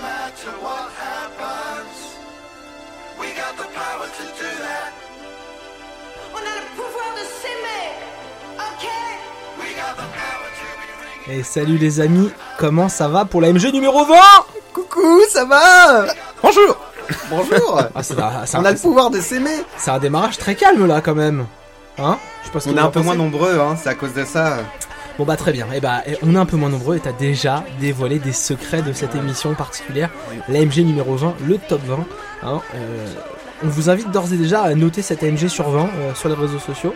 matter what happens, we got the power to do that. On a le pouvoir de s'aimer, ok We got the power to be free. Et salut les amis, comment ça va pour la MG numéro 20 Coucou, ça va Bonjour Bonjour Ah c'est un, c'est On a un- le pouvoir de s'aimer c'est un démarrage très calme là quand même Hein Je pense On est un peu moins nombreux, hein, c'est à cause de ça. Bon bah très bien, et bah eh, on est un peu moins nombreux et t'as déjà dévoilé des secrets de cette émission particulière, la MG numéro 20, le top 20. hein, euh, on vous invite d'ores et déjà à noter cette AMG sur 20 euh, sur les réseaux sociaux.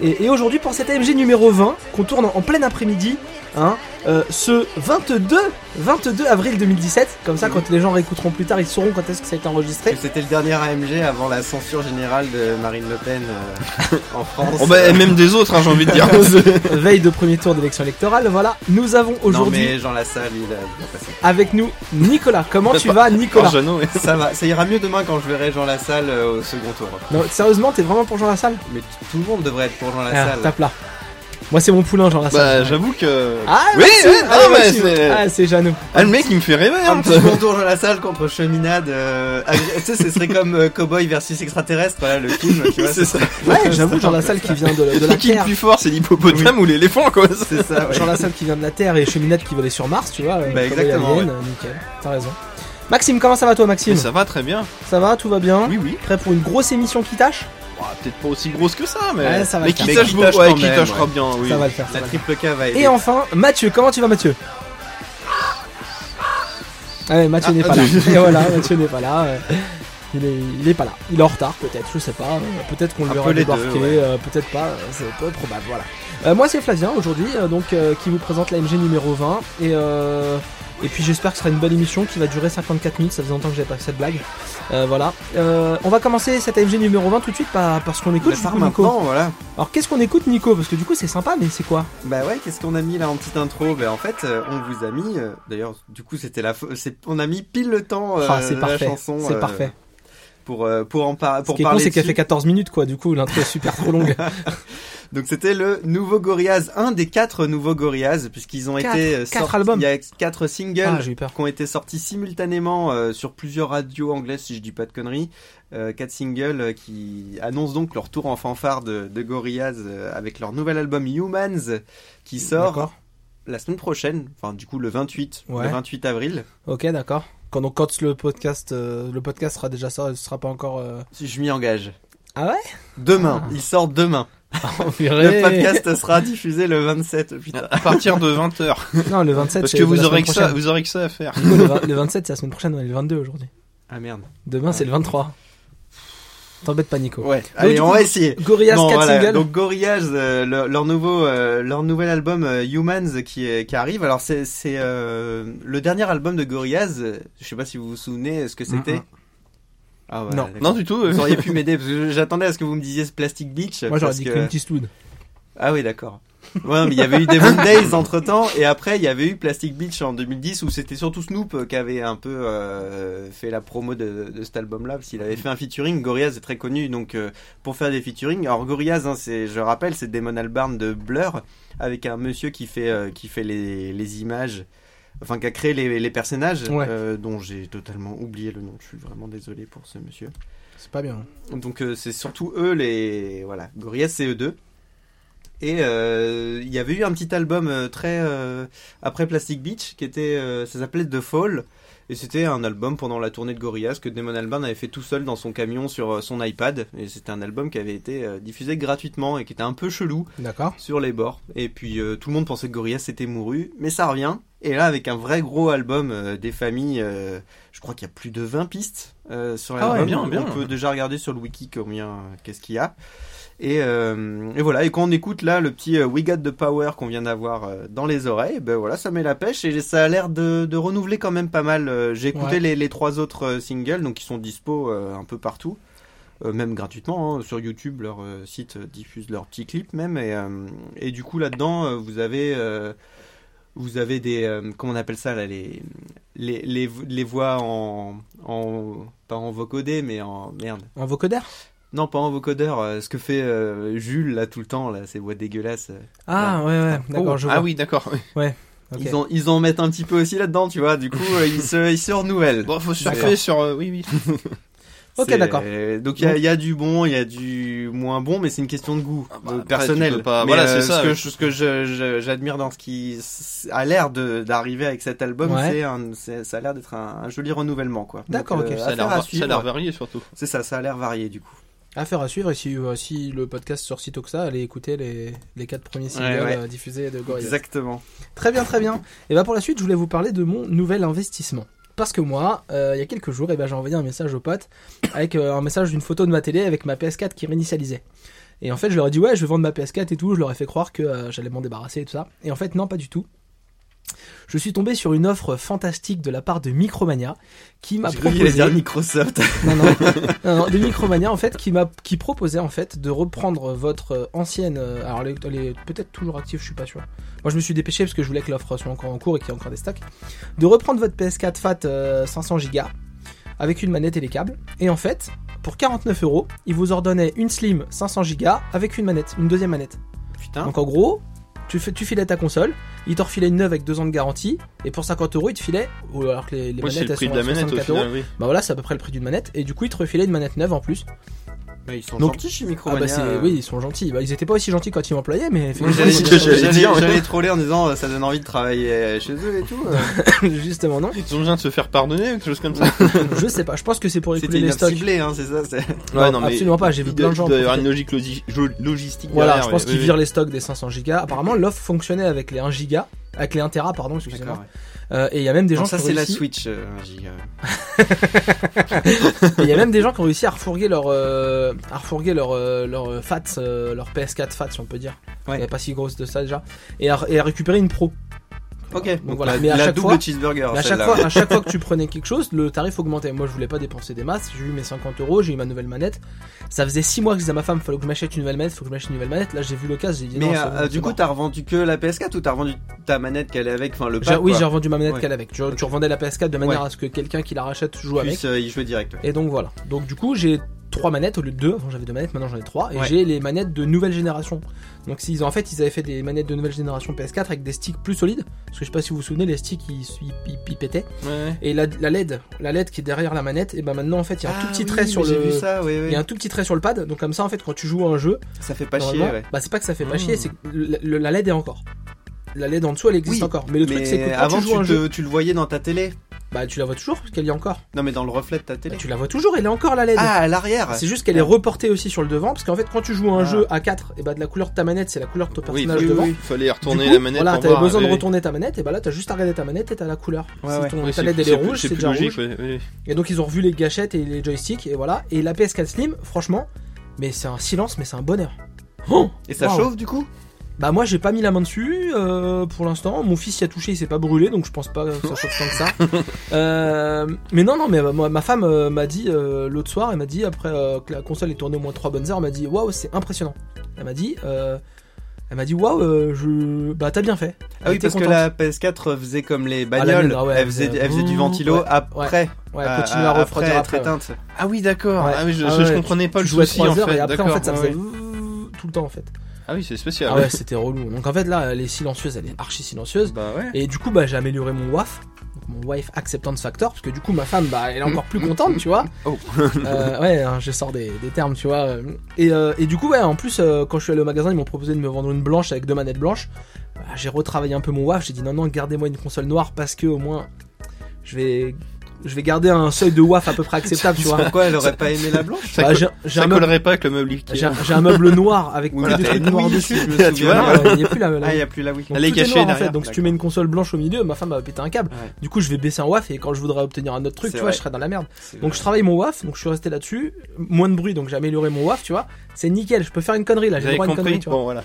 Et, et aujourd'hui pour cette AMG numéro 20, qu'on tourne en, en plein après-midi, hein, euh, ce 22, 22 avril 2017, comme ça quand les gens réécouteront plus tard, ils sauront quand est-ce que ça a été enregistré. Que C'était le dernier AMG avant la censure générale de Marine Le Pen euh, en France. Oh bah, et même des autres, hein, j'ai envie de dire. Veille de premier tour d'élection électorale, voilà, nous avons non aujourd'hui mais Jean Lassalle, il a bien passé. avec nous Nicolas. Comment tu Pas- vas Nicolas Jeannot, ouais. Ça va, ça ira mieux demain quand je verrai Jean Lassalle euh, au second tour. Non, sérieusement, t'es vraiment pour Jean Lassalle Mais t- tout le monde devrait être pour Jean Ah, Lassalle. tape là. Moi, c'est mon poulain, Jean Bah, Lassalle. j'avoue que. ah, oui, merci. oui, Ah, non, mais merci. c'est- Ah, c'est Jeannot. Ah, le mec, il me fait rêver, un hein. petit second tour Jean Lassalle contre Cheminade. euh, agré- tu sais, ce serait comme euh, Cowboy versus extraterrestre, là, le film. Tu vois, C'est ça. Ouais, j'avoue, Jean Lassalle qui vient de, de la Qui est le Terre. plus fort, c'est l'hippopotame ou l'éléphant, quoi. C'est ça, ouais. Jean Lassalle qui vient de la Terre et Cheminade qui volait sur Mars, tu vois. euh, Bah, comme les exactement, aliens, euh, Nickel, t'as raison. Maxime, comment ça va toi, Maxime Mais ça va très bien. Ça va, tout va bien Oui, oui. Prêt pour une grosse émission qui tâche Ouah, Peut-être pas aussi grosse que ça, mais. Ouais, ça va mais le faire. qui Mais tâche qui beaucoup, tâche ouais, quand qui même, tâchera ouais. bien, oui. Ça va le faire. ça La va le triple K va faire. aider. Et enfin, Mathieu, comment tu vas, Mathieu Ah ouais, Mathieu n'est pas là. Et voilà, Mathieu n'est pas là. euh, Il est, il est pas là. Il est en retard peut-être, je sais pas. euh, Peut-être qu'on le Un verra peu les deux, débarquer, ouais. euh, peut-être pas. euh, C'est peu probable, voilà. Euh, moi c'est Flavien aujourd'hui, euh, donc euh, qui vous présente la MG numéro 20. Et, euh, et puis j'espère que ce sera une bonne émission qui va durer 54 minutes. Ça faisait longtemps que j'avais pas fait cette blague. Euh, voilà. Euh, on va commencer cette MG numéro 20 tout de suite par- parce qu'on écoute La part du coup, Nico. maintenant, voilà. Alors qu'est-ce qu'on écoute Nico Parce que du coup c'est sympa, mais c'est quoi Bah ouais, qu'est-ce qu'on a mis là en petite intro Bah en fait, euh, on vous a mis. euh, D'ailleurs, du coup, c'était la. fa- c'est- On a mis pile le temps euh, Ah, de C'est la parfait. chanson. C'est euh, parfait. Pour euh, pour en par- Ce pour qui est con, parler. c'est qu'elle fait dessus. 14 minutes quoi. Du coup l'intro est super trop longue. Donc c'était le nouveau Gorillaz, un des quatre nouveaux Gorillaz, puisqu'ils ont Quatre- été euh, quatre sortis- albums. Il y a quatre Ah singles. j'ai eu peur. qui ont été sortis simultanément euh, sur plusieurs radios anglaises, si je dis pas de conneries. Euh, quatre singles euh, qui annoncent donc leur tour en fanfare de, de Gorillaz euh, avec leur nouvel album Humans qui sort D'accord. la semaine prochaine, enfin du coup le 28, Ouais. le 28 avril. Ok, d'accord. Quand, donc, quand le podcast, euh, le podcast sera déjà ça, sera pas encore. euh, Si je m'y engage. Ah ouais Eh. Demain, il sort demain. Le podcast sera diffusé le 27. Putain. À partir de 20h. Non, le 27. Parce c'est que la vous aurez semaine que ça, prochaine. vous aurez que ça à faire. Nico, le, vingt- le 27, c'est la semaine prochaine. On est le 22 aujourd'hui. Ah merde. Demain, c'est le 23. T'embêtes pas, Nico. Ouais. Allez, du on coup, va essayer. Gorillaz Bon, 4 voilà. singles. Donc Gorillaz, euh, leur, leur nouveau, euh, leur nouvel album euh, Humans qui, est- qui arrive. Alors c'est c'est, euh, le dernier album de Gorillaz. euh, Je sais pas si vous vous souvenez ce que c'était. Mhm. Ah ouais, Non. d'accord. Non, du tout. euh, Vous auriez pu m'aider parce que j'attendais à ce que vous me disiez ce Plastic Beach. Moi, j'aurais parce dit que- Clint Eastwood. Ah oui, d'accord. Ouais, mais il y avait eu Devon Days entre temps, et après il y avait eu Plastic Beach en 2010 où c'était surtout Snoop euh, qui avait un peu euh, fait la promo de, de cet album-là, parce qu'il avait fait un featuring. Gorillaz est très connu donc euh, pour faire des featuring. Alors Gorillaz, hein, c'est, je rappelle, c'est Damon Albarn de Blur avec un monsieur qui fait euh, qui fait les, les images, enfin qui a créé les, les personnages Ouais. euh, dont j'ai totalement oublié le nom. Je suis vraiment désolé pour ce monsieur. C'est pas bien. Donc euh, c'est surtout eux les voilà Gorillaz c'est eux deux. Et euh, il y avait eu un petit album euh, très euh, après Plastic Beach qui était euh, ça s'appelait The Fall et c'était un album pendant la tournée de Gorillaz que Damon Albarn avait fait tout seul dans son camion sur euh, son iPad et c'était un album qui avait été euh, diffusé gratuitement et qui était un peu chelou D'accord. sur les bords et puis euh, tout le monde pensait que Gorillaz était mouru mais ça revient et là avec un vrai gros album euh, des familles euh, je crois qu'il y a plus de 20 pistes euh, sur Ah ouais, l'album bien, bien. on peut déjà regarder sur le wiki combien euh, qu'est-ce qu'il y a et, euh, et voilà et quand on écoute là le petit euh, We Got the Power qu'on vient d'avoir euh, dans les oreilles ben voilà ça met la pêche et ça a l'air de, de renouveler quand même pas mal Euh, j'ai écouté Ouais. les, les trois autres euh, singles donc qui sont dispo euh, un peu partout euh, même gratuitement hein, sur YouTube leur euh, site euh, diffuse leurs petits clips même et, euh, et du coup là-dedans euh, vous avez euh, vous avez des euh, comment on appelle ça là les les, les, vo- les voix en, en pas en vocodé mais en merde Un vocodeur non pas en vocodeur euh, ce que fait euh, Jules là tout le temps là ces voix dégueulasses euh. Ah, ouais, ouais. D'accord, oh, je vois. Ah oui, d'accord. Ok. Ils, en, ils en mettent un petit peu aussi là-dedans, tu vois. Du coup, euh, ils, se, ils se renouvellent. Bon, faut surfer D'accord. sur. euh, oui, oui. Ok, C'est- d'accord. Donc il y a- il y, a du bon, il y a du moins bon, mais c'est une question de goût bah, euh, après, tu personnel. peux pas- Mais, euh, voilà, c'est ce ça. que je- Ce que, je- je- j'admire dans ce qui s- a l'air de- d'arriver avec cet album, Ouais. c'est un- c'est ça a l'air d'être un, un joli renouvellement, quoi. Donc, euh, D'accord, ok. Ça a Ça a affaire l'air à va- ça suivre. a l'air varié surtout. C'est ça, ça a l'air varié du coup. Affaire à suivre. Et si, euh, si le podcast sort si tôt que ça, allez écouter les, les quatre premiers singles Ouais, ouais. euh, diffusés de Gorillaz. Exactement. Très bien, très bien. Et ben pour la suite, je voulais vous parler de mon nouvel investissement. Parce que moi, euh, il y a quelques jours, eh ben, j'ai envoyé un message au pote avec euh, un message d'une photo de ma télé avec ma PS4 qui réinitialisait. Et en fait, je leur ai dit ouais, je vais vendre ma PS4 et tout. Je leur ai fait croire que euh, j'allais m'en débarrasser et tout ça. Et en fait, non, pas du tout. Je suis tombé sur une offre fantastique de la part de Micromania qui m'a J'ai cru proposé qu'il allait dire Microsoft. non, non, non, non, de Micromania en fait qui m'a qui proposait en fait de reprendre votre euh, ancienne euh, alors elle est- elle est peut-être toujours active je suis pas sûr moi je me suis dépêché parce que je voulais que l'offre soit encore en cours et qu'il y ait encore des stocks de reprendre votre PS4 Fat euh, 500 Go avec une manette et les câbles et en fait pour 49 euros il vous ordonnait une Slim 500 Go avec une manette une deuxième manette Putain. donc en gros tu, fais, tu filais ta console, il t'en refilait une neuve avec 2 ans de garantie, et pour 50 euros, il te filait, ou alors que les, les Oui, c'est manettes le elles prix sont de la à manette ah au 64 euros, final, oui. bah voilà, c'est à peu près le prix d'une manette. Et du coup, ils te refilaient une manette neuve en plus. ils sont Donc- gentils chez Ah bah Micromania. c'est, euh. oui, ils sont gentils. Bah, ils étaient pas aussi gentils quand ils m'employaient, mais Moi, effectivement, J'allais C'est ce que j'allais j'allais- dire, ouais. j'allais troller en disant euh, ça donne envie de travailler euh, chez eux et tout. euh. justement non. Ils ont besoin de se faire pardonner ou quelque chose comme ça. Je sais pas. Je pense que c'est pour C'était écouler les une stocks. ciblée, hein, c'est ça. c'est- Ouais, Non, absolument pas. J'ai vu il plein de doit- gens. Il doit y avoir profiter. une logique logi- jo- logistique. Voilà, derrière, je pense ouais, qu'ils ouais, virent les stocks des 500 gigas. Apparemment, l'offre fonctionnait avec les 1 giga, avec les 1 tera, pardon, excusez-moi. Euh, et il y a même des Non, gens ça qui ont c'est la réussi- Switch. euh, j'ai, euh, Et Il y a même des gens qui ont réussi à refourguer leur, euh, à refourguer leur, euh, leur euh, FAT, euh, leur PS4 FAT, si on peut dire. Ouais. Elle est pas si grosse de ça déjà. Et à, et à récupérer une pro. Ok. Donc voilà. Mais à euh, la chaque double fois, cheeseburger. Mais à chaque, celle-là. fois, à chaque fois que tu prenais quelque chose, le tarif augmentait. Moi, je voulais pas dépenser des masses. J'ai eu mes 50 euros, j'ai eu ma nouvelle manette. Ça faisait 6 mois que je disais à ma femme, fallait que je m'achète une nouvelle manette, faut que je m'achète une nouvelle manette. Là, j'ai vu l'occasion, j'ai dit non. Mais c'est euh, bon, c'est du coup, mort. t'as revendu que la PS4 ou t'as revendu ta manette qu'elle est avec, enfin le J'ai- pack oui, quoi. j'ai revendu ma manette Ouais. qu'elle avait. Tu, Ok. tu revendais la PS4 de manière Ouais. à ce que quelqu'un qui la rachète joue avec. Plus euh, il jouait direct. ouais. Et donc voilà. Donc du coup, j'ai trois manettes au lieu de deux. Avant j'avais deux manettes, maintenant j'en ai trois. Et Ouais. j'ai les manettes de nouvelle génération. Donc s'ils ont- en fait ils avaient fait des manettes de nouvelle génération PS4 avec des sticks plus solides. Parce que je sais pas si vous vous souvenez, les sticks ils, ils- ils- ils pétaient. ouais. Ouais, ouais. Et la, la LED, la LED qui est derrière la manette, et ben maintenant en fait il y a un Ah tout petit oui, trait sur mais le. J'ai vu ça, oui, Il oui. y a un tout petit trait sur le pad, donc comme ça en fait quand tu joues à un jeu, Ça fait pas chier, normalement, ouais. Ah. bah c'est pas que ça fait pas Mmh. chier, c'est que le- le- la LED est encore. La LED en dessous elle existe Oui, encore, mais le truc c'est que Mais quand avant, tu tu, joues à un jeu, te- tu le voyais dans ta télé. bah tu la vois toujours parce qu'elle y est encore. Non, mais dans le reflet de ta Bah, télé. tu la vois toujours, elle est encore la LED. Ah, à l'arrière. C'est juste qu'elle est reportée aussi sur le devant, parce qu'en fait, quand tu joues à un Ah. jeu à 4, et bah de la couleur de ta manette, c'est la couleur de ton Oui, personnage oui, devant. oui, il fallait Du retourner coup, la manette. Voilà, pour t'avais voir, besoin oui, de oui. retourner ta manette, et bah là, t'as juste à regarder ta manette et t'as la couleur. Ouais, Si ouais. ton- Ouais, ta c'est LED plus- elle est c'est plus- rouge, c'est plus c'est déjà logique, rouge. ouais, ouais. Et donc, ils ont revu les gâchettes et les joysticks, et voilà. Et la PS4 Slim, franchement, mais c'est un silence, mais c'est un bonheur. Oh Et ça Wow. chauffe du coup Bah moi j'ai pas mis la main dessus euh, pour l'instant. Mon fils y a touché, il s'est pas brûlé, donc je pense pas que ça chauffe tant que ça. Euh, mais non non, mais euh, moi, ma femme euh, m'a dit euh, l'autre soir, elle m'a dit après euh, que la console est tournée au moins 3 bonnes heures, elle m'a dit waouh c'est impressionnant. Elle m'a dit euh, elle m'a dit waouh euh, je bah t'as bien fait. Ah oui, Elle était parce que contente. la PS4 faisait comme les la bagnoles. mienne, ah ouais, Elle faisait elle faisait- elle faisait du Mmh, ventilo ouais, après. ouais, elle continue à euh, refroidir après. après être ouais. éteinte. Ah oui, d'accord. Ouais. Ah oui, je, Ah je- je ouais, comprenais pas Tu le jouais souci 3 en heures fait. et après en d'accord, fait ça ouais, faisait ouais. tout le temps en fait. Ah oui, c'est spécial. Ah ouais, c'était relou. Donc en fait là elle est silencieuse, elle est archi silencieuse. Bah ouais. Et du coup, bah, j'ai amélioré mon WAF, donc mon Wife Acceptance Factor, parce que du coup, ma femme, bah, elle est encore plus contente, tu vois. Oh. Euh, ouais, hein, je sors des, des termes, tu vois. euh. Et, euh, et du coup, ouais, en plus, euh, quand je suis allé au magasin, ils m'ont proposé de me vendre une blanche avec deux manettes blanches. Bah, j'ai retravaillé un peu mon WAF, j'ai dit non, non, gardez-moi une console noire, parce que au moins, je vais, je vais garder un seuil de WAF à peu près acceptable, tu vois. Pourquoi elle aurait pas aimé la blanche Ça, Bah, co- j'ai, j'ai ça un meuble, collerait pas avec le meuble Ikea. j'ai un- j'ai un meuble noir avec Oui, plus de mais trucs t'as- noirs oui, dessus. je me Tu souviens. vois, Non, Il n'y a plus la, la- Ah, il n'y a plus la Wii. donc, Elle est tout est cachée noir, en derrière, fait. Donc si tu d'accord. mets une console blanche au milieu, ma femme va péter un câble. Ouais. Du coup, je vais baisser un WAF et quand je voudrais obtenir un autre truc, tu C'est vois, vrai. je serai dans la merde. C'est Donc je travaille mon WAF, donc je suis resté là-dessus. Moins de bruit, donc j'ai amélioré mon WAF, tu vois. C'est nickel, je peux faire une connerie là, j'ai le J'avais droit à une compris. connerie, tu vois. Bon, voilà.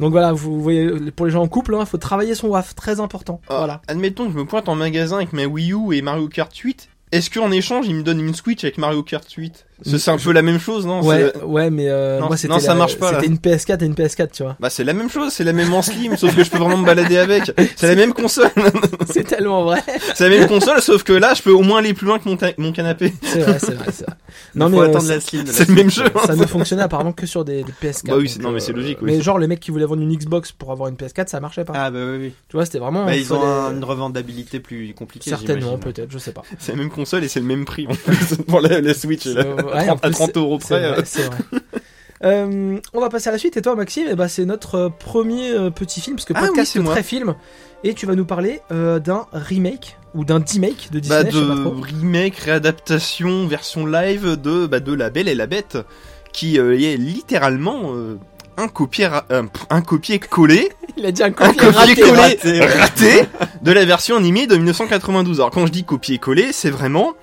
Donc voilà, vous voyez, pour les gens en couple, hein, faut travailler son WAF, très important. Ah, Voilà. Admettons que je me pointe en magasin avec ma Wii U et Mario Kart 8. Est-ce qu'en échange, il me donne une Switch avec Mario Kart 8 Ce, C'est un peu la même chose, non Ouais, C'est- ouais, mais euh, Non, moi c'était non, ça la- marche pas, là. C'était une PS4 et une PS4, tu vois. Bah c'est la même chose, c'est la même en slim, sauf que je peux vraiment me balader avec. C'est la même console, c'est tellement vrai. c'est la même console, sauf que là je peux au moins aller plus loin que mon, ta- mon canapé. C'est vrai, c'est vrai, c'est vrai. Non, mais faut on- attendre ça- la slim. de la C'est le Slim. même jeu. hein. ça ne fonctionnait apparemment que sur des, des PS4. Bah oui, donc, euh, c'est- non, mais c'est logique. Oui. Mais genre le mec qui voulait vendre une Xbox pour avoir une PS4, ça marchait pas. Ah bah oui, oui. Tu vois, c'était vraiment. Bah, il ils ont fallait- un- une revendabilité plus compliquée. Certainement, j'imagine. peut-être, je sais pas. C'est la même console et c'est le même prix en plus pour la, la Switch. C'est- euh, là. ouais, en à plus, 30 euros C'est près. euh, vrai, c'est vrai. Euh, on va passer à la suite et toi Maxime eh ben, c'est notre euh, premier euh, petit film parce que Ah oui, podcast c'est moi. très film et tu vas nous parler euh, d'un remake ou d'un remake de Disney bah, je sais pas trop. de remake, réadaptation, version live de, bah, de La Belle et la Bête, qui euh, est littéralement euh, un copier euh, pff, un copier-collé, il a dit un un copier raté copier-collé raté, ouais. raté de la version animée de 1992. Alors quand je dis copier-collé, c'est vraiment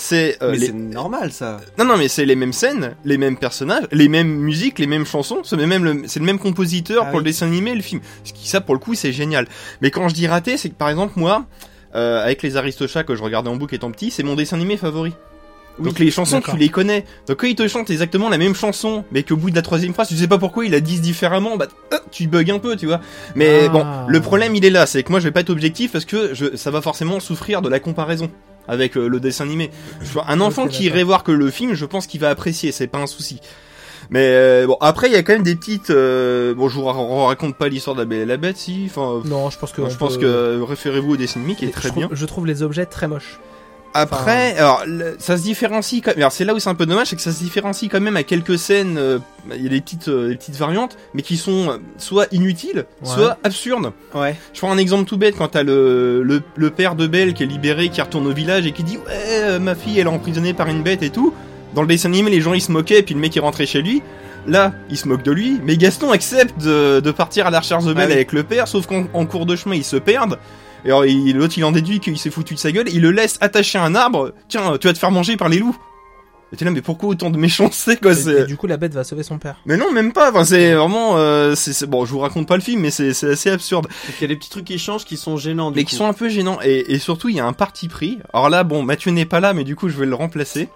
c'est euh, Mais les- c'est normal ça. non non mais c'est les mêmes scènes, les mêmes personnages, les mêmes musiques, les mêmes chansons, c'est le même le- c'est le même compositeur Ah pour oui. le dessin animé et le film. Ce qui ça pour le coup c'est génial. Mais quand je dis raté, c'est que par exemple moi euh, avec les Aristochats que je regardais en boucle étant petit, c'est mon dessin animé favori. Donc les chansons, d'accord. tu les connais. Donc quand il te chante exactement la même chanson, mais qu'au bout de la troisième phrase, tu sais pas pourquoi ils la disent différemment, bah ah, tu bugs un peu, tu vois. Mais Ah. bon, le problème il est là, c'est que moi je vais pas être objectif parce que je, ça va forcément souffrir de la comparaison avec euh, le dessin animé. Je vois, Un enfant Ok, qui d'accord. irait voir que le film, je pense qu'il va apprécier, c'est pas un souci. Mais euh, bon, après il y a quand même des petites. euh, bon, je vous ra- raconte pas l'histoire de la Belle et la Bête, si. Enfin, non je pense que je pense que euh, référez-vous au dessin animé qui est très je bien. trouve, je trouve les objets très moches Après, alors, le- ça se différencie quand Alors, c'est là où c'est un peu dommage, c'est que ça se différencie quand même à quelques scènes. euh, Il y a des petites, euh, des petites variantes, mais qui sont euh, soit inutiles, Ouais. soit absurdes. Ouais. Je prends un exemple tout bête quand t'as le, le, le père de Belle qui est libéré, qui retourne au village et qui dit Ouais, euh, ma fille, elle est emprisonnée par une bête et tout. Dans le dessin animé, les gens ils se moquaient, puis le mec est rentré chez lui. Là, il se moque de lui, mais Gaston accepte de, de partir à la recherche de Belle Ah oui. avec le père, sauf qu'en en cours de chemin, ils se perdent. Et alors, il- l'autre, il en déduit qu'il s'est foutu de sa gueule, il le laisse attaché à un arbre. Tiens, tu vas te faire manger par les loups. Et t'es là, mais pourquoi autant de méchanceté, quoi, Et- et c'est... du coup la bête va sauver son père Mais non, même pas, enfin, c'est vraiment, euh, c'est, c'est- bon, je vous raconte pas le film, mais c'est, c'est assez absurde. Donc il y a des petits trucs qui changent qui sont gênants. du Mais coup. qui sont un peu gênants. Et, et surtout, il y a un parti pris. Alors là, bon, Mathieu n'est pas là, mais du coup, je vais le remplacer.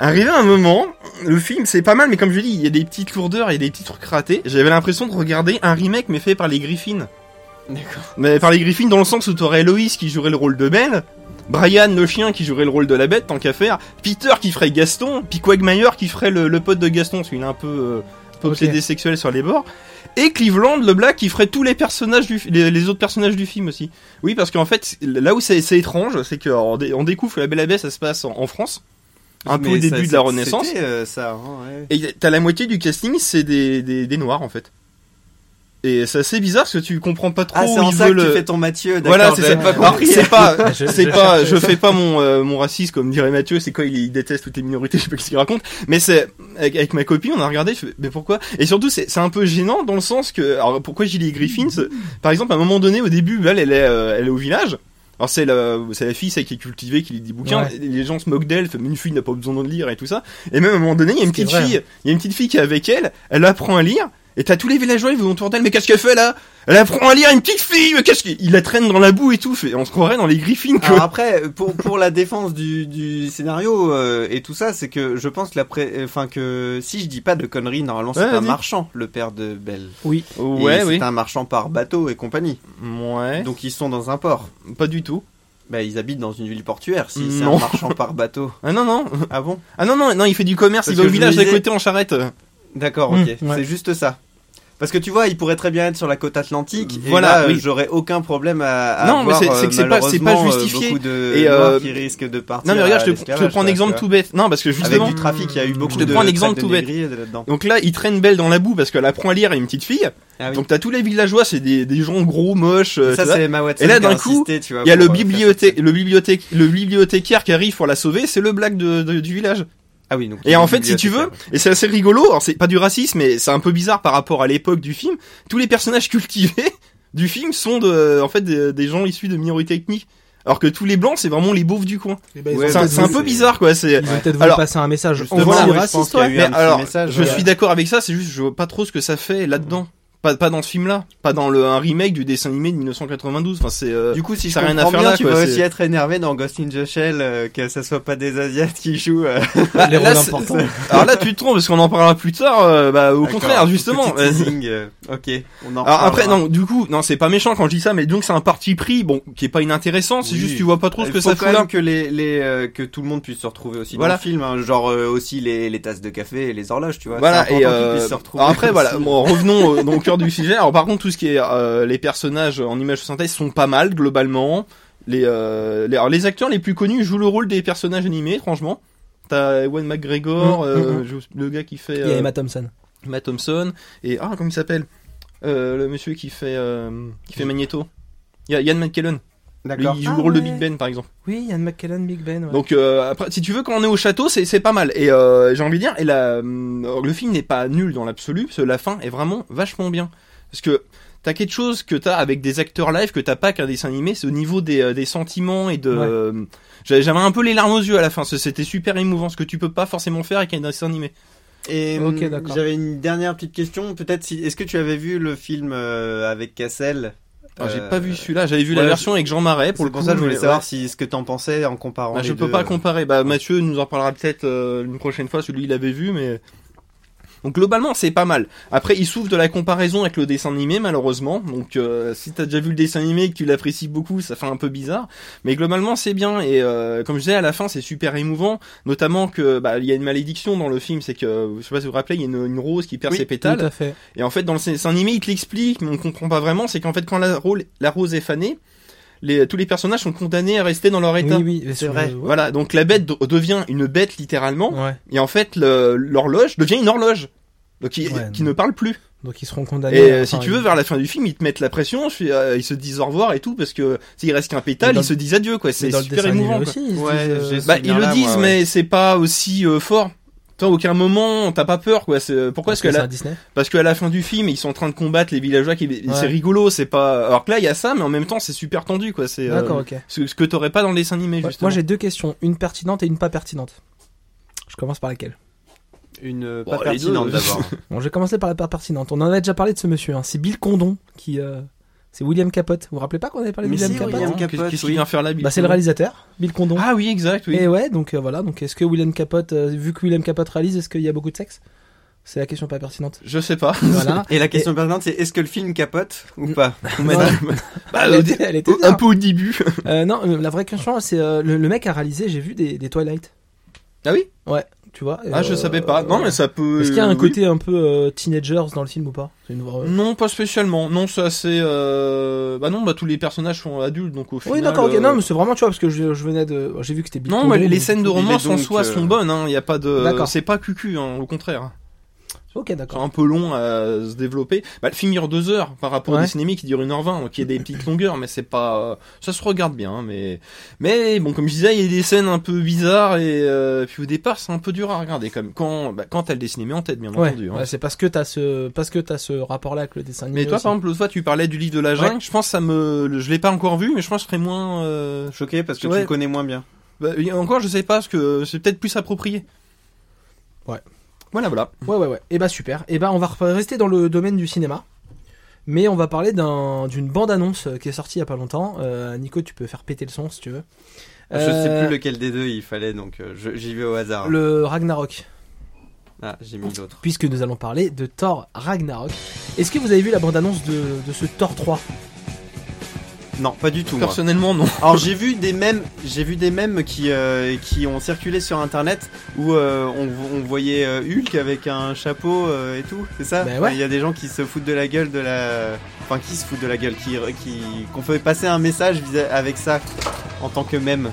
Arrivé à un moment, le film c'est pas mal, mais comme je dis, il y a des petites lourdeurs et des petits trucs ratés. J'avais l'impression de regarder un remake mais fait par les Griffins. D'accord. Mais par les Griffins dans le sens où t'aurais Loïs qui jouerait le rôle de Belle, Brian le chien qui jouerait le rôle de la bête, tant qu'à faire, Peter qui ferait Gaston, puis Quagmire qui ferait le, le pote de Gaston, celui-là un peu, euh, un peu Ok. obsédé sexuel sur les bords, et Cleveland le Black qui ferait tous les personnages du, fi- les, les autres personnages du film aussi. Oui, parce qu'en fait, là où c'est c'est étrange, c'est qu'on on découvre que la Belle et la Bête, ça se passe en, en France, un peu Mais au ça, début de c'est- la Renaissance. C'était euh, ça. hein, ouais. Et t'as la moitié du casting, c'est des, des, des noirs en fait. Et c'est assez bizarre parce que tu comprends pas trop Ah, où c'est en ils ça que veulent, tu euh, fais ton Mathieu. d'accord, Voilà, c'est j'avais c'est pas compris. compris. C'est pas, Je- c'est je pas, cherche- je fais pas mon euh, mon racisme comme dirait Mathieu. C'est quoi il, il déteste toutes les minorités. Je sais pas ce qu'il raconte. Mais c'est avec, avec ma copine, on a regardé. Je fais, mais pourquoi Et surtout, c'est c'est un peu gênant dans le sens que, alors pourquoi j'ai les Griffins c'est- Par exemple, à un moment donné, au début, elle, elle est, euh, elle est au village. Alors c'est la, c'est la fille, celle qui est cultivée, qui lit des bouquins. Ouais. Et Les gens se moquent d'elle, fait, mais une fille n'a pas besoin de lire et tout ça. Et même à un moment donné, il y a une Ce qui est petite vrai, fille, il y a une petite fille qui est avec elle. Elle apprend à lire. Et t'as tous les villageois ils vont autour d'elle. Mais qu'est-ce qu'elle fait là elle apprend à lire une petite fille, mais qu'est-ce qu'il il la traîne dans la boue et tout, fait, on se croirait dans les griffins quoi. Alors après, pour, pour la défense du, du scénario euh, et tout ça, c'est que je pense que, la pré- enfin que si je dis pas de conneries, normalement c'est Ouais, un vas-y. marchand, le père de Belle. oui Et C'est un marchand par bateau et compagnie. Ouais. Donc ils sont dans un port. pas du tout. Bah ils habitent dans une ville portuaire. Si c'est Non. un marchand par bateau. Ah non non. Ah bon Ah non non, non, il fait du commerce, il Parce va que au je me village d'à disais- côté en charrette. D'accord, Mm, Hmm, ok. ouais. C'est juste ça. Parce que tu vois, il pourrait très bien être sur la côte atlantique. Et Voilà, là, euh, oui. j'aurais aucun problème à, à Non, mais avoir, c'est- c'est que c'est pas- c'est pas malheureusement, euh, justifié. Beaucoup de Et, euh, Noirs qui risquent de partir. Non mais regarde, à je te, je te l'esclavage, prends un quoi, exemple tu tout bête. Non, parce que vois. Avec justement, du trafic, il y a eu beaucoup te de. prends un exemple traite de tout bête. négriers là-dedans. donc là, il traîne Belle dans la boue parce qu'elle apprend à lire à une petite fille. Ah oui. Donc t'as tous les villageois, c'est des, des gens gros, moches. euh, ça tu vois. c'est Emma Watson Et là, qui a d'un coup, insisté, tu vois, il y a pour, le euh, faire bibliothé, ça. le bibliothé, le bibliothécaire qui arrive pour la sauver, c'est le black de- de- du village. Ah oui, donc Et en fait, si tu veux, et c'est assez rigolo, alors c'est pas du racisme, mais c'est un peu bizarre par rapport à l'époque du film, tous les personnages cultivés du film sont de, en fait des, des gens issus de minorités ethniques. Alors que tous les blancs, c'est vraiment les beaufs du coin. Eh ben, Ouais, c'est un, mais c'est un c'est- peu bizarre, quoi. C'est. ils ont peut-être voulu Alors, passer un message justement, on va voilà, dire ouais, je raciste pense qu'il y a ouais. eu- Mais un petit alors, message, je ouais. suis d'accord avec ça. C'est juste, je vois pas trop ce que ça fait là-dedans. Pas, pas dans ce film-là, pas dans le un remake du dessin animé de 1992. Enfin, c'est euh, Du coup, si je ça a comprends rien à faire bien, là, tu quoi, vas c'est- aussi être énervé dans Ghost in the Shell euh, que ça soit pas des Asiates qui jouent. euh. les rôles Bah, là, c'est- importants. Alors là, tu te trompes parce qu'on en parlera plus tard. euh, bah, au D'accord. contraire, justement. Petit teasing, euh, ok. On en Alors après, reparlera. non, du coup, non, c'est pas méchant quand je dis ça, mais donc c'est un parti pris, bon, qui est pas inintéressant. C'est Oui. Ah, juste, tu vois pas trop ce Il que faut ça quand fout là. même que les, les euh, que tout le monde puisse se retrouver aussi Voilà. dans le film, hein, genre euh, aussi les, les tasses de café et les horloges, tu vois. Voilà C'est et important qu'ils euh, puissent se retrouver alors après aussi. voilà bon, revenons euh, donc, au cœur du sujet alors par contre tout ce qui est euh, les personnages en images de synthèse sont pas mal globalement les euh, les, alors, les acteurs les plus connus jouent le rôle des personnages animés étrangement t'as Ewan McGregor Mm, Mhm, euh, je- le gars qui fait Il y a euh, Emma Thompson. Matt Thompson et ah comment il s'appelle Euh, le monsieur qui fait euh, qui fait Magneto Il y a Ian McKellen lui D'accord. il joue Ah le rôle de ouais. Big Ben par exemple Oui, Ian McKellen, Big Ben. ouais. donc euh, après, si tu veux, quand on est au château, c'est c'est pas mal. Et euh, j'ai envie de dire, et la, hum, le film n'est pas nul dans l'absolu, parce que la fin est vraiment vachement bien. Parce que t'as quelque chose que t'as avec des acteurs live que t'as pas qu'un dessin animé, c'est au niveau des, euh, des sentiments et de. Ouais. euh, j'avais j'avais un peu les larmes aux yeux à la fin. parce que C'était super émouvant, ce que tu peux pas forcément faire avec un dessin animé. Et Ok, hum, d'accord. j'avais une dernière petite question, peut-être si est-ce que tu avais vu le film euh, avec Cassel Enfin, Euh, j'ai pas vu celui-là. J'avais vu la ouais, version avec Jean Marais pour Pour le le coup. ça, je voulais mais- savoir si ce que t'en pensais en comparant. Bah, les je peux deux. euh. pas comparer. Bah, Mathieu nous en parlera peut-être euh, une prochaine fois. Celui il l'avait vu, mais donc globalement c'est pas mal. Après, il souffre de la comparaison avec le dessin animé malheureusement. Donc euh, si t'as déjà vu le dessin animé et que tu l'apprécies beaucoup, ça fait un peu bizarre. Mais globalement c'est bien et euh, comme je disais à la fin c'est super émouvant, notamment que bah il y a une malédiction dans le film, c'est que je sais pas si vous vous rappelez, il y a une, une rose qui perd Oui, ses Tout pétales. à fait. Et en fait, dans le dessin animé, il te l'explique, mais on comprend pas vraiment. C'est qu'en fait, quand la, rôle- la rose est fanée, les, tous les personnages sont condamnés à rester dans leur Oui, état. oui, C'est sur- vrai. ouais. Voilà, donc la bête de- devient une bête littéralement, Ouais. et en fait le- l'horloge devient une horloge, donc qui, Ouais, qui non. ne parle plus. Donc ils seront condamnés. Et à- euh, si enfin, tu veux, ils- vers la fin du film, ils te mettent la pression, je suis, euh, ils se disent au revoir et tout, parce que s'il reste qu'un Mais pétale, dans ils se disent adieu, quoi. mais C'est dans le super dessin animé émouvant. quoi. aussi. ils se Ouais, disent, euh, j'ai- Bah, ils le Là, disent, ouais, ouais. mais c'est pas aussi euh, fort. Toi, à aucun moment, t'as pas peur, quoi. C'est- euh, Pourquoi parce Parce que c'est là, un Disney. parce qu'à la fin du film, ils sont en train de combattre les villageois. Qui... et Ouais. C'est rigolo, c'est pas. Alors que là, il y a ça, mais en même temps, c'est super tendu, quoi. C'est euh, D'accord, ok. ce ce que t'aurais pas dans le dessin animé, Ouais, justement. Moi j'ai deux questions, une pertinente et une pas pertinente. Je commence par laquelle Une euh, Bon, pas les pertinente deux. d'abord. Bon, je vais commencer par la part pertinente. On en a déjà parlé de ce monsieur. hein. C'est Bill Condon qui. euh, C'est William Capote. Vous vous rappelez pas qu'on avait parlé de Mais William si, Capote William Non, Capote, Qu'est-ce qu'est-ce oui. qu'il vient faire là, Bill Bah, c'est le Condon réalisateur, Bill Condon. Ah oui, exact, oui. Et ouais, donc euh, voilà. Donc est-ce que William Capote, euh, vu que William Capote réalise, est-ce qu'il y a beaucoup de sexe C'est la question pas pertinente. Je sais pas. Voilà. Et la question pertinente, c'est est-ce que le film capote Mm. ou pas Bah, elle, au était, dé- elle était au- bien. un peu au début. Euh, non, euh, la vraie question, c'est euh, le, le mec a réalisé. J'ai vu des, des Twilight. Ah oui Tu vois euh, Ah, je savais pas. Non, mais ça peut. Est-ce qu'il y a un oui. Mm. côté un peu euh, teenagers dans le film ou pas C'est une vraie- Non, pas spécialement. Non, ça c'est. Euh... Bah non, bah tous les personnages sont adultes, donc au final. Oui, d'accord. ok. euh, Non, mais c'est vraiment tu vois parce que je, je venais de. J'ai vu que c'était Bill Non, Condon, mais les donc- scènes de il est romance en donc, soi euh, sont bonnes. Hein. Il y a pas de. D'accord. C'est pas cucu, hein, au contraire. Ok, d'accord. C'est un peu long à se développer. Bah, le film dure deux heures par rapport Ouais. au cinéma qui dure une heure vingt, donc il y a des petites longueurs, mais c'est pas, euh, ça se regarde bien, hein, mais, mais bon, comme je disais, il y a des scènes un peu bizarres et euh, puis au départ, c'est un peu dur à regarder quand même. Quand, bah, quand t'as le dessin animé en tête, bien Ouais, entendu. hein. ouais, c'est parce que t'as ce, parce que t'as ce rapport-là avec le dessin animé. Mais toi, aussi. par exemple, l'autre fois, tu parlais du livre de la jungle. Je pense que ça me, le- je l'ai pas encore vu, mais je pense que je serais moins. euh, Choqué parce que tu Ouais. le connais moins bien. bah, encore, je sais pas, parce que c'est peut-être plus approprié. Ouais. Voilà, voilà. Ouais, ouais, ouais. Et bah super. Et bah on va re- rester dans le domaine du cinéma, mais on va parler d'un, d'une bande-annonce euh, qui est sortie il y a pas longtemps. Euh, Nico, tu peux faire péter le son si tu veux. Je sais Euh, plus lequel des deux il fallait, donc euh, je- j'y vais au hasard. Le Ragnarok, Ah, j'ai mis l'autre. puisque nous allons parler de Thor Ragnarok. Est-ce que vous avez vu la bande-annonce de, de ce Thor 3 Non, pas du tout. moi. Personnellement, non. Alors j'ai vu des mèmes, j'ai vu des mèmes qui euh, qui ont circulé sur internet où euh, on, vo- on voyait euh, Hulk avec un chapeau euh, et tout, c'est ça Ben ouais. Enfin, Il y a des gens qui se foutent de la gueule de la, enfin qui se foutent de la gueule, qui qui qu'on fait passer un message vis- avec ça en tant que mème.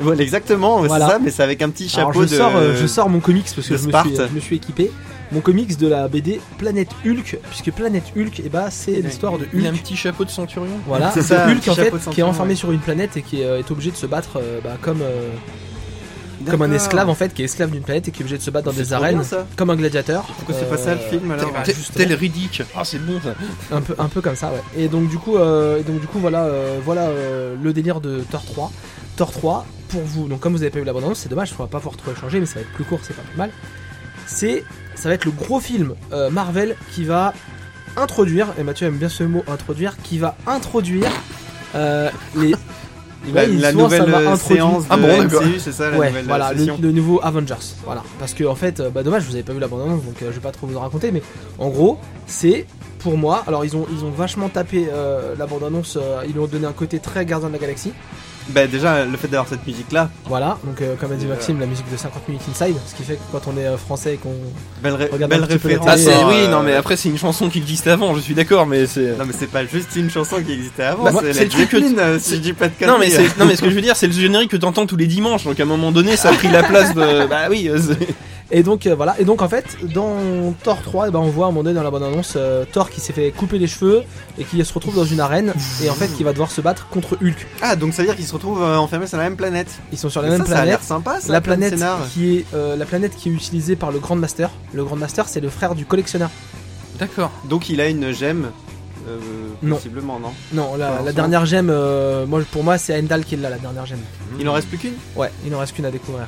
Voilà, exactement, Voilà. c'est ça, mais c'est avec un petit Alors, chapeau je, de. sors, euh, je sors mon comics parce que de je me, Sparte. suis, euh, je me suis équipé. Mon comics de la BD Planète Hulk, puisque Planète Hulk, et bah c'est l'histoire de Hulk. Il a un petit chapeau de centurion. Voilà, C'est c'est ça, Hulk petit en fait chapeau de qui est ceinture, enfermé ouais. sur une planète et qui euh, est obligé de se battre euh, bah, comme euh, comme un esclave en fait qui est esclave d'une planète et qui est obligé de se battre dans C'est des trop arènes bien, ça. comme un gladiateur. Pourquoi c'est pas ça le Euh, film alors bah, Tel- justement. Tel Riddick. Ah, c'est bon ça. un peu un peu comme ça ouais. Et donc du coup euh, et donc du coup voilà euh, voilà euh, le délire de Thor 3. Thor 3 pour vous donc comme vous avez pas eu l'abondance c'est dommage on va pas pouvoir trop échanger mais ça va être plus court c'est pas plus mal. C'est ça va être le gros film euh, Marvel qui va introduire, et Mathieu aime bien ce mot introduire, qui va introduire euh, les. La, Ouais, la souvent, Bah, ça nouvelle va euh, introduire- séance de Ah bon, d'accord. MCU, c'est ça la ouais, nouvelle voilà, le, session. le nouveau Avengers. Voilà, parce que en fait, euh, bah, dommage, vous avez pas vu la bande-annonce, donc euh, je vais pas trop vous en raconter, mais en gros, c'est pour moi. Alors ils ont ils ont vachement tapé euh, la bande-annonce, euh, ils lui ont donné un côté très Gardien de la Galaxie. Bah déjà le fait d'avoir cette musique là, Voilà, donc euh, comme a dit Déjà. Maxime, la musique de 50 minutes inside, ce qui fait que quand on est euh, français et qu'on belle, ré- Regarde un belle petit peu la référence. Ah, télé, c'est, Alors, oui, euh, non, mais après, c'est une chanson qui existait avant, je suis d'accord, mais c'est. Non mais c'est pas juste une chanson qui existait avant, Bah, moi, c'est c'est la le truc que- Brooklyn, euh, si je dis pas de Non mais, conneries. c'est- non mais ce que je veux dire c'est le générique que t'entends tous les dimanches donc à un moment donné ça a pris la place de bah oui euh, c'est- Et donc euh, voilà, et donc en fait dans Thor 3, eh ben, on voit à un moment donné dans la bande annonce Thor qui s'est fait couper les cheveux et qui se retrouve dans une arène et en fait qui va devoir se battre contre Hulk. Ah donc ça veut dire qu'ils se retrouvent euh, enfermés sur la même planète. Ils sont sur la Mais même ça, ça a planète. l'air sympa ça. la comme planète scénar. qui est euh, la planète qui est utilisée par le Grand Master. Le Grand Master c'est le frère du collectionneur. d'accord Donc il a une gemme. euh, Non. Possiblement non. Non, la, Ah, la ça. dernière gemme, euh, moi pour moi c'est Heimdall qui l'a la dernière gemme. Il en reste plus qu'une. Ouais, il n'en reste qu'une à découvrir.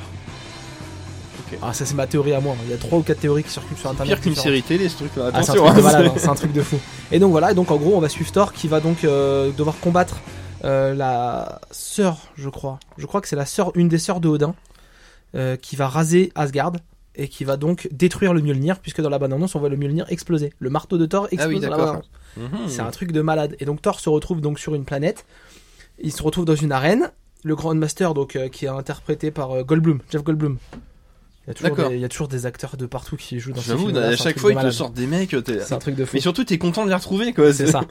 Ok. Ah ça c'est ma théorie à moi. Il y a trois ou quatre théories qui circulent sur internet. pire qu'une différentes. série télé ce truc là Ah, c'est attention un truc de hein, malade, c'est- hein, c'est un truc de fou. Et donc voilà, et donc en gros, on va suivre Thor qui va donc euh, devoir combattre euh, la sœur, je crois. Je crois que c'est la sœur, une des sœurs de Odin, euh, qui va raser Asgard et qui va donc détruire le Mjolnir, puisque dans la bande-annonse, on voit le Mjolnir exploser. Le marteau de Thor explose dans la Ah d'accord. bande-annonce. Mhm. C'est un truc de malade. Et donc Thor se retrouve donc sur une planète. Il se retrouve dans une arène. Le Grand Master, donc, euh, qui est interprété par euh, Goldblum, Jeff Goldblum. Il y, a toujours D'accord. des, il y a toujours des acteurs de partout qui jouent dans ce J'avoue, film. à chaque fois ils te sortent des mecs, t'es- C'est un truc de fou. mais surtout t'es content de les retrouver quoi. C'est ça.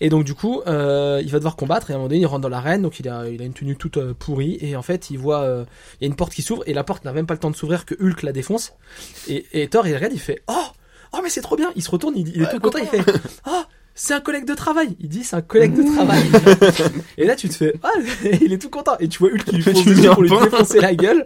Et donc du coup, euh, il va devoir combattre et à un moment donné, il rentre dans l'arène, donc il a, il a une tenue toute euh, pourrie et en fait, il voit, euh, il y a une porte qui s'ouvre et la porte n'a même pas le temps de s'ouvrir que Hulk la défonce. Et, et Thor, il regarde, il fait oh, oh mais c'est trop bien. Il se retourne, il, il est tout content, il fait oh. C'est un collègue de travail. Il dit c'est un collègue de travail. et là tu te fais ah il est tout content et tu vois Hulk qui lui fonce Tu lui dessus mets pour un lui pain. défoncer la gueule.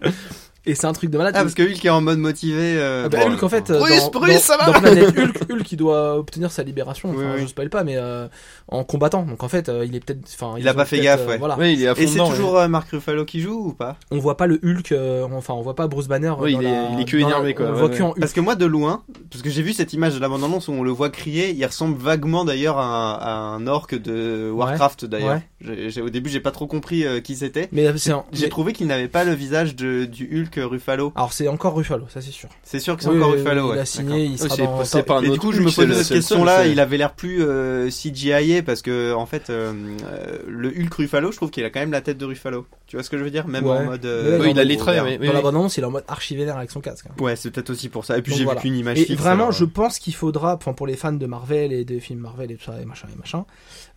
Et c'est un truc de malade. Ah parce que lui qui est en mode motivé. euh, Ah bah, bon, Hulk en fait euh, Bruce, dans, Bruce, dans- ça va dans Planète Hulk Hulk qui doit obtenir sa libération enfin Oui, oui. je spoil pas mais euh, en combattant donc en fait euh, il est peut-être enfin Il ils a ont pas fait peut-être, euh, gaffe, ouais. voilà Ouais, il est à fond Et c'est dedans, toujours ouais. euh, Mark Ruffalo qui joue ou pas on voit pas le Hulk euh, enfin on voit pas Bruce Banner euh, Oui, il dans est- la- il est que dans la- énervé, quoi, on le ouais, voit ouais. que en Hulk Parce que moi de loin, parce que j'ai vu cette image de la bande-annonce où on le voit crier, il ressemble vaguement d'ailleurs à, un- à un orc de Warcraft d'ailleurs. ouais. J'ai- j'ai- au début j'ai pas trop compris euh, qui c'était. mais c'est un- J'ai mais- trouvé qu'il n'avait pas le visage de, du Hulk Ruffalo. alors c'est encore Ruffalo ça c'est sûr C'est sûr que c'est Oui, encore oui, Ruffalo. il ouais. a signé il Oui, sera c'est- dans c'est pas un Et autre du coup, je Hulk, me c'est posais le cette seul, question-là. c'est- Il avait l'air plus euh, CGI parce que, en fait, euh, euh, le Hulk Ruffalo, je trouve qu'il a quand même la tête de Ruffalo. Tu vois ce que je veux dire Même Ouais. en mode. Ouais, Oui, il a les gros, traits, vert. oui, oui, dans la oui. bande annonce il est en mode archi vénère avec son casque hein. Ouais, c'est peut-être aussi pour ça. Et puis Donc j'ai voilà. vu qu'une image Et fixe, vraiment, alors, je euh, pense qu'il faudra, enfin pour les fans de Marvel et des films Marvel et tout ça et machin et machin,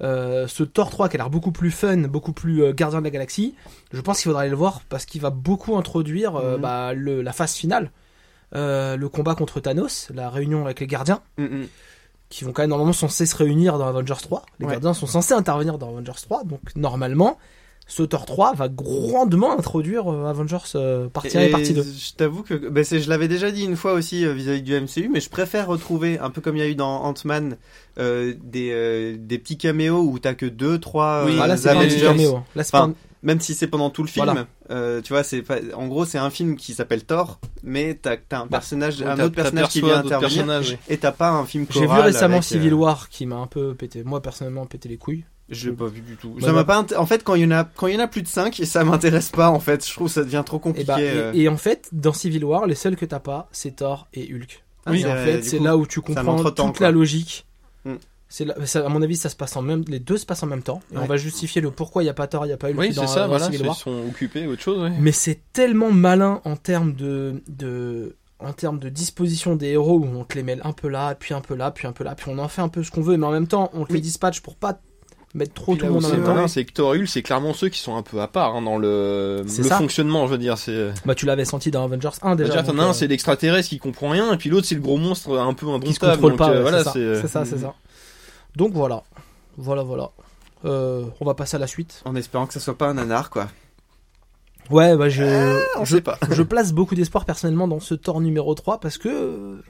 euh, ce Thor 3 qui a l'air beaucoup plus fun, beaucoup plus euh, gardien de la galaxie, je pense qu'il faudra aller le voir parce qu'il va beaucoup introduire euh, Mhm. bah, le- la phase finale, euh, le combat contre Thanos, la réunion avec les gardiens, mm, mm. qui vont quand même normalement censés se réunir dans Avengers 3. Les Ouais. gardiens sont censés intervenir dans Avengers 3, donc normalement, ce Thor 3 va grandement introduire euh, Avengers euh, partie 1 et partie 2. Je t'avoue que bah, c'est- je l'avais déjà dit une fois aussi euh, vis-à-vis du MCU, mais je préfère retrouver, un peu comme il y a eu dans Ant-Man, euh, des, euh, des petits caméos où t'as que deux, trois Oui, euh, Ah, là, c'est pas un petit Avengers. caméo, hein. Là, c'est pas Enfin, Même si c'est pendant tout le film, Voilà. euh, tu vois, c'est pas- en gros c'est un film qui s'appelle Thor, mais t'as t'as Bah, un personnage, Ouais, un t'as- autre personnage qui t'aperçois vient d'autres intervenir, personnages, oui. et t'as pas un film J'ai vu choral récemment avec, euh, Civil War qui m'a un peu pété, moi personnellement pété les couilles. Je l'ai pas vu du tout. Bah, Ça bah. m'a pas. int- En fait, quand il y en a, quand il y en a plus de 5 ça m'intéresse pas. En fait, je trouve que ça devient trop Et, compliqué. bah, euh. et, et en fait, dans Civil War, les seuls que t'as pas, c'est Thor et Hulk. Ah, Et c'est- en fait, du c'est coup, là où tu comprends toute l'entretend, quoi. la logique. Mm. C'est là- ça- à mon avis, ça se passe en même, les deux se passent en même temps. Et on Ouais. va justifier le pourquoi il y a pas Thor, il y a pas Hulk Oui, dans, c'est ça, dans voilà, Civil ils War. sont occupés à autre chose. ouais. Mais c'est tellement malin en termes de, de, en termes de disposition des héros où on te les mêle un peu là, puis un peu là, puis un peu là, puis on en fait un peu ce qu'on veut, mais en même temps, on te les dispatche pour pas mettre trop Puis tout là le où monde en C'est même temps. malin, c'est que Thor et Hulk, c'est clairement ceux qui sont un peu à part hein, dans le, C'est le ça. fonctionnement, je veux dire. C'est Bah, tu l'avais senti dans Avengers 1 déjà. Déjà, t'en donc, as un, euh, c'est l'extraterrestre qui comprend rien, et puis l'autre, c'est le gros monstre un peu qui se indomptable. contrôle donc, pas. euh, ouais, voilà, c'est ça, c'est ça, euh, c'est ça. Donc voilà, voilà, voilà. Euh, on va passer à la suite. En espérant que ça soit pas un nanar, quoi. Ouais, bah je, On je, sait pas. je place beaucoup d'espoir personnellement dans ce Thor numéro 3 parce que, euh,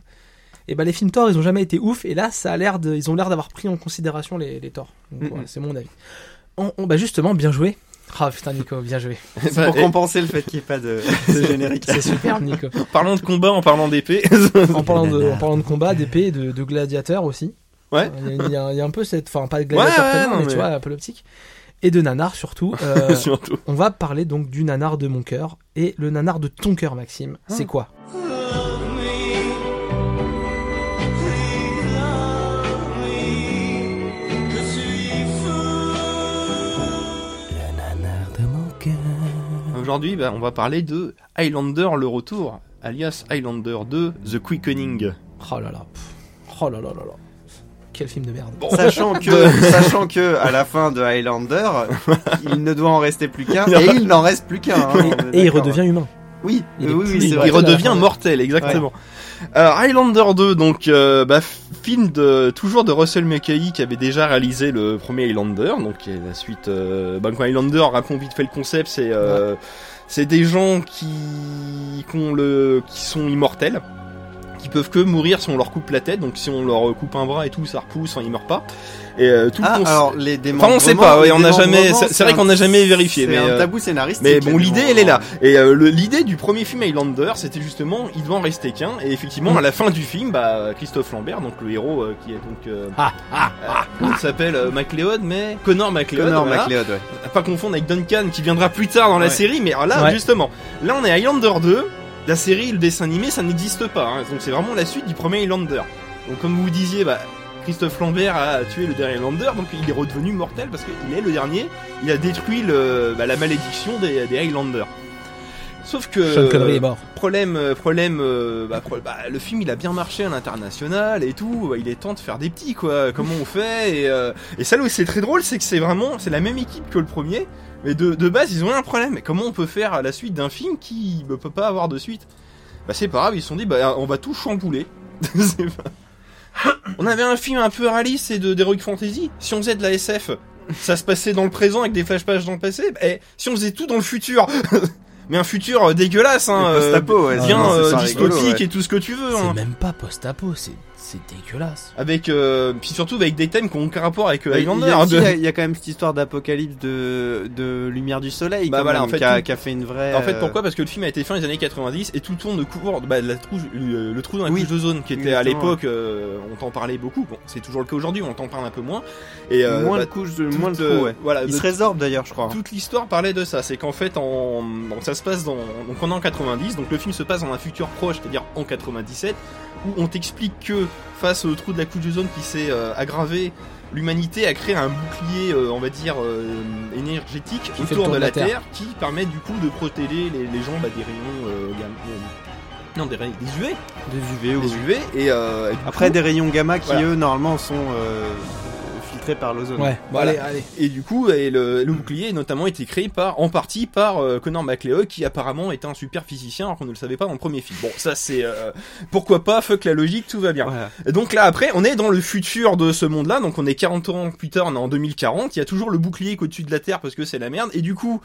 eh ben les films Thor, ils ont jamais été ouf et là, ça a l'air de, ils ont l'air d'avoir pris en considération les, les Thors. Donc, Mm, Mhm. voilà, c'est mon avis. On, on- bah justement, bien joué. Ah putain Nico, bien joué. Bah, Pour et compenser le fait qu'il n'y ait pas de, de générique. C'est super Nico. parlant de combat, en parlant d'épée. En parlant de, en parlant de combat, d'épée, de, de gladiateur aussi. Euh, Ouais. Il y, a- il y a- il y a un peu cette, enfin pas de ouais, gladiateur tellement, non, mais, mais- tu vois, un peu l'optique. Et de nanar surtout. euh, Surtout. on va parler donc du nanar de mon cœur et le nanar de ton cœur, Maxime. Ah. C'est quoi Aujourd'hui, bah, on va parler de Highlander le retour, alias Highlander 2 The Quickening. Oh là là. pff. Oh là là là là. Quel film de merde. Sachant que, sachant que, à la fin de Highlander, il ne doit en rester plus qu'un, Il en et reste- il n'en reste plus qu'un. hein, Euh, on est Et il d'accord. redevient humain. Oui, euh, il est oui, oui, plus- c'est Il vrai. re- redevient Ouais. mortel, exactement. Euh, Highlander 2, donc euh, bah, film de toujours de Russell McKay qui avait déjà réalisé le premier Highlander, donc qui est la suite. Euh, bah, quand Highlander, rappelons vite fait le concept, c'est euh, c'est des gens qui qui ont le qui sont immortels, qui peuvent que mourir si on leur coupe la tête, donc si on leur coupe un bras et tout, ça repousse, hein, ils meurent pas. Et euh, tout le Ah, concept- alors, les Enfin, on sait pas, ouais, on n'a jamais- c'est- c'est vrai qu'on n'a jamais vérifié, Mais mais, un euh, tabou scénaristique. Mais hein. bon, les l'idée, elle est là. Et euh, le- l'idée du premier film Highlander, c'était justement, il doit en rester qu'un. Et effectivement, à la fin du film, bah, Christophe Lambert, donc le héros euh, qui est donc, euh, Ah, ah, euh, il s'appelle euh, MacLeod, mais Connor MacLeod. Connor voilà. MacLeod, ouais. À pas confondre avec Duncan, qui viendra plus tard dans la Ouais. série. Mais alors là, Ouais. justement, là, on est à Highlander 2. La série, le dessin animé, ça n'existe pas. hein. Donc c'est vraiment la suite du premier Highlander. Donc comme vous disiez, bah. Christophe Lambert a tué le dernier Highlander, donc il est redevenu mortel parce qu'il est le dernier. Il a détruit le, bah, la malédiction des, des Highlanders. Sauf que. Sean Connery est mort. Problème, euh, problème. euh, bah, pro- bah, le film, il a bien marché à l'international et tout. bah, il est temps de faire des petits, quoi. Comment on fait Et, euh, et ça, là où c'est très drôle, c'est que c'est vraiment, c'est la même équipe que le premier, mais de, de base, ils ont eu un problème. Mais comment on peut faire la suite d'un film qui ne peut pas avoir de suite Bah, c'est pas grave. Ils se sont dit, bah, on va tout chambouler. C'est pas- on avait un film un peu réaliste et de d'heroic fantasy. Si on faisait de la SF, ça se passait dans le présent avec des flashbacks dans le passé. Bah, et si on faisait tout dans le futur. Mais un futur euh, dégueulasse, hein, Le euh, post-apo, ouais, bien sinon, c'est euh, pas rigolo, dystopique ouais. et tout ce que tu veux. C'est hein. même pas post-apo, c'est c'est dégueulasse. Avec euh, puis surtout avec des thèmes qui ont aucun rapport avec euh, Il y, Highlander. a, hein, aussi, de- il y a- il y a quand même cette histoire d'apocalypse de, de lumière du soleil Bah quand voilà, même, en fait, qui, a, tout- qui a fait une vraie En fait, euh, pourquoi Parce que le film a été fait dans les années 90 et tout tourne autour de bah, de la trou, le, le trou dans la Oui, couche d'ozone qui était à exactement, l'époque, euh, on t'en parlait beaucoup. Bon, c'est toujours le cas aujourd'hui, on t'en parle un peu moins. Et euh, moins bah, de couches de toute, moins de euh, trous, ouais. voilà, il de- se résorbe d'ailleurs je Ah. crois hein. toute l'histoire parlait de ça. C'est qu'en fait, en, donc ça se passe dans, donc on est en 90, donc le film se passe dans un futur proche, c'est-à-dire en 97, où on t'explique que face au trou de la couche d'ozone qui s'est euh, aggravé, l'humanité a créé un bouclier, euh, on va dire, euh, énergétique Qui fait le autour tour de de la la Terre. Terre. qui permet du coup de protéger les, les gens bah, des rayons, euh, gam- euh, non des rayons, des UV, des UV des UV, et, euh, et du après coup- des rayons gamma qui Voilà. eux normalement sont euh, filtrés par l'ozone Ouais, bon, Voilà. allez, allez. Et du coup, et le, le bouclier a notamment été créé par, en partie par euh, Connor McLeod, qui apparemment était un super physicien, alors qu'on ne le savait pas dans le premier film. Bon, ça c'est euh, pourquoi pas, fuck la logique, tout va bien. Voilà. Et donc là après, on est dans le futur de ce monde-là, donc on est 40 ans plus tard, on est en 2040, il y a toujours le bouclier qu'au-dessus de la Terre parce que c'est la merde, et du coup,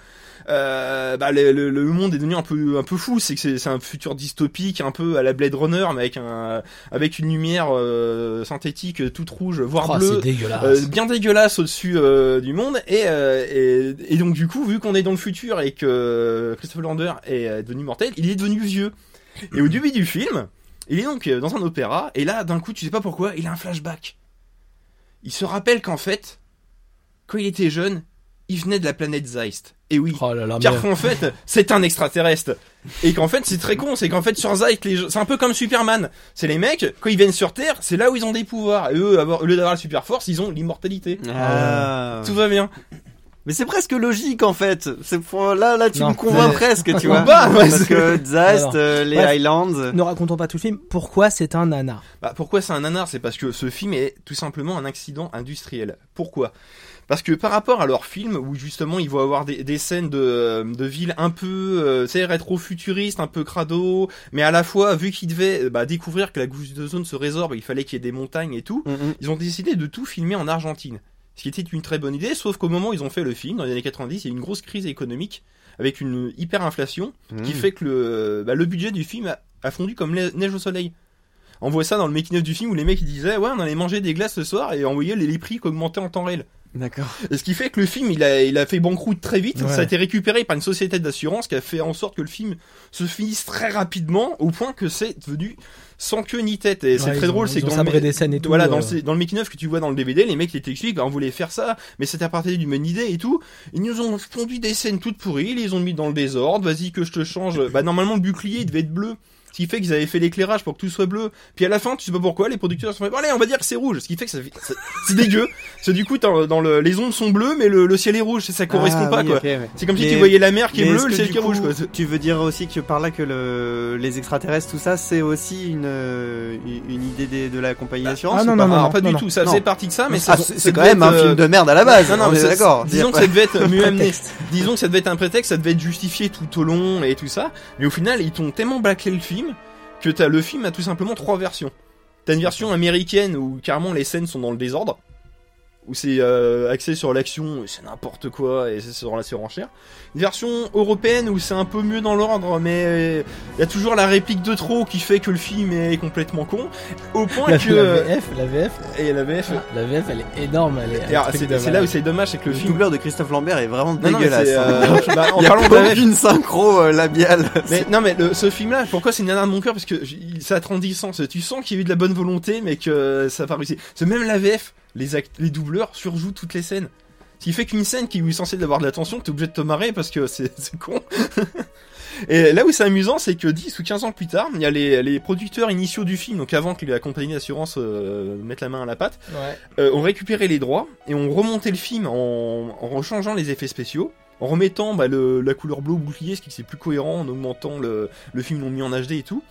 euh, bah, le, le- le monde est devenu un peu un peu fou, c'est que c'est c'est un futur dystopique, un peu à la Blade Runner, mais avec un avec une lumière euh, synthétique toute rouge, voire Oh, bleue. c'est dégueulasse. Euh, bien dégueulasse au-dessus euh, du monde et, euh, et, et donc du coup vu qu'on est dans le futur et que Christopher Lander est euh, devenu mortel il est devenu vieux et au début du film il est donc euh, dans un opéra et là d'un coup tu sais pas pourquoi il a un flashback il se rappelle qu'en fait quand il était jeune il venait de la planète Zeist et oui Oh là là, car mais- en fait, c'est un extraterrestre. Et qu'en fait, c'est très con, c'est qu'en fait, sur Zeit, les gens- c'est un peu comme Superman. C'est les mecs, quand ils viennent sur Terre, c'est là où ils ont des pouvoirs. Et eux, avoir, au lieu d'avoir la super force, ils ont l'immortalité. Ah. Tout va bien. mais c'est presque logique en fait c'est pour- là là tu Non. me convaincs Mais- presque tu Ou vois pas, Bah, ouais, parce c'est- que Alors, Zast euh, les bref. Highlands Ne racontons pas tout le film. Pourquoi c'est un nanar Bah, pourquoi c'est un nanar C'est parce que ce film est tout simplement un accident industriel. Pourquoi Parce que par rapport à leur film, où justement ils vont avoir des, des scènes de, euh, de villes un peu euh, tu sais, rétro-futuristes, un peu crado, mais à la fois, vu qu'ils devaient euh, bah, découvrir que la gousse de zone se résorbe, il fallait qu'il y ait des montagnes et tout, Mhm. ils ont décidé de tout filmer en Argentine. Ce qui était une très bonne idée, sauf qu'au moment où ils ont fait le film, dans les années 90, il y a eu une grosse crise économique avec une hyperinflation hum. qui Hmm. fait que le, bah, le budget du film a, a fondu comme la- neige au soleil. On voit ça dans le making-of du film où les mecs ils disaient Ouais, on allait manger des glaces ce soir et envoyer les, les prix qu'augmentaient en temps réel. D'accord. Et ce qui fait que le film, il a, il a fait banqueroute très vite. Ouais. Ça a été récupéré par une société d'assurance qui a fait en sorte que le film se finisse très rapidement au point que c'est devenu sans queue ni tête. Et c'est Ouais, très ils ont- drôle, c'est ils que ont dans sabré le, des scènes et tout. voilà, euh, dans, le, dans le making of que tu vois dans le DVD, les mecs, ils t'expliquent, bah, on voulait faire ça, mais c'était à partir du ménidé et tout. Ils nous ont fondu des scènes toutes pourries, ils les ont mis dans le désordre, vas-y que je te change. Bah, normalement, le bouclier, il devait être bleu. Ce qui fait qu'ils avaient fait l'éclairage pour que tout soit bleu. Puis à la fin, tu sais pas pourquoi, les producteurs se sont fait, bon, allez, on va dire que c'est rouge. Ce qui fait que ça fait- ça- c'est dégueu. Parce que du coup, t'as- dans le, les ondes sont bleues, mais le, le ciel est rouge, et ça correspond pas, quoi. C'est comme si Ah Mais- tu voyais la mer qui est Mais bleue, est-ce le que ciel du qui est rouge, coup, quoi. Tu veux dire aussi que par là que le, les extraterrestres, tout ça, c'est aussi une, euh, une idée des- de, la compagnie d'assurance ah, ou non, pas Bah. Non, non, pas non, du non. tout, ça Non. faisait partie de ça, mais ça- Ah, c'est ça c'est quand devait même un être, film euh, de merde à la base. on mais est ça- d'accord. Disons que ça devait être mieux amené. Disons que ça devait être un prétexte, ça devait être justifié tout au long et tout ça. Mais au final, ils t'ont tellement bâclé le film que t'as le film a tout simplement trois versions. T'as une version américaine où carrément les scènes sont dans le désordre, où c'est euh, axé sur l'action, et c'est n'importe quoi et c'est sur la surenchère. Une version européenne où c'est un peu mieux dans l'ordre, mais il y a toujours la réplique de trop qui fait que le film est complètement con, au point La, que la VF, la VF, et la VF. Ah, la VF, elle est énorme. Elle est, Et alors, c'est c'est là où c'est dommage, c'est que Le le film doubleur de Christophe Lambert est vraiment Non, non, mais dégueulasse. c'est, hein. euh, bah, en Il y a parlant de pas la aucune synchro euh, labiale. mais, non mais le- ce film là pourquoi c'est une nana de mon cœur parce que j- il- c'est agrandissant c'est- tu sens qu'il y a eu de la bonne volonté mais que ça va réussi c'est même la VF les, act- les doubleurs surjouent toutes les scènes ce qui fait qu'une scène qui est censée d'avoir de l'attention t'es obligé de te marrer parce que c'est c'est con et là où c'est amusant c'est que 10 ou 15 ans plus tard il y a les, les producteurs initiaux du film donc avant que la compagnie d'assurance euh, mette la main à la pâte Ouais. euh, on récupérait les droits et on remontait le film en, en rechangeant les effets spéciaux, en remettant bah, le, la couleur bleue au bouclier, ce qui c'est plus cohérent, en augmentant le, le film, ils l'ont mis en HD et tout.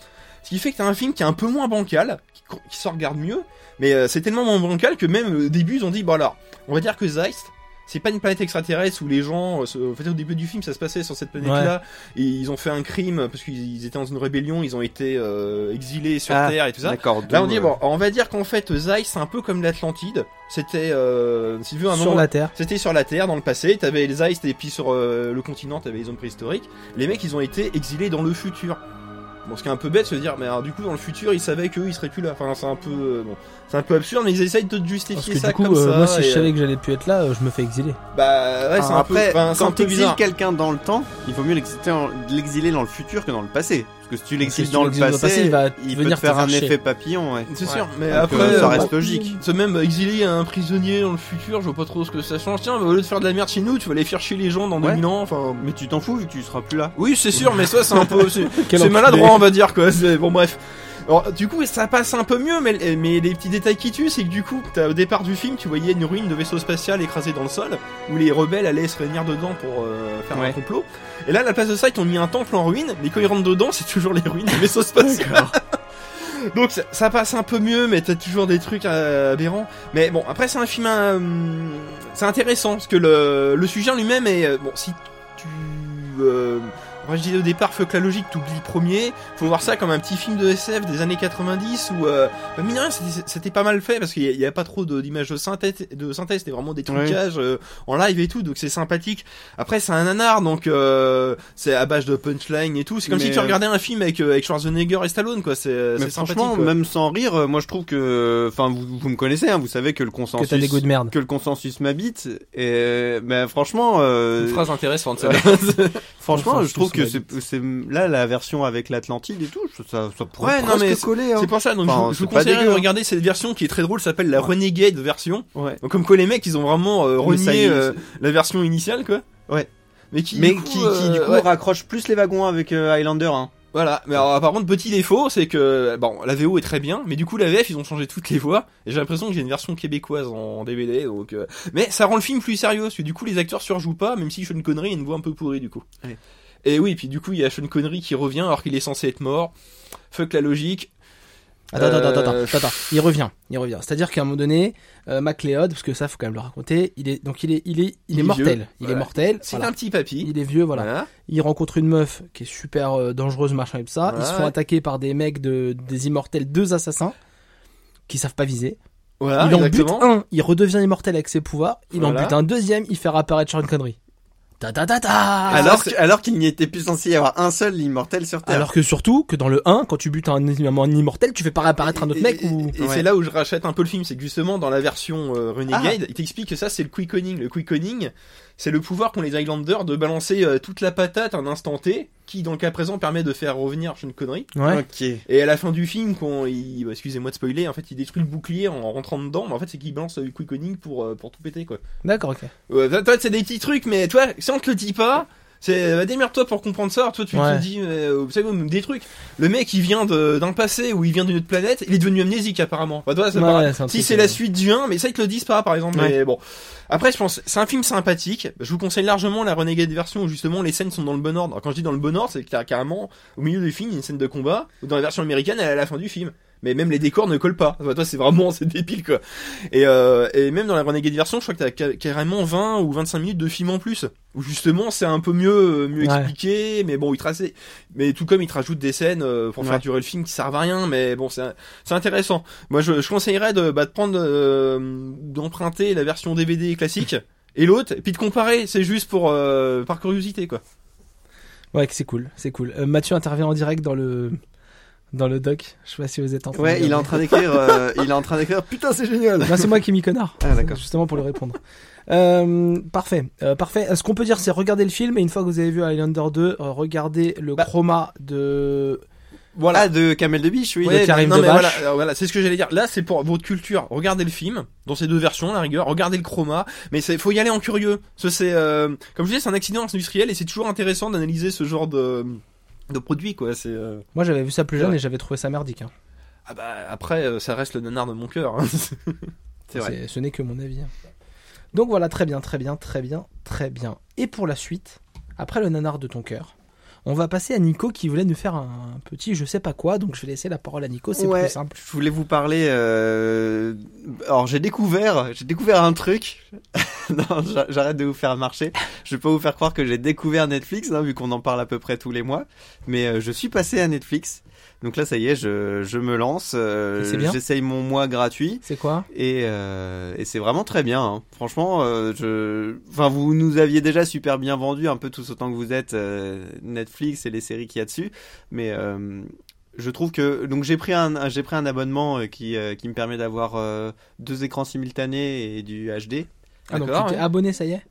Ce qui fait que t'as un film qui est un peu moins bancal, qui, co- qui se regarde mieux, mais euh, c'est tellement moins bancal que même euh, au début ils ont dit, bon alors, on va dire que Zeist, c'est pas une planète extraterrestre où les gens, euh, se- en fait, au début du film ça se passait sur cette planète-là, et ils ont fait un crime parce qu'ils ils étaient dans une rébellion, ils ont été euh, exilés sur Ah, Terre et tout ça. D'accord. Là, on d'où, dit, euh, bon, on va dire qu'en fait, Zeiss, c'est un peu comme l'Atlantide. C'était, euh, si tu veux, un Sur moment- la Terre. C'était sur la Terre, dans le passé. T'avais les Zeiss, et puis sur euh, le continent, t'avais les zones préhistoriques. Les mecs, ils ont été exilés dans le futur. Bon, ce qui est un peu bête, se dire, mais alors, du coup, dans le futur, ils savaient qu'eux, ils seraient plus là. Enfin, c'est un peu, euh, bon, c'est un peu absurde, mais ils essayent de te Parce justifier que ça du coup, comme euh, ça. moi, si je et, savais Ah, que j'allais plus être là, euh, je me fais exiler. euh, bah, ouais, c'est un peu, Après, enfin, c'est un quand peu t'exiles bizarre. quelqu'un dans le temps, il vaut mieux l'exciter en- l'exiler dans le futur que dans le passé. Parce que si tu si l'exiles tu dans le l'exiles dans passé, le passé, il va il peut venir te te faire faire un chier. effet papillon, ouais. C'est Ouais. sûr, mais Donc, après, euh, ça euh, reste bah, logique. Ce même bah, exilé à un prisonnier dans le futur, je vois pas trop ce que ça change. Tiens, bah, au lieu de faire de la merde chez nous, tu vas aller faire chier les gens dans Ouais. 2000 ans. Enfin, Mais tu t'en fous vu que tu seras plus là. Oui, c'est sûr, mais ça, c'est un peu. C'est Quel c'est enculé. maladroit, on va dire, quoi. C'est- Bon, bref. Alors, du coup, ça passe un peu mieux, mais, mais les petits détails qui tuent, c'est que du coup, t'as- au départ du film, tu voyais une ruine de vaisseau spatial écrasée dans le sol, où les rebelles allaient se réunir dedans pour euh, faire un Ouais. complot. Et là, à la place de ça, ils t'ont mis un temple en ruine, mais quand ils rentrent dedans, c'est toujours les ruines du vaisseau spatial. Donc ça, ça passe un peu mieux, mais t'as toujours des trucs euh, aberrants. Mais bon, après c'est un film, euh, c'est intéressant parce que le, le sujet en lui-même est euh, bon si tu, euh, moi, je disais au départ, fuck la logique, t'oublies premier. Faut voir ça comme un petit film de SF des années 90 où euh, bah, mine de rien, c'était- c'était pas mal fait parce qu'il y a- il y a pas trop de- d'images de synthèse, de synthèse, c'était vraiment des trucages euh, en live et tout, donc c'est sympathique. Après c'est un nanar, donc euh, c'est à base de punchline et tout. C'est comme si Mais, tu euh, regardais un film avec, euh, avec Schwarzenegger et Stallone, quoi. C'est euh, Mais c'est sympathique. franchement, quoi. même sans rire, euh, moi je trouve que, enfin, vous, vous me connaissez, hein, vous savez que le Que consensus, t'as des goûts de merde. que le consensus m'habite. Et mais franchement, euh, Une phrase intéressante, ça. franchement, Consensus je trouve que c'est, m'habite. c'est là la version avec l'Atlantide et tout, ça, ça pourrait Ouais, non, presque mais coller. hein. C'est pour ça, donc Enfin, je, je c'est vous pas conseillerais dégueu, de hein. regarder cette version qui est très drôle, s'appelle la Renegade version. Ouais. Donc comme quoi les mecs, ils ont vraiment euh, Mais ça y renié est, euh, la version initiale, quoi. Ouais. Mais qui, mais du coup, qui, qui euh, du coup ouais. raccroche plus les wagons avec euh, Highlander. Hein. Voilà, mais alors, par contre, petit défaut, c'est que bon, la VO est très bien, mais du coup, la VF, ils ont changé toutes les voix, et j'ai l'impression que j'ai une version québécoise en DVD, donc. euh, Mais ça rend le film plus sérieux, parce que du coup, les acteurs surjouent pas, même si Sean Connery a une voix un peu pourrie, du coup. Ouais. Et oui, puis du coup, il y a Sean Connery qui revient alors qu'il est censé être mort. Fuck la logique. Attends, Euh, attends, attends, attends, attends. Il revient, il revient. C'est-à-dire qu'à un moment donné, euh, MacLeod, parce que ça, faut quand même le raconter, il est donc il est, il est, il Il est est mortel. vieux. Il est Voilà. mortel. C'est voilà. un petit papy. Il est vieux, voilà. Voilà. Il rencontre une meuf qui est super euh, dangereuse, machin et tout ça. Ils se font Ouais. attaquer par des mecs de, des immortels, deux assassins qui savent pas viser. Voilà, il en Ah, exactement. bute un, il redevient immortel avec ses pouvoirs. Il en Voilà. bute un deuxième, il fait réapparaître Sean Connery. Ta ta ta ta Ah, alors que- alors qu'il n'y était plus censé y avoir un seul immortel sur Terre. Alors que surtout que dans le 1, quand tu butes un, un immortel, tu fais pas réapparaître un autre Et- mec et- ou... Et, c'est là où je rachète un peu le film, c'est que justement dans la version euh, Ah. Renegade, il t'explique que ça c'est le quickening. Le quickening, c'est le pouvoir qu'ont les Highlanders de balancer euh, toute la patate à un instant T, qui dans le cas présent permet de faire revenir une connerie. Ouais. Ok. Et à la fin du film, quand il, bah, excusez-moi de spoiler, en fait il détruit le bouclier en rentrant dedans, mais en fait c'est qu'il balance euh, le quickening pour, euh, pour tout péter quoi. D'accord, ok. Ouais, toi, toi, c'est des petits trucs, mais toi, si on te le dit pas, c'est bah, démerde-toi pour comprendre ça. Alors, Toi, tu Ouais. te dis, euh, vous savez, même des trucs. Le mec, il vient de- d'un passé ou il vient d'une autre planète, il est devenu amnésique apparemment. Enfin, toi, ça Ouais, paraît- ouais, c'est un si truc, c'est euh, la suite du 1, mais ça ils te le disent pas par exemple. Ouais. Mais bon, après je pense c'est un film sympathique. Je vous conseille largement la Renegade version où justement les scènes sont dans le bon ordre. Alors, quand je dis dans le bon ordre, c'est que t'as carrément au milieu du film il y a une scène de combat. Ou dans la version américaine, elle est à la fin du film. Mais même les décors ne collent pas. Enfin, toi c'est vraiment c'est débile quoi. Et, euh, et même dans la Renegade version, je crois que t'as ca- carrément 20 ou 25 minutes de film en plus. Où justement c'est un peu mieux euh, mieux Ouais. expliqué, mais bon il trace mais tout comme ils te rajoutent des scènes euh, pour Ouais. faire durer le film qui servent à rien, mais bon, c'est c'est intéressant. Moi, je, je conseillerais de, bah, de prendre, euh, d'emprunter la version DVD classique et l'autre, et puis de comparer. C'est juste pour euh, par curiosité, quoi. Ouais, que c'est cool, c'est cool. Euh, Mathieu intervient en direct dans le dans le doc. Je sais pas si vous êtes en train Ouais, de il est en regarder. train d'écrire. euh, il est en train d'écrire. Ah, Putain, c'est génial. Non, c'est moi qui m'y connard. Ah, d'accord. Justement pour lui répondre. Euh, parfait, euh, parfait. Ce qu'on peut dire, c'est regarder le film et une fois que vous avez vu Highlander 2, euh, regardez le Bah. chroma de. Voilà. Ah, de Kamel Debiche, oui. Ouais. Karim non, mais Debache. voilà, alors, voilà, c'est ce que j'allais dire. Là, c'est pour votre culture. Regardez le film dans ces deux versions, à la rigueur. Regardez le chroma, mais c'est faut y aller en curieux. Ce c'est euh, comme je disais, c'est un accident industriel et c'est toujours intéressant d'analyser ce genre de de produit, quoi. C'est euh, Moi, j'avais vu ça plus jeune Ouais. et j'avais trouvé ça merdique. hein. ah bah après, euh, ça reste le nanar de mon cœur. hein. C'est vrai. C'est- Ce n'est que mon avis. hein. Donc voilà, très bien, très bien, très bien, très bien. Et pour la suite, après le nanar de ton cœur, on va passer à Nico qui voulait nous faire un petit je sais pas quoi. Donc je vais laisser la parole à Nico, c'est Ouais. plus simple. Je voulais vous parler. euh, Alors, j'ai découvert, j'ai découvert un truc. non, j'a- j'arrête de vous faire marcher. Je peux vous faire croire que j'ai découvert Netflix, hein, vu qu'on en parle à peu près tous les mois. Mais euh, je suis passé à Netflix. Donc là, ça y est, je, je me lance. euh, Et c'est bien J'essaye mon mois gratuit. C'est quoi Et, euh, et c'est vraiment très bien. hein. Franchement, euh, je... enfin, vous nous aviez déjà super bien vendu un peu tous autant que vous êtes euh, Netflix et les séries qu'il y a dessus. Mais euh, je trouve que donc j'ai pris un, un- j'ai pris un abonnement euh, qui euh, qui me permet d'avoir euh, deux écrans simultanés et du HD. Ah donc tu D'accord, t'es ouais. abonné, ça y est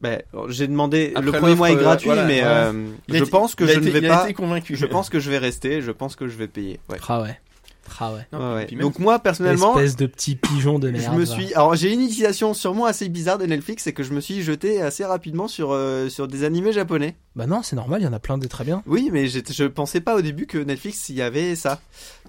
Ben, j'ai demandé Après le premier mois est l'offre, euh, gratuit, voilà, mais ouais. euh, Il a je été- pense que il a je été- ne vais il pas. A été convaincu. Je pense que je vais rester. Je pense que je vais payer. Ouais. Ah ouais. Ah ouais. Non, Ouais, ouais. puis même- Donc moi personnellement, Espèce de petit pigeon de merde. Je me va. suis, alors j'ai une initiation sûrement assez bizarre de Netflix, c'est que je me suis jeté assez rapidement sur euh, sur des animés japonais. Bah non, c'est normal, il y en a plein de très bien. Oui, mais j'étais- je pensais pas au début que Netflix il y avait ça.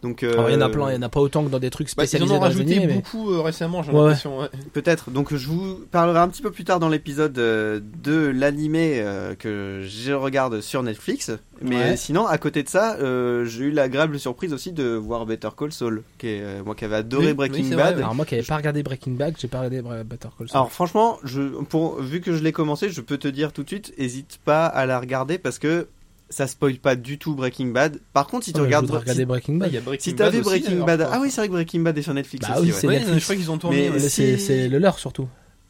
Donc euh, Alors, Ah, il y en a plein, il y en a pas autant que dans des trucs Bah, ils en spécialisés ont dans les rajouté animés, mais- beaucoup euh, récemment, j'ai Ouais, ouais. l'impression. ouais. peut-être. Donc je vous parlerai un petit peu plus tard dans l'épisode euh, de l'animé euh, que je regarde sur Netflix. Mais Ouais. sinon, à côté de ça, euh, j'ai eu l'agréable surprise aussi de voir Better Call Saul, qui est euh, moi qui avait adoré Oui, Breaking oui, c'est Bad. vrai, ouais. Alors moi qui n'avais pas regardé Breaking Bad, j'ai pas regardé Bra- Better Call Saul. Alors franchement, je, pour, vu que je l'ai commencé, je peux te dire tout de suite, hésite pas à la regarder parce que ça spoil pas du tout Breaking Bad. Par contre, si tu Ouais, je regardes, voudrais si, regarder Breaking Bah, Bad. il y a Breaking si t'as Bad vu aussi, Breaking alors, Bad, je pense. ah oui, c'est vrai que Breaking Bad est sur Netflix Bah aussi. oui, ouais. c'est Ouais, Netflix. je crois qu'ils ont tourné. Mais ouais. Là, Euh, c'est c'est le leur surtout.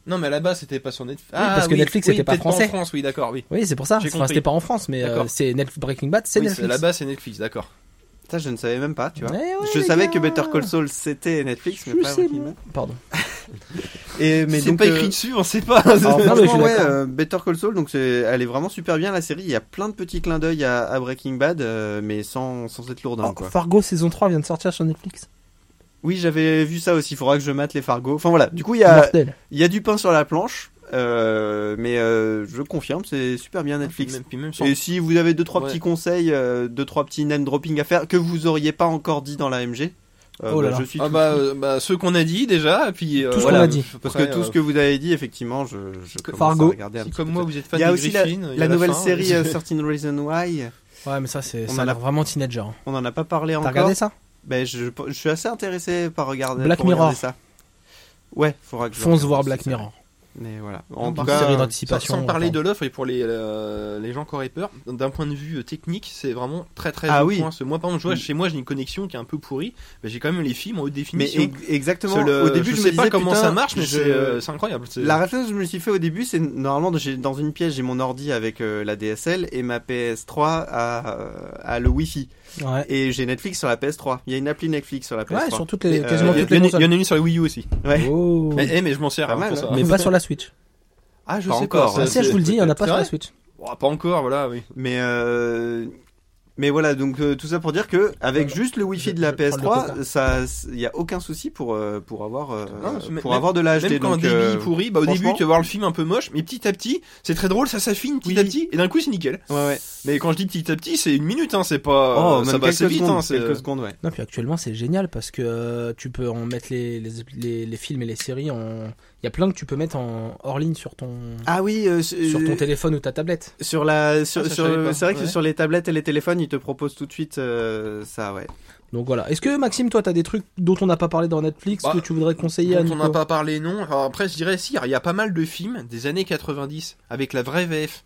Non, mais là-bas, c'était pas sur Netflix. Ah, parce que oui, Netflix oui, était pas peut-être français. en France, oui, d'accord, oui. Oui, c'est pour ça. J'ai Enfin, compris. c'était pas en France, mais euh, D'accord. c'est Netflix Breaking Bad, c'est Oui, c'est- Netflix. Là-bas, c'est Netflix, d'accord. Ça, je ne savais même pas, tu vois. Eh ouais, je les savais gars. que Better Call Saul c'était Netflix, mais Je pas sais, Breaking Bad. Pardon. Et mais C'est donc, pas euh, écrit dessus, on sait pas. Non, Alors, mais franchement, je suis ouais, d'accord. euh, Better Call Saul, donc c'est, elle est vraiment super bien la série. Il y a plein de petits clins d'œil à, à Breaking Bad, euh, mais sans, sans être lourdin, Oh, quoi. Fargo saison 3 vient de sortir sur Netflix. Oui, j'avais vu ça aussi. Faudra que je mate les Fargo. Enfin voilà. Du coup, il y a, Mortel. Il y a du pain sur la planche, euh, mais euh, je confirme, c'est super bien Netflix. Même- puis même sans- Et si vous avez deux trois Ouais. petits conseils, euh, deux trois petits name dropping à faire que vous auriez pas encore dit dans la MG, euh, Oh là bah, là. je suis Ah tout- bah, euh, bah, ceux qu'on a dit déjà, puis euh, Tout ce voilà, qu'on a dit. parce après, que tout euh, ce que vous avez dit, effectivement, je, je commence Fargo. à regarder un si petit comme peu. moi vous êtes fan Il y a de aussi la, Griffin, il y a la nouvelle fin, série euh, euh, 13 Reasons Why. Ouais, mais ça, c'est ça On en a a- l'air vraiment teenager. hein. On en a pas parlé T'as encore. regardé ça Ben, je, je suis assez intéressé par regarder. Black pour regarder Mirror. ça. Ouais, faudra que je Fonce regarde voir aussi, Black ça. Mirror. Mais voilà. euh, En Par tout série cas, Sans, d'anticipation, sans parler enfin. de l'offre et pour les, euh, les gens qui auraient peur, d'un point de vue euh, technique, c'est vraiment très très Ah bon oui. point. Ce- Moi, par exemple, je vois, Mm. chez moi, j'ai une connexion qui est un peu pourrie, mais j'ai quand même les films en haute mais définition. e- exactement. C'est le- au début, je, je, sais me pas disais, comment putain, ça marche, mais je- c'est, euh, c'est incroyable. C'est- La réflexion que je me suis fait au début, c'est normalement j'ai- dans une pièce j'ai mon ordi avec euh, la DSL et ma PS3 a, euh, a le Wi-Fi Ouais. et j'ai Netflix sur la PS3. Il y a une appli Netflix sur la PS3. Ouais, sur toutes les, Mais, euh, quasiment Il y, toutes les en a- il y consoles. en a une sur la Wii U aussi. Ouais. Oh. Mais, eh, mais je m'en sers Pas hein, mal, pour ça. hein. Mais pas sur la Switch. Ah, je Pas sais encore, pas. hein. Ah, si, je vous le dis, il y en a pas C'est sur la vrai Switch. Oh, Pas encore, voilà, oui. Mais euh, mais voilà, donc euh, tout ça pour dire que avec Voilà. juste le Wi-Fi Je- de la je prends le PS3, coca. ça il y a aucun souci pour euh, pour avoir euh, Non, mais- pour même- avoir de la HD Même quand un donc débit euh, pourri, bah, au début franchement- tu vas voir le film un peu moche, mais petit à petit, c'est très drôle, ça s'affine petit Oui. à petit, et d'un coup c'est nickel. Ouais ouais. Mais quand je dis petit à petit, c'est une minute, hein, c'est pas. oh, ça même va quelques assez vite, secondes, hein, c'est- quelques secondes, ouais. Non, puis actuellement, c'est génial parce que euh, tu peux en mettre les, les, les- les films et les séries en. Il y a plein que tu peux mettre en hors ligne sur ton, Ah oui, euh, sur ton euh, téléphone ou ta tablette. Sur la, Ah, sur, ça, je sur- savais pas. c'est vrai que Ouais. sur les tablettes et les téléphones, ils te proposent tout de suite euh, ça, ouais. Donc voilà. Est-ce que Maxime, toi, t'as des trucs dont on n'a pas parlé dans Netflix Bah, que tu voudrais conseiller à Dont on Nico oh. n'a pas parlé, non. Alors après, je dirais, si, il y a pas mal de films des années 90 avec la vraie VF.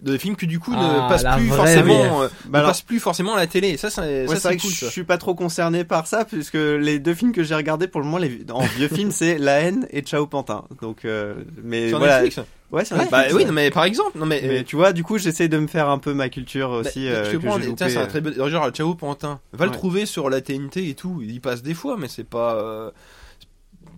De films qui, du coup, Ah, ne passent la plus vraie VF. forcément, euh, ne Bah alors- passent plus forcément à la télé. Et ça, c'est, Ouais, ça, c'est vrai c'est que cool, je ça. suis pas trop concerné par ça, puisque les deux films que j'ai regardés pour le moment, les, en vieux films, c'est La haine et Ciao Pantin. Donc, euh, mais Sur voilà. Netflix. Ouais, sur Ouais, Netflix, bah oui, ouais. non, mais par exemple, non, mais, euh, Mais tu vois, du coup, j'essaie de me faire un peu ma culture Bah, aussi. parce euh, que que bon, j'ai tiens, loupé, c'est un euh. très bon. Genre, Ciao Pantin, va le Ouais. trouver sur la TNT et tout. Il y passe des fois, mais c'est pas. euh,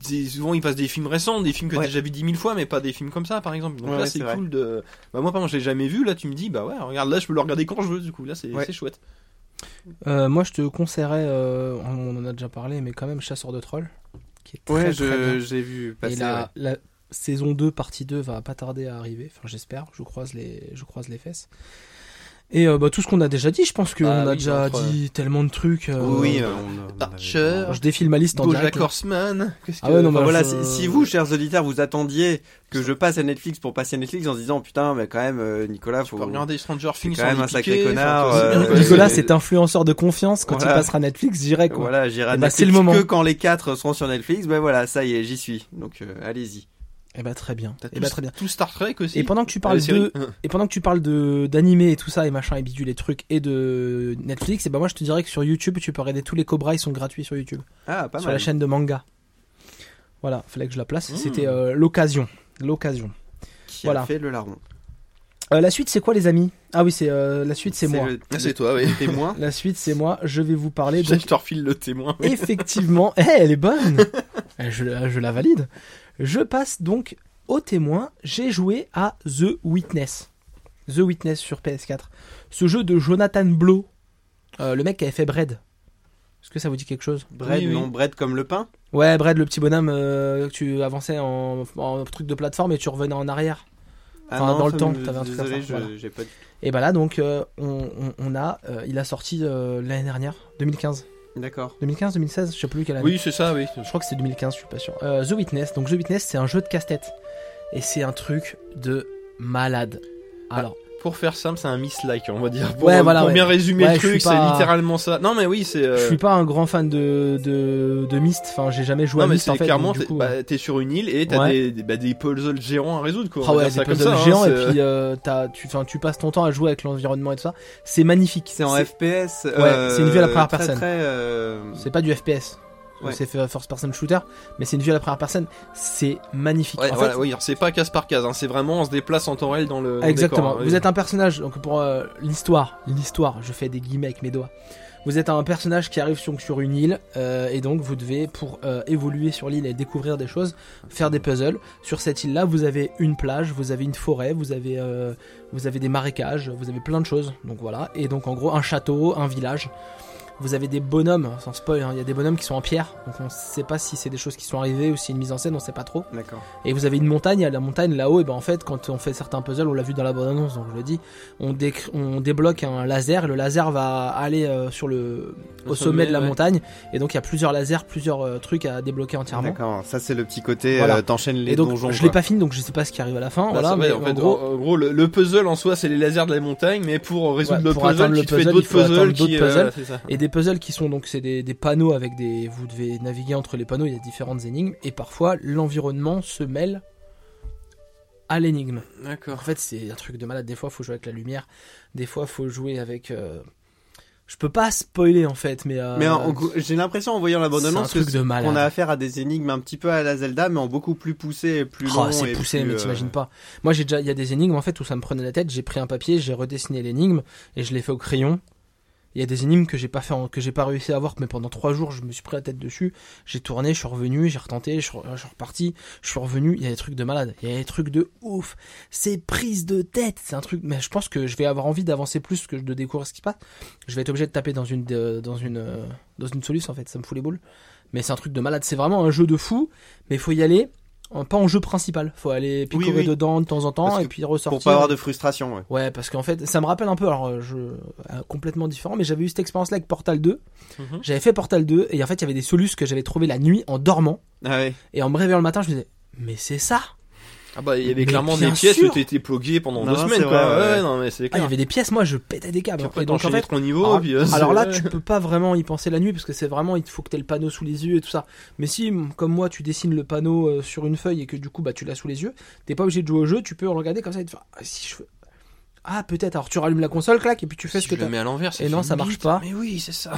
c'est- Souvent, il passe des films récents, des films que Ouais. t'as déjà vu dix mille fois, mais pas des films comme ça, par exemple. Donc Ouais, là, ouais, c'est c'est vrai. cool de. Bah, moi, par exemple, je l'ai jamais vu. Là, tu me dis, bah ouais, regarde, là, je peux le regarder quand je veux, du coup. Là, c'est Ouais. c'est chouette. Euh, Moi, je te conseillerais. euh, on en a déjà parlé, mais quand même Chasseur de trolls. Qui est très, Ouais, très bien. je, j'ai vu passer. Et la, ouais. la saison 2, partie 2 va pas tarder à arriver. Enfin, j'espère. Je croise les, je croise les fesses. Et euh, bah, tout ce qu'on a déjà dit, je pense qu'on Bah a oui, déjà entre- dit tellement de trucs. euh, Oui, euh, on- on avait- Archer. Je défile ma liste en direct. Bojack Horseman. Qu'est-ce que. Ah ouais, non, Enfin, mais voilà, je- si, si vous, chers auditeurs, vous attendiez que je passe à Netflix pour passer à Netflix en se disant putain, mais quand même, euh, Nicolas, Tu faut. peux regarder Stranger Things quand sans même les un sacré piquer, connard, enfin, euh, c'est- Nicolas, c'est influenceur de confiance. Quand Voilà. il passera Netflix, j'irai quoi. Voilà, j'irai à Eh ben, c'est Netflix le moment. que quand les quatre seront sur Netflix. Ben voilà, ça y est, j'y suis. Donc euh, allez-y. Et bah très bien. Eh T'as tout, Et ben, bah très bien. tout Star Trek aussi. Et pendant que tu Ah, la parles série. de, et pendant que tu parles de d'animé et tout ça et machin et bidule et trucs et de Netflix, et bah moi je te dirais que sur YouTube tu peux regarder tous les Cobra, ils sont gratuits sur YouTube, Ah, pas sur mal. la chaîne de manga. Voilà, fallait que je la place. Mmh. C'était euh, l'occasion, l'occasion. Qui voilà. a fait le larron Euh, la suite c'est quoi les amis Ah oui c'est euh, la suite c'est moi. le- Ah, C'est toi, oui. le témoin. La suite c'est moi. Je vais vous parler Je donc te refile le témoin. oui. Effectivement, Eh, elle est bonne. Eh, je, je la valide. Je passe donc au témoin. J'ai joué à The Witness. The Witness sur PS4. Ce jeu de Jonathan Blow, euh, le mec qui avait fait Bread. Est-ce que ça vous dit quelque chose Bread, Oui, oui. non, Bread comme le pain. Ouais, Bread, le petit bonhomme euh, que tu avançais en, en truc de plateforme et tu revenais en arrière. Ah Enfin, dans le ça temps, me- t'avais un truc Désolé, à faire, je- voilà. j'ai pas dit. Et bah là, donc, euh, on, on- on a. euh, il a sorti euh, l'année dernière, 2015. D'accord. 2015, 2016, je sais plus quelle année. Oui, c'est ça, oui. Je crois que c'est 2015, je suis pas sûr. Euh, The Witness. Donc The Witness, c'est un jeu de casse-tête. Et c'est un truc de malade. Ah, Alors, Pour faire simple, c'est un mislike, on va dire. Pour, Ouais, voilà, pour ouais. bien résumer Ouais, le je truc, suis pas- c'est littéralement ça. Non, mais oui, c'est. euh, je suis pas un grand fan de, de, de Myst. Enfin, j'ai jamais joué non, à mais Myst c'est en fait. clairement, donc, du t'es coup, euh, bah, t'es sur une île et t'as Ouais. des, des, bah, des puzzles géants à résoudre, quoi. ah On va ouais, dire des ça comme puzzles ça, hein, géants. c'est- et puis, euh, t'as- tu, enfin, tu passes ton temps à jouer avec l'environnement et tout ça. C'est magnifique. C'est en FPS. c'est une vue à la première personne. Très, euh, C'est pas du FPS. Ouais. C'est first person shooter, mais c'est une vue à la première personne. C'est magnifique. Ouais, En fait, voilà, oui, alors c'est pas case par case, hein, c'est vraiment on se déplace en temps réel dans le. dans le Exactement. décor, hein, vous oui. êtes un personnage, donc pour euh, l'histoire, l'histoire, je fais des guillemets avec mes doigts. Vous êtes un personnage qui arrive sur, sur une île, euh, et donc vous devez, pour euh, évoluer sur l'île et découvrir des choses, faire des puzzles. Sur cette île-là, vous avez une plage, vous avez une forêt, vous avez, euh, vous avez des marécages, vous avez plein de choses. Donc voilà. Et donc en gros, un château, un village. Vous avez des bonhommes, sans spoil, hein, il y a des bonhommes qui sont en pierre, donc on sait pas si c'est des choses qui sont arrivées ou si c'est une mise en scène, on sait pas trop. D'accord. Et vous avez une montagne, et la montagne là-haut, et ben en fait, quand on fait certains puzzles, on l'a vu dans la bande annonce, donc je le dis, on, décr- on débloque un laser, et le laser va aller euh, sur le, au Au sommet, sommet, de la ouais. montagne, et donc il y a plusieurs lasers, plusieurs euh, trucs à débloquer entièrement. D'accord. Ça, c'est le petit côté. Voilà. euh, T'enchaînes les et donc, donjons. je l'ai quoi. pas fini, donc je sais pas ce qui arrive à la fin, Bah, voilà, ça, ouais, mais en, en fait, gros, en- en gros, le, le puzzle en soi, c'est les lasers de la montagne, mais pour résoudre Ouais, le pour puzzle, atteindre tu le te fais puzzle, d'autres il faut atteindre puzzles d'autres qui. euh, puzzles. c'est ça. Et des puzzles qui sont donc c'est des, des panneaux avec des vous devez naviguer entre les panneaux, il y a différentes énigmes et parfois l'environnement se mêle à l'énigme. En D'accord. fait, c'est un truc de malade. Des fois, faut jouer avec la lumière. Des fois, faut jouer avec. euh, Je peux pas spoiler en fait, mais. euh, Mais en- en- j'ai l'impression en voyant la bande c'est un annonce truc de malade. qu'on a affaire à des énigmes un petit peu à la Zelda, mais en beaucoup plus poussé et plus Oh, long c'est et poussé, plus, mais euh, t'imagines pas. Moi, j'ai déjà, il y a des énigmes en fait où ça me prenait la tête. J'ai pris un papier, j'ai redessiné l'énigme et je l'ai fait au crayon. Il y a des énigmes que j'ai pas fait, en- que j'ai pas réussi à voir, mais pendant trois jours, je me suis pris la tête dessus. J'ai tourné, je suis revenu, j'ai retenté, je suis, re- je suis reparti, je suis revenu. Il y a des trucs de malade, il y a des trucs de ouf. C'est prise de tête, c'est un truc. Mais je pense que je vais avoir envie d'avancer plus que de découvrir ce qui se passe. Je vais être obligé de taper dans une, de- dans une, euh, dans une soluce en fait. Ça me fout les boules. Mais c'est un truc de malade. C'est vraiment un jeu de fou, mais faut y aller. en- Pas en jeu principal, faut aller Oui, picorer oui. dedans de temps en temps Parce et que puis ressortir. Pour pas avoir de frustration, ouais. Ouais, parce qu'en fait, ça me rappelle un peu, alors euh, je euh, complètement différent, mais j'avais eu cette expérience-là avec Portal 2. Mhm. J'avais fait Portal 2 et en fait, il y avait des solutions que j'avais trouvées la nuit en dormant Ah ouais. et en me réveillant le matin, je me disais mais c'est ça Ah bah il y Mais avait clairement des bien pièces sûr. où t'étais bloqué pendant Non, deux non, semaines c'est quoi. vrai, ouais, ouais. ouais, non mais c'est Ah, il y clair. avait des pièces, moi je pétais des câbles. Puis Et après donc en fait, ton niveau. alors, puis, euh, alors là, c'est- tu peux pas vraiment y penser la nuit parce que c'est vraiment, il faut que t'aies le panneau sous les yeux et tout ça. Mais si, m- comme moi, tu dessines le panneau euh, sur une feuille et que du coup, bah, tu l'as sous les yeux, t'es pas obligé de jouer au jeu, tu peux regarder comme ça et te faire, ah, si je veux- Ah, peut-être. Alors tu rallumes la console, clac, et puis tu fais Si ce que je le t'as. mets à l'envers. Et non, fait ça une marche bite. pas. Mais oui, c'est ça.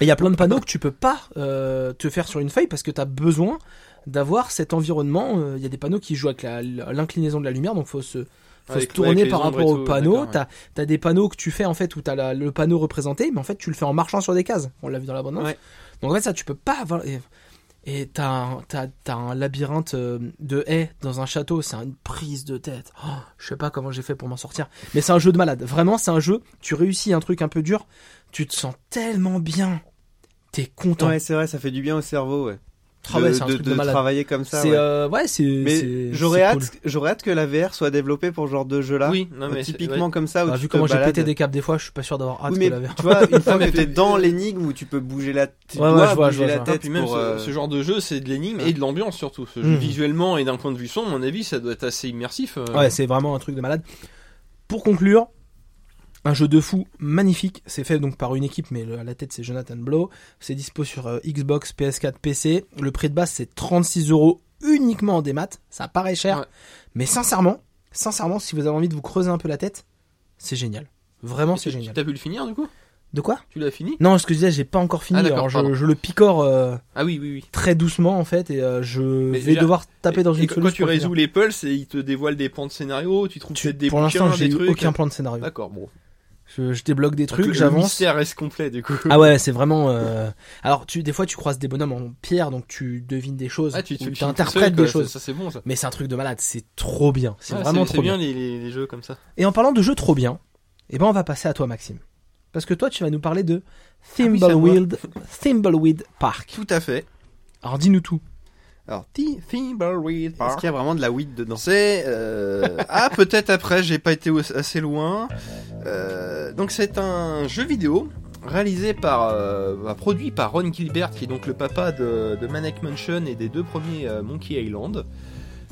Et il y a plein de panneaux que tu peux pas euh, te faire sur une feuille parce que t'as besoin d'avoir cet environnement. Euh, Il y a des panneaux qui jouent avec la- l'inclinaison de la lumière, donc faut se faut Avec- se tourner avec les par ombres rapport et au tout, panneau. d'accord, ouais. T'as as des panneaux que tu fais en fait où t'as la- le panneau représenté, mais en fait tu le fais en marchant sur des cases. On l'a vu dans la bande annonce. Ouais. Donc en fait ça tu peux pas avoir. et- Et t'as un, t'as- t'as un labyrinthe euh, de haies dans un château, c'est une prise de tête. Oh, je sais pas comment j'ai fait pour m'en sortir. Mais c'est un jeu de malade. Vraiment, c'est un jeu. Tu réussis un truc un peu dur, tu te sens tellement bien. T'es content. Ouais, c'est vrai, ça fait du bien au cerveau, ouais. Ah de ouais, c'est un de- truc de de malade. travailler comme ça. C'est ouais. euh, ouais, c'est. Mais c'est- j'aurais c'est hâte, cool. j'aurais hâte que la VR soit développée pour ce genre de jeu-là. Oui, non mais c'est- typiquement comme ça où Bah, tu vu te comment j'ai balades. pété des câbles des fois, je suis pas sûr d'avoir hâte Oui, mais de la verre. tu vois, une fois Ah, mais que t'es puis- dans l'énigme où tu peux bouger la, tu euh, Ouais, ouais, dois je vois, je bouger vois, la je vois. Ah, tête puis même pour, ce, euh, ce genre de jeu, c'est de l'énigme et de l'ambiance surtout. Ce jeu Mhm. visuellement et d'un point de vue son, à mon avis, ça doit être assez immersif. euh. Ouais, c'est vraiment un truc de malade. Pour conclure, un jeu de fou magnifique. C'est fait donc par une équipe, mais le- à la tête c'est Jonathan Blow. C'est dispo sur euh, Xbox, PS4, PC. Le prix de base c'est 36 euros uniquement en démat. Ça paraît cher, Ouais. mais sincèrement, sincèrement, si vous avez envie de vous creuser un peu la tête, c'est génial. Vraiment, Et c'est tu- génial. T'as pu le finir du coup De quoi Tu l'as fini Non, ce que je disais, j'ai pas encore fini. Ah, d'accord, Alors, je, pardon. je le picore euh, Ah oui, oui, oui. très doucement en fait, et euh, je vais déjà- devoir taper dans Et une quand- solution Quand tu pour le résous les pulses, et ils te dévoilent des pans de scénario, tu trouves finir. peut-être des pour l'instant, bouquins, j'ai des eu trucs. aucun plan de scénario. D'accord, bon. Je, je débloque des Donc, trucs, le j'avance. mystère reste complet du coup. Ah ouais, c'est vraiment. euh, Alors, tu, des fois, tu croises des bonhommes en pierre, donc tu devines des choses, Ah, tu, tu ou le finis tout t'interprètes seul, quoi, des choses. Ça, ça, c'est bon ça. Mais c'est un truc de malade, c'est trop bien. C'est Ah, vraiment c'est trop bien. bien les, les- les jeux comme ça. Et en parlant de jeux trop bien, eh ben on va passer à toi, Maxime. Parce que toi, tu vas nous parler de Ah Thimbleweed, Thimbleweed Park. Tout à fait. Alors, dis-nous tout. Alors, Thimbleweed Est-ce qu'il y a vraiment de la weed dedans C'est euh, ah peut-être après j'ai pas été au- assez loin. Euh, donc c'est un jeu vidéo réalisé par euh, bah, produit par Ron Gilbert qui est donc le papa de, de Maniac Mansion et des deux premiers euh, Monkey Island.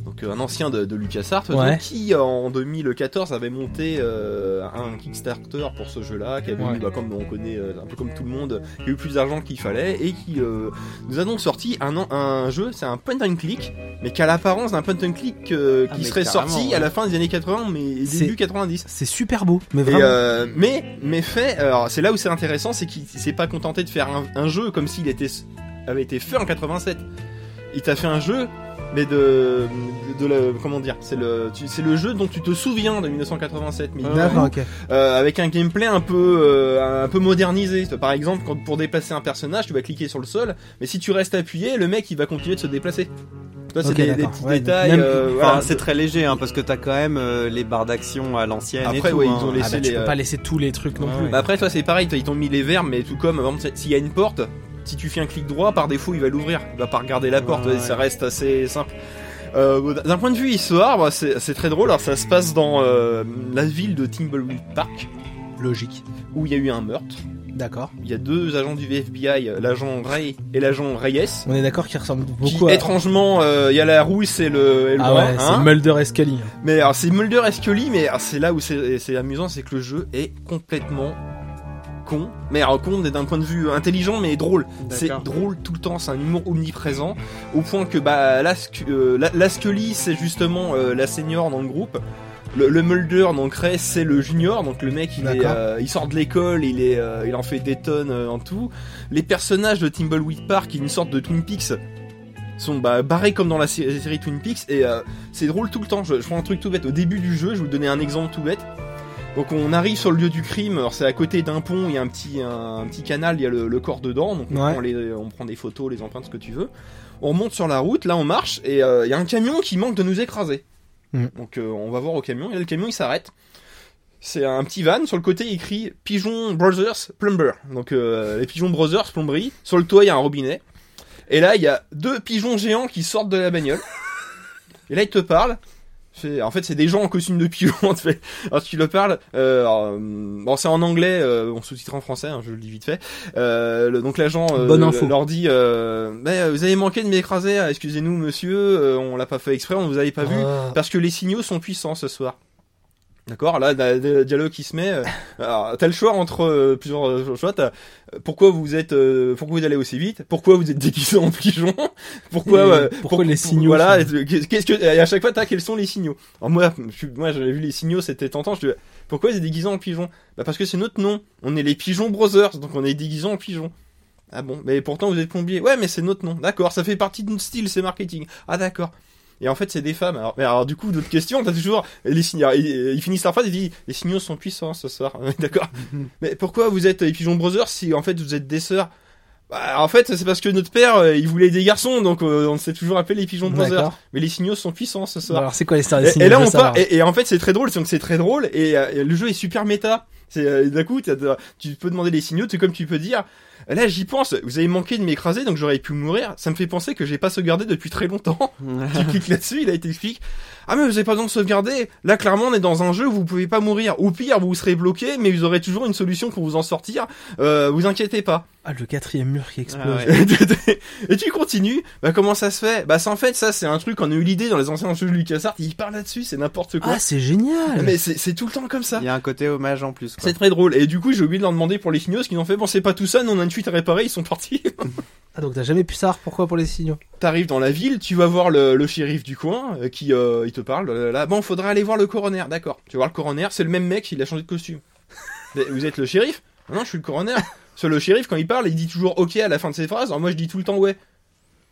Donc euh, un ancien de, de LucasArts donc, Ouais. qui en 2014 avait monté euh, un Kickstarter pour ce jeu-là qui avait Ouais. eu, bah, comme on connaît euh, un peu comme tout le monde qui a eu plus d'argent qu'il fallait et qui euh, nous a donc sorti un, an- un jeu c'est un point and click mais qui a l'apparence d'un point and click euh, Ah, qui mais serait carrément, sorti ouais. à la fin des années 80 mais C'est- début 90 C'est super beau, mais et vraiment. euh, mais mais fait alors c'est là où c'est intéressant c'est qu'il s'est pas contenté de faire un, un jeu comme s'il était avait été fait en 87 il t'a fait un jeu mais de de, de le comment dire c'est le tu- c'est le jeu dont tu te souviens de 1987 Ah, mais il- D'accord, Ah, ok. euh, avec un gameplay un peu euh, un peu modernisé. Par exemple, quand pour déplacer un personnage, tu vas cliquer sur le sol, mais si tu restes appuyé, le mec il va continuer de se déplacer. Ça c'est Ok, des, des d'accord. petits Ouais, donc détails. même- euh, Enfin, voilà. c'est très léger, hein, parce que t'as quand même euh, les barres d'action à l'ancienne. et Après, tout, ouais, ils hein. ont Ah les- bah, laisser tu peux euh, pas laisser tous les trucs non Ouais, plus. ouais. Bah après toi c'est pareil, toi, ils t'ont mis les verres, mais tout comme par exemple, s'il y a une porte, si tu fais un clic droit, par défaut il va l'ouvrir, il va pas regarder la porte, Ouais, ouais. ça reste assez simple. Euh, D'un point de vue histoire, bah, c'est c'est très drôle. Alors ça se passe dans euh, la ville de Timbleweed Park, Logique. où il y a eu un meurtre. D'accord. Il y a deux agents du FBI, l'agent Ray et l'agent Reyes. On est d'accord qu'il ressemble Qui, beaucoup à. étrangement, euh, il y a la rousse et le, et le Ah brun, ouais, c'est hein. Mulder et Scully. Mais alors, c'est Mulder et Scully, mais alors, c'est là où c'est c'est amusant, c'est que le jeu est complètement con, mais alors con mais d'un point de vue intelligent mais drôle. C'est D'accord. drôle tout le temps, c'est un humour omniprésent, au point que bah, la, Scu- euh, la- la Scully c'est justement euh, la senior dans le groupe. Le, le Mulder donc Ray c'est le junior donc le mec il, est, D'accord. euh, il sort de l'école il est euh, il en fait des tonnes euh, en tout les personnages de Timbleweed Park une sorte de Twin Peaks sont bah, barrés comme dans la sé- série, Twin Peaks et euh, c'est drôle tout le temps. Je, je prends un truc tout bête. Au début du jeu, je vais vous donner un exemple tout bête. Donc on arrive sur le lieu du crime. Alors c'est à côté d'un pont. Il y a un petit un, un petit canal. Il y a le, le corps dedans. Donc on, Ouais. prend les- on prend des photos, les empreintes, ce que tu veux. On monte sur la route. Là on marche et euh, il y a un camion qui manque de nous écraser. Mm. Donc euh, on va voir au camion. Et là le camion il s'arrête. C'est un petit van sur le côté il écrit Pigeon Brothers Plumber. Donc euh, les Pigeons Brothers plomberie. Sur le toit il y a un robinet. Et là, il y a deux pigeons géants qui sortent de la bagnole. Et là, ils te parlent. C'est- En fait, c'est des gens en costume de pigeon. tu fais- Alors, tu le parles. euh, alors, euh, bon, c'est en anglais, euh, on sous-titre en français, hein, je le dis vite fait. Euh, le- donc, l'agent euh, Bonne info. leur dit euh, Bah, Vous avez manqué de m'écraser, euh, excusez-nous, monsieur, euh, on l'a pas fait exprès, on vous avait pas vu. Ah. Parce que les signaux sont puissants ce soir. D'accord, là, da- da- dialogue qui se met. euh, Alors, t'as le choix entre euh, plusieurs euh, choix. T'as, euh, pourquoi vous êtes, euh, pourquoi vous allez aussi vite Pourquoi vous êtes déguisé en pigeon Pourquoi, Et euh, pourquoi les signaux Voilà, sont- et, euh, qu'est-ce que et à chaque fois t'as quels sont les signaux Alors moi, je suis- moi j'avais vu les signaux, c'était tentant. Je dis, pourquoi vous êtes déguisé en pigeon Bah parce que c'est notre nom. On est les pigeons brothers, donc on est déguisé en pigeon. Ah bon Mais pourtant vous êtes plombier. Ouais, mais c'est notre nom. D'accord, ça fait partie de notre style, c'est marketing. Ah d'accord. Et en fait, c'est des femmes. Alors, mais alors du coup, d'autres questions, t'as toujours les signaux. Ils, ils finissent leur phrase, ils disent les signaux sont puissants ce soir. D'accord. mais pourquoi vous êtes les pigeons brothers si en fait vous êtes des sœurs Bah, en fait, c'est parce que notre père, euh, il voulait des garçons, donc euh, on s'est toujours appelé les pigeons brothers. D'accord. Mais les signaux sont puissants ce Bon, soir. alors Ah, c'est quoi l'histoire des Et, signaux et là je veux on part, savoir. et, et en fait c'est très drôle, donc c'est très drôle, et, euh, et le jeu est super méta. C'est euh, d'un coup, t'as- t'as- tu peux demander les signaux, c'est comme tu peux dire. Là j'y pense, vous avez manqué de m'écraser, donc j'aurais pu mourir. Ça me fait penser que j'ai pas sauvegardé depuis très longtemps. tu cliques là-dessus, il a été expliqué. Ah mais vous avez pas besoin de sauvegarder. Là clairement on est dans un jeu où vous pouvez pas mourir. Au pire vous serez bloqué, mais vous aurez toujours une solution pour vous en sortir. Euh, vous inquiétez pas. Ah, le quatrième mur qui explose. Ah ouais. et tu continues, bah comment ça se fait Bah ça en fait ça c'est un truc on a eu l'idée dans les anciens jeux de LucasArts, ils parlent là-dessus, c'est n'importe quoi. Ah, c'est génial. mais c'est c'est tout le temps comme ça. Il y a un côté hommage en plus. quoi. C'est très drôle. Et du coup, j'ai oublié de leur demander pour les signaux, ce qu'ils ont fait, bon, c'est pas tout ça, nous on a une suite à réparer, ils sont partis. Ah, donc t'as jamais pu savoir pourquoi pour les signaux. T'arrives dans la ville, tu vas voir le, le shérif du coin, euh, qui euh, il te parle, euh, là, bon, faudra aller voir le coroner, d'accord. Tu vas voir le coroner, c'est le même mec, il a changé de costume. Mais Vous êtes le shérif Ah Non, je suis le coroner. Parce que le shérif, quand il parle, il dit toujours ok à la fin de ses phrases, alors moi je dis tout le temps ouais.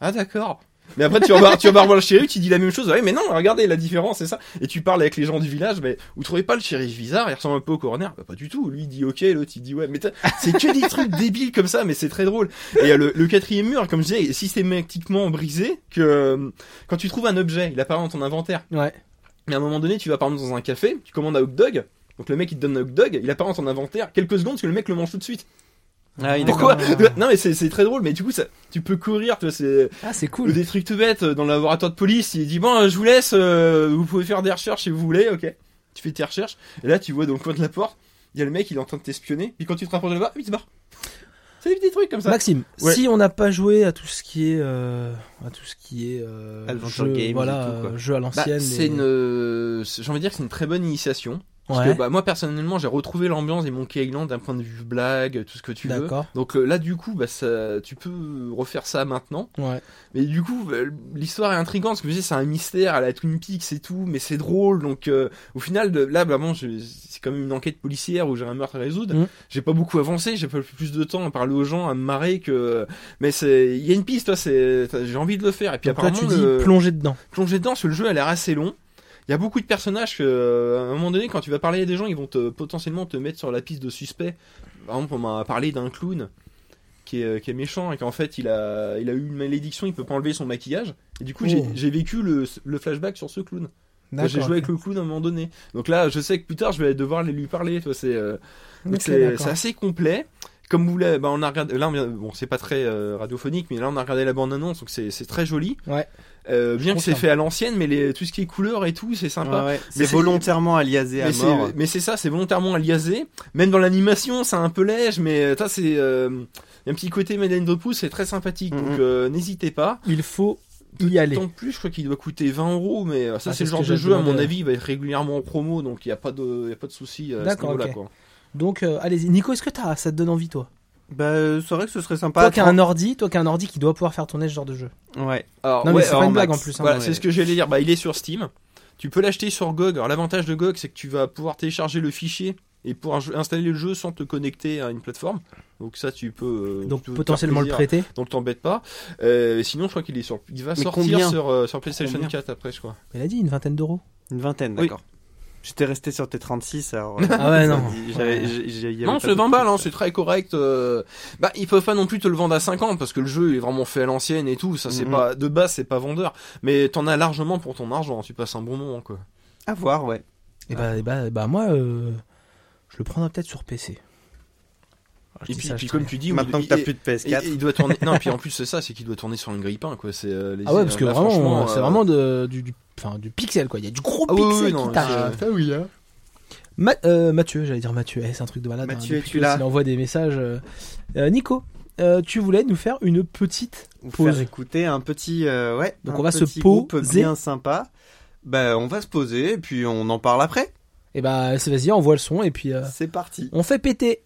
Ah d'accord. Mais après tu vas voir, tu vas voir le shérif, tu dis la même chose, ouais mais non, regardez la différence, c'est ça. Et tu parles avec les gens du village, mais vous trouvez pas le shérif bizarre, il ressemble un peu au coroner Bah pas du tout, lui il dit ok, l'autre il dit ouais, mais t'as- c'est que des trucs débiles comme ça, mais c'est très drôle. Et il y a le, le quatrième mur, comme je disais, est systématiquement brisé, que euh, quand tu trouves un objet, il apparaît dans ton inventaire. Ouais. Mais à un moment donné, tu vas par exemple dans un café, tu commandes un hot dog, donc le mec il te donne un hot dog, il apparaît dans ton inventaire quelques secondes parce que le mec le mange tout de suite. Ah, il est- Pourquoi Non mais c'est c'est très drôle, mais du coup ça, tu peux courir, tu vois, c'est Ah, c'est le cool. des trucs tout bêtes euh, dans le laboratoire de police, il dit bon euh, je vous laisse, euh, vous pouvez faire des recherches si vous voulez, ok. Tu fais tes recherches, et là tu vois dans le coin de la porte, il y a le mec il est en train de t'espionner, puis quand tu te rapproches de là-bas, il se barre. C'est des petits trucs comme ça. Maxime, Ouais. si on n'a pas joué à tout ce qui est, euh, à tout ce qui est euh, Adventure jeu, games et voilà, tout, quoi. euh, jeu à Bah, l'ancienne. c'est et- une, euh, c'est- j'ai envie de dire que c'est une très bonne initiation. Parce Ouais. que bah, moi personnellement, j'ai retrouvé l'ambiance des Monkey Island d'un point de vue blague, tout ce que tu veux. D'accord. Donc euh, là, du coup, bah, ça, tu peux refaire ça maintenant. Ouais. Mais du coup, bah, l'histoire est intrigante parce que je sais, c'est un mystère à la Twin Peaks et tout, mais c'est drôle. Donc euh, au final, de- là, bah, bon, je- c'est quand même une enquête policière où j'ai un meurtre à résoudre. Mhm. J'ai pas beaucoup avancé, j'ai pas plus de temps à parler aux gens, à me marrer que. Mais c'est, il y a une piste, toi, c'est, j'ai envie de le faire. Et puis Donc là, apparemment, euh, tu dis le- plonger dedans. plonger dedans parce que le jeu a l'air assez long. Il y a beaucoup de personnages que, euh, à un moment donné, quand tu vas parler à des gens, ils vont te, potentiellement te mettre sur la piste de suspect. Par exemple, on m'a parlé d'un clown qui est, euh, qui est méchant et qu'en fait, il a, il a eu une malédiction, il peut pas enlever son maquillage. Et du coup, j'ai- Oh. j'ai vécu le, le flashback sur ce clown. D'accord. J'ai joué avec le clown à un moment donné. Donc là, je sais que plus tard, je vais devoir aller lui parler. tu vois, C'est euh, Ok, donc c'est d'accord. c'est assez complet. Comme vous l'avez, bah on a regardé, là, on vient- bon, c'est pas très euh, radiophonique, mais là, on a regardé la bande-annonce, donc c'est c'est très joli. Ouais. Euh, bien que c'est confirme. fait à l'ancienne, mais les, tout ce qui est couleur et tout, c'est sympa. Ouais, ouais. Mais C'est c'est- volontairement aliasé à Mais mort. c'est, mais c'est ça, c'est volontairement aliasé. Même dans l'animation, c'est un peu lège, mais ça, c'est euh, il y a un petit côté Madeleine de Proust, c'est très sympathique. Mm-hmm. Mhm. Donc euh, n'hésitez pas. Il faut y aller. Tant plus, je crois qu'il doit coûter 20 euros, mais euh, ça, Ah, c'est c'est le ce genre que de j'ai jeu, à mon demandé. avis, il va être régulièrement en promo, donc il n'y a pas de, il y a pas de souci euh, à ce D'accord, niveau-là. ok. quoi. Donc euh, allez-y. Nico, est-ce que t'as, ça te donne envie toi Bah, euh, c'est vrai que ce serait sympa. Toi qui as un ordi, toi qui as un ordi qui doit pouvoir faire tourner ce genre de jeu. Ouais. Alors, Non, mais ouais, c'est pas alors, une blague, Max, en plus, hein, Voilà, ouais. c'est ce que j'allais dire. Bah, il est sur Steam. Tu peux l'acheter sur GOG. Alors, l'avantage de GOG, c'est que tu vas pouvoir télécharger le fichier et pouvoir jou- installer le jeu sans te connecter à une plateforme. Donc, ça, tu peux. euh, Donc te faire potentiellement le plaisir. prêter. Donc, t'embête pas. Euh, sinon, je crois qu'il est sur. Il va Mais sortir combien sur, euh, sur PlayStation Combien 4 après, je crois. Elle a dit une vingtaine d'euros. Une vingtaine, Oui. d'accord. J'étais resté sur tes 36, alors. euh, Ah ouais, non. J'avais- j'ai- j'ai- il y avait Non, pas c'est de 20 balles, hein, trucs. c'est très correct. euh, Bah, ils peuvent pas non plus te le vendre à 50 parce que le jeu est vraiment fait à l'ancienne et tout. Ça, c'est Mhm. pas de base, c'est pas vendeur. Mais t'en as largement pour ton argent. Tu passes un bon moment, quoi. À voir, ouais. Et bah, et bah, et bah, moi, euh, je le prendrai peut-être sur PC. Alors, je Et dis puis, ça, puis je comme te- tu dis, Maintenant oui, que t'as et- plus de et- PS4. et il doit tourner. non, puis en plus c'est ça, c'est qu'il doit tourner sur une grille pain quoi. C'est euh, les- Ah ouais, parce que là, vraiment, franchement, euh, c'est euh, vraiment de- du, du, enfin, du pixel quoi. Il y a du gros Ah oui, pixel oui, qui non, t'arrive. c'est- hein. Ma- euh, Mathieu, j'allais dire Mathieu, Eh, c'est un truc de malade. Mathieu, depuis es-tu que là Il envoie des messages. euh. Euh, Nico, euh, tu voulais nous faire une petite. Vous Pause. faire écouter un petit, euh, ouais, Donc un on va se petit groupe poser. bien sympa. Bah, on va se poser et puis on en parle après. Et bah, c'est vas-y, envoie le son et puis euh, C'est parti. on fait péter.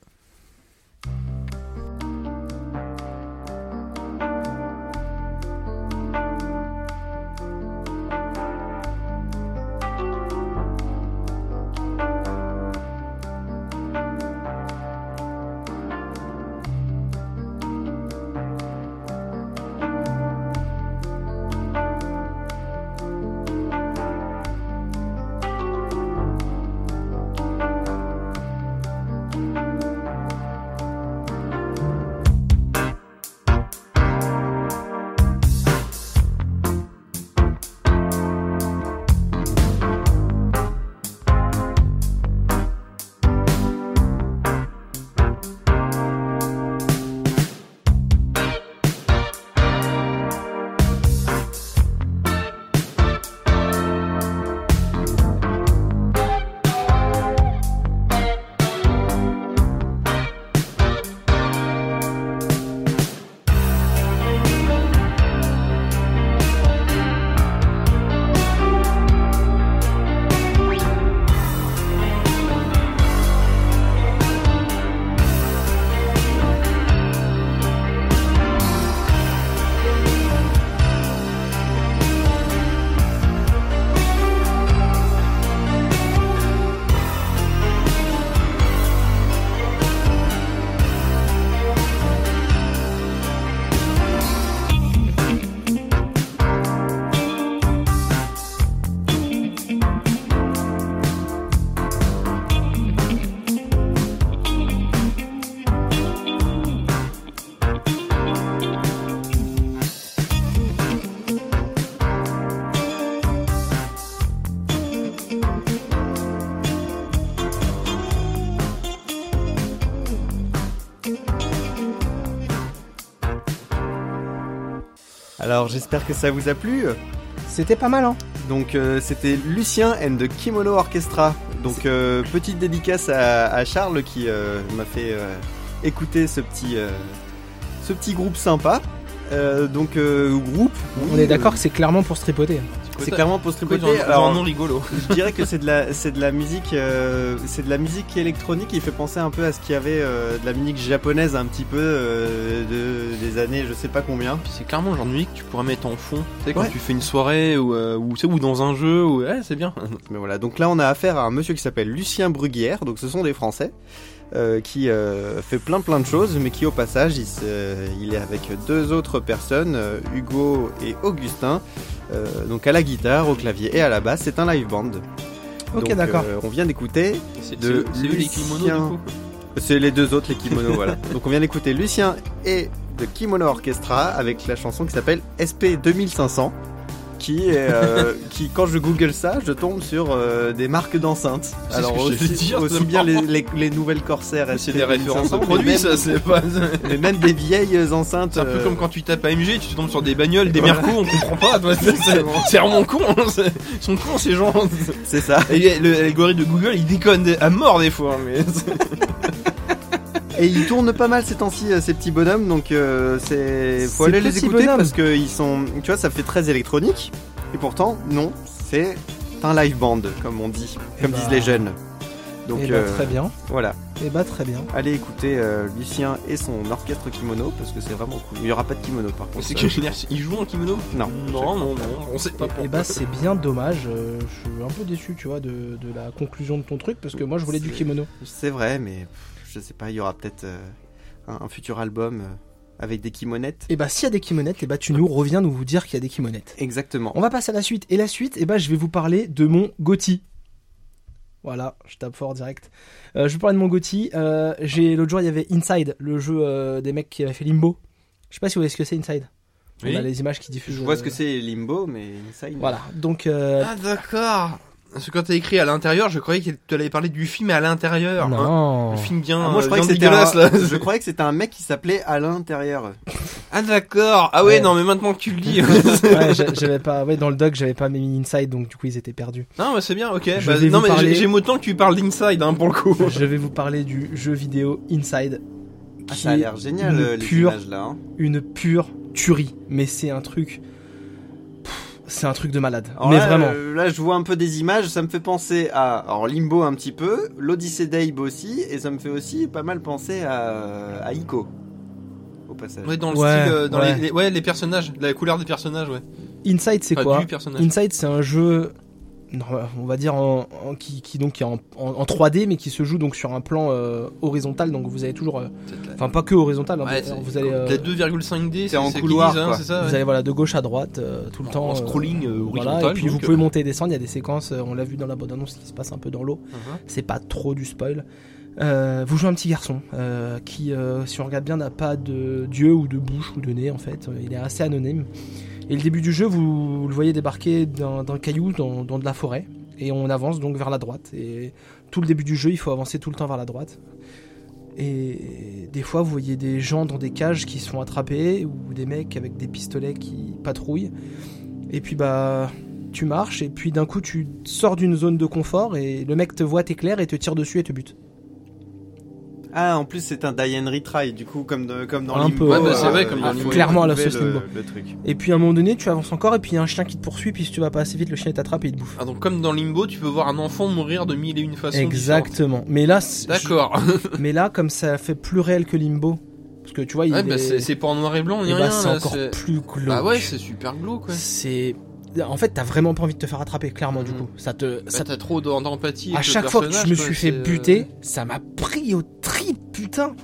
Alors, j'espère que ça vous a plu. C'était pas mal, hein Donc euh, c'était Lucien and the Kimono Orchestra. Donc euh, petite dédicace à, à Charles qui euh, m'a fait euh, écouter ce petit, euh, ce petit groupe sympa. Euh, donc euh, groupe, On oui, est d'accord que c'est clairement pour se tripoter. euh, c'est clairement pour Pourquoi ils ont- stripoter. ils ont un nom Alors euh, rigolo. je dirais que c'est de la, c'est de la musique, euh, c'est de la musique électronique qui fait penser un peu à ce qu'il y avait euh, de la musique japonaise un petit peu euh, de, des années, je sais pas combien. Puis c'est clairement le genre de musique que tu pourrais mettre en fond. Tu sais, quand Ouais. tu fais une soirée ou, euh, ou, tu sais, ou dans un jeu, ou, ouais, c'est bien. Mais voilà, donc là on a affaire à un monsieur qui s'appelle Lucien Bruguière, donc ce sont des Français, euh, qui euh, fait plein plein de choses, mais qui au passage il, se- il est avec deux autres personnes, euh, Hugo et Augustin, euh, donc à la guitare, au clavier et à la basse, c'est un live band. Ok, Donc, d'accord. euh, on vient d'écouter, C'est De c'est- c'est eux les kimonos Lucien. du coup. c'est les deux autres, les kimonos, voilà. Donc on vient d'écouter Lucien et de Kimono Orchestra avec la chanson qui s'appelle SP 2500. Qui, est, euh, qui, quand je google ça, je tombe sur euh, des marques d'enceintes. C'est ce Alors, que j'allais aussi, dire, aussi c'est bien les, marrant. les, les nouvelles Corsair C'est SP des références de 2500, mais produits, même- ça, c'est pas. Mais même des vieilles enceintes. C'est un peu euh, comme quand tu tapes AMG, tu tombes sur des bagnoles, des voilà. Merco, on comprend pas. toi, c'est- C'est c'est vraiment con. hein, c'est- Ils sont cons ces gens. C'est ça. Et le- L'algorithme de Google, il déconne des- à mort des fois. hein, Mais Et ils tournent pas mal ces temps-ci, euh, ces petits bonhommes, donc euh, c'est faut Ces aller les petits écouter bonhommes. parce que ils sont, tu vois, ça fait très électronique. Et pourtant, non, c'est un live band, comme on dit, Eh comme bah. disent les jeunes. Donc et bah, euh, très bien. voilà, Et bah très bien. allez écouter euh, Lucien et son orchestre kimono parce que c'est vraiment cool. Il n'y aura pas de kimono par contre. C'est Euh, que je veux dire, ils jouent en kimono Non. Non, non, non, on sait pas. Et, pourquoi. et bah c'est bien dommage. euh, je suis un peu déçu, tu vois, de, de la conclusion de ton truc parce que moi je voulais du C'est- kimono. C'est vrai, mais pff, je sais pas, il y aura peut-être euh, un, un futur album euh, avec des kimonettes. Et bah s'il y a des kimonettes, et bah tu nous reviens nous vous dire qu'il y a des kimonettes. Exactement. On va passer à la suite. Et la suite, eh ben, je vais vous parler de mon Gotti. Voilà, je tape fort direct. Euh, je vais vous parler de mon Gotti. Euh, j'ai- L'autre jour, il y avait Inside, le jeu euh, des mecs qui avaient fait Limbo. Je sais pas si vous voyez ce que c'est Inside. Oui. On a les images qui diffusent. Je vois ce euh, que c'est Limbo, mais Inside. Voilà, donc euh, Ah, d'accord. Parce que quand t'as écrit à l'intérieur, je croyais que tu allais parler du film à l'intérieur. hein. non. Le film bien. Ah, moi, je euh, croyais, que bien c'était dégueulasse, un... là. je croyais que c'était un mec qui s'appelait à l'intérieur. Ah, d'accord. Ah, ouais, Ouais. non, mais maintenant que tu le dis. euh. ouais, j'a- j'avais pas, ouais, dans le doc, j'avais pas mis Inside, donc du coup, ils étaient perdus. non, mais c'est bien, ok. Je Bah, vais non, vous mais parler- j'ai- j'aime autant que tu parles d'inside, hein, pour le coup. Je vais vous parler du jeu vidéo Inside, Ah, Qui ça a l'air génial une euh, les pure- images là. hein. une pure tuerie. Mais c'est un truc, Pff, c'est un truc de malade. Alors Mais là, vraiment. euh, Là, je vois un peu des images, ça me fait penser à alors Limbo un petit peu, l'Odyssée d'Abe aussi, et ça me fait aussi pas mal penser à, à Ico. Au passage. Ouais, dans le Ouais, style, euh, dans ouais. Les, les- ouais, les personnages, la couleur des personnages, ouais. Inside, c'est Enfin, quoi du personnage. Inside, c'est un jeu, non, on va dire, en, en- qui, qui donc est en, en- en 3D, mais qui se joue donc sur un plan euh, horizontal. Donc vous avez toujours, euh, enfin pas que horizontal. hein, Ouais, vous- c'est- vous allez, euh, la 2,5D, c'est en c'est couloir, qu'ils disent, hein, quoi. c'est ça. vous ouais. allez voilà de gauche à droite euh, tout le En- temps. en euh, scrolling euh, voilà, horizontal. et puis vous donc, pouvez monter et descendre. Il y a des séquences, euh, on l'a vu dans la bande annonce, qui se passe un peu dans l'eau. Mhm. C'est pas trop du spoil. Euh, vous jouez un petit garçon euh, qui, euh, si on regarde bien, n'a pas de d'yeux ou de bouche ou de nez en fait. Euh, Il est assez anonyme. Et le début du jeu, vous, le voyez débarquer d'un d'un caillou dans, dans de la forêt. Et on avance donc vers la droite. Et tout le début du jeu, il faut avancer tout le temps vers la droite. Et des fois, vous voyez des gens dans des cages qui sont attrapés ou des mecs avec des pistolets qui patrouillent. Et puis bah, tu marches et puis d'un coup tu sors d'une zone de confort et le mec te voit, t'éclaire et te tire dessus et te bute. Ah, en plus, c'est un die and retry, du coup, comme, de- comme dans Un Limbo. peu, Ouais, bah, c'est euh, vrai, comme dans il faut Limbo. Clairement à la trouver sauce le- Limbo. le truc. Et puis à un moment donné tu avances encore et puis il y a un chien qui te poursuit puis si tu vas pas assez vite le chien il t'attrape et il te bouffe. Ah, donc, comme dans Limbo, tu peux voir un enfant mourir de mille et une façons. différentes. Exactement. Mais là, c'est- D'accord. mais là comme ça fait plus réel que Limbo parce que tu vois il Ouais, est... bah, c'est c'est pas en noir et blanc, ni eh rien. bah, c'est là, encore c'est- plus glauque. Ah ouais, c'est super glauque, ouais. C'est en fait t'as vraiment pas envie de te faire attraper clairement du Mhm. coup. Ça Bah, te ça t'as trop d'en- d'empathie. À avec le chaque fois que je personnage, me quoi, suis fait c'est, euh, buter, ça m'a pris au trip, putain.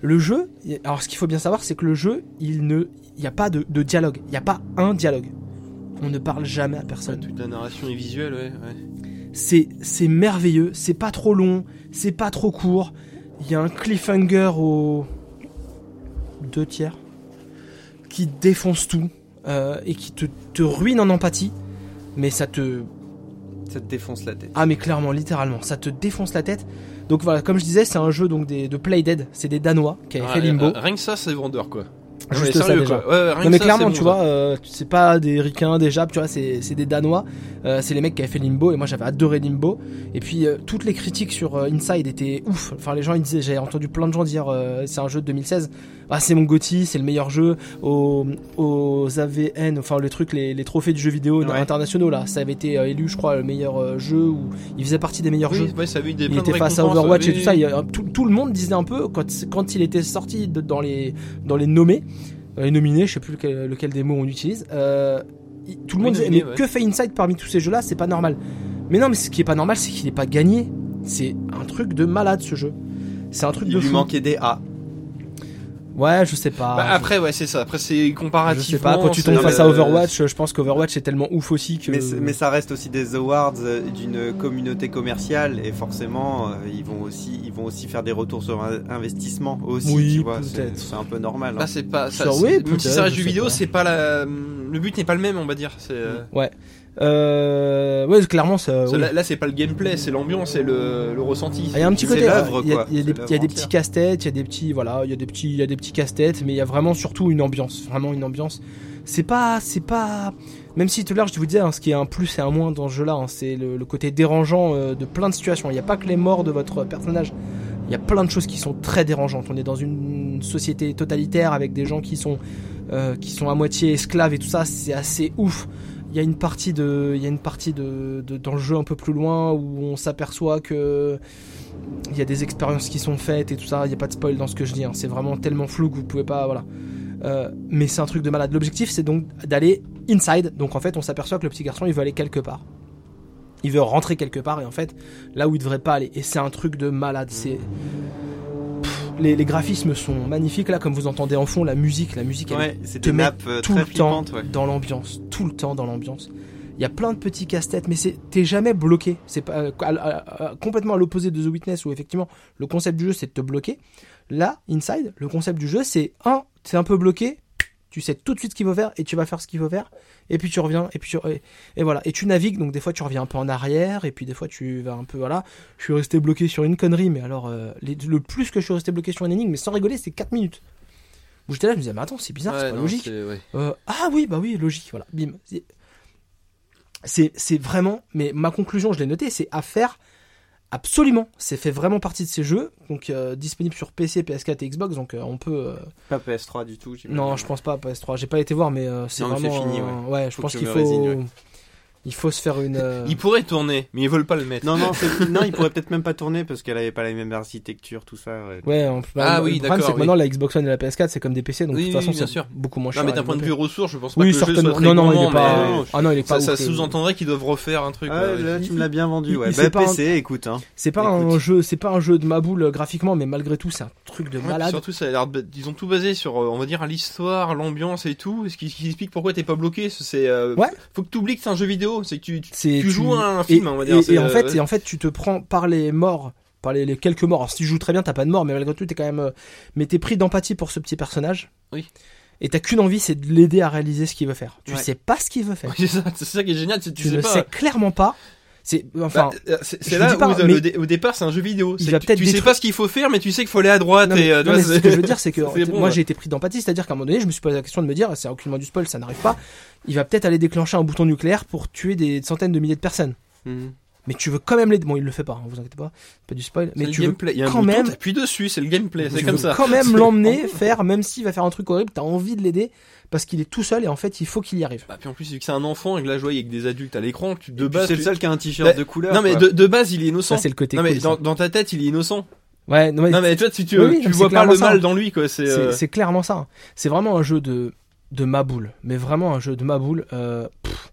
Le jeu, y- alors ce qu'il faut bien savoir, c'est que le jeu, il ne, il n'y a pas de, de dialogue, il n'y a pas un dialogue. On ne parle jamais à ouais, personne. toute la narration est visuelle, ouais. ouais. C'est, c'est merveilleux, c'est pas trop long, c'est pas trop court. Il y a un cliffhanger au deux tiers qui défonce tout euh, et qui te, te ruine en empathie, mais ça te, Ça te défonce la tête. ah mais clairement, littéralement, ça te défonce la tête. Donc voilà, comme je disais, c'est un jeu donc des, de Playdead, c'est des Danois qui avaient Ah, fait Limbo. euh, Rien que ça, c'est vendeur, quoi. Non, mais Juste ça sérieux, déjà. quoi. Ouais, ouais, rien Non que mais ça, clairement, c'est tu bon, ça. vois, euh, c'est pas des Ricains, des Japs, tu vois, c'est c'est des Danois. Euh, c'est les mecs qui avaient fait Limbo et moi j'avais adoré Limbo. Et puis euh, toutes les critiques sur euh, Inside étaient ouf. Enfin les gens ils disaient, j'ai entendu plein de gens dire euh, c'est un jeu de 2016. Ah c'est mon Gotti, c'est le meilleur jeu aux, aux AVN, enfin le truc les, les trophées du jeu vidéo Ouais. internationaux là. Ça avait été euh, élu je crois le meilleur euh, jeu ou il faisait partie des meilleurs jeux Oui, ouais, ça a eu des il plein de était face à récompenses, Overwatch oui, et tout ça. il y a- euh, tout, tout le monde disait un peu quand, quand il était sorti de- dans les dans les nommés, dans les nominés, je sais plus lequel, lequel des mots on utilise. euh, il- tout le Oui, monde disait nominé, mais ouais. que fait Inside parmi tous ces jeux-là C'est pas normal. Mais non, mais ce qui est pas normal, c'est qu'il n'est pas gagné. C'est un truc de malade ce jeu. C'est un truc Il de lui fou. manquait des A. Ouais, je sais pas. Bah, Je- après, ouais, c'est ça. Après, c'est je comparatif. hein, sais pas. Quand tu Bah, c'est- tombes non, face mais, à euh, Overwatch, je pense qu'Overwatch est tellement ouf aussi que. Mais, c'est- mais ça reste aussi des awards euh, d'une communauté commerciale et forcément euh, ils vont aussi ils vont aussi faire des retours sur un- investissement aussi Oui, tu vois c'est peut-être. c'est un peu normal hein. Là, c'est pas. Ça, Sur- c'est- oui, même si peut-être, ça reste je du sais vidéo, pas. c'est pas la. Le but n'est pas le même, on va dire. C'est. euh, Euh, ouais, clairement ça. c'est- oui. Là, là, c'est pas le gameplay, c'est l'ambiance, c'est le, le ressenti. Ah, Il y a un petit C'est côté. l'œuvre, il y a- quoi. Il y a C'est des, il y a des l'œuvre petits entière. casse-têtes, il y a des petits, voilà, il y a des petits, il y a des petits casse-têtes, mais il y a vraiment surtout une ambiance, vraiment une ambiance. C'est pas, c'est pas. Même si tout à l'heure je vous disais, hein, ce qui est un plus et un moins dans ce jeu-là, hein, c'est le, le côté dérangeant euh, de plein de situations. Il n'y a pas que les morts de votre personnage. Il y a plein de choses qui sont très dérangeantes. On est dans une société totalitaire avec des gens qui sont, euh, qui sont à moitié esclaves et tout ça. C'est assez ouf. Il il y a une partie de, il y a une partie de, de- dans le jeu un peu plus loin où on s'aperçoit que il y a des expériences qui sont faites et tout ça. Il n'y a pas de spoil dans ce que je dis. hein. C'est vraiment tellement flou que vous pouvez pas, voilà. Euh, mais c'est un truc de malade. L'objectif, c'est donc d'aller inside. Donc en fait, on s'aperçoit que le petit garçon, il veut aller quelque part. Il veut rentrer quelque part et en fait, là où il devrait pas aller. Et c'est un truc de malade. C'est Pff, les, les graphismes sont magnifiques là, comme vous entendez en fond, la musique, la musique elle est Ouais, c'est te des met maps euh, tout très le temps flippantes. Ouais. dans l'ambiance, tout le temps dans l'ambiance. Il y a plein de petits casse-têtes, mais c'est- t'es jamais bloqué. C'est pas euh, à- à- à- complètement à l'opposé de The Witness où effectivement le concept du jeu c'est de te bloquer. Là, Inside, le concept du jeu c'est un, t'es un peu bloqué, tu sais tout de suite ce qu'il faut faire et tu vas faire ce qu'il faut faire et puis tu reviens et puis tu et, et voilà et tu navigues donc des fois tu reviens un peu en arrière et puis des fois tu vas un peu voilà. Je suis resté bloqué sur une connerie, mais alors euh, les- le plus que je suis resté bloqué sur une énigme, mais sans rigoler, c'est 4 minutes. Où J'étais là, je me disais mais attends c'est bizarre, c'est pas logique. Euh, ah oui, bah oui, logique, voilà, bim. C'est- C'est c'est vraiment, mais ma conclusion, je l'ai notée, c'est à faire absolument. C'est fait vraiment partie de ces jeux, donc euh, disponible sur PC, PS4 et Xbox, donc euh, on peut. euh, Pas PS3 du tout. j'imagine. Non, je pense pas à PS3, j'ai pas été voir, mais euh, c'est Non, mais vraiment. c'est fini, ouais. euh, je Faut pense que je qu'il me faut. résigne, ouais. Il faut se faire une. euh, Il pourrait tourner, mais ils veulent pas le mettre. Non, non, c'est- non, il pourrait peut-être même pas tourner parce qu'elle avait pas la même architecture, tout ça. ouais. Ouais, en- bah, Ah le oui, problème, c'est que d'accord, maintenant la Xbox One et la PS4, c'est comme des PC, donc Oui, de toute oui, façon, bien c'est sûr. beaucoup moins cher. Non, mais à d'un point de vue développer. ressources, je pense pas Oui, que le jeu soit certainement. très Non, non, il gourmand, est pas. mais Ah non, il est pas. Ça, ça ouf, et- sous-entendrait qu'ils doivent refaire un truc. euh, Ah, ouais. là, tu me l'as bien vendu, bah, il- ouais. il Bah, sait pas un- PC, écoute, hein. C'est pas un Écoute. jeu, c'est pas un jeu de ma boule euh, graphiquement, mais malgré tout, c'est un truc de Ouais, puis malade. surtout, ça a l'air de- ils ont tout basé sur, euh, on va dire, l'histoire, l'ambiance et tout. Ce qui, ce qui explique pourquoi t'es pas bloqué. C'est, euh, Ouais. faut que tu oublies que c'est un jeu vidéo. C'est que tu, tu, C'est- tu joues à un et, film, on va dire. et- c'est, et en euh, fait, ouais. et en fait, tu te prends par les morts, par les, les quelques morts. Alors, si tu joues très bien, t'as pas de mort, mais malgré tout, t'es quand même. euh, Mais t'es pris d'empathie pour ce petit personnage. Oui. Et t'as qu'une envie, c'est de l'aider à réaliser ce qu'il veut faire. Tu Ouais. sais pas ce qu'il veut faire. Ouais, c'est ça, c'est ça qui est génial. c'est que tu, tu sais ne pas. sais clairement pas. C'est enfin. Bah, euh, c'est je c'est là dis pas, où le- mais- le dé- au départ c'est un jeu vidéo. Il C'est va que tu peut-être tu sais détruire- pas ce qu'il faut faire, mais tu sais qu'il faut aller à droite. Non, mais- et, euh, non, tu mais vois, ce que je veux dire, c'est que c'est bon, moi ouais. j'ai été pris d'empathie, c'est-à-dire qu'à un moment donné, je me suis posé la question de me dire, c'est aucunement du spoil, ça n'arrive pas. Il va peut-être aller déclencher un bouton nucléaire pour tuer des centaines de milliers de personnes. Mmh. Mais tu veux quand même les. Bon, il le fait pas, hein, vous inquiétez pas, c'est pas du spoil. C'est Mais le tu veux gameplay. Il y a un quand bouton, même- t'appuies dessus, c'est le gameplay, c'est Tu comme veux ça. quand même l'emmener faire, même s'il va faire un truc horrible, t'as envie de l'aider parce qu'il est tout seul et en fait il faut qu'il y arrive. Bah, puis en plus, vu que c'est un enfant et que là, je vois, il y a que des adultes à l'écran, tu, de Et puis, base. c'est tu- le seul qui a un t-shirt Bah, de couleur. Non, mais quoi. de, de base, il est innocent. Ça Bah, c'est le côté Non, mais cool, dans, ça. dans ta tête, il est innocent. Ouais, non, mais Non, mais tu vois, si tu, Oui, oui, tu non, vois c'est pas le clairement mal ça. dans lui, quoi. C'est. c'est euh, c'est clairement ça. hein. C'est vraiment un jeu de de ma boule, mais vraiment un jeu de ma boule. euh, pff.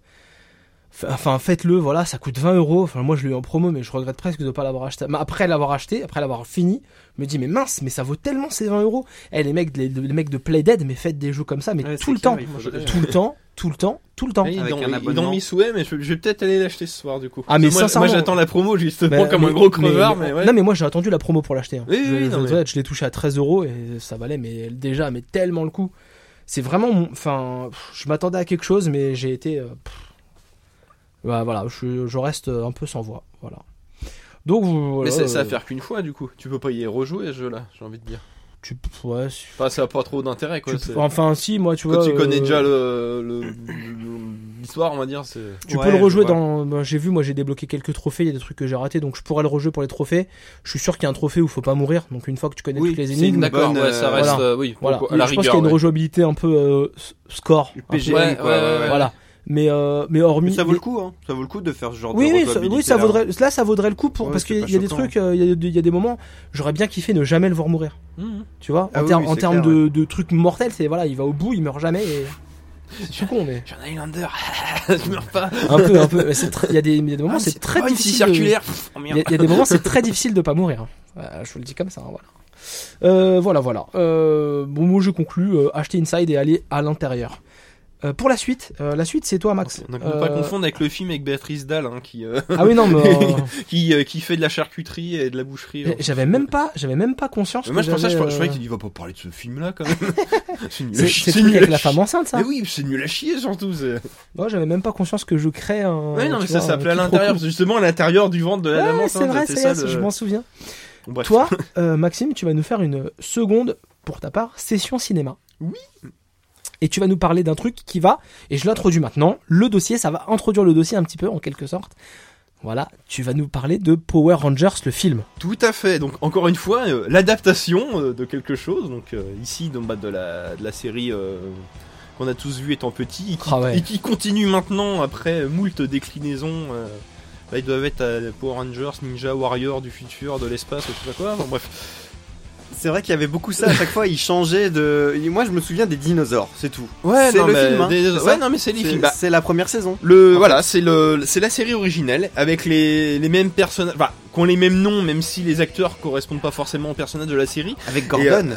F- Enfin, faites-le, voilà, ça coûte 20 euros. Enfin, moi, je l'ai eu en promo, mais je regrette presque de ne pas l'avoir acheté. Mais Après l'avoir acheté, après l'avoir fini, je me dis, mais mince, mais ça vaut tellement ces 20 euros. Eh, les mecs, les, les mecs de Playdead, mais faites des jeux comme ça, mais Ouais, tout le c'est clair, temps. il faut- Moi, je- Tout le temps, tout le temps, tout le temps. il est Avec dans- un il est abonnement. dans mes souhaits, mais je, je vais peut-être aller l'acheter ce soir du coup. Ah, mais moi, moi sincèrement- j'attends la promo justement Bah, comme un mais- gros crevard, mais, mais- ouais. Non, mais moi j'ai attendu la promo pour l'acheter. hein. Oui, oui, je oui, non, je- mais- je l'ai touché à 13 euros et ça valait, mais déjà, mais tellement le coup. C'est vraiment. mon- Enfin, pff, je m'attendais à quelque chose, mais j'ai été. euh, pff. Bah, voilà, je, je reste euh, un peu sans voix. Voilà. Donc, vous- Mais voilà, c'est- ça euh, va faire qu'une fois du coup. Tu peux pas y rejouer à ce jeu là, j'ai envie de dire. tu- pff, ouais, si- Enfin, ça a pas trop d'intérêt quoi. tu- c'est- enfin, si, moi, tu Quand vois. tu connais euh, déjà le, le- le- l'histoire, on va dire, c'est. Tu Ouais, peux le je rejouer vois. dans. ben, j'ai vu, moi j'ai débloqué quelques trophées, il y a des trucs que j'ai ratés, donc je pourrais le rejouer pour les trophées. Je suis sûr qu'il y a un trophée où faut pas mourir, donc une fois que tu connais Oui, toutes les c'est énigmes. une D'accord, bonne, ouais, ça euh, reste, voilà. euh, oui, Voilà. pourquoi- à la je rigueur. pense qu'il y a une ouais. rejouabilité un peu euh, s- score. un peu. PGM, Ouais, quoi, ouais, ouais, ouais. ouais. Voilà. Mais, euh, mais hormis. Mais ça vaut le coup, hein. Ça vaut le coup de faire ce genre Oui, de oui, ça, oui, ça rejouabilité-là. vaudrait, là, ça vaudrait le coup pour, Ouais, parce c'est qu'il pas y a des choquant. trucs, euh, il y a des- il y, a des moments, j'aurais bien kiffé ne jamais le voir mourir. Mhm. Tu vois, Ah en, oui, termes- oui, en c'est termes clair, de, de trucs mortels, c'est voilà, il va au bout, il meurt jamais et. C'est tout con, mais. Je suis un Highlander, je meurs pas. Un peu, un peu. mais c'est très- Il y a des, il y a des moments, Ah, c'est très pas une scie difficile. de- circulaire. pff, oh, Il y, merde. a- il y a des moments, c'est très difficile de pas mourir. hein. Euh, je vous le dis comme ça, hein, voilà. Euh, voilà, voilà. Euh, bon, moi je conclus, euh, acheter Inside et aller à l'intérieur. Euh, pour la suite, euh, la suite c'est toi Max. On ne Euh, pas confondre avec le film avec Béatrice Dalle hein, qui, euh, Ah oui non mais euh, qui, euh, qui fait de la charcuterie et de la boucherie. mais hein. j'avais même pas, j'avais même pas conscience. Mais moi que je pensais, je, j'avais, je euh, croyais qu'il dit, va pas parler de ce film là quand même. c'est nul à c'est- chier, C'est c'est le truc nul avec à la chier. femme enceinte ça. Mais oui, c'est nul à chier surtout. c'est- Moi j'avais même pas conscience que je crée un. Ouais, non, mais tu ça vois, un s'appelait à petit l'intérieur, croquis. parce que justement à l'intérieur du ventre de la dame Ouais, enceinte, c'est vrai, c'était c'est ça, vrai, le- je m'en souviens. Bon, bref. Toi, euh, Maxime, tu vas nous faire une seconde, pour ta part, session cinéma. Oui. Et tu vas nous parler d'un truc qui va, et je l'introduis maintenant, le dossier, ça va introduire le dossier un petit peu en quelque sorte. Voilà, tu vas nous parler de Power Rangers, le film. Tout à fait. Donc encore une fois, euh, l'adaptation euh, de quelque chose. Donc euh, ici, donc, bah, de, la, de la série euh, qu'on a tous vu étant petit, et qui, Ah ouais. et qui continue maintenant après moult déclinaisons. euh, là, ils doivent être euh, Power Rangers, Ninja Warrior du futur, de l'espace, ou je sais pas quoi. Enfin, bref, C'est vrai qu'il y avait beaucoup ça à chaque fois. Ils changeaient de. Moi, je me souviens des dinosaures, c'est tout. ouais, c'est non, le mais film. hein, des- c'est ça ouais, non, mais c'est les C'est- films. Bah, c'est la première saison. Le voilà, c'est le c'est la série originelle avec les, les mêmes personnages, enfin, qui ont les mêmes noms, même si les acteurs correspondent pas forcément aux personnages de la série. Avec Gordon.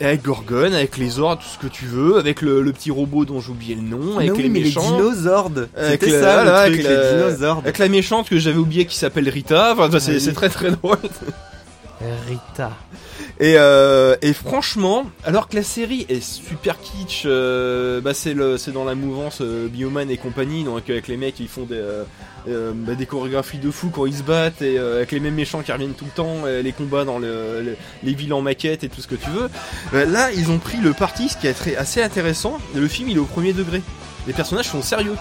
Et avec Gorgon, avec les Zords, tout ce que tu veux, avec le, le petit robot dont j'ai oublié le nom, Ah, Mais avec oui, les mais les méchants. dinosaures. Avec C'était le- ça, voilà, le truc, avec les le- dinosaures. Avec la méchante que j'avais oublié qui s'appelle Rita, enfin, c'est Ah, Oui. c'est très très drôle. Rita. Et, euh, et franchement, alors que la série est super kitsch, euh, bah c'est le c'est dans la mouvance euh, Bioman et compagnie, donc avec les mecs ils font des euh, euh, bah, des chorégraphies de fou quand ils se battent et euh, avec les mêmes méchants qui reviennent tout le temps, et les combats dans le, le- les villes en maquette et tout ce que tu veux. Euh, là ils ont pris le parti, ce qui est très- assez intéressant. Le film il est au premier degré. Les personnages sont sérieux.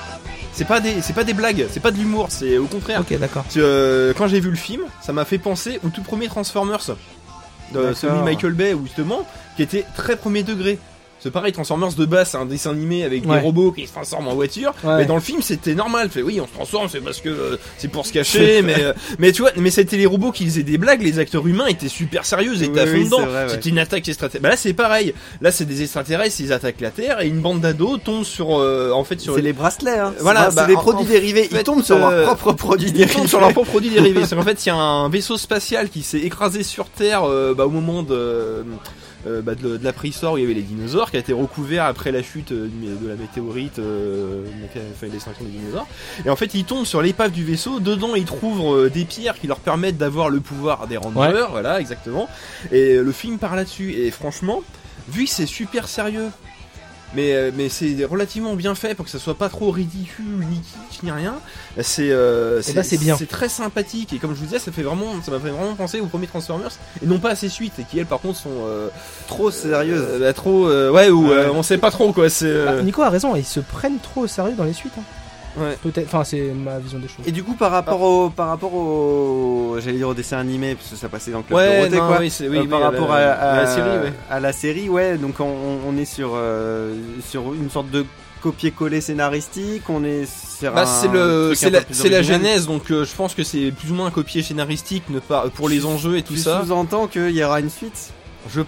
C'est pas des c'est pas des blagues, c'est pas de l'humour, c'est au contraire. Ok, d'accord. Parce que, euh, quand j'ai vu le film, ça m'a fait penser au tout premier Transformers. De D'accord. celui de Michael Bay, où, justement, qui était très premier degré. C'est pareil, Transformers de base, c'est un dessin animé avec Ouais. des robots qui se transforment en voiture. Ouais. Mais dans le film, c'était normal. Fait, oui, on se transforme, c'est parce que euh, c'est pour se cacher. mais, euh, mais tu vois, mais c'était les robots qui faisaient des blagues. Les acteurs humains étaient super sérieux, ils étaient Oui, à fond oui, dedans. c'est vrai, ouais. C'était une attaque extraterrestre. Bah là, c'est pareil. Là, c'est des extraterrestres, ils attaquent la Terre et une bande d'ados tombe sur, euh, en fait, sur C'est les bracelets, hein. Voilà, c'est bah, des en- produits en dérivés. Ils fait, tombent sur euh, leurs propres produits ils dérivés. tombent sur leurs propres produits dérivés. C'est qu'en fait, il y a un vaisseau spatial qui s'est écrasé sur Terre euh, bah, au moment de, euh, bah, de, de la préhistoire où il y avait les dinosaures, qui a été recouvert après la chute euh, du- de la météorite, euh, donc, euh, enfin, l'extinction des dinosaures. Et en fait, ils tombent sur l'épave du vaisseau. Dedans, ils trouvent euh, des pierres qui leur permettent d'avoir le pouvoir des rangers. Ouais. Voilà, exactement. Et euh, le film part là-dessus. Et franchement, vu que c'est super sérieux. Mais, euh, mais c'est relativement bien fait pour que ça soit pas trop ridicule, ni kitsch, ni rien. C'est euh, bah, c'est bien. c'est très sympathique et comme je vous disais, ça fait vraiment, ça m'a fait vraiment penser aux premiers Transformers et non pas à ses suites et qui elles par contre sont euh, trop sérieuses. euh, bah, trop, euh, ouais ou Ouais. euh, on sait pas trop quoi. C'est euh, Bah, Nico a raison, ils se prennent trop au sérieux dans les suites. hein. Ouais. Peut-être, enfin, c'est ma vision des choses. Et du coup, par ah. rapport au, par rapport au, j'allais dire au dessin animé, parce que ça passait dans le club ouais, Dorothée, non, quoi. oui, c'est- oui, Euh, oui, par rapport à, la, à- la série, ouais. à la série, ouais. Donc on- on, on est sur euh, sur une sorte de copier-coller scénaristique. On est sur Bah, un c'est le, truc c'est un la, peu plus c'est la original. genèse, donc euh, je pense que c'est plus ou moins copié scénaristique, ne pas pour les enjeux et tout Tu ça. sous-entends qu'il y aura une suite. Je,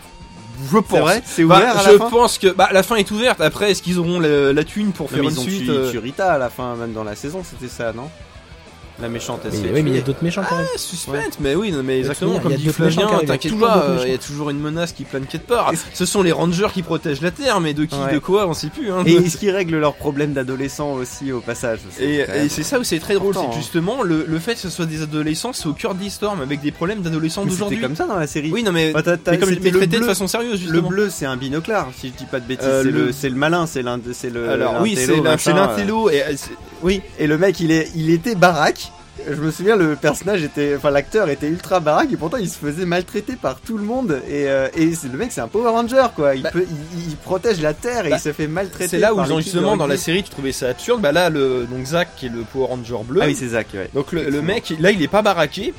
je pense. C'est vrai, c'est Bah, ouvert à la je fin. pense que bah, la fin est ouverte. Après, est-ce qu'ils auront le- la thune pour Non, faire mais une ils ont suite tué, euh, tué Rita à la fin, même dans la saison, c'était ça, non La méchante. elle Mais se fait oui, mais il y a tuer. d'autres méchants quand même. Ah, suspense, mais oui, non, mais exactement, finir, il comme y a dit d'autres méchants Flavien, qui arrivent, t'inquiète il y a toujours pas, d'autres euh, il y a méchants. toujours une menace qui plane quelque part. Ce sont les rangers qui protègent la Terre, mais de qui, Ouais. de quoi, on sait plus. Hein. Et est-ce qu'ils règlent leurs problèmes d'adolescents aussi au passage Et, C'est quand même- et c'est ça où c'est très drôle, c'est important, que hein. justement le, le fait que ce soit des adolescents, c'est au cœur des storms avec des problèmes d'adolescents Mais C'était d'aujourd'hui. comme ça dans la série. Oui, non, mais, Bah, t'as- t'as- mais comme je c'était l'ai le traité de bleu. façon sérieuse, Le justement. bleu, c'est un binoclard, si je dis pas de bêtises. Euh, c'est le- le, c'est le malin, c'est l'un, de- c'est le. Alors, oui, euh, l'intello, c'est l'in- c'est machin, euh. l'intello, et euh, c'est- oui, Et le mec, il est, il était baraque. Je me souviens, le personnage était, enfin l'acteur était ultra baraque et pourtant il se faisait maltraiter par tout le monde. Et, euh, et c'est- le mec, c'est un Power Ranger quoi. Il Bah. peut, il, il protège la terre et Bah, il se fait maltraiter. c'est là où par genre, l'équipe de justement dans la rugby. série tu trouvais ça absurde. Bah là, le, donc Zach qui est le Power Ranger bleu, Ah oui, c'est Zach. Ouais. Donc le, le mec, là, il est pas baraqué.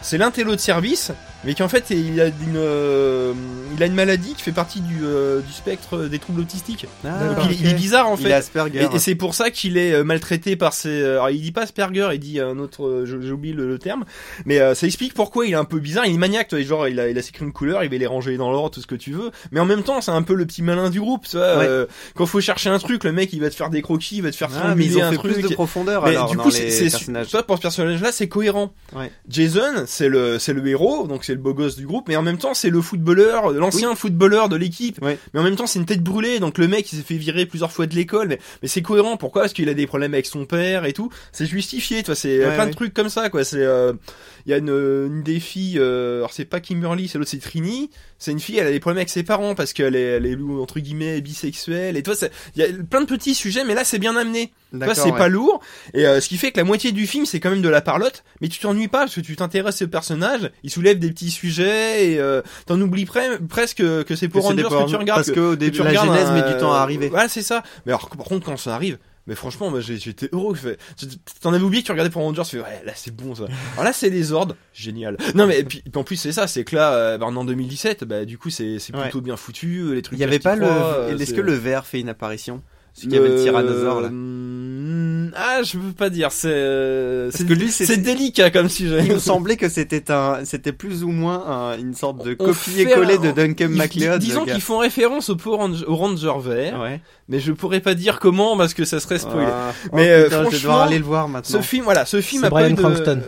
C'est l'intello de service, mais qui en fait, il a une, euh, il a une maladie qui fait partie du, euh, du spectre des troubles autistiques. Ah, Donc il, est- ok. il est bizarre en Il est fait. Asperger. Et, et c'est pour ça qu'il est euh, maltraité par ses. euh, Alors il dit pas Asperger, il dit un autre. euh, je- J'ai oublié le, le terme, mais euh, ça explique pourquoi il est un peu bizarre. Il est maniaque, toi. Genre il a, il a ses crimes couleur, il va les ranger dans l'ordre, tout ce que tu veux. Mais en même temps, c'est un peu le petit malin du groupe. Tu vois, Ouais. euh, quand faut chercher un truc, le mec il va te faire des croquis, il va te faire Ah, mais ils formuler ont un fait truc. plus de profondeur Mais alors du dans coup, les c'est c'est- personnages. toi, pour ce personnage-là, c'est cohérent. Ouais. Jason, c'est le, c'est le héros, donc c'est le beau gosse du groupe, mais en même temps, c'est le footballeur, l'ancien footballeur de l'équipe. Ouais. Mais en même temps, c'est une tête brûlée, donc le mec, il s'est fait virer plusieurs fois de l'école, mais, mais c'est cohérent. Pourquoi Parce qu'il a des problèmes avec son père et tout. C'est justifié, toi. C'est Ouais, plein ouais. de trucs comme ça, quoi. C'est, euh, il y a une, une des filles, euh, alors c'est pas Kimberly, c'est l'autre, c'est Trini. C'est une fille, elle a des problèmes avec ses parents parce qu'elle est, elle est entre guillemets bisexuelle. Et toi, c'est- il y a plein de petits sujets, mais là, c'est bien amené. Tu vois, D'accord, c'est ouais. pas lourd. Et euh, ce qui fait que la moitié du film, c'est quand même de la parlotte. Mais tu t'ennuies pas parce que tu t'intéresses au personnage. Il soulève des petits sujets et euh, t'en oublies pre- presque que c'est Que pour c'est des Rangers Power que tu regardes. Parce qu'au début, tu la regardes euh, genèse un- met du temps à arriver. Voilà, c'est ça. Mais alors, par contre, quand ça arrive. Mais franchement, moi, j'ai- j'étais heureux. que fait- T'en avais oublié que tu regardais pour Rangers, tu fais ouais, là c'est bon ça. Alors là c'est les ordres, génial. Non mais et puis, en plus c'est ça, c'est que là, euh, bah, en 2017, bah du coup c'est c'est Ouais. plutôt bien foutu, les trucs. Il y avait Cast qui pas le. croient, euh, Est-ce c'est- que le verre fait une apparition Celui qui avait le tyrannosaure, là. Hmm, Ah, je peux pas dire. C'est euh, Parce c'est- que lui, c'est- c'est délicat comme sujet. Il me semblait que c'était un, c'était plus ou moins un- une sorte de On copier fait coller un- de Duncan Ils- MacLeod. dis- disons le gars. qu'ils font référence au, Power Ranger- au Ranger vert, Ouais. mais je pourrais pas dire comment parce que ça serait spoilé. Ah, Mais, oh, euh, putain, je vais devoir franchement, aller le voir maintenant. ce film, voilà, ce film C'est a pas Bryan eu de- Cranston.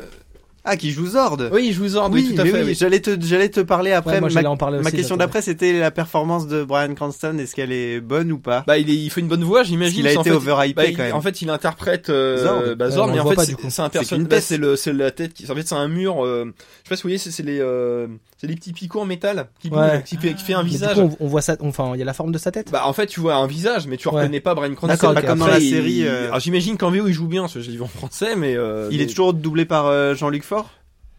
Ah, qui joue Zord. Oui, je vous ordre, Oui, tout à mais fait. oui, oui. j'allais te, j'allais te parler après. moi, ma j'allais en parler ma aussi, question j'attendais. d'après, c'était la performance de Brian Cranston. Est-ce qu'elle est bonne ou pas Bah, il, est- il fait une bonne voix, Parce j'imagine. qu'il a parce qu'en été fait, overhypé bah, il- quand même. En fait, il interprète euh, Zord. bah, Zord, Ouais, on mais le en voit fait, pas, c'est- du coup. c'est un C'est personnage. Clint bah, Eastwood. C'est le, c'est la tête qui. En fait, c'est un mur. euh, je sais pas si vous voyez, c'est c'est les, euh, c'est les petits picots en métal qui, bougent, Ouais. qui, fait- qui fait un Mais du visage. coup, on, on voit ça, enfin, il y a la forme de sa tête. Bah en fait tu vois un visage mais tu Ouais. reconnais pas Brian Cranston. D'accord, Pas ok. comme dans Après, la il- série. euh, Alors j'imagine qu'en VO il joue bien, parce que je l'ai vu en français mais euh, Il mais- est toujours doublé par euh, Jean-Luc Fort.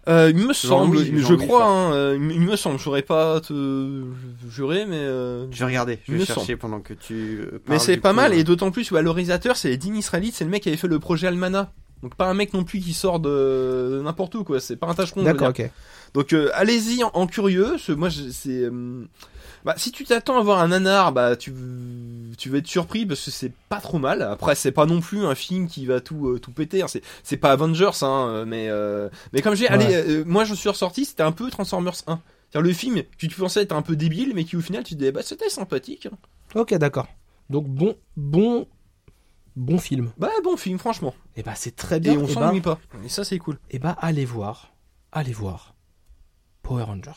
Euh, il me semble, je Jean-Louis, Jean-Louis, crois, hein, euh, il me semble, je saurais pas te jurer, mais euh, Je vais regarder. Il Je vais me chercher pendant que tu. euh, mais parles c'est du pas coup, mal euh, et d'autant plus ouais, le réalisateur c'est Dean Israelite, c'est le mec qui avait fait le projet Almana. Donc pas un mec non plus qui sort de, de n'importe où quoi, c'est pas un tâcheron. je veux D'accord, dire. ok. Donc euh, allez-y en, en curieux, ce- moi je- c'est euh, bah, si tu t'attends à voir un nanar, bah tu tu vas être surpris parce que c'est pas trop mal. Après c'est pas non plus un film qui va tout euh, tout péter, hein. c'est c'est pas Avengers hein, euh, mais euh, mais comme j'ai Ouais. allez euh, moi je suis ressorti, c'était un peu Transformers 1. C'est-à-dire le film que tu pensais être un peu débile mais qui au final tu te dis bah c'était sympathique. hein. Ok, d'accord. Donc, bon, bon, bon film. Bah bon film franchement Et bah, c'est très bien. et on Eh s'ennuie pas. ben, Et ça c'est cool. et bah allez voir, allez voir Power Rangers.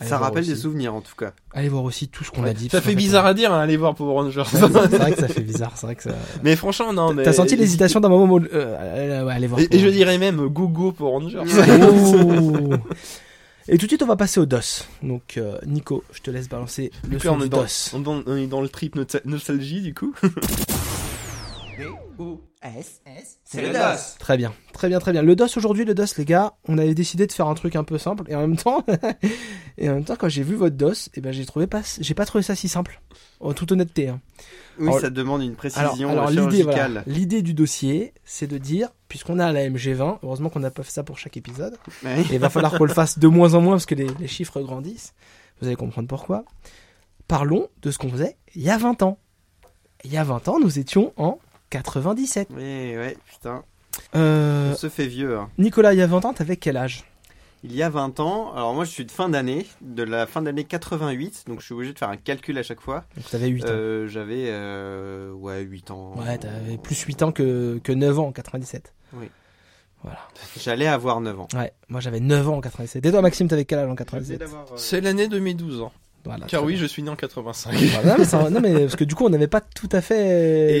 Allez Ça voir rappelle aussi- des souvenirs en tout cas. Allez voir aussi tout ce qu'on a dit. Ça parce fait qu'en bizarre à dire hein, aller voir Power Rangers. C'est vrai, c'est vrai que ça fait bizarre, c'est vrai que ça. mais franchement non mais T'as senti l'hésitation d'un moment où. euh, euh, ouais, allez voir. Et, et Power je dirais même euh, go go Power Rangers. Rangers. Oh. Et tout de suite, on va passer au DOS. Donc, euh, Nico, je te laisse balancer le Donc son là, on, du est dans, DOS. on, dans- on est dans le trip nostal- nostalgie du coup. C'est le DOS. Très bien, très bien, très bien. Le DOS aujourd'hui, le DOS, les gars, on avait décidé de faire un truc un peu simple. Et en même temps, et en même temps quand j'ai vu votre DOS, et ben, j'ai trouvé pas, j'ai pas trouvé ça si simple. En toute honnêteté. hein. Oui, Alors- ça demande une Alors, précision alors, l'idée, voilà, chirurgicale. l'idée du dossier, c'est de dire, puisqu'on a la MG20, heureusement qu'on n'a pas fait ça pour chaque épisode, Ouais. et il va falloir qu'on le fasse de moins en moins parce que les, les chiffres grandissent, vous allez comprendre pourquoi. Parlons de ce qu'on faisait il y a 20 ans. Il y a 20 ans, nous étions en 97. Oui, ouais, putain, Euh, on se fait vieux. hein. Nicolas, il y a 20 ans, t'avais quel âge Il y a 20 ans, alors moi je suis de fin d'année, de la fin d'année 88, donc je suis obligé de faire un calcul à chaque fois. Donc t'avais 8 ans. Euh, j'avais euh, ouais 8 ans. ouais, t'avais plus 8 ans que, que 9 ans en 97. J'allais avoir 9 ans. Ouais, moi j'avais 9 ans en 97. Et toi, Maxime, t'avais quel âge en 97 C'est l'année de mes 12 ans. Voilà, hein. Car très oui, bien. je suis né en 85. Voilà, non, mais ça- non, mais parce que du coup on n'avait pas tout à fait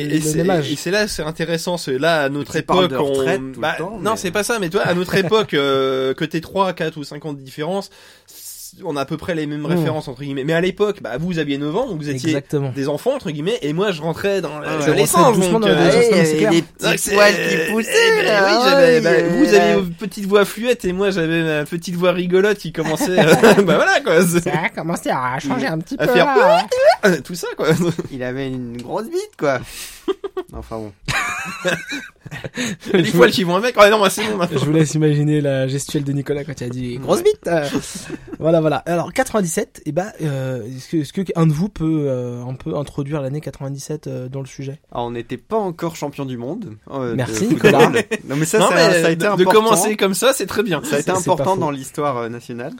Et, et le c'est même âge. et c'est là, c'est intéressant. C'est là à notre Tu parles époque, de on- retraite tout le bah, temps, non, mais- c'est pas ça. Mais toi, à notre époque, euh, que t'aies 3, 4 ou 5 ans de différence, c'est- on a à peu près les mêmes Mmh. références entre guillemets. Mais à l'époque, bah, vous aviez 9 ans, donc vous étiez Exactement. des enfants entre guillemets, et moi, je rentrais dans Ah ouais, l'adolescence. on rentrait doucement donc, dans euh, l'adolescence. Ouais, c'est il y clair. avait des Donc, petites c'est- poils qui poussaient Eh ben là. oui, hein, j'avais- bah, il y vous avait- aviez une petite voix fluette et moi j'avais ma petite voix rigolote qui commençait. euh, bah voilà quoi. c'est- a commencé à changer un petit À peu, faire là, Tout ça quoi. Il avait une grosse bite quoi. enfin bon. Les poils qui vont avec. Ouais, non, bah, c'est bon Je maintenant. vous laisse imaginer la gestuelle de Nicolas quand il a dit grosse bite. euh. voilà, voilà. Alors 97, et bah, euh, est-ce que, est-ce que un de vous peut euh, un peu introduire l'année 97 euh, dans le sujet Alors, on n'était pas encore champion du monde. euh, de Merci, football. Nicolas. Non mais ça, Non, ça, mais ça a été de, de important. commencer comme ça, c'est très bien. Ça a été C'est- c'est pas important faux. dans l'histoire euh, nationale.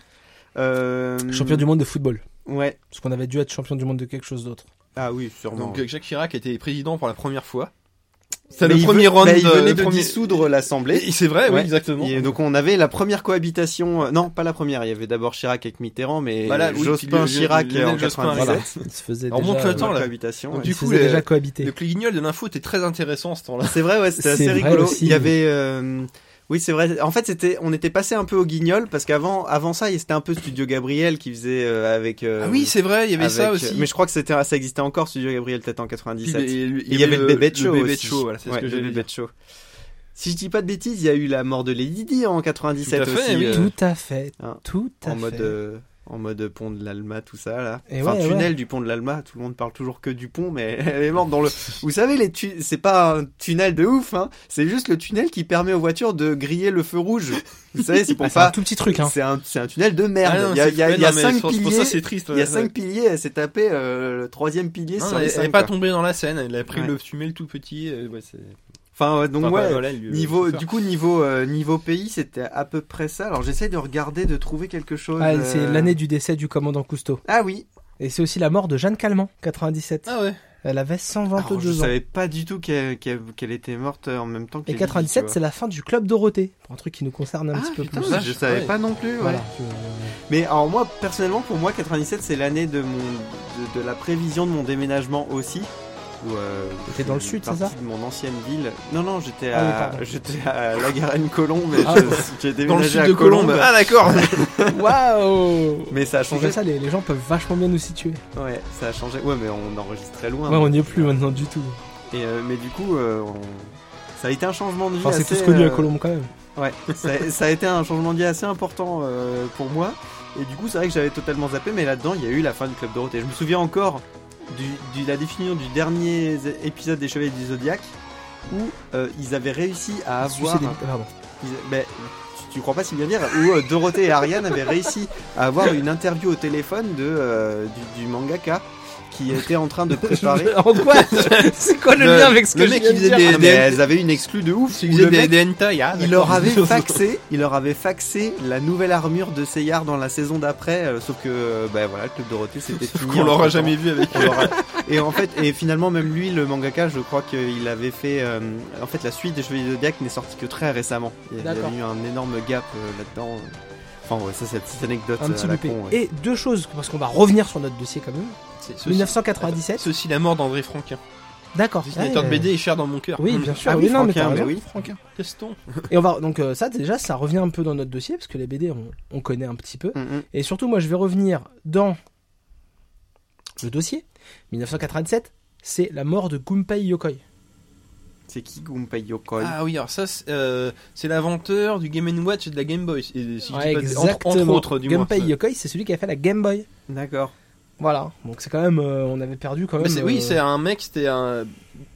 Euh, Hmm. Champion du monde de football. Ouais. Parce qu'on avait dû être champion du monde de quelque chose d'autre. Ah oui, sûrement. Donc euh, Jacques Chirac était président pour la première fois. C'est Mais le il premier veut- round. bah, il euh, venait le de premier- dissoudre l'Assemblée. Et C'est vrai, oui, Ouais. exactement. Et donc on avait la première cohabitation, euh, non pas la première, il y avait d'abord Chirac avec Mitterrand, mais Voilà, Bah oui, Jospin puis le- Chirac le- le- en le Jospin, 97. voilà. Il se faisait Ah, Alors, déjà, montre le temps, euh, Première là. cohabitation. Donc, ouais. il Du se coup, faisait le- déjà cohabiter. Le clignol de l'info était très intéressant à ce temps-là. C'est vrai, ouais, c'était C'est assez vrai rigolo. aussi. Il y avait, euh, oui, c'est vrai. En fait, c'était, on était passé un peu au guignol parce qu'avant, avant ça, il- c'était un peu Studio Gabriel qui faisait euh, avec. euh, Ah oui, c'est vrai, il y avait avec, ça euh, aussi. Mais je crois que c'était, ça existait encore Studio Gabriel peut-être en Puis, 97. il, Et il y avait le bébé de show. Le bébé de aussi. show, voilà, c'est Ouais, ce que le j'avais bébé dit. de show. Si je dis pas de bêtises, il y a eu la mort de Lady Di en 97 Tout à fait, aussi. oui. euh, Tout à fait. hein, Tout à en fait. mode, euh, en mode pont de l'Alma, tout ça là. Et enfin, ouais, tunnel du pont de l'Alma. Tout le monde parle toujours que du pont, mais elle est morte dans le. Vous savez, les tu... c'est pas un tunnel de ouf, hein. C'est juste le tunnel qui permet aux voitures de griller le feu rouge. Vous savez, c'est pour Ah, c'est un ça. tout petit truc, hein. C'est un, c'est un tunnel de merde. Ah non, il y a, c'est- il y a- ouais, il y a non, mais cinq pour- piliers. Pour ça, c'est triste. il y ouais, a cinq ouais. piliers. Elle s'est tapée euh, le troisième pilier. Non, sur elle les elle est cinq, pas quoi. tombée dans la scène, elle a pris Ouais. le tunnel tout petit. euh, ouais, c'est- Enfin, ouais, donc Enfin, ouais. voilà, elle lui- Niveau, elle lui du coup, niveau, euh, niveau pays, c'était à peu près ça. Alors, j'essaie de regarder, de trouver quelque chose. Ah, euh, c'est l'année du décès du commandant Cousteau. Ah oui. Et c'est aussi la mort de Jeanne Calment, 97. Ah ouais. Elle avait Alors, je 122 ans. savais pas du tout qu'elle qu'elle- qu'elle était morte euh, en même temps que Et Lily, tu 97, vois. c'est la fin du Club Dorothée, pour un truc qui nous concerne un Ah, petit peu putain, plus. vache. je savais Ouais. pas non plus. ouais. Voilà. je- Mais alors moi, personnellement, pour moi, 97, c'est l'année de mon de, de la prévision de mon déménagement aussi. où, euh, T'étais dans le je sud, suis c'est ça parti de mon ancienne ville. Non, non, j'étais Ah oui, à, pardon. j'étais à La Garenne-Colombe. et Ah. je- J'ai déménagé Dans le sud à de Colombe. Colombes. Ah d'accord. Waouh Mais ça a C'est changé. comme ça, les, les gens peuvent vachement bien nous situer. Ouais, ça a changé. Ouais, mais on enregistre très loin. Ouais, on n'y est plus maintenant du tout. Et euh, mais du coup, euh, on- ça a été un changement de vie. Enfin, c'est assez, tous connus à euh, Colombe quand même. Ouais, ça, ça a été un changement de vie assez important euh, pour moi. Et du coup, c'est vrai que j'avais totalement zappé, mais là-dedans, il y a eu la fin du Club Dorothée. Je me souviens encore du, du- la définition du dernier zé- épisode des Chevaliers du Zodiaque où euh, ils avaient réussi à avoir. Suicide et- Ah, Pardon. ils- ben, tu, tu crois pas si bien dire Où euh, Dorothée et Ariane avaient réussi à avoir une interview au téléphone de, euh, du, du mangaka qui était en train de préparer. en quoi C'est quoi le, Le- lien avec ce le que mec je viens qui de faisait dire des- Ah, mais elles avaient une exclue de ouf. où le des, mec- des hentai, ah, il d'accord. leur avait faxé, il leur avait faxé la nouvelle armure de Seyard dans la saison d'après, euh, sauf que euh, bah voilà, le Club Dorothée c'était fini. qu'on l'aura entre-temps. jamais vu avec. On l'aura- Et en fait, et finalement même lui, le mangaka, je crois qu'il avait fait, euh, en fait la suite des Chevaliers de Zodiac n'est sortie que très récemment. Il y a il y D'accord. a eu un énorme gap euh, là-dedans. Enfin ouais, ça c'est la petite anecdote Un euh, petit à la loupé. con. ouais. Et deux choses, parce qu'on va revenir sur notre dossier quand même. C'est ceci- 1997. Ceci la mort d'André Franquin. D'accord. Dessinateur de Ouais. BD est cher dans mon cœur. Oui, Mmh. bien sûr. Ah oui, oui, non, mais Franquin, t'as mais raison. oui. Franquin, restons. Et on va donc euh, ça déjà, ça revient un peu dans notre dossier parce que les BD, on, on connaît un petit peu. Mm, mm. Et surtout, moi, je vais revenir dans le dossier 1987. C'est la mort de Gunpei Yokoi. C'est qui Gunpei Yokoi Ah oui, alors ça, c'est euh, c'est l'inventeur du Game Watch et de la Game Boy. Et, si je dis Ouais, pas de- entre, entre autres, du Gunpei moins. Yokoi, c'est celui qui a fait la Game Boy. D'accord. Voilà. Donc c'est quand même, euh, on avait perdu quand Mais même. c'est- oui, euh, c'est un mec, c'était un,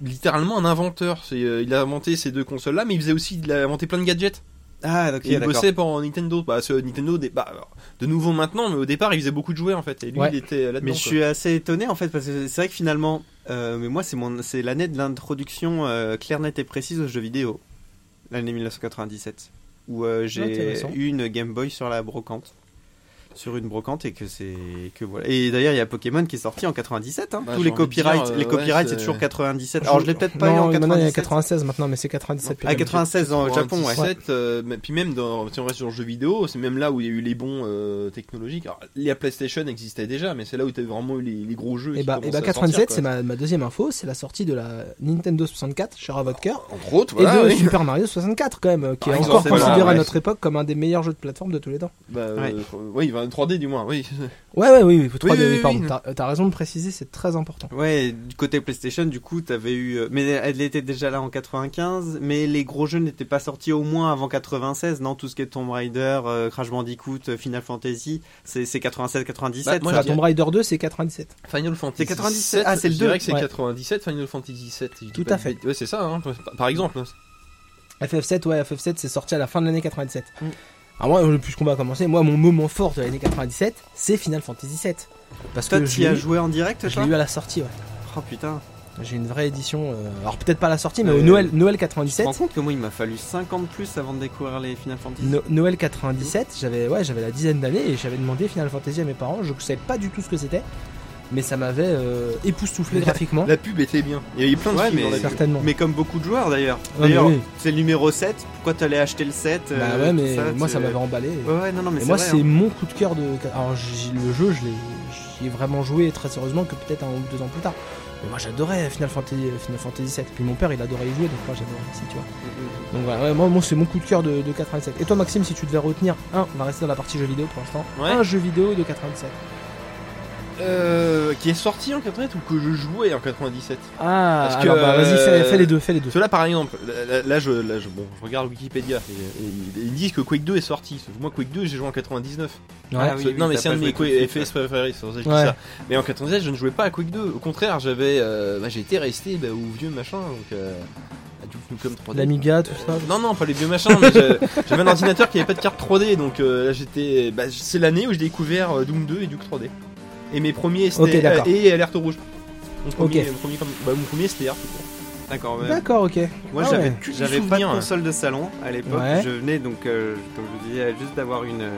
littéralement un inventeur. C'est, euh, il a inventé ces deux consoles-là, mais il faisait aussi, il a inventé plein de gadgets. Ah ok, Et il d'accord. bossait pour Nintendo. Bah, ce Nintendo, des- bah, alors, de nouveau maintenant, mais au départ, il faisait beaucoup de jouets en fait. Et lui, Ouais. il était là-dedans. Mais je quoi. suis assez étonné en fait parce que c'est vrai que finalement, euh, mais moi c'est mon, c'est l'année de l'introduction euh, claire, nette et précise aux jeux vidéo, l'année 1997, où euh, j'ai Intéressant. eu une Game Boy sur la brocante, sur une brocante et que c'est que voilà. Et d'ailleurs il y a Pokémon qui est sorti en 97. hein. Ouais, Tous j'ai envie de les dire, copyrights, euh, les ouais, copyrights c'est c'est- toujours 97. Alors je l'ai peut-être pas eu non, en maintenant il y a 97. 96 maintenant, mais c'est 97. Ah, Pokémon. 96 en Japon, ouais. 97, euh, mais puis même dans, si on reste sur le jeu vidéo, c'est même là où il y a eu les bons euh, technologiques. Alors, la PlayStation existait déjà, mais c'est là où tu as vraiment eu les, les gros jeux. Et Eh qui bah, et commençaient bah à sortir, 87, quoi. c'est ma, ma deuxième info, c'est la sortie de la Nintendo 64, cher à votre cœur, Entre autres, et voilà. de oui. Super Mario 64 quand même, euh, qui Par est exemple, encore c'est voilà, considéré à ouais. notre époque comme un des meilleurs jeux de plateforme de tous les temps. Bah, euh, Ouais. oui, bah, 3D du moins, oui. Ouais, ouais, oui, oui, 3D, oui, oui, oui, pardon, oui. t'as- t'as raison de préciser, c'est très important. Ouais, et du côté PlayStation, du coup, t'avais eu. euh, Mais elle était déjà là en 95, mais les gros jeux n'étaient pas sortis au moins avant 96, non Tout ce qui est Tomb Raider, euh, Crash Bandicoot, euh, Final Fantasy, c'est 96-97. Bah, moi, Enfin, je Tomb Raider 2, c'est 97. Final Fantasy 97, ah, c'est le je deux. dirais que c'est Ouais. 97, Final Fantasy 7. si je dis Tout pas à de fait. bêtises. Ouais, c'est ça, hein, par exemple. hein. FF7, ouais, FF7, c'est sorti à la fin de l'année 97. Mm. Alors moi, depuis qu'on va commencer, moi, mon moment fort de l'année 97, c'est Final Fantasy 7. Parce Toi, que tu je y l'ai as eu- joué en direct, je toi l'ai eu à la sortie, ouais. Oh putain. J'ai une vraie édition, euh, alors peut-être pas à la sortie, mais Euh, au Noël, Noël Tu te 97. rends compte que moi, il m'a fallu 50 plus avant de découvrir les Final Fantasy No- Noël 97, j'avais ouais, j'avais la dizaine d'années et j'avais demandé Final Fantasy à mes parents. Je ne savais pas du tout ce que c'était, mais ça m'avait euh, époustouflé graphiquement. La pub était bien. Il y a eu plein de Ouais, films mais- dans la pub. Certainement. Mais comme beaucoup de joueurs d'ailleurs. Ouais, D'ailleurs, Ah, mais oui. c'est le numéro 7, pourquoi t'allais acheter le 7 Bah euh, ouais, tout mais ça, moi ça c'est- m'avait emballé. Ouais, ouais, non, non, mais et c'est moi vrai, c'est hein. mon coup de cœur de. Alors j'ai- le jeu, je l'ai j'y ai vraiment joué très sérieusement que peut-être un ou deux ans plus tard. Mais moi j'adorais Final Fantasy, Final Fantasy 7. Puis mon père il adorait y jouer donc moi j'adorais aussi, tu vois. Donc voilà, ouais, moi, moi, c'est mon coup de cœur de, de 87. Et toi Maxime, si tu devais retenir un, on va rester dans la partie jeu vidéo pour l'instant, Ouais. un jeu vidéo de 87. euh, qui est sorti en 97 ou que je jouais en 97. Ah, Parce que, alors, bah, vas-y, fais, euh, fais les deux, fais les deux. Cela par exemple, là, là- là, je, là, je- bon, je regarde Wikipédia et, et ils- ils disent que Quake 2 est sorti. Sauf que Moi Quake 2 j'ai joué en 99. Ah oui, Ce- oui, non mais t'as c'est pas un de joué mes tout de Quake- suite, FPS préférés, c'est pour ça que je dis Ouais. ça. Mais en 97 je ne jouais pas à Quake 2. Au contraire j'avais, euh, bah, j'étais resté bah, au vieux machin donc. Euh, Duke Nukem 3D. L'Amiga, tout ça. Euh, Non, non, pas les vieux machins, mais je- j'avais un ordinateur qui avait pas de carte 3D, donc euh, là j'étais. Bah, c'est l'année où j'ai découvert euh, Doom 2 et Duke 3D. Et mes premiers c'était. Ok, d'accord. euh, et Alerte Rouge. Mon premier, Ok. mon premier, comme- bah, mon premier c'était Alerte Rouge. D'accord, ouais. D'accord, ok. Moi Ah j'avais ouais. Que des j'avais pas de souvenirs, hein. console de salon à l'époque. Ouais. Je venais donc, euh, comme je vous disais, juste d'avoir une, euh,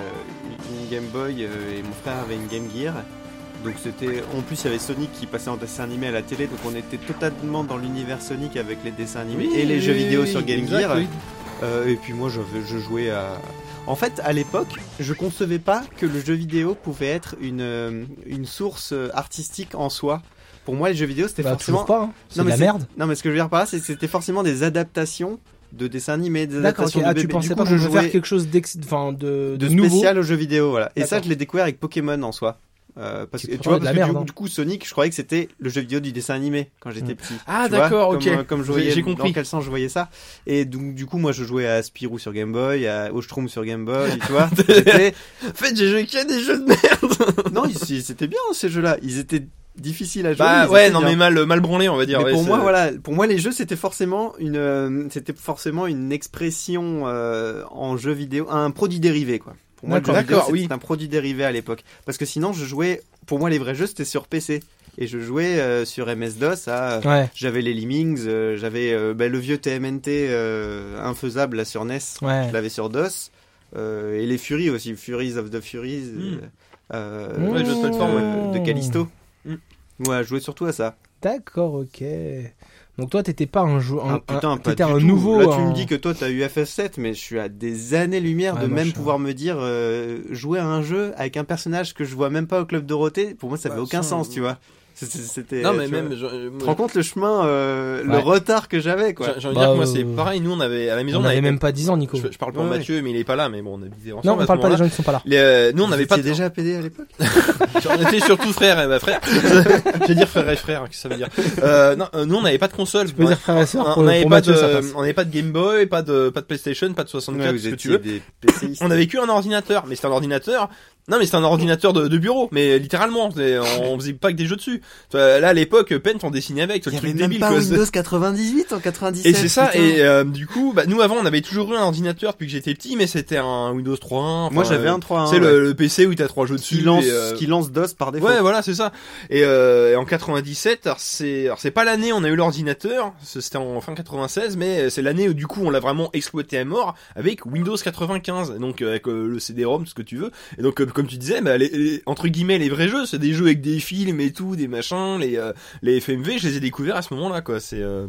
une Game Boy euh, et mon frère avait une Game Gear. Donc c'était. En plus, il y avait Sonic qui passait en dessin animé à la télé, donc on était totalement dans l'univers Sonic avec les dessins animés et les jeux vidéo sur Game Exact, Gear. oui. Euh, et puis moi, je, je jouais à. En fait, à l'époque, je concevais pas que le jeu vidéo pouvait être une, euh, une source euh, artistique en soi. Pour moi, les jeux vidéo, c'était Bah, forcément toujours pas. hein. C'est mais de la c'est- merde. Non, mais ce que je veux dire par là, c'est que c'était forcément des adaptations de dessins animés, des D'accord, ok. adaptations Ah, de tu bébés. Du pensais coup, pas qu'on je pouvait faire jouais quelque chose d'ex- enfin, de, de de nouveau spécial aux jeux vidéo, voilà. Et ça, D'accord. je l'ai découvert avec Pokémon en soi. Euh, parce Tu que tu prends vois, de la parce que du merde, coup- hein. du coup, Sonic, je croyais que c'était le jeu vidéo du dessin animé quand j'étais Mm. petit. Ah, Tu vois, d'accord, comme, ok. euh, Comme je voyais, J'ai Dans compris. quel sens je voyais ça. Et donc, du coup, moi, je jouais à Spirou sur Game Boy, à Ostrom sur Game Boy, tu vois. J'étais- En fait, j'ai joué que des jeux de merde. non, ils- ils- c'était bien ces jeux-là. Ils étaient difficiles à jouer. Bah mais ils ouais, étaient non bien. mais mal, mal branlé, on va dire. Mais ouais, pour c'est- moi, voilà, pour moi, les jeux, c'était forcément une, euh, c'était forcément une expression euh, en jeu vidéo, un produit dérivé, quoi. Pour moi, le jeu D'accord, vidéo, d'accord, c'était oui. un produit dérivé à l'époque. Parce que sinon, je jouais, pour moi, les vrais jeux, c'était sur PC. Et je jouais euh, sur MS-DOS à... euh, Ouais, J'avais les Lemmings, euh, j'avais euh, bah, le vieux TMNT euh, infaisable là sur NES, ouais. je l'avais sur DOS, euh, et les Furies aussi, Furies of the Furies, euh, euh, Mmh. Hmm. Ouais, jeu de plateforme, euh, de Callisto. Mmh. Ouais, je jouais surtout à ça. D'accord, ok. Donc toi, t'étais pas un joueur. Ah, putain, pas t'étais du un tout. nouveau. Là, tu hein. un- me dis que toi, t'as eu FF7, mais je suis à des années-lumière Ouais, de moi, je même suis pouvoir me dire euh, jouer à un jeu avec un personnage que je vois même pas au Club Dorothée. Pour moi, ça Bah, avait aucun ça, sens, euh, tu vois. C'est- c'est- C'était. Non tu mais vois. même. je- euh, Tu te rends moi, compte le chemin, euh, le Ouais. retard que j'avais, quoi. J'ai j'ai envie de Bah, dire que moi euh, c'est pareil. Nous on avait à la maison On avait avait même pas 10 ans, Nico. Je, je parle pour Ouais, ouais. Mathieu, mais il est pas là. Mais bon, on habitait ensemble. Non, on à parle ce pas des moment-là. gens qui sont pas là. Les, euh, nous on n'avait pas. de- déjà PD à l'époque. On était surtout frère et bah, frère. Je vais dire frère et frère, qu'est-ce que ça veut dire. Euh, non, euh, nous on n'avait pas de console. Tu peux dire frère et sœur on pour, n'avait pour pas Mathieu, ça de, euh, passe. on n'avait pas de Game Boy, pas de, pas de PlayStation, pas de hein. 64, ce que tu veux. des PCistes. On avait qu'un ordinateur, mais c'était un ordinateur. Non, mais c'était un ordinateur de, de bureau, mais littéralement, c'est- on, on faisait pas que des jeux dessus. Enfin, Là, à l'époque, Paint, on dessinait avec, Il le y avait truc même débile. pas quoi. C'est- Windows 98 en 97. Et c'est ça, putain. et euh, du coup, bah, nous avant, on avait toujours eu un ordinateur depuis que j'étais petit, mais c'était un Windows 3.1. enfin, Moi, j'avais euh, un 3 C'est le, le PC où t'as trois jeux dessus. qui lance, et, euh, qui lance DOS par défaut. Ouais, voilà, c'est ça. Et, euh, et en 97, alors c'est, alors c'est pas l'année où on a eu l'ordinateur, ce- c'était en fin 96, mais euh, c'est l'année où du coup on l'a vraiment exploité à mort avec Windows 95, et donc euh, avec euh, le CD-ROM, tout ce que tu veux. Et donc euh, comme tu disais, bah, les, les- entre guillemets les vrais jeux, c'est des jeux avec des films et tout, des machins, les euh, les FMV, je les ai découverts à ce moment-là, quoi. C'est euh,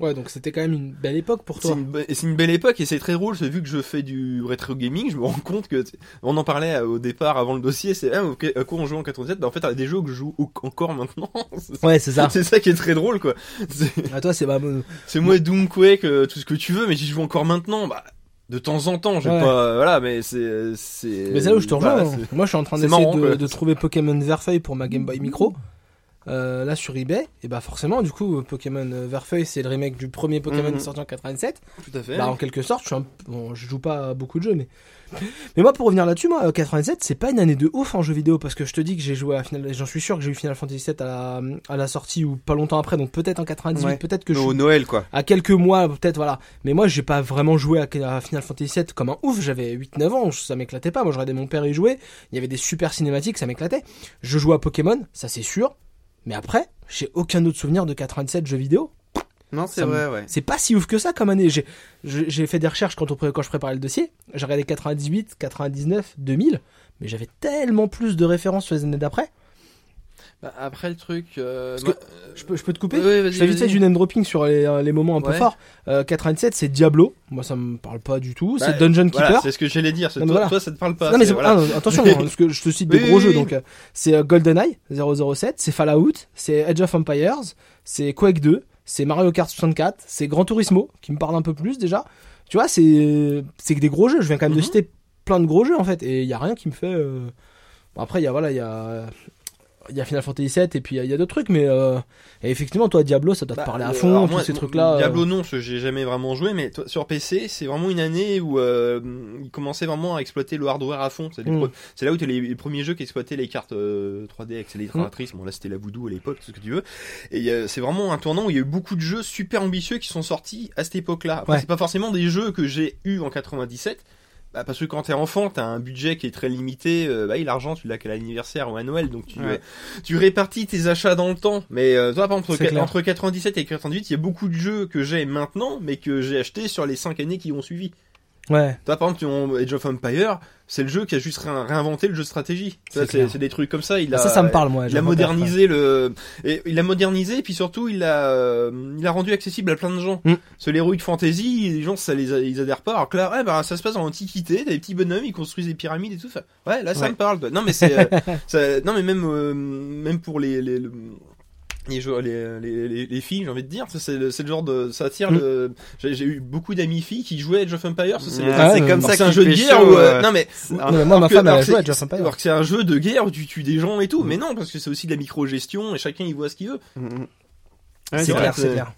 Ouais, donc c'était quand même une belle époque pour c'est toi. une, be- c'est une belle époque et c'est très drôle, c'est vu que je fais du rétro gaming, je me rends compte que t- on en parlait euh, au départ avant le dossier, c'est ah, ok, à quoi on joue en 97 Bah en fait, à des jeux que je joue au- encore maintenant. C'est- Ouais, c'est ça. c'est ça qui est très drôle quoi. C'est- À toi, c'est bah, euh, C'est moi Doom Quake euh, tout ce que tu veux mais j'y joue encore maintenant. Bah de temps en temps, j'ai Ouais. pas euh, voilà mais c'est c'est bah, Mais c'est là où je te rejoins. voilà, hein. c'est- Moi, je suis en train c'est d'essayer marrant, de, quoi. de trouver Pokémon Verfeuille pour ma Game Boy Micro. Euh, là sur eBay, et bah forcément, du coup, Pokémon euh, Verfeuille, c'est le remake du premier Pokémon Mhm. sorti en 87. tout à fait. Bah, en quelque sorte, je suis un... p- bon, je joue pas à beaucoup de jeux, mais mais moi pour revenir là-dessus, moi euh, 87, c'est pas une année de ouf en jeu vidéo parce que je te dis que j'ai joué à Final, j'en suis sûr que j'ai eu Final Fantasy 7 à la, à la sortie ou pas longtemps après, donc peut-être en 98, Ouais. peut-être que je Au suis Noël, quoi. à quelques mois peut-être voilà. Mais moi j'ai pas vraiment joué à, à Final Fantasy 7 comme un ouf, j'avais 8 9 ans, ça m'éclatait pas. Moi je regardais mon père y jouer, il y avait des super cinématiques, ça m'éclatait. Je jouais à Pokémon, ça c'est sûr. Mais après, j'ai aucun autre souvenir de 87 jeux vidéo. Non, Ça c'est me- vrai, ouais. C'est pas si ouf que ça comme année. J'ai- J'ai j'ai fait des recherches quand, on pré- quand je préparais le dossier. J'ai regardé 98, 99, 2000, mais j'avais tellement plus de références sur les années d'après. Bah, après le truc euh, Parce que- moi, euh, Je peux, je peux te couper Ouais, ouais, vas-y, Je t'ai vite fait vas-y. du name dropping sur les, euh, les moments un peu Ouais. forts. Euh, 97, c'est Diablo. Moi, ça me parle pas du tout. Bah, c'est Dungeon voilà, Keeper. c'est ce que j'allais dire, c'est Non, toi, mais voilà. toi ça te parle pas. non mais c'est- c'est- voilà. ah, non, attention hein, parce que je te cite des Oui, gros oui, jeux oui. donc euh, c'est euh, GoldenEye 007, c'est Fallout, c'est Edge of Empires, c'est Quake 2, c'est Mario Kart 64, c'est Gran Turismo qui me parle un peu plus déjà. Tu vois, c'est c'est que des gros jeux, je viens quand même de Mhm. citer plein de gros jeux en fait et il y a rien qui me fait euh, bon, après il y a voilà, il y a il y a Final Fantasy 7 et puis il y a, d'autres trucs, mais euh, et effectivement, toi, Diablo, ça doit te Bah, parler à euh, fond, alors tous moi, ces trucs-là. euh, Diablo non, ce- j'ai jamais vraiment joué, mais toi, sur PC, c'est vraiment une année où euh, ils commençaient vraiment à exploiter le hardware à fond. C'est les Mm. pre- c'est là où tu les, les premiers jeux qui exploitaient les cartes euh, 3D Mm. accélératrices. Bon là c'était la voodoo à l'époque, tout ce que tu veux. Et euh, c'est vraiment un tournant où il y a eu beaucoup de jeux super ambitieux qui sont sortis à cette époque-là. Après, Ouais. C'est pas forcément des jeux que j'ai eu en 97. Bah, parce que quand t'es enfant, t'as un budget qui est très limité. euh, bah oui, l'argent, tu l'as qu'à l'anniversaire ou à Noël, donc tu, Ouais. euh, tu répartis tes achats dans le temps. Mais euh, toi, par exemple, C'est entre, clair. entre 97 et 98, il y a beaucoup de jeux que j'ai maintenant, mais que j'ai acheté sur les 5 années qui ont suivi. Ouais. Toi, par exemple, on, Age of Empire, c'est le jeu qui a juste ré- réinventé le jeu de stratégie. C'est Ça, C'est clair. Bah, c'est des trucs comme ça. Il a, ça, ça me parle, moi. Il a j'avoue, modernisé le, et il a modernisé, et puis surtout, il a, euh, il a rendu accessible à plein de gens. Mm. Ce l'heroic fantasy, les gens, ça les, a- ils adhèrent pas. Alors que là, ouais, bah, ça se passe dans l'antiquité, t'as des petits bonhommes, ils construisent des pyramides et tout. Enfin, ouais, là, ça Ouais. me parle. quoi. Non, mais c'est, euh, ça- non, mais même, euh, même pour les, les, le- les, joueurs- les, les, les- les filles, j'ai envie de dire, ça, c'est le, c'est le genre de, ça attire Mm. le, j'ai j'ai eu beaucoup d'amis filles qui jouaient à Age of Empire, ça, c'est Ouais, Ah c'est ouais, comme mais ça c'est un qu'il jeu de fait guerre chaud, où, euh, euh, non mais c'est- Non, mais moi, ma alors que- femme, elle alors a joué à c'est- Age of Empires. alors que c'est un jeu de guerre où tu tues des gens et tout, Mm. mais non, parce que c'est aussi de la micro-gestion et chacun il voit ce qu'il veut. Mhm. Ouais, C'est c'est clair, vrai, c'est c'est- clair.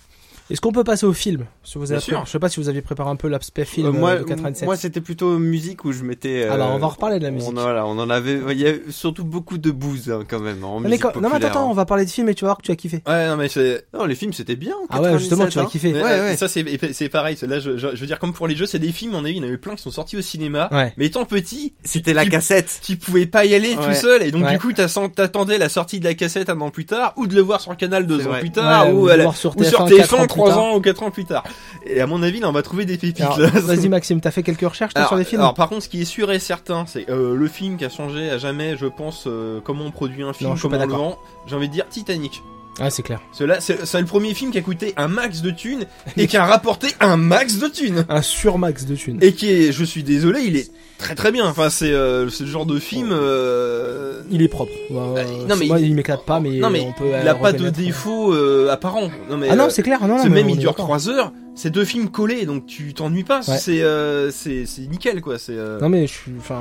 Est-ce qu'on peut passer au film si vous avez Bien sûr. Je sais pas si vous aviez préparé un peu l'aspect film Euh, moi, euh, de 87. moi c'était plutôt musique où je m'étais. ah bah, euh, on va reparler de la musique. On, voilà, on en avait. Il y a surtout beaucoup de bouse hein, quand même. En Non, mais musique quand- non, mais attends, populaire, hein. attends, on va parler de film et tu vas voir que tu as kiffé. Ouais, non, mais c'est. hein. Non, les films c'était bien. en hein. Ah ouais, justement, tu vas 97, kiffer. mais, Ouais, euh, ouais. Ça, c'est et c'est pareil. c'est- Là, je, je, je veux dire, comme pour les jeux, c'est des films, on a eu, il y en a eu plein qui sont sortis au cinéma. Ouais. Mais étant petit, hein. C'était la Tu- cassette. tu pouvais pas y aller tout Ouais. seul. Et donc, Ouais. du coup, t'as sen- t'attendais la sortie de la cassette un an plus tard, ou de le voir sur Canal deux C'est ans vrai. plus tard, Ouais, ou, ou à de la- voir sur ou sur TF1 TF1 quatre ans plus trois tard. ans ou quatre ans plus tard. Et à mon avis, là, on va trouver des pépites. hein. Alors, là. Vas-y, Maxime, t'as fait quelques recherches toi, Alors, sur les films alors, par contre, ce qui est sûr et certain, c'est euh, le film qui a changé à jamais, je pense, euh, comment on produit un film, Non, je suis comment pas on le vend. J'ai envie de dire Titanic. Ah, c'est clair. Cela, c'est c'est le premier film qui a coûté un max de thunes et qui a rapporté un max de thunes. Un surmax de thunes. Et qui est, je suis désolé, il est très très bien. Enfin, c'est euh, c'est le genre de film. euh, Il est propre. Bah, Bah, euh, non, mais moi, il- il, m'éclate pas, mais, non mais on peut. euh, il a pas de reconnaître. défaut euh, apparent. Non mais. Ah non, euh, c'est clair. Non, non, ce mais même on il est dure d'accord. 3 heures, c'est deux films collés donc tu t'ennuies pas, Ouais. c'est euh, c'est c'est nickel quoi, c'est euh, Non, mais je suis. Enfin.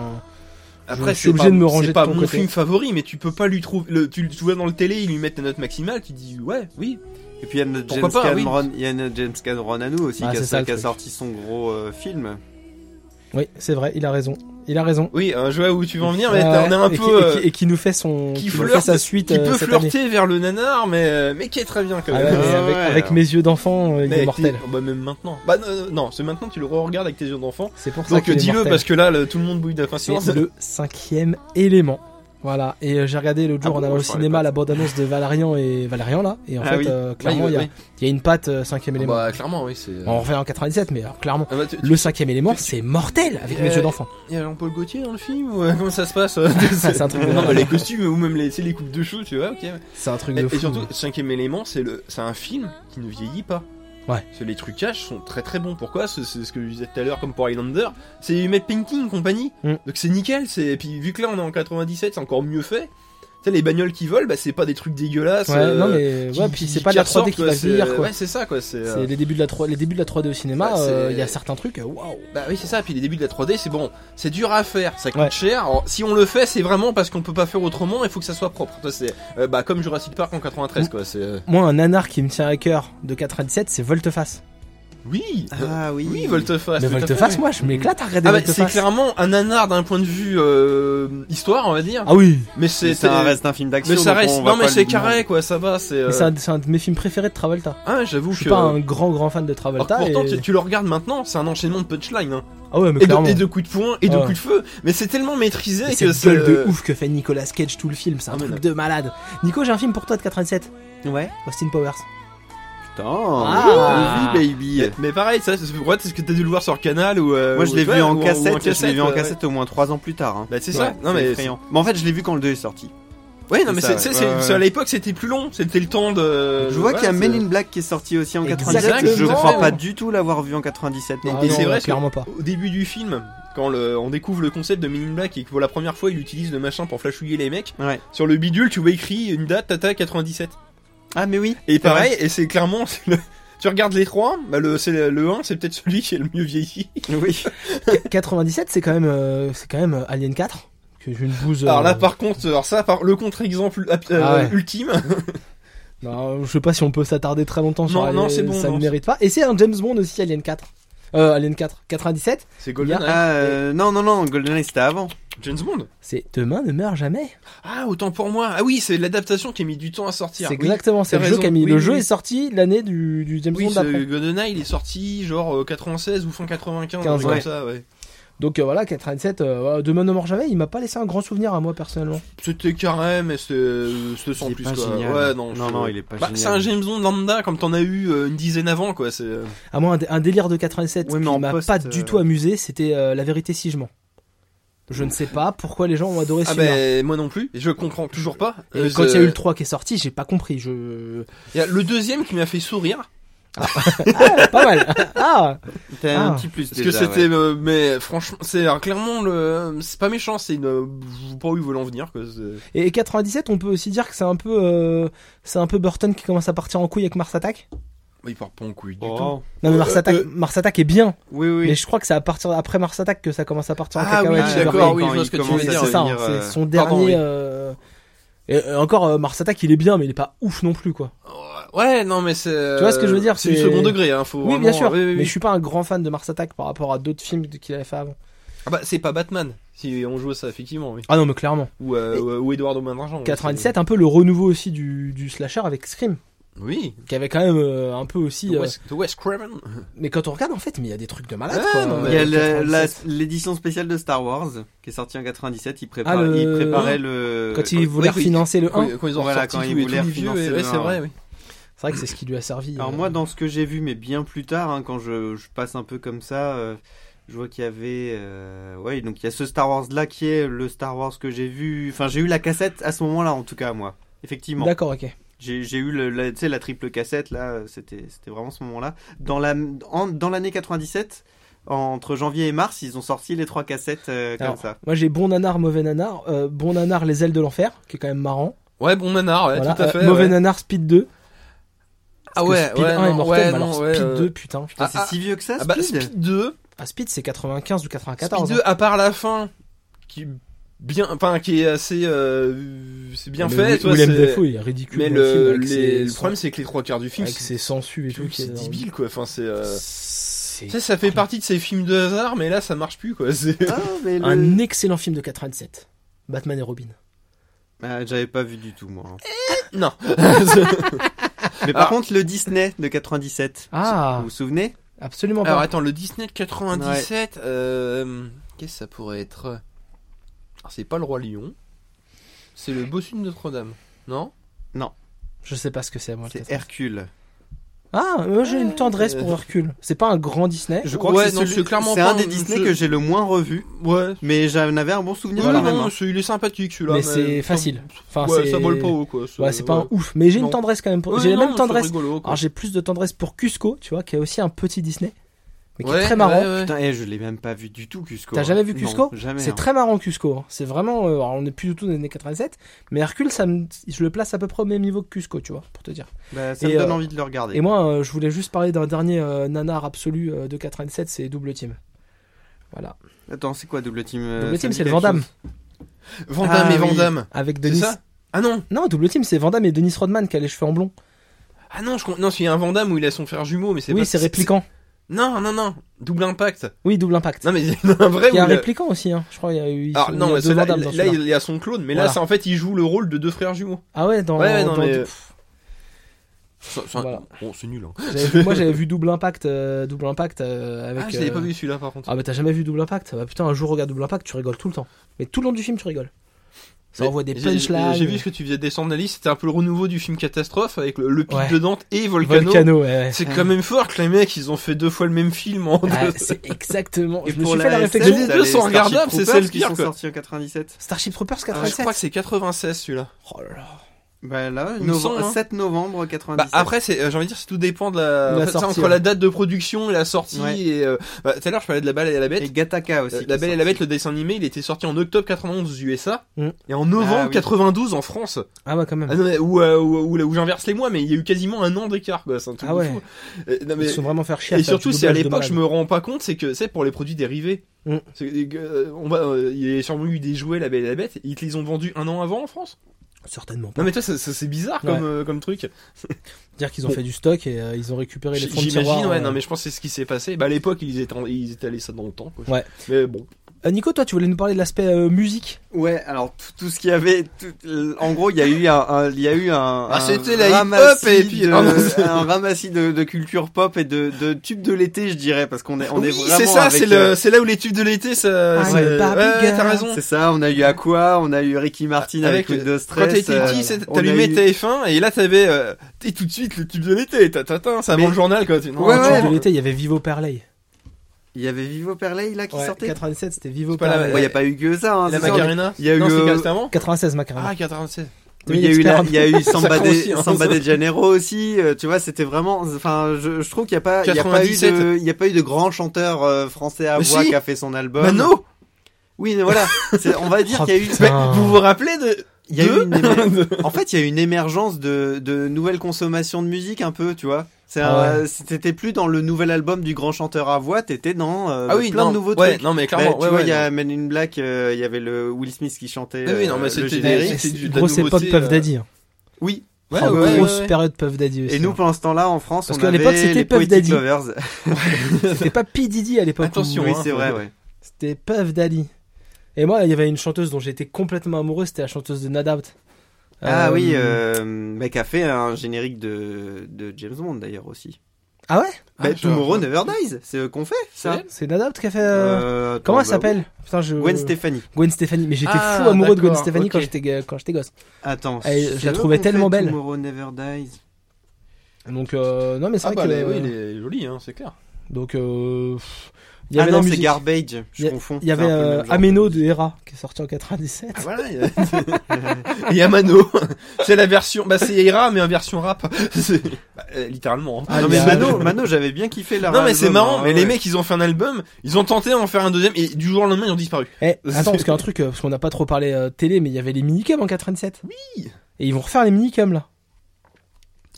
Après, Je suis c'est obligé pas- de me ranger C'est de pas ton mon côté. film favori, mais tu peux pas lui trouver. Le, tu le tu vois dans le télé, ils lui mettent la note maximale, tu dis ouais, oui. Et puis il y a notre James, Pourquoi pas, oui. Cameron, il y a notre James Cameron à nous aussi Ah, qui, a, c'est ça, le qui a truc. sorti son gros euh, film. Oui, c'est vrai, il a raison. Il a raison. Oui, un jeu où tu veux en venir, mais Ah Ouais, t'as- on est un et qui- peu. et, qui, euh, et qui nous fait son. qui Qui, nous flirte- fait sa suite. qui euh, peut cette année. flirter vers le nanar, mais, euh, mais qui est très bien quand Ah ouais, même. mais Ouais, avec, ouais, avec alors. mes yeux d'enfant, euh, il Mais est mortel. qui- bah, même maintenant. Bah non, non, non, c'est maintenant que tu le re-regardes avec tes yeux d'enfant. C'est pour ça Donc qu'il euh, est dis-le mortel. parce que là, le- tout le monde bouille de enfin, C'est sinon, ça- le cinquième élément. Voilà, et euh, j'ai regardé l'autre Ah jour bon, en allant je au parlais cinéma pas de la bande-annonce de Valérian et Valérian là, et en Ah fait, oui. euh, clairement, il Oui, y a- oui. il y, a une patte euh, cinquième Ah élément. Bah clairement, oui, c'est. On revient en 97, mais alors clairement, Ah bah, tu- tu- le cinquième élément, c'est mortel avec mes Euh, yeux d'enfant. Il y a Jean-Paul Gaultier dans le film ou euh, comment ça se passe c'est un truc de Non, malade. mais les costumes ou même les, tu sais, les coupes de cheveux, tu vois, ok. C'est un truc Et, de et fou. surtout, cinquième élément, c'est le, c'est un film qui ne vieillit pas. Ouais. Parce que les trucages sont très très bons. Pourquoi C'est c'est ce que je disais tout à l'heure, comme pour Highlander, c'est du matte painting compagnie. Mm. Donc c'est nickel. C'est et puis vu que là on est en 97, c'est encore mieux fait. Tu sais, les bagnoles qui volent, bah c'est pas des trucs dégueulasses. Ouais, euh, non mais qui- ouais, puis qui- c'est pas la 3D ressortent, qui va c'est- vieillir quoi. Ouais, c'est ça quoi. C'est. euh, C'est les débuts de la 3 les débuts de la 3D au cinéma, Ouais, c'est- euh, il y a certains trucs euh, waouh. Bah oui, c'est ça. Puis les débuts de la 3D, c'est bon, c'est dur à faire, ça coûte Ouais. cher. Alors, si on le fait, c'est vraiment parce qu'on peut pas faire autrement. Il faut que ça soit propre. Ça, c'est euh, bah comme Jurassic Park en 93, quoi. C'est euh, Moi un nanar qui me tient à cœur de 97, c'est Volteface. oui, Ah oui, Volteface. Mais tout à fait, Volteface oui. moi je m'éclate à regarder Ah bah, c'est Volteface. clairement un nanar d'un point de vue euh, histoire, on va dire. Ah oui, Mais C'est c'est ça reste un film d'action. mais ça donc reste. on va Non mais pas c'est lui demander. carré, quoi. Ça va. C'est. euh, mais c'est un, c'est un de mes films préférés de Travolta. Ah, j'avoue Je suis que. pas un grand grand fan de Alors Travolta que pourtant, et- tu, tu le regardes maintenant, c'est un enchaînement de punchline. Hein. Ah ouais, Et, mais de, clairement. et de coups de poing, et de Ouais. coups de feu. Mais c'est tellement maîtrisé Et que cette gueule de c'est. ouf que fait Nicolas Cage tout le film, c'est un Ah, mais truc non. de malade. Nico, j'ai un film pour toi de 87, Ouais. Austin Powers. Putain. Ah. Oui, baby. Mais- Mais pareil, ça, c'est ouais, c'est ce que t'as dû le voir sur Canal ou. euh, Moi je ou- l'ai ouais, vu en ou ou cassette, je l'ai vu en ouais. cassette au moins 3 ans plus tard. hein. Bah c'est Ouais, ça. Non mais. effrayant. Mais en fait, je l'ai vu quand le 2 est sorti. Ouais, non mais C'est c'est ça, c'est- ouais. c'est- Ouais, ouais. c'est- à l'époque c'était plus long, c'était le temps de. Je vois Euh, ouais, qu'il y a c'est- Men in Black qui est sorti aussi en 97. Je Exactement. crois pas du tout l'avoir vu en 97. Et- Ah et non, c'est vrai que- clairement pas. Au début du film, quand le, on découvre le concept de Men in Black et que pour la première fois il utilise le machin pour flashouiller les mecs, Ouais. sur le bidule tu vois écrit une date, tata 97. Ah mais oui. Et C'est pareil, et c'est clairement. c'est le- Tu regardes les trois, bah le, c'est le- le 1 c'est peut-être celui qui est le mieux vieilli. Oui. Qu- 97, c'est quand même, euh, c'est quand même euh, Alien 4. que j'ai une bouse. Alors là, euh, par contre, alors ça, par le contre-exemple euh, Ah ouais. ultime. non, Bah, je sais pas si on peut s'attarder très longtemps sur Non, Alien, non, c'est bon, ça non, ne mérite pas. Et c'est un James Bond aussi, Alien 4. Euh, Alien 4, 97. C'est GoldenEye. Ah, euh, non, non, non, GoldenEye c'était avant. James Bond. C'est Demain ne meurt jamais. Ah, autant pour moi. Ah oui, c'est l'adaptation qui a mis du temps à sortir. C'est ah Oui. exactement, c'est t'as le jeu raison. qui a mis. Oui, le oui, jeu oui. est sorti l'année du, du James Oui, Bond d'après. ce GoldenEye, il est sorti genre euh, 96 ou fin 95, 15, un truc ouais. comme ça, ouais. Donc euh, voilà, 97, euh, voilà, Demain ne meurt jamais, il m'a pas laissé un grand souvenir à moi personnellement. C'était carré, mais c'est- euh, c'était sans Il est plus pas quoi. génial. Ouais, non, non, je- non, il est pas Bah, c'est génial. un James Bond lambda comme t'en as eu euh, une dizaine avant quoi. C'est euh, À moi, un, dé- un délire de 87 Oui, mais qui en m'a poste, pas du euh, tout amusé, c'était euh, La vérité si je mens. Je ne sais pas pourquoi les gens ont adoré ah celui-là. ben moi non plus, et je comprends toujours pas. Et Euh, quand il y a euh, eu le 3 qui est sorti, j'ai pas compris. Je... il y a le deuxième qui m'a fait sourire Ah, pas mal. Ah, T'as Ah. un petit plus. parce déjà, que c'était ouais. euh, mais franchement c'est alors, clairement le c'est pas méchant, c'est une euh, je vois pas où ils veulent en venir quoi. c'est- et 97, on peut aussi dire que c'est un peu, euh, c'est un peu Burton qui commence à partir en couille avec Mars Attack. Il part pas en couille du tout. Oh. Non mais Mars Euh, Attack, euh, Mars Attack est bien, Oui, oui. mais je crois que c'est à partir après Mars Attack que ça commence à partir en Ah oui, cacahuète chez d'accord, Burton. oui, je quand vois il ce que tu veux commence à dire, c'est ça, devenir, hein, euh, c'est son pardon, dernier. oui. euh, Et, euh, encore euh, Mars Attack, il est bien, mais il est pas ouf non plus quoi. Ouais, non mais c'est euh, Tu vois ce que je veux dire, C'est du c'est- second degré hein, faut Oui, vraiment- bien sûr, oui, oui, mais oui. je suis pas un grand fan de Mars Attack par rapport à d'autres films qu'il avait fait avant. Ah bah c'est pas Batman si on joue à ça effectivement oui. Ah non, mais clairement. Ou euh, Et- ou- ou Edouard Domaine d'Argent. oui, 97, un peu le renouveau aussi du, du slasher avec Scream, c'est- Oui. qui avait quand même euh, un peu aussi. The euh, Wes- The Wes Craven. Mais quand on regarde en fait, mais il y a des trucs de malade. Ouais, quoi. non, mais- Il y a Euh, la- 97. la- l'édition spéciale de Star Wars qui est sortie en 97. Il, prépare, Ah, le- il préparait le. Quand il voulait Euh, oui, refinancer le 1, Quand, quand ils ont Voilà, ressorti quand tous ils les- voulaient tous les vieux, refinancer et- le ouais, c'est un, vrai, ouais. oui. c'est vrai que c'est ce qui lui a servi. Alors euh, moi, dans ce que j'ai vu, mais bien plus tard, hein, quand je, je passe un peu comme ça, euh, je vois qu'il y avait, euh, ouais, donc il y a ce Star Wars là qui est le Star Wars que j'ai vu. Enfin, j'ai eu la cassette à ce moment-là, en tout cas moi. Effectivement, D'accord, ok. j'ai j'ai eu le, la, tu sais, la triple cassette là. euh, C'était, c'était vraiment ce moment-là. Dans la, en- dans l'année 97, entre janvier et mars, ils ont sorti les trois cassettes euh, comme Alors, ah, ça. Moi j'ai Bon Nanar, Mauvais Nanar. Euh, bon Nanar, Les Ailes de l'Enfer, qui est quand même marrant. Ouais, bon nanar, ouais, Voilà. tout à Euh, fait. mauvais ouais. Nanar, Speed 2. Ah Parce que ouais, Speed ouais, 1 est non, mortel, ouais, mais alors non, ouais, Speed euh, 2, putain. Putain, ah, c'est ah, si vieux que ça, Ah bah, Speed Speed 2, Ah, Speed, c'est 95 ou hein. 94. Speed 2, à part la fin, qui bien, enfin, qui est assez, euh, c'est bien fait, tu vois, William c'est- Dafoe, il est ridicule. Mais dans le, film le, avec les- ses- le problème, c'est que les trois quarts du film, avec c'est ses sensus et tout, qui est- c'est débile, quoi. Enfin, c'est, euh, C'est ça, ça fait partie de ces films de hasard, mais là, ça marche plus, quoi. c'est- Ah, mais le- un excellent film de 97. Batman et Robin. Ah, j'avais pas vu du tout moi. hein. Non. Mais par Alors- contre, le Disney de 97. Ah. Vous vous souvenez Absolument Alors pas. attends, le Disney de 97, euh, qu'est-ce que ça pourrait être Alors, C'est pas le Roi Lion, c'est le Bossu de Notre-Dame, non Je sais pas ce que c'est, moi. le C'est 97. Hercule. Ah, moi j'ai une tendresse pour Euh. Hercule. C'est pas un grand Disney. Je crois Ouais, que c'est non, celui- c'est clairement c'est pas un des un- Disney je- que j'ai le moins revu, Ouais. mais j'en avais un bon souvenir quand même. hein. il est sympathique celui-là. Mais c'est facile. Enfin, ouais, c'est- ça vole pas haut quoi. Ouais, c'est pas un ouf. Mais j'ai une Non. tendresse quand même. pour- Ouais, J'ai la non, même c'est tendresse. rigolo, quoi. Alors j'ai plus de tendresse pour Cusco, tu vois, qui est aussi un petit Disney, mais qui Ouais, est très marrant. ouais, ouais. Putain, eh, je l'ai même pas vu du tout, Cusco. T'as hein. jamais vu Non, Cusco Jamais. C'est hein. très marrant Cusco. hein. C'est vraiment, euh, alors, on n'est plus du tout dans les années 87, mais Hercule, ça me, je le place à peu près au même niveau que Cusco, tu vois, pour te dire. Bah, ça Et, me donne euh, envie de le regarder. Et moi, euh, je voulais juste parler d'un dernier euh, nanar absolu euh, de 87, c'est Double Team. Voilà. Attends, c'est quoi Double Team euh, Double ça Team, me dit c'est le quelque Vandame chose Van Damme Ah, et Van oui. Damme. avec C'est Denis. ça Ah non, Non, Double Team, c'est Vandame et Denis Rodman qui a les cheveux en blond. ah non, je com- non, il y a un Van Damme où il a son frère jumeau, mais c'est Oui, pas- c'est répliquant. Non, non, non, double impact. Oui, Double Impact. Non mais il y en a un vrai. Il y a où un il a- répliquant aussi, hein. Je crois il y a eu. ils Ah sont- il non, y a mais deux celui-là, Van Damme il- dans là, celui-là. il y a son clone, mais là, Voilà. c'est en fait, il joue le rôle de deux frères jumeaux. Ah ouais, dans. Ouais, ouais, non, dans- mais- pff, C'est Voilà. nul. Hein. j'avais vu- moi, j'avais vu Double Impact, euh, Double Impact euh, avec. ah, je l'avais euh, pas vu celui-là par contre. Ah bah t'as jamais vu Double Impact Bah putain un jour regarde Double Impact tu rigoles tout le temps. Mais tout le long du film tu rigoles. Ça Mais envoie des j'ai- punchlines. J'ai vu ce que tu faisais descendre la liste, c'était un peu le renouveau du film Catastrophe avec le, le pic Ouais. de Dante et Volcano. Volcano. ouais, ouais. C'est quand même fort que les mecs ils ont fait deux fois le même film en Ah, deux. c'est exactement. Et je me pour suis fait la SF, réflexion. Les t'as deux sont Starship regardables, c'est Troopers ça le qui pire, sont quoi. sortis en 97. Starship Troopers Ah, je 87. crois que c'est 96 celui-là. Oh là là. Bah là, Il me nove- semble, hein. 7 novembre 97. Bah, après, c'est, euh, j'ai envie de dire, c'est tout dépend de la, De la en fait, ça, sortie, entre ouais. la date de production et la sortie. Ouais. Et euh, bah, tout à l'heure, je parlais de la Belle et la Bête. et Gataka aussi. Euh, qui la est Belle et sorti. la Bête, le dessin animé, il était sorti en octobre 91 aux USA Mm. et en novembre Ah, oui. 92 en France. Ah ouais, quand même. Ah non, mais où, euh, où, où- où j'inverse les mois, mais il y a eu quasiment un an d'écart, quoi. C'est un truc Ah de ouais. fou. Euh, non, mais- Ils se sont vraiment faire chier. et faire du surtout, c'est à doublage de l'époque, je malade. me rends pas compte, c'est que c'est pour les produits dérivés. Mm. C'est que, euh, on va, euh, il y a sûrement eu des jouets La Belle et la Bête. Ils te les ont vendus un an avant en France. Certainement pas. Non mais toi, ça, ça, c'est bizarre comme Ouais. euh, comme truc. Dire qu'ils ont fait du stock et euh, ils ont récupéré les fonds de J'imagine, tiroir, ouais. euh. Non mais je pense que c'est ce qui s'est passé. Bah à l'époque, ils étaient ils étalaient ça dans le temps. Quoi. Ouais. Mais bon. Euh, Nico, toi, tu voulais nous parler de l'aspect euh, musique Ouais, alors tout, tout ce qu'il y avait, tout- euh, en gros, il y a eu un, un- il y a eu un, Ah, un c'était la ramassis hip-hop et puis- de- Ah, non, c'est- un ramassis de, de culture pop et de, de tubes de l'été, je dirais, parce qu'on est, on est Oui, vraiment c'est ça, avec, c'est le- euh, c'est là où l'étude de l'été, ça. Ah, c'est- le Barbie ouais, Girl. t'as raison. C'est ça, on a eu Aqua, on a eu Ricky Martin avec, Avec, euh, le de Quand stress. euh, t'étais petit, c'est- t'allumais eu- TF1 et là t'avais euh, t'es tout de suite le tube de l'été, t'as- t'as- t'as, c'est avant Mais- le journal quoi. tu- non, Ouais, tu- Quand ouais. tu de l'été, il y avait Vivo Perley. Il y avait Vivo Perley là qui Ouais, sortait. 97, c'était Vivo C'est pas la- Perley. Ouais, il y a pas eu que ça. Hein, La c'est ça, Macarena. Il y a eu euh, Non, le- c'est- c'était avant. 96 Macarena. Ah 96. Mais il y a eu, la- il y a eu Samba, Ça compte de, aussi, hein, Samba ça. de Janeiro aussi, euh, tu vois, c'était vraiment, enfin, je, je trouve qu'il n'y a pas, il y a pas eu 97. de, il y a pas eu de grand chanteur euh, français à Mais voix si. qui a fait son album. Mano, Oui, mais voilà, C'est- on va dire Oh, qu'il y a eu, putain. Ah. vous vous rappelez de il y a eu deux une émer- en fait, il y a eu une émergence de, de nouvelles consommations de musique un peu, tu vois. C'est Ah un- C'était plus dans le nouvel album du grand chanteur à voix, t'étais dans euh, Ah oui, plein non, de nouveaux ouais, trucs. Non mais Bah, clairement, tu ouais, vois, ouais, il y a non. Men in Black, euh, il y avait le Will Smith qui chantait. Ah oui, non, euh, mais le c'était des- générique. c'est du- de la Grosse époque nouveauté, Puff euh, Daddy. hein. Oui, Ouais, Oh, Ah, ouais, ouais, grosse ouais. période Puff Daddy aussi. Et nous, hein. pendant ce temps-là, en France, Parce on qu'à avait l'époque, c'était les Puff Poetic Daddy. Lovers. c'était pas P. Diddy à l'époque. Attention, où- Oui, hein. c'est vrai, ouais. C'était Puff Daddy. Et moi, il y avait une chanteuse dont j'étais complètement amoureux, c'était la chanteuse de Nad Out. Ah Euh, oui, euh, bah, qui a fait un générique de, de James Bond d'ailleurs aussi. Ah ouais Ah, bah, je- Tomorrow Never Dies, c'est euh, qu'on fait ça. C'est C'est Nad Out qui a fait. euh, Euh, attends, Comment elle bah, s'appelle euh, Putain, je. Gwen Stefani. Gwen Stefani. Mais j'étais Ah, fou amoureux de Gwen d'accord, Stefani quand ok. j'étais euh, quand j'étais gosse. Attends, Elle- c'est Eh, je la eux trouvais qu'on fait tellement belle. Tomorrow Never Dies. Donc euh, non, mais c'est Ah vrai bah que. oui, il est joli, hein, c'est clair. Donc euh, pff, il y Ah avait non, la c'est musique. Garbage, Il y je a- confonds. Il y avait C'est un peu le euh, même genre. Ameno de Hera qui est sorti en 97. Ah, voilà, il y a... il y a Mano. C'est la version, bah c'est Ira mais en version rap. C'est- bah, euh, littéralement. Ah, Non il y mais a- Mano, Mano j'avais bien kiffé la hein, Non mais c'est marrant, mais les mecs ils ont fait un album, ils ont tenté d'en faire un deuxième et du jour au lendemain ils ont disparu. Eh, attends, parce qu'un truc, euh, parce qu'on n'a pas trop parlé euh, télé, mais il y avait les minicums en 97. Oui. Et ils vont refaire les minicums là.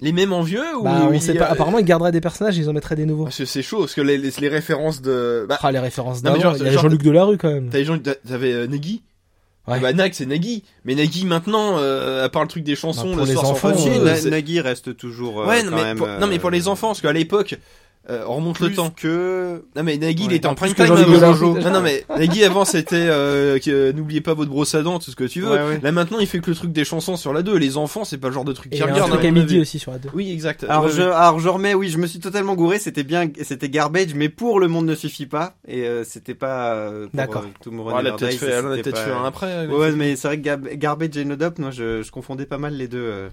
Les mêmes en vieux ou bah, on il sait y a- pas. Apparemment, ils garderaient des personnages, et ils en mettraient des nouveaux. Parce que c'est chaud, parce que les, les- les références de. Bah, Ah, les références Non, mais d'avant. genre, Il y a genre- Jean-Luc Delarue quand même. t'as les gens, t'as- t'avais euh, Nagui. Ouais. Bah, Nag, c'est Nagui. Mais Nagui, maintenant, euh, à part le truc des Bah, chansons, pour le les soir sans enfants, faute, euh, c'est- Nagui reste toujours. euh, Ouais, non, quand mais même, pour, non, mais pour euh, les enfants, parce qu'à l'époque, euh, on remonte le plus temps. que. Non, mais Nagui, il Ouais. était en prime que time Jean-Luc avant. Delarue, déjà. Non, non, mais Nagui, avant, c'était, euh, que, euh, n'oubliez pas votre brosse à dents, tout ce que tu veux. Ouais, ouais. Là, maintenant, il fait que le truc des chansons sur la 2. Les enfants, c'est pas le genre de truc Et qui il y a un regarde. truc hein, à mon midi avis. aussi sur la 2. Oui, exact. Alors Ouais, je, ouais. alors je remets, oui, je me suis totalement gouré. C'était bien, c'était garbage, mais pour le monde ne suffit pas. Et euh, c'était pas. euh, pour, D'accord. euh, Tomorrow Bon, Ah, elle a Never peut-être Dies, fait, elle en a c'était peut-être pas- fait un après. Ouais, ouais, mais c'est vrai que Gab- garbage et Nodop, moi, je, je confondais pas mal les deux. euh.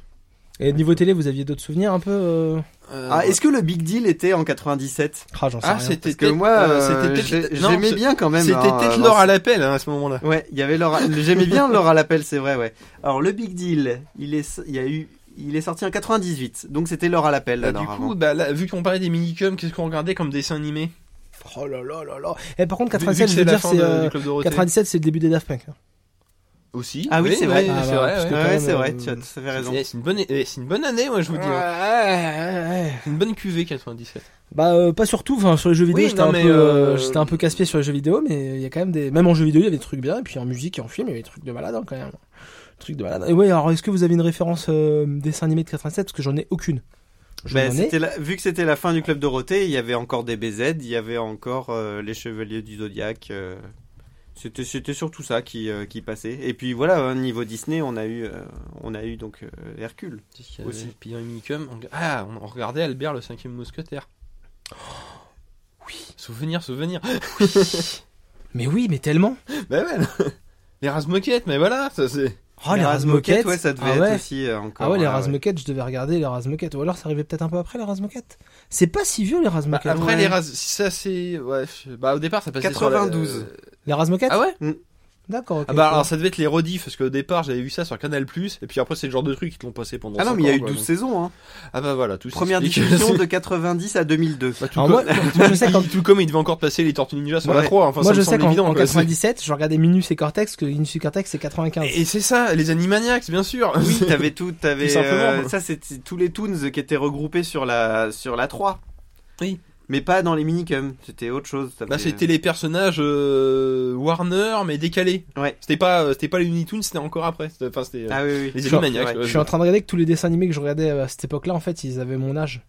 Et niveau télé, vous aviez d'autres souvenirs un peu euh... Euh, Ah, est-ce que le Big Deal était en 97 Ah, j'en sais Ah, rien. c'était Parce que peut-être- moi, euh, c'était euh, peut-être- j'ai- non, j'aimais c'est- bien quand même. C'était hein, peut-être euh, l'or à l'appel hein, à ce moment-là. Ouais, il y avait Laura. J'aimais bien Laura l'appel, c'est vrai, ouais. Alors le Big Deal, il est, il y a eu, il est sorti en 98, donc c'était Laura l'appel. du alors, coup, avant. bah, là, vu qu'on parlait des minicums, qu'est-ce qu'on regardait comme dessin animé Oh là là là là. Et par contre, Vu- vu 97, que je veux la dire, fin c'est de- euh, du Club Dorothée. 97, c'est le début des Daft Punk. hein. aussi. Ah oui, c'est vrai. ouais, Ah, c'est bah, vrai, parce ouais. que- Ouais, quand même, c'est vrai, euh, tu as tout à fait raison. Eh, C'est une bonne, eh, c'est une bonne année, moi je vous dis. hein. C'est une bonne cuvée 97. Bah euh, pas surtout, enfin sur les jeux vidéo, Oui, j'étais non, un, mais, peu, euh, euh, j'étais un peu casse-pied sur les jeux vidéo, mais il y a quand même des, même en jeux vidéo, il y avait des trucs bien, et puis en musique et en film, il y avait des trucs de malade hein, quand même. Des Trucs de malade. Et ouais, alors est-ce que vous avez une référence euh, dessin animé de 87 parce que j'en ai aucune. J'en Bah, Ben, ai- c'était la- vu que c'était la fin du club Dorothée, il y avait encore des BZ, il y avait encore euh, les Chevaliers du Zodiaque. euh, c'était c'était surtout ça qui euh, qui passait. Et puis voilà, hein, niveau Disney, on a eu euh, on a eu donc euh, Hercule. Aussi. Et Puis un minicum. on- Ah, on on regardait Albert le cinquième mousquetaire. oui. Souvenir, souvenir. Mais oui, mais tellement. bah ouais. Les Rasmoquettes, mais voilà, ça c'est. Oh les Razmoquettes. ouais, ça devait ah être ouais. aussi euh, encore. Ah ouais, les hein, Razmoquettes, je devais regarder les Razmoquettes. Ou alors ça arrivait peut-être un peu après les Razmoquettes. C'est pas si vieux les Bah, Razmoquettes. après les Ras, ça c'est, ouais. je- Bah au départ ça passait sur la- 92. Les Razmoquettes Ah ouais. Mm. D'accord. ok. Ah bah alors ça devait être les rediffs parce qu'au départ j'avais vu ça sur Canal Plus et puis après c'est le genre de truc qui te l'ont passé pendant Ah non, cinq mais il y a ans, eu quoi, 12 donc- saisons. Hein. Ah bah voilà, tout Première s'explique. diffusion de 90 à 2002. Bah, tout, Alors moi, comme... moi, je sais qu'en tout comme il devait encore passer les Tortues Ninja sur la Ouais. 3, enfin moi, ça je me sais semble qu'en évident. en quoi, c'est- 97, je regardais Minus et Cortex, que Minus et Cortex c'est 95. Et c'est ça, les Animaniacs bien sûr. Oui, t'avais tout, Tout t'avais simplement. euh, ça, c'était tous les Toons qui étaient regroupés sur la sur la 3. Oui. Mais pas dans les minicums, c'était autre chose. Bah t'avais- c'était les personnages euh, Warner mais décalés. Ouais. C'était pas euh, c'était pas les Looney Tunes, c'était encore après. C'était- Enfin c'était euh, Ah oui, oui. les Sure, Animaniacs. ouais. ouais. Je suis en train de regarder que tous les dessins animés que je regardais à cette époque-là, en fait, ils avaient mon âge.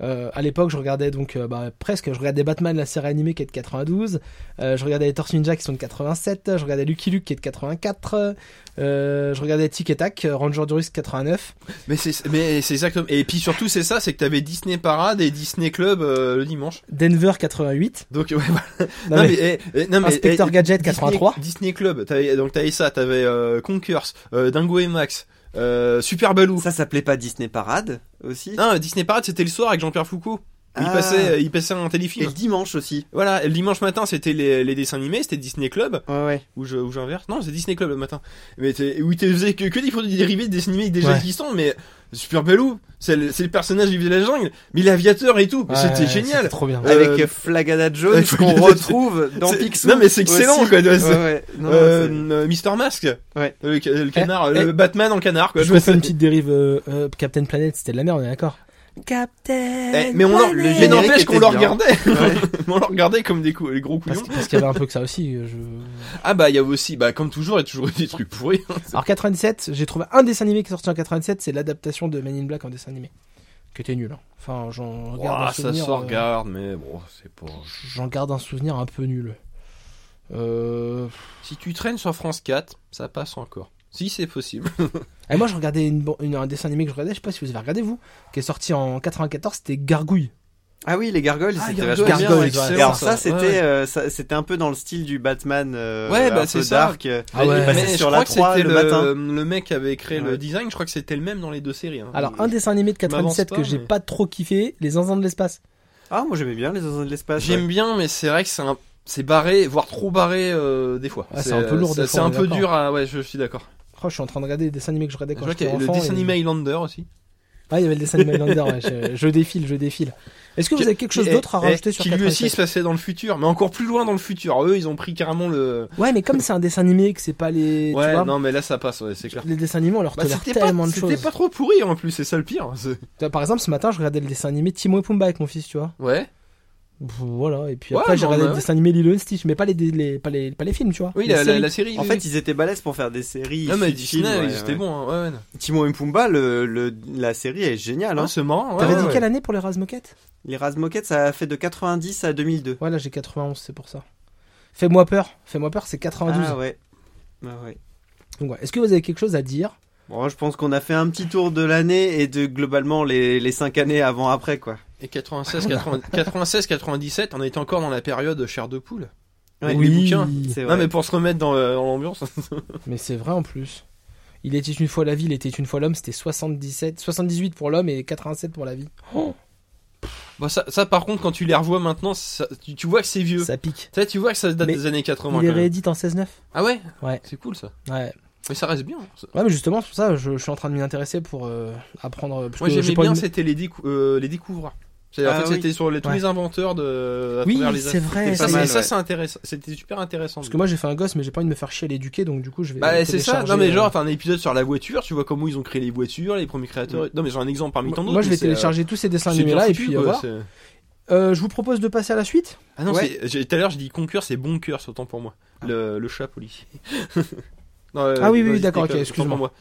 Euh, à l'époque, je regardais donc euh, bah, presque, je regardais Batman, la série animée qui est de 92, euh, je regardais les Tortues Ninja qui sont de 87, je regardais Lucky Luke qui est de 84, euh, je regardais Tic et Tac, euh, Ranger du Risque 89. Mais c'est mais c'est exactement et puis surtout c'est ça, c'est que t'avais Disney Parade et Disney Club euh, le dimanche. Denver 88, Donc ouais, voilà. Non, non, mais- mais, eh, eh, non, mais, Inspector eh, Gadget Disney- 83, Disney, Club, t'avais, donc t'avais ça, t'avais euh, Conkers, euh, Dingo et Max, euh, Super Baloo. Ça s'appelait pas Disney Parade aussi Non, Disney Parade c'était le soir avec Jean-Pierre Foucault. Il, Ah. passait, euh, il passait un Et téléfilm. le dimanche aussi. Voilà, et le dimanche matin c'était les, les dessins animés, c'était Disney Club, Ouais, ouais. ou je- ou j'inverse. Non, c'est Disney Club le matin. Mais t'es- où ils te faisaient que, que des produits dérivés de dessins animés déjà Ouais. existants, mais Super Baloo, c'est le, c'est le personnage du village de la jungle, mais l'aviateur et tout, Ouais, c'était ouais, génial. c'était trop bien. Euh, Avec Flagada Jones avec qu'on Flagada- retrouve dans C'est- Picsou. non, mais c'est excellent, aussi. quoi, de- Ouais, c'est- ouais. Non, Euh, c'est- euh, Mister Mask, Ouais. le, le canard, eh. le Batman en canard, quoi. je vous fais une petite dérive, euh, euh, Captain Planet, c'était de la merde, on est d'accord Eh, mais on en- Le mais générique n'empêche qu'on était le bien. regardait, Ouais. on le regardait comme des, cou- les gros Parce, couillons. parce qu'il y avait un peu que ça aussi. euh, Je... Ah bah il y avait aussi, bah comme toujours, il y a toujours eu des trucs pourris. Alors 97, j'ai trouvé un dessin animé qui est sorti en 97, c'est l'adaptation de Men in Black en dessin animé, qui était nul. hein. Enfin, j'en regarde Ouah, un ça souvenir. se euh, regarde, mais bon, c'est pas. j'en garde un souvenir un peu nul. Euh... Si tu traînes sur France 4, ça passe encore. Si c'est possible. Et moi, je regardais une, ban- une- un dessin animé que je regardais, je sais pas si vous avez regardé vous, qui est sorti en 94, c'était Gargouille. Ah oui, les gargoyles, c'était Gargoyles, vachement bien. Gargoyles, ouais, excellent, Et alors ça, ça, c'était ouais. euh, ça- c'était un peu dans le style du Batman euh, Ouais, bah, un c'est peu ça. dark. euh, Ah ouais. Il Mais passait je sur crois la que 3 c'était le matin. le mec qui avait créé le Ouais. design, je crois que c'était le même dans les deux séries. hein. Alors, un dessin animé de Je m'avance 97 que pas, j'ai mais- pas trop kiffé, Les Zinzins de l'espace. Ah, moi j'aimais bien les oiseaux de l'espace. J'aime ouais. bien, mais c'est vrai que c'est un- c'est barré, voire trop barré euh, des fois. Ah, c'est un peu lourd, ça- des C'est fois, un on est peu d'accord. dur. À... Ouais, je suis d'accord. Oh, je suis en train de regarder les dessins animés que je regardais Je quand vois qu'il j'étais y a le enfant. dessin et- animé Highlander aussi. Ah, il y avait le dessin animé Highlander, ouais, je, je défile, je défile. Est-ce que vous avez quelque chose Eh, d'autre à eh, rajouter sur Qui lui aussi 97 se passait dans le futur, mais encore plus loin dans le futur. Eux, ils ont pris carrément le. Ouais, mais comme c'est un dessin animé, que c'est pas les. tu Ouais, vois, non, mais là ça passe, ouais, c'est clair. les dessins animés, on leur Bah, tolère c'était pas, tellement de c'était choses. pas trop pourri en plus, c'est ça le pire. c'est- Tu vois, Par exemple, ce matin, je regardais le dessin animé Timon et Pumba avec mon fils, tu vois. Ouais. Pff, Voilà, et puis Ouais, après, j'ai non, regardé mais le ouais. dessin animé Lilo et Stitch, mais pas les, les, pas les, pas les films, tu vois. Oui, les la, la, séries. la série. En oui, fait, oui. ils étaient balèzes pour faire des séries. non, mais fi- films, Disney, ouais, ils étaient ouais. bons. hein, Ouais, ouais. Timon et Pumba, le, le- la série est géniale. Hein. Non, c'est marrant. ouais, T'avais ouais, dit ouais. quelle année pour les Razmoquettes Les Razmoket, ça a fait de 90 à 2002. Ouais, là, j'ai 91, c'est pour ça. Fais-moi peur, fais-moi peur, c'est 92. Ah ouais. Ah ouais. Donc, ouais. Est-ce que vous avez quelque chose à dire Bon, je pense qu'on a fait un petit tour de l'année et de globalement les, les 5 années avant-après, quoi. Et 96, 90 96, 97, on était encore dans la période chair de poule. Ouais, les bouquins. C'est Non, vrai. mais pour se remettre dans le- dans l'ambiance. Mais c'est vrai en plus. Il était une fois la vie, il était une fois l'homme, c'était 77, 78 pour l'homme et 87 pour la vie. Bah, ça, ça, par contre, quand tu les revois maintenant, ça- tu, tu vois que c'est vieux. Ça pique. Ça, tu vois que ça date Mais des années 80. Il est quand même. réédite en 16-9. Ah ouais Ouais. C'est cool ça. Ouais. Mais ça reste bien. ça. Ouais, mais justement, c'est pour ça, je, je suis en train de m'y intéresser pour euh, apprendre. parce Moi que j'aimais pas bien, une- c'était les, décou- euh, les découvreurs. C'est- en Ah fait, oui. c'était sur les, tous Ouais. les inventeurs de. à Oui, travers les- c'est vrai, Et ça, c'est- et ça, ouais. c'est intéressant. C'était super intéressant. Parce que moi j'ai fait un gosse, mais j'ai pas envie de me faire chier à l'éduquer, donc du coup je vais. bah c'est ça. télécharger, Non mais euh, genre t'as un épisode sur la voiture. Tu vois comment ils ont créé les voitures, les premiers créateurs. Non mais genre un exemple parmi tant d'autres. Moi je mais vais c'est, euh, télécharger tous ces dessins c'est animés bien là et foutu, puis euh, quoi, voilà. c'est- Euh, je vous propose de passer à la suite. Ah non, Ouais. c'est- j'ai- tout à l'heure j'ai dit concours, c'est bon cœur, autant pour moi. Le, le chat policier. Ah. Non, euh, Ah oui, oui, non, oui, je d'accord, déconne, ok, autant pour excuse-moi. moi.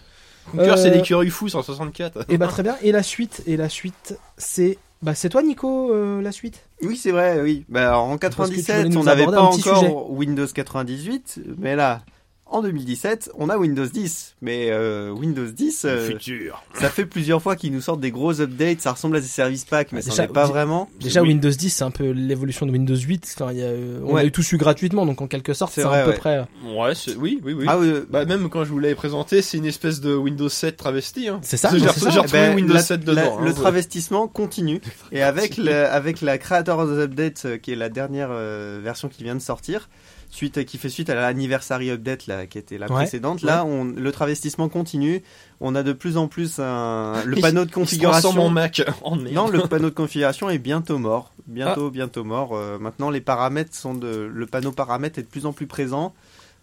Concours, c'est Euh, l'écureuil fou 164. et bah très bien. Et la suite, et la suite, c'est bah c'est toi Nico euh, la suite. Oui, c'est vrai, oui. Bah, alors, en Parce que tu voulais 97, nous on n'avait aborder pas un petit encore sujet. Windows 98, mais là, en 2017, on a Windows 10. Mais euh, Windows 10, euh, futur. ça fait plusieurs fois qu'ils nous sortent des gros updates, ça ressemble à des services packs, mais Ah, ça déjà, n'est pas di- vraiment. Déjà Oui. Windows 10 c'est un peu l'évolution de Windows 8. Enfin, il y a, euh, on Ouais. a eu tous eu gratuitement, donc en quelque sorte C'est c'est à vrai, peu ouais. près. euh, Ouais, c'est- oui, oui, oui. Ah oui, Bah même quand je vous l'avais présenté, c'est une espèce de Windows 7 travesti. Hein. C'est ça, J'ai non, re- c'est ça. j'ai retrouvé Eh ben, Windows la- 7 la- dedans. le hein. travestissement continue. Et avec, le- avec la Creators Update, euh, qui est la dernière euh, version qui vient de sortir, suite, qui fait suite à l'anniversary update là, qui était la Ouais. précédente. Là, on, le travestissement continue. On a de plus en plus un- le Il- panneau de Il se transforme en configuration. Mac. Oh, merde. Non, le panneau de configuration est bientôt mort. Bientôt, bientôt mort. Euh, maintenant, les paramètres sont de. Le panneau paramètres est de plus en plus présent.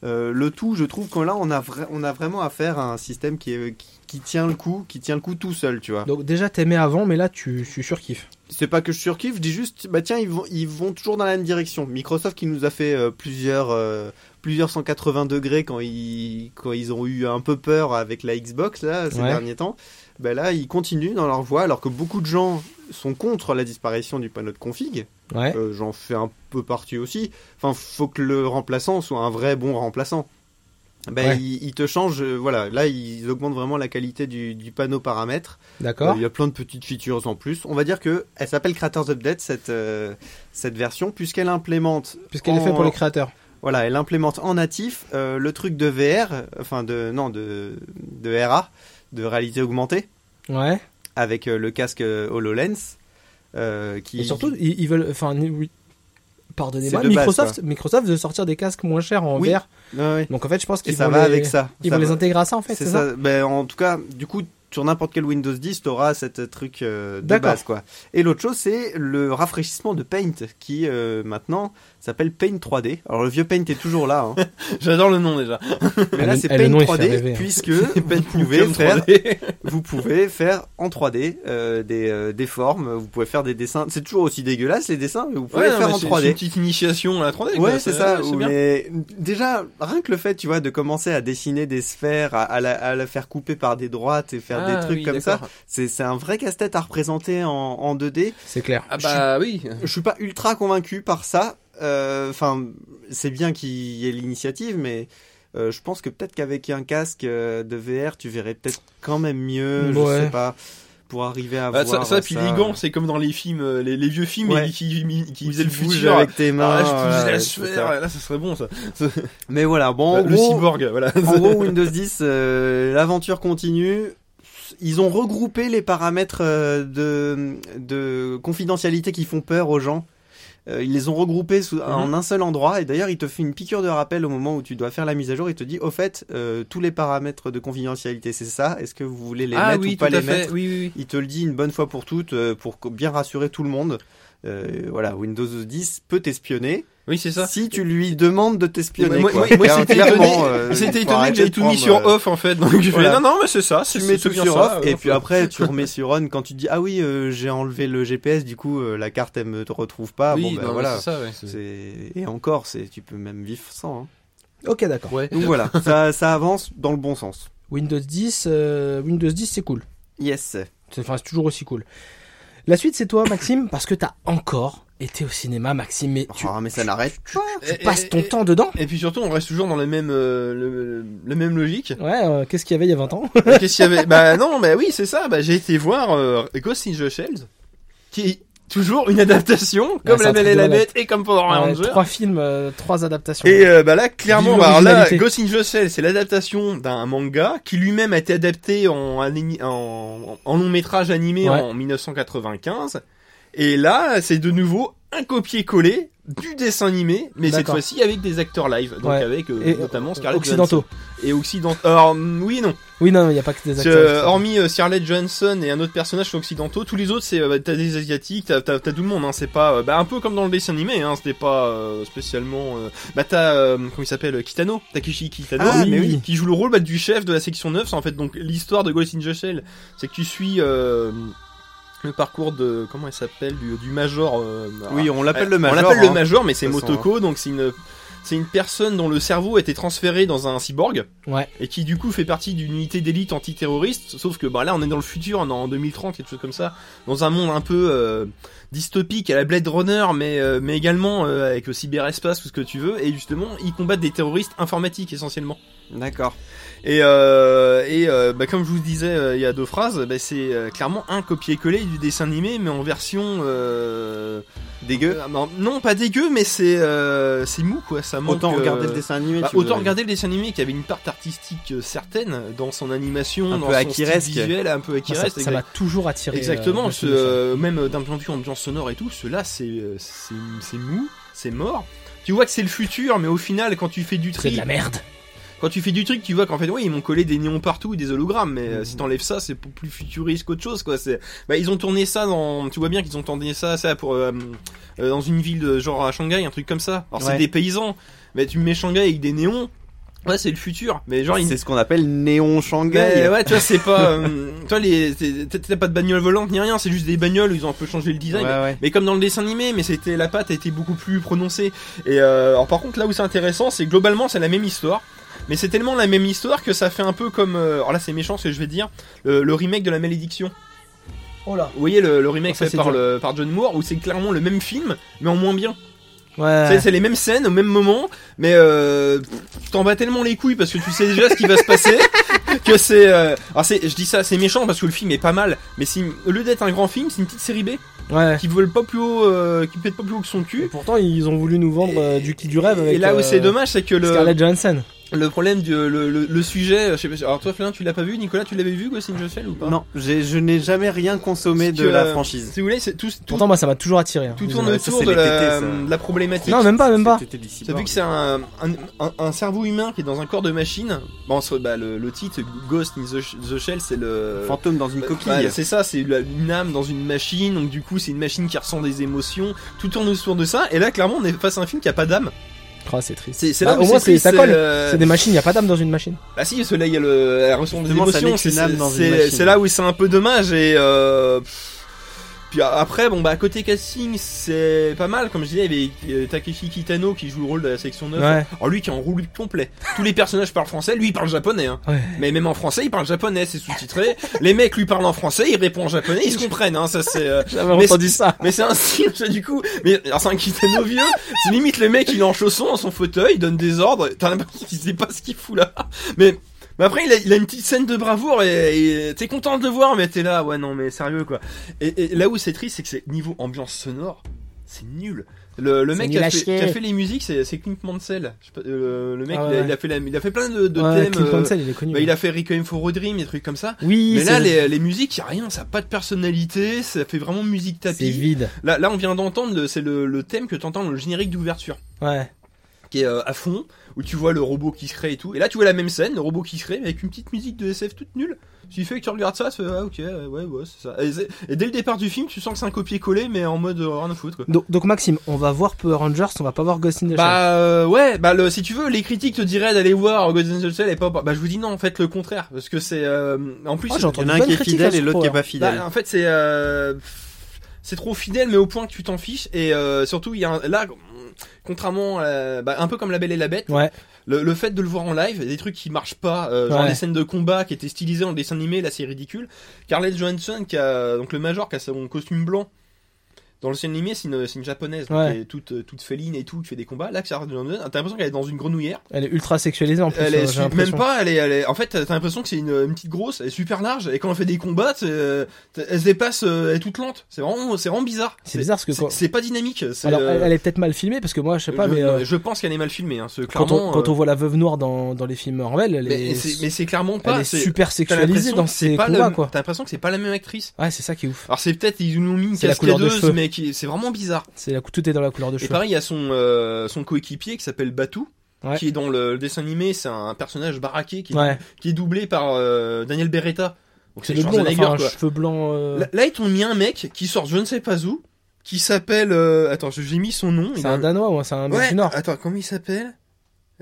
Euh, le tout, je trouve qu'on là, on a, vra- on a vraiment affaire à un système qui, est- euh, qui, qui tient le coup, qui tient le coup tout seul, Ah. tu vois. Donc déjà t'aimais avant, mais là tu, tu surkiffes. C'est pas que je surkiffe, je dis juste, bah tiens, ils vont, ils vont toujours dans la même direction. Microsoft qui nous a fait euh, plusieurs, euh, plusieurs 180 degrés quand ils, quand ils ont eu un peu peur avec la Xbox là, ces Ouais. derniers temps, bah là, ils continuent dans leur voie alors que beaucoup de gens sont contre la disparition du panneau de config. Ouais. Euh, J'en fais un peu partie aussi. Enfin, faut que le remplaçant soit un vrai bon remplaçant. Ben, Ouais. il, il te change, euh, voilà. Là, ils augmentent vraiment la qualité du, du panneau paramètres. Euh, D'accord. Il y a plein de petites features en plus. On va dire que elle s'appelle Creators Update cette euh, cette version puisqu'elle implémente Puisqu'elle est faite pour en- les créateurs. voilà, elle implémente en natif euh, le truc de VR, enfin de non de de RA, de réalité augmentée Ouais. avec euh, le casque euh, HoloLens euh, qui Et surtout ils, ils veulent, enfin oui. Pardonnez-moi. C'est de base, Microsoft, Microsoft veut sortir des casques moins chers en Oui. VR. Ouais, ouais. Donc en fait je pense et qu'ils ça vont va les- avec ça. Ils Ça vont les va- intégrer à ça en fait. c'est C'est ça. ça. Ben, en tout cas, du coup, sur n'importe quel Windows 10, tu auras cette truc euh, de D'accord. base quoi. Et l'autre chose, c'est le rafraîchissement de Paint qui euh, maintenant s'appelle Paint 3D. Alors le vieux Paint est toujours là hein. J'adore le nom déjà. Mais Ah, là le- c'est ah, le Paint nom, il fait 3D rêver, hein. puisque vous pouvez Comme faire 3D. vous pouvez faire en 3D euh, des, euh, des formes, vous pouvez faire des dessins. C'est toujours aussi dégueulasse les dessins, mais vous pouvez Ouais, les non, faire mais en c'est- c'est une 3D. petite initiation à la 3D. quoi. Ouais, c'est ça. ouais, ou bien. les- Déjà, rien que le fait, tu vois, de commencer à dessiner des sphères, à, à la, à la faire couper par des droites et faire Ah, des trucs oui, comme ça, d'accord. c'est c'est un vrai casse-tête à représenter en, en 2D. C'est clair. Ah bah oui. Je suis pas ultra convaincu par ça. Euh, Enfin, c'est bien qu'il y ait l'initiative, mais euh, je pense que peut-être qu'avec un casque euh, de VR, tu verrais peut-être quand même mieux. Ouais. Je sais pas. Pour arriver à Ah, ça, voir ça, puis les gants, c'est comme dans les films, euh, les, les vieux films Ouais. et qui, qui, qui Où faisaient tu le bouges futur. avec tes mains. Ah, je pousse voilà, la c'est sphère, ça. là ça serait bon ça. Mais voilà, bon, en le gros, cyborg, voilà. en gros, Windows 10, euh, l'aventure continue. Ils ont regroupé les paramètres euh, de, de confidentialité qui font peur aux gens. Euh, ils les ont regroupés sous- Mhm. en un seul endroit. Et d'ailleurs, il te fait une piqûre de rappel au moment où tu dois faire la mise à jour. Il te dit, au fait, euh, tous les paramètres de confidentialité, c'est ça. Est-ce que vous voulez les mettre ou pas les mettre Ah Oui, oui, Il te le dit une bonne fois pour toutes euh, pour co- bien rassurer tout le monde. Euh, voilà, Windows 10 peut t'espionner c'est ça. si tu lui demandes de t'espionner. moi, quoi. moi, moi, Car c'était clairement, étonné, euh, c'était faut étonné que arrêter j'avais de tout mis prendre, sur euh, off en fait. Donc je fais voilà. non, non, mais c'est ça. tu c'est- mets c'est tout bien sur ça, off euh, et puis après tu remets sur on quand tu dis ah oui euh, j'ai enlevé le GPS du coup euh, la carte elle me te retrouve pas oui, bon ben non, mais voilà c'est ça, ouais. c'est et encore c'est tu peux même vivre sans hein. Ok d'accord. Ouais. donc voilà ça ça avance dans le bon sens Windows 10, euh, Windows 10 c'est cool. yes C'est enfin, c'est toujours aussi cool. La suite, c'est toi, Maxime, parce que t'as encore été au cinéma, Maxime, mais tu, oh, mais ça n'arrête pas tu Et- passes et- ton et- temps dedans. Et puis surtout, on reste toujours dans la même, euh, le, la même logique. Ouais, euh, qu'est-ce qu'il y avait il y a 20 ans Euh, Qu'est-ce qu'il y avait Bah non, bah oui, c'est ça. Bah j'ai été voir euh, Ghost in the Shells, qui est toujours une adaptation, comme c'est La un truc Belle et de la malade. Bête et comme Power Ouais, Rangers. Trois films, euh, trois adaptations. Et euh, bah là, clairement, Vive bah, alors là, l'originalité. Ghost in the Shell, c'est l'adaptation d'un manga qui lui-même a été adapté en, ani- en, en long métrage animé Ouais. en 1995. Et là, c'est de nouveau un copier-coller du dessin animé, mais cette D'accord. fois-ci avec des acteurs live, donc Ouais. avec euh, Et- notamment Scarlett Occidentaux. Johansson. Et occidentaux. Alors mm, oui, non. Oui, non, il n'y a pas que des Parce acteurs. que, euh, occidentaux. hormis euh, Scarlett Johansson et un autre personnage sont occidentaux, tous les autres c'est euh, bah, t'as des asiatiques, t'as t'as t'as tout le monde. Hein, c'est pas euh, bah, un peu comme dans le dessin animé, hein, c'était pas euh, spécialement. euh, bah t'as euh, comment il s'appelle euh, Kitano, Takeshi Kitano, Ah, qui, mais oui. qui joue le rôle bah, du chef de la section 9. c'est En fait, donc l'histoire de Ghost in the Shell, c'est que tu suis euh, le parcours de comment elle s'appelle du, du major. euh, oui on l'appelle le on major l'appelle le hein. major, mais c'est De toute façon, hein. Motoko, donc c'est une c'est une personne dont le cerveau a été transféré dans un cyborg Ouais. et qui du coup fait partie d'une unité d'élite antiterroriste. Sauf que bah là, on est dans le futur, on est en 2030, quelque chose comme ça, dans un monde un peu euh, dystopique à la Blade Runner, mais euh, mais également euh, avec le cyberespace, tout ce que tu veux. Et justement, ils combattent des terroristes informatiques essentiellement. d'accord Et, euh, et euh, bah, comme je vous disais euh, il y a deux phrases, bah, c'est euh, clairement un copier-coller du dessin animé, mais en version euh, dégueu euh, non, non, pas dégueu, mais c'est euh, c'est mou quoi. Ça manque. autant regarder euh, le dessin animé bah, tu autant veux. regarder le dessin animé qui avait une part artistique euh, certaine dans son animation, Un dans peu son style Akiresque. visuel, un peu Moi, Akiresque. Ah, ça- ça m'a toujours attiré. euh, Exactement, Ghost ce, in the Shell. euh, même euh, d'un point de vue ambiance sonore et tout, ceux-là, c'est euh, c'est- c'est mou, c'est mort. tu vois que c'est le futur, mais au final, quand tu fais du C'est de tri, la merde. quand tu fais du truc, tu vois qu'en fait, oui, ils m'ont collé des néons partout et des hologrammes, mais euh, si Mm. t'enlèves ça, c'est p- plus futuriste qu'autre chose, quoi. C'est, bah, ils ont tourné ça dans, tu vois bien qu'ils ont tourné ça, ça pour euh, euh, dans une ville de genre à Shanghai, un truc comme ça. Alors Ouais. c'est des paysans, mais tu mets Shanghai avec des néons, ouais, c'est le futur. Mais genre, ils C'est ce qu'on appelle néon Shanghai. Ouais, ouais, tu vois, c'est pas. euh, toi, les, c'est- t'as t'as pas de bagnole volante ni rien, c'est juste des bagnoles où ils ont un peu changé le design. Ouais, mais- ouais. Mais comme dans le dessin animé, mais c'était la patte a été beaucoup plus prononcée. Et euh, alors par contre, là où c'est intéressant, c'est que globalement c'est la même histoire, mais c'est tellement la même histoire que ça fait un peu comme. euh, alors là, c'est méchant ce que je vais dire, le, le remake de La Malédiction. Oh là. Vous voyez le, le remake Ça, fait c'est par, dur. le, par John Moore où c'est clairement le même film, mais en moins bien. C'est- Ouais. C'est les mêmes scènes au même moment, mais euh, tu t'en bats tellement les couilles parce que tu sais déjà ce qui va se passer que c'est. euh, alors c'est, je dis ça, c'est méchant parce que le film est pas mal, mais c'est une- au lieu d'être un grand film, c'est une petite série B Ouais. qui vole pas plus haut, euh, qui pète pas plus haut que son cul. Et pourtant, ils ont voulu nous vendre euh, du qui du bah, rêve avec. Et là où euh, c'est dommage, c'est que le, Scarlett Johansson. le problème du le, le- le sujet, je sais pas. Alors toi, Florian, tu l'as pas vu, Nicolas, tu l'avais vu, Ghost in the Shell ou pas Non, j'ai- je n'ai jamais rien consommé Si de tu, la euh, franchise. Si vous voulez, c'est tout, tout, Pourtant, moi, ça m'a toujours attiré. hein. tout Ils tourne ont- Ouais, ça, autour c'est de les la, tétés, ça. de la problématique. Non, même pas, même pas. C'était des cyborgs. Ça vu que c'est un, un, un- un cerveau humain qui est dans un corps de machine. Bon, ce- bah, le, le titre Ghost in the, Sh- the Shell, c'est le. fantôme dans une Bah, coquille. bah, c'est ça, c'est la- une âme dans une machine, donc du coup c'est une machine qui ressent des émotions, tout tourne autour de ça, et là clairement on est face à un film qui a pas d'âme. Oh, c'est triste. C'est c'est Bah, là où au moins, triste, c'est- ça colle. euh, C'est des machines, y a pas d'âme dans une machine. Bah si, parce que là il y a le, elle ressent des Justement, ça émotions, n'est c'est qu'une âme dans une c'est- machine. c'est là où c'est un peu dommage, et euh, pff. Puis a- après, bon bah côté casting c'est pas mal, comme je disais, il y avait euh, Takeshi Kitano qui joue le rôle de la section 9. Ouais. Alors lui qui est en roule complet. Tous les personnages parlent français, lui il parle japonais. Hein. Ouais. Mais même en français, il parle japonais, c'est sous-titré. Les mecs lui parlent en français, il répond en japonais, ils se comprennent. Hein. Ça c'est. euh, J'avais Mais entendu ça. Mais c'est un style ça du coup. Mais alors c'est un kitano vieux. C'est limite le mec il est en chausson, dans son fauteuil, il donne des ordres. T'as l'impression qu'il sait pas ce qu'il fout là. Mais mais après il a, il a une petite scène de bravoure et et t'es content de le voir, mais t'es là ouais non mais sérieux quoi. Et, et là où c'est triste c'est que c'est niveau ambiance sonore, c'est nul. Le, le C'est mec qui nul a, à fait, chier. qui a fait les musiques, c'est c'est Clint Mansell. Je sais pas, euh, le mec, Ah il, a, ouais. il a fait la- il a fait plein de, de Ouais, thèmes. Clint euh, Mansell, il est connu. hein. bah, il a fait Requiem for a Dream, des trucs comme ça. Oui, Mais là, c'est- les, les musiques, y a rien, ça a pas de personnalité, ça fait vraiment musique c'est tapis. vide. Là, là, on vient d'entendre, le- c'est le, le thème que t'entends dans le générique d'ouverture, Ouais. qui est euh, à fond, où tu vois le robot qui se crée et tout. Et là, tu vois la même scène, le robot qui se crée, mais avec une petite musique de SF toute nulle. Ce qui fait que tu regardes ça, tu fais, ah ok, euh, ouais, ouais, c'est ça. Et, c'est- et dès le départ du film, tu sens que c'est un copier-coller, mais en mode euh, rien à foutre, quoi. Donc, donc, Maxime, on va voir Power Rangers, on va pas voir Ghost in the Shell. Bah euh, ouais, bah le, si tu veux, les critiques te diraient d'aller voir Ghost in the Shell et pas. Bah je vous dis non, en fait le contraire, parce que c'est euh, en plus Oh, c'est- j'ai Il y en entendu a un bonne qui est critique hein. fidèle à et ce l'autre qui est programme. pas fidèle. Bah, en fait, c'est euh, c'est trop fidèle, mais au point que tu t'en fiches. Et euh, surtout, il y a un- là, contrairement, à la- bah, un peu comme La Belle et la Bête, Ouais. le, le fait de le voir en live, il y a des trucs qui marchent pas, euh, genre Ouais. des scènes de combat qui étaient stylisées en dessin animé, là c'est ridicule. Carlette Johansson, qui a, donc le major, qui a son costume blanc. Dans le dessin animé, c'est une, c'est une japonaise donc Ouais. qui est toute, euh, toute féline et tout, qui fait des combats. Là, Carlette Johansson, t'as l'impression qu'elle est dans une grenouillère. Elle est ultra sexualisée en plus. Elle euh, est j'ai su- même l'impression. pas, elle est, elle est- en fait, t'as l'impression que c'est une, une petite grosse, elle est super large, et quand elle fait des combats, c'est, euh, elle se dépasse, euh, elle est toute lente. C'est vraiment, c'est vraiment bizarre. C'est bizarre parce que c'est- quand- c'est pas dynamique. c'est, Alors, euh, elle, elle est peut-être mal filmée parce que moi, je sais pas, je, mais euh, je pense qu'elle est mal filmée, hein, ce, quand on, clairement, quand euh, on voit la veuve noire dans, dans les films Marvel, elle mais est, c'est mais c'est clairement elle pas. est c'est- super t'as sexualisée l'impression dans que c'est ses pas combats, le- quoi. T'as l'impression que c'est pas la même actrice. Ouais, c'est ça qui est ouf. Alors c'est peut-être ils nous ont mis une C'est la couleur de cascadeuse, cheveux. mais qui- c'est vraiment bizarre. C'est la, tout est dans la couleur de Et cheveux. pareil, il y a son, euh, son coéquipier qui s'appelle Batu, Ouais. qui est dans le, le dessin animé, c'est un personnage baraqué qui, est- Ouais, qui est doublé par euh, Daniel Beretta. Donc c'est c'est le blond, Schwarzenegger enfin, un quoi. cheveu blanc. euh, Là, là, ils t'ont mis un mec qui sort je ne sais pas où, qui s'appelle. euh, Attends, je- j'ai mis son nom. C'est a- un danois ou un- c'est un mec Ouais, euh, du Nord. attends, comment il s'appelle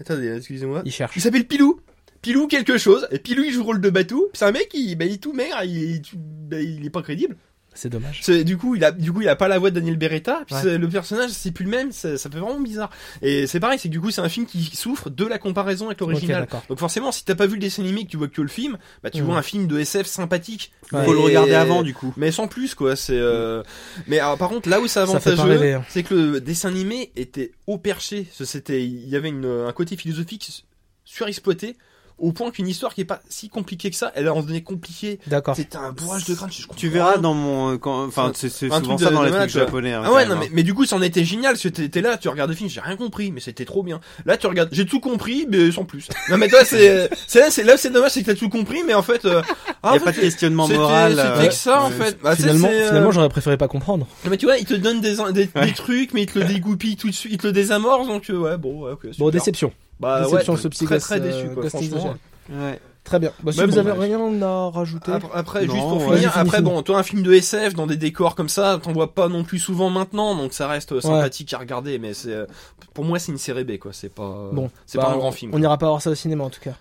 Attendez, excusez-moi. Il cherche. Il s'appelle Pilou. Pilou quelque chose. Et Pilou, il joue le rôle de Batou. C'est un mec, il, bah, il est tout maigre, il, tu- bah, il est pas crédible. C'est dommage. C'est- Du coup, il a, du coup, il a pas la voix de Daniel Beretta. Puis Ouais. c'est- le personnage, c'est plus le même. Ça, ça fait vraiment bizarre. Et c'est pareil, c'est que du coup, c'est un film qui souffre de la comparaison avec Ok, l'original. d'accord. Donc forcément, si t'as pas vu le dessin animé, que tu vois que le film, bah tu Mhm. vois un film de SF sympathique. Ouais. Faut le Mais- regarder euh, avant du coup. mais sans plus quoi c'est euh, mais alors, par contre là où c'est Ça fait pas avantageux rêver, hein. c'est que le dessin animé était haut perché Ce- c'était il y avait une, un côté philosophique s- surexploité au point qu'une histoire qui est pas si compliquée que ça elle en devenait compliquée D'accord. c'était un bourrage de crâne je comprends Tu verras rien. dans mon euh, quand enfin c'est c'est un souvent truc de- ça dans de les malade, trucs quoi. japonais. hein, ah ouais quand non même, mais, hein. mais du coup c'en était génial parce que t'es t'es là tu regardes le film j'ai rien compris mais c'était trop bien là tu regardes j'ai tout compris mais sans plus non mais toi c'est c'est là c'est là où c'est dommage c'est que t'as tout compris mais en fait euh, Il n'y a pas de questionnement C'était- moral. C'était euh, que ça en euh, fait. Bah, tu sais, finalement, c'est, euh, finalement j'aurais préféré pas comprendre. Mais tu vois, il te donne des, des, des Ouais. trucs, mais il te le dégoupille tout de suite, il te le désamorce, donc euh, ouais, bon, ouais, ok. super. Bon, déception. Bah, déception ouais, sur ce très petit très gosse, déçu, euh, quoi, gosse franchement. ninja. ouais. Très bien. Bah, si Mais vous bon, avez ouais. rien à rajouter. Après, après, juste Non, pour ouais, finir, fini, après fini. bon, toi un film de SF dans des décors comme ça, t'en vois pas non plus souvent maintenant, donc ça reste euh, sympathique à regarder, mais c'est euh, pour moi c'est une série B quoi, c'est pas euh, Bon, c'est bah, pas un grand film. On n'ira pas voir ça au cinéma en tout cas.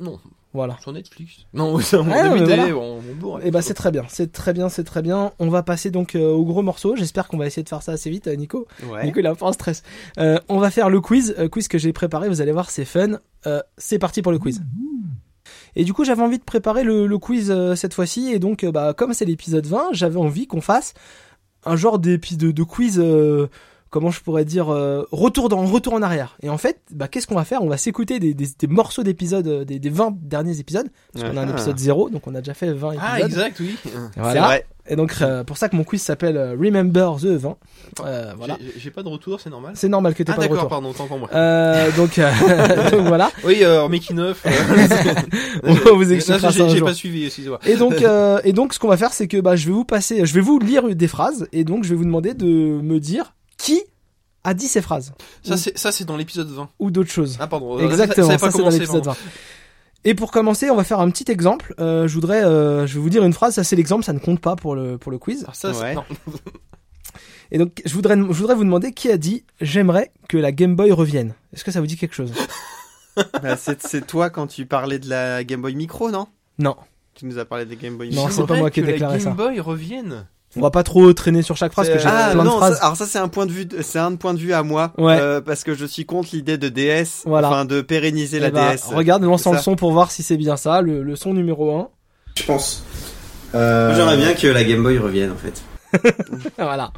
Non, Voilà. sur Netflix. Non, c'est mon Ah, début mais d'année, voilà. on, on bourre. Et bah c'est très bien, c'est très bien, c'est très bien. On va passer donc euh, au gros morceau. J'espère qu'on va essayer de faire ça assez vite, euh, Nico. Ouais. Nico il est un peu en stress. Euh, on va faire le quiz, euh, quiz que j'ai préparé. Vous allez voir, c'est fun. Euh, c'est parti pour le quiz. Et du coup, j'avais envie de préparer le, le quiz euh, cette fois-ci. Et donc, euh, bah, comme c'est l'épisode 20, j'avais envie qu'on fasse un genre d'épi- de, de quiz, euh, comment je pourrais dire, euh, retour, dans, retour en arrière. Et en fait, bah, qu'est-ce qu'on va faire On va s'écouter des, des- des morceaux d'épisodes, euh, des, des 20 derniers épisodes. Parce qu'on a un Ah. épisode 0, donc on a déjà fait 20 épisodes. Ah, exact, oui. Voilà. C'est vrai. Et donc, euh, pour ça que mon quiz s'appelle euh, Remember the 20. Euh, voilà. J'ai- J'ai pas de retour, c'est normal. C'est normal que t'aies Ah, pas de d'accord, retour. pardon, tant pour moi. Euh, donc, euh, donc voilà. Oui, euh, Mickey 9. On vous expliquera ça un J'ai jour. pas suivi, excusez-moi. Et donc, euh, et donc, ce qu'on va faire, c'est que bah, je vais vous passer, je vais vous lire des phrases, et donc je vais vous demander de me dire qui a dit ces phrases Ça, c'est- Ça, c'est dans l'épisode 20. ou d'autres choses. Ah, pardon. euh, Mm. Exactement. j'avais Ça, c'est dans commencé, l'épisode pardon. 20. Et pour commencer, on va faire un petit exemple. Euh, je voudrais, euh, je vais vous dire une phrase. Ça, c'est l'exemple, ça ne compte pas pour le pour le quiz. Ah, ça, c'est- Ouais. non. Et donc, je voudrais, je voudrais vous demander qui a dit j'aimerais que la Game Boy revienne. Est-ce que ça vous dit quelque chose Bah, c'est c'est toi quand tu parlais de la Game Boy Micro, non Non. Tu nous as parlé des Game Boy Non, Micro. c'est pas moi qui ai J'aimerais que déclaré la ça. Game Boy revienne. On va pas trop traîner sur chaque phrase, C'est- euh, parce que j'ai Ah plein de non, phrases. ça- alors ça c'est un point de vue, de- c'est un point de vue à moi, Ouais. euh, parce que je suis contre l'idée de DS, Voilà. enfin de pérenniser la Eh bah, DS. Regarde, lance C'est le ça. son pour voir si c'est bien ça, le, le son numéro 1. je pense. Euh, que la Game Boy revienne en fait. voilà.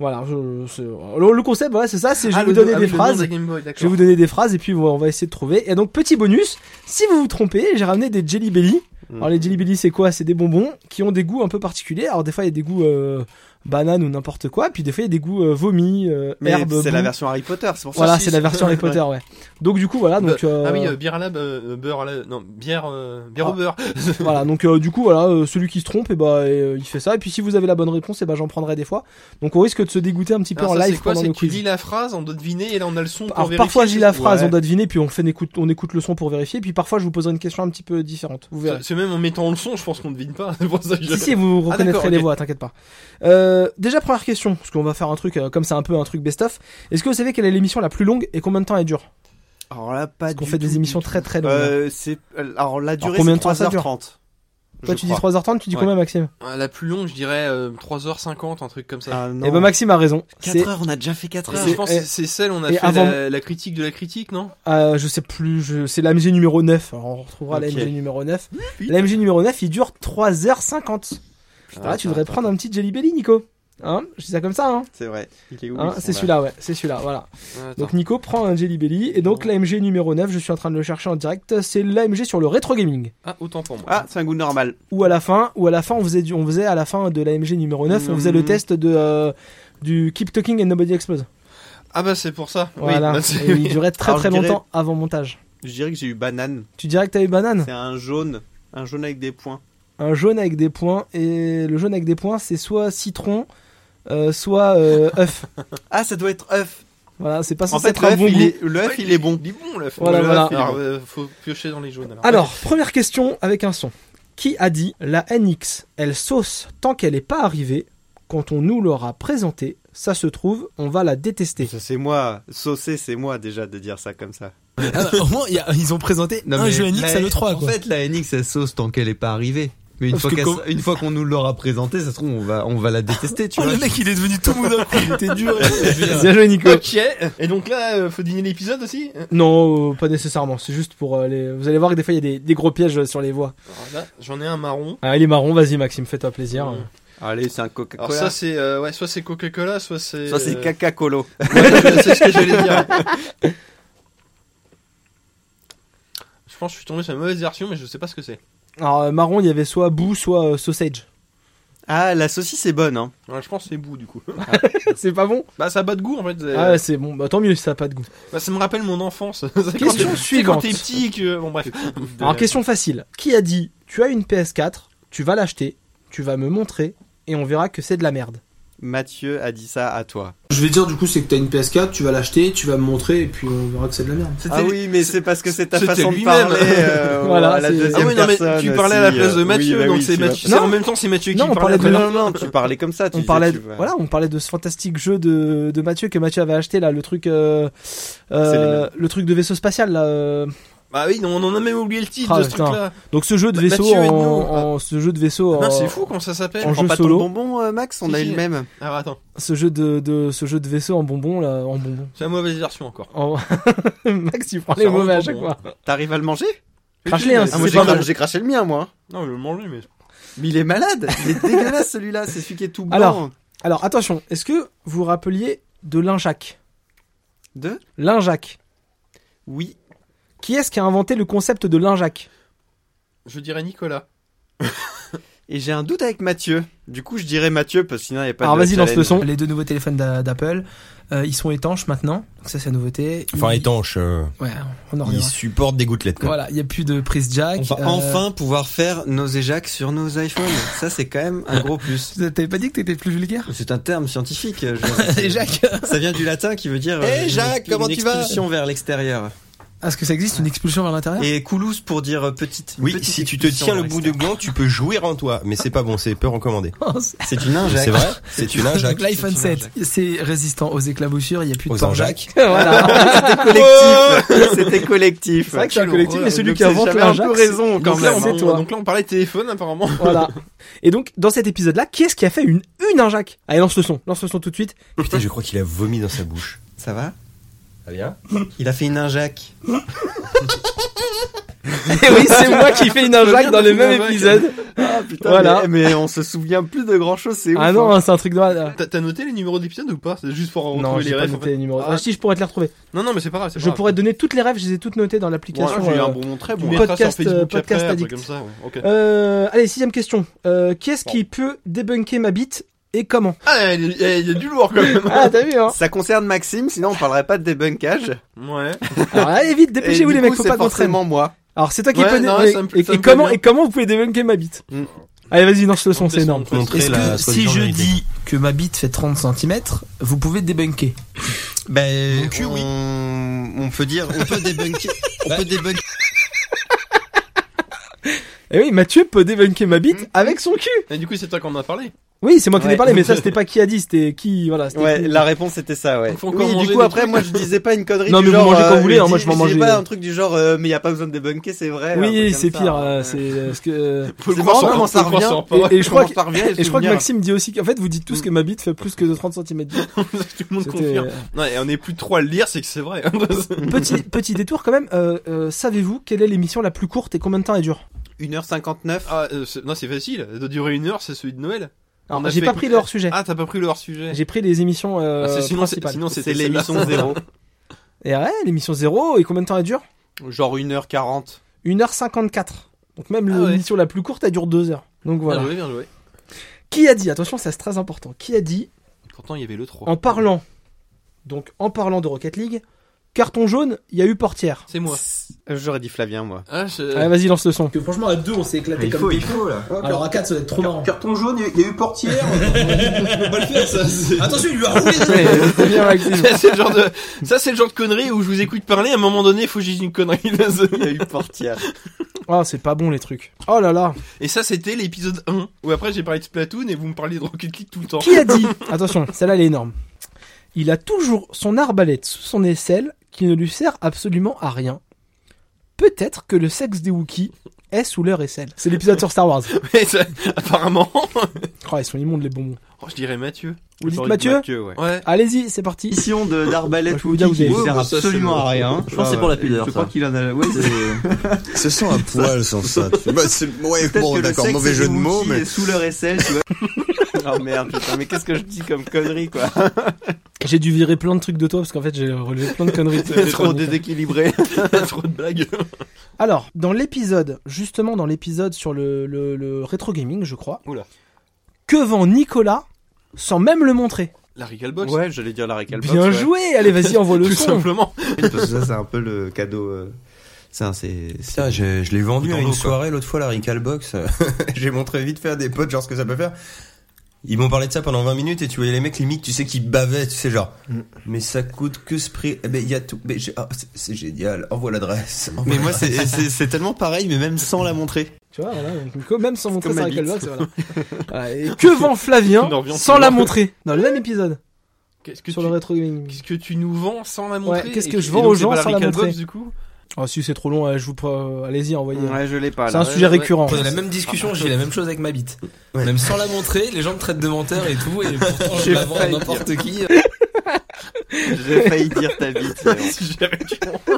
Voilà, je- c'est- le, le concept, voilà, c'est ça, c'est je vais Ah, vous le- donner ah, oui, des le nom de phrases. la Game Boy, Je vais d'accord. vous donner des phrases et puis on va- on va essayer de trouver. Et donc, petit bonus, si vous vous trompez, j'ai ramené des Jelly Belly. Mm. Alors, les Jelly Belly, c'est quoi C'est des bonbons qui ont des goûts un peu particuliers. Alors, des fois, il y a des goûts euh, banane ou n'importe quoi. Puis, des fois, il y a des goûts euh, vomi, euh, Mais herbe. c'est la boue. version Harry Potter, c'est pour ça. Voilà, si- c'est la version Harry Potter, ouais. Donc, du coup, voilà. Donc, euh, Ah oui, euh, bière à la euh, beurre à la... Non, bière, euh, bière Ah. au beurre. Voilà, donc euh, du coup, voilà, euh, celui qui se trompe, et bah, euh, il fait ça. Et puis si vous avez la bonne réponse, et ben j'en prendrai des fois. Donc on risque de se dégoûter un petit peu Alors, en ça, live c'est quoi pendant C'est le que tu quiz. lis la phrase, on doit deviner, et là on a le son pour Alors, vérifier. parfois je lis la phrase, Ouais. on doit deviner, puis on fait une écoute, on écoute le son pour vérifier, puis parfois je vous poserai une question un petit peu différente. Vous verrez. C'est même en mettant le son, je pense qu'on devine pas. C'est pour ça que je- Si si, vous Ah, reconnaîtrez d'accord, les ok. voix, t'inquiète pas. Euh, déjà première question, parce qu'on va faire un truc, euh, comme c'est un peu un truc best-of. Est-ce que vous savez quelle est l'émission la plus longue et combien de temps elle dure Alors là, pas Parce qu'on du fait tout, des du émissions tout. très très longues. hein. Euh, c'est alors la durée combien c'est de temps ça 3h30. Toi je tu crois. dis 3h30, tu dis Ouais. combien Maxime Ah, La plus longue, je dirais euh, 3h50, un truc comme ça. Ah, non. Et ben Maxime a raison. C'est, 4h, on a déjà fait 4 Ah, heures. je c'est- pense et- que c'est celle, on a et fait avant- la, la critique de la critique, non Euh, je sais plus, je... c'est l'AMG numéro 9. Alors, on retrouvera Ok. l'AMG numéro 9. L'AMG numéro 9, il dure 3h50. Putain, Là, Ah, tu devrais attends, prendre un petit Jelly Belly, Nico. Hein je dis ça comme ça, hein, C'est vrai. Il est où, Hein, ils sont C'est là celui-là, ouais, c'est celui-là, voilà. Ah, attends. Donc Nico prend un Jelly Belly, et donc l'AMG numéro 9, je suis en train de le chercher en direct, c'est l'AMG sur le rétro gaming. Ah, autant pour moi. Ah, c'est un goût normal. Ou à la fin, ou à la fin, on faisait, du- on faisait à la fin de l'AMG numéro 9, on faisait le Mhm. test de, euh, du Keep Talking and Nobody Explode. Ah bah c'est pour ça. Voilà. Oui, bah, c'est- Et il durait très Alors, très je dirais- longtemps avant montage. Je dirais que j'ai eu banane. Tu dirais que t'as eu banane C'est un jaune, un jaune avec des points. un jaune avec des points et le jaune avec des points c'est soit citron euh, soit euh, œuf Ah, ça doit être œuf. voilà c'est pas En censé fait, être un l'œuf, bon il goût. est- l'œuf, il est bon. Il est bon là. Voilà, Ouais, voilà. ouais, Alors, euh, faut piocher dans les jaunes. Alors, alors première question avec un son qui a dit la NX elle sauce tant qu'elle n'est pas arrivée quand on nous l'aura présentée ça se trouve on va la détester Ça, c'est moi. Saucé, c'est moi déjà de dire ça comme ça. Ah, bah, au moins, il y a- ils ont présenté un jeu NX à l'E3, En quoi. fait, la NX, elle sauce tant qu'elle est pas arrivée. Mais une Parce fois, que qu'elle- comme- une fois qu'on nous l'aura présentée, ça se trouve, on va, on va la détester, tu Oh, vois. le mec, il est devenu tout mou d'un coup, il était dur. bien joué Nico Ok. Et donc là, euh, faut deviner l'épisode aussi. non euh, pas nécessairement c'est juste pour euh, les... vous allez voir que des fois il y a des, des gros pièges euh, sur les voix Alors là, j'en ai un marron. ah il est marron vas-y Maxime fais-toi plaisir Mm. Allez, c'est un Alors Coca-Cola. ça c'est euh, ouais, soit c'est Coca-Cola, soit c'est. Ça, c'est euh, Coca-Cola. c'est ce que j'allais dire. Je pense que je suis tombé sur la mauvaise version, mais je sais pas ce que c'est. alors euh, marron il y avait soit boue soit euh, sausage Ah, la saucisse est bonne, hein. Ouais, je pense que c'est bout du coup. c'est pas bon bah ça bat de goût en Euh. fait. c'est- Ah, c'est bon, bah, tant mieux si ça a pas de goût. Bah, ça me rappelle mon enfance. C'est quand Question t'es- c'est suivante. Quand t'es petit, et que... bon bref. Alors, question facile. Qui a dit Tu as une PS4, tu vas l'acheter, tu vas me montrer, et on verra que c'est de la merde Mathieu a dit ça à toi. Je vais dire du coup, c'est que t'as une PS4, tu vas l'acheter, tu vas me montrer, et puis on verra que c'est de la merde. Ah oui, mais c'est parce que c'est ta c'était façon de lui-même. parler euh, Voilà, à la c'est- deuxième Ah oui, non, mais personne tu parlais à la aussi, place de euh, Mathieu, oui, bah donc oui, c'est tu vois. Mathieu. Non. c'est en même temps, c'est Mathieu qui Non, on parlait. parlait de- après. Non, non, non, tu parlais comme ça. Tu on disais, parlait, tu vois. voilà, on parlait de ce fantastique jeu de, de Mathieu que Mathieu avait acheté là, le truc, euh, euh, C'est les mêmes. le truc de vaisseau spatial là. euh. Ah oui, non, on en a même oublié le titre Ah, de ce putain. truc-là. Donc ce jeu de Bah, Mathieu vaisseau, et en, nous, ah. en- ce jeu de vaisseau, Non, en- c'est fou comment ça s'appelle. en Prends jeu pas solo. ton bonbon, euh, Max, on Si, a si. eu le même. Alors attends, ce jeu de, de- ce jeu de vaisseau en bonbon là, en bonbon. c'est la mauvaise version encore. En... Max, il prend les Ça rend mauvais à bon, chaque hein. fois. T'arrives à le manger Crache-les, hein, Ah, si Ah, moi, c'est j'ai pas cra- mal. j'ai craché le mien, moi. Non, je vais le manger, mais. Mais il est malade. Il est dégueulasse celui-là. C'est celui qui est tout blanc. Alors. Alors attention, est-ce que vous vous rappeliez de Linjac De Linjac. Oui. Qui est-ce qui a inventé le concept de Linjac Je dirais Nicolas. Et j'ai un doute avec Mathieu. Du coup, je dirais Mathieu parce que sinon il n'y a pas Alors de. vas-y, lance le son. Les deux nouveaux téléphones d'a- d'Apple, euh, ils sont étanches maintenant, donc ça c'est la nouveauté. Ils- Enfin, étanche, euh, Ouais, on en il reviendra. supporte des gouttelettes. Quoi. Voilà, il n'y a plus de prise jack. On va euh, enfin pouvoir faire nos éjacs sur nos iPhones. Ça, c'est quand même un gros plus. T'avais pas dit que t'étais plus vulgaire C'est un terme scientifique. je- Jack Ça vient du latin qui veut dire. euh, Hey, Jacques, une- comment une tu vas Expulsion vers l'extérieur. Est-ce que ça existe une expulsion vers l'intérieur Et coulous pour dire euh, petite. une Oui, petite si tu te expulsion tiens le vers bout de gland, tu peux jouir en toi, mais c'est pas bon, c'est peu recommandé. l'extérieur. C'est une injac. C'est vrai, c'est une injac. Donc l'iPhone 7, c'est résistant aux éclaboussures, il n'y a plus de Aux port jack. injacs. voilà. C'était collectif. C'était collectif. C'est vrai que c'est un collectif, mais celui donc qui c'est- invente j'avais un l'injac, peu c'est- raison quand donc là, même. on- hein. c'est toi. Donc là, on parlait téléphone apparemment. voilà. Et donc dans cet épisode-là, qui est-ce qui a fait une une Linjac Allez, lance le son, lance le son tout de suite. Oh, Putain, je crois qu'il a vomi dans sa bouche. Ça va Ah bien Il a fait une injac. Et Eh oui, c'est moi qui fais une injecte dans le même Injac. épisode. Ah putain. Voilà. Mais, mais on se souvient plus de grand chose. C'est Ah ouf, non, hein. hein, c'est un truc de. ah, T'as t'as noté les numéros d'épisode ou pas C'est juste pour retrouver Non, les j'ai pas refs. en noté fait. les numéros. Ah. Ah, si, je pourrais te les retrouver. Non, non, mais c'est pas grave. c'est pas Je grave. pourrais te donner toutes les rêves, je les ai toutes notées dans Bon, l'application. j'ai eu euh. un bon très Tu bon. mettras podcast, sur Facebook euh, podcast après, un truc addict. Comme ça, ouais. ok. Euh, allez, sixième question. Euh, qui est-ce qui peut débunker ma bite et comment Ah, il y, a- il y a du lourd quand même. Ah, t'as vu, hein Ça concerne Maxime, sinon on parlerait pas de débunkage. Ouais. Alors, allez, vite, dépêchez-vous, Et du les mecs, coup, faut c'est pas qu'on traîne. forcément moi. Alors, c'est toi qui Ouais, peux. non, et, ça me- et- ça et me plaît comment, bien. et comment vous pouvez débunker ma bite Mm. Allez, vas-y, lance le son, c'est énorme. Montrer Est-ce la que si soi-disant je vérité. dis que ma bite fait 30 cm, vous pouvez débunker Ben, Mon cul, on, oui. Bah. on peut dire, on peut débunker, on peut débunker. Et Eh oui, Mathieu peut débunker ma bite Mm. avec son cul. Et du coup, c'est toi qu'on en a parlé. Oui, c'est moi qui t'ai Ouais. parlé, mais ça, c'était pas qui a dit, c'était qui. Voilà, c'était Ouais, qui- la réponse était ça, ouais. Donc, faut encore Oui, du manger coup des après trucs. moi je disais pas une connerie Non, du mais vous genre mangez quand vous euh, voulez, hein, moi, dis- je m'en disais mangeais. pas un truc du genre euh, mais y a pas besoin de débunker, c'est vrai. un truc Oui, comme c'est ça, pire. hein. euh, C'est euh, ce que. euh, Faut C'est le marrant croire comment ça faut le croire revient. sur- Et, et je crois Comment que, ça revient, et je crois que souvenir. Maxime dit aussi qu'en fait vous dites tous que ma bite fait plus que de 30 cm. Mm. Tout le monde confirme. Non, et on est plus trop à le lire, c'est que c'est vrai. petit, petit détour quand même, euh, euh, savez-vous quelle est l'émission la plus courte et combien de temps elle dure 1h59. ah, euh, c'est- non, c'est facile. De durer une heure, c'est celui de Noël. On Alors a j'ai fait pas pris écouter- le hors sujet, Ah, t'as pas pris le hors sujet. j'ai pris les émissions euh, Ah, c'est- sinon, c'est- principales. sinon, c'était C'est l'émission celle-là. 0. Et ouais, l'émission 0 et combien de temps elle dure Genre 1h40. 1h54. Donc même Ah ouais. Ah l'émission la plus courte elle dure 2 heures. Donc Bien voilà. joué, bien joué. Qui a dit, attention ça c'est très important, qui a dit Pourtant, il y avait le 3. en parlant, donc en parlant de Rocket League, carton jaune, il y a eu portière. C'est moi. Euh, J'aurais dit Flavien moi. Ah, je- Allez vas-y lance le son. Que franchement, à deux, on s'est Ah, éclaté comme des faut là. Alors à 4, ça va être trop marrant. Carton jaune, il y a eu portière. Attention, il lui a roulé C'est bien Maxime. Ça, c'est le genre de, ça, c'est le genre de connerie où je vous écoute parler, à un moment donné, faut que je dise une connerie. Il y a eu portière. Oh c'est pas bon les trucs. Oh là là. Et ça, c'était l'épisode 1, où après, j'ai parlé de Splatoon et vous me parliez de Rocket League tout le temps. Qui a dit Attention, celle-là elle est énorme. Il a toujours son arbalète sous son aisselle qui ne lui sert absolument à rien. Peut-être que le sexe des Wookiees est sous leur aisselle. C'est l'épisode sur Star Wars. Mais ça- apparemment. Oh, ils sont immondes les bonbons. Oh, je dirais Mathieu. Vous dites J'aurais dit Mathieu ouais. Ouais. Allez-y, c'est parti. Mission de d'arbalète ou d'outils qui sert absolument à rien. Je pense que c'est pour la pudeur. Je crois ça. qu'il en a. Ouais, c'est. Ce sent un poil sans ça. Bah, c'est- ouais, Peut-être que bon, le d'accord, sexe mauvais des jeu de Wookiees mots, est mais. sous leur aisselle, tu vois. oh merde, putain, mais qu'est-ce que je dis comme connerie quoi. J'ai dû virer plein de trucs de toi parce qu'en fait j'ai relevé plein de conneries. Trop déséquilibré. Trop de blagues. Alors, dans l'épisode, justement dans l'épisode sur le, le- le rétro gaming, je crois. Oula. que vend Nicolas sans même le montrer. La Recalbox Ouais, j'allais dire la récalbox. Bien ouais. joué, allez vas-y envoie le Tout son. simplement. Parce que ça, c'est un peu le cadeau. euh, ça, c'est. Putain, je, je l'ai vendu Dans à une l'eau, quoi. soirée l'autre fois, la Recalbox. J'ai montré vite fait à des potes, genre ce que ça peut faire. Ils m'ont parlé de ça pendant 20 minutes et tu voyais les mecs limite, tu sais, qui bavaient, tu sais, genre. Mais ça coûte que ce prix. Eh ben, il y a tout. Mais j'ai- ah, c'est- c'est génial, envoie l'adresse. Envoie Mais moi, c'est- c'est c'est tellement pareil, mais même sans la montrer. Tu vois, voilà, donc Nico, même sans montrer Comme sa ma bite. Recalbox, voilà. Voilà, et que vend Flavien Une ambiance sans la noire. montrer dans le même épisode Qu'est-ce que, sur tu... le rétro gaming. qu'est-ce que tu nous vends sans la montrer Ouais, qu'est-ce Et- que je et vends donc, aux c'est gens pas la sans la Recalbox, montrer du coup Ah si c'est trop long, euh, je vous pr- euh, allez-y envoyez. Ouais, je l'ai pas. C'est là. un Ouais, sujet ouais. récurrent. On a la même discussion, j'ai eu la même chose avec ma bite. Même sans la montrer, les gens me traitent de menteur et tout, et pourtant je la vends à n'importe qui. J'ai failli dire ta bite. mais Si j'avais dû-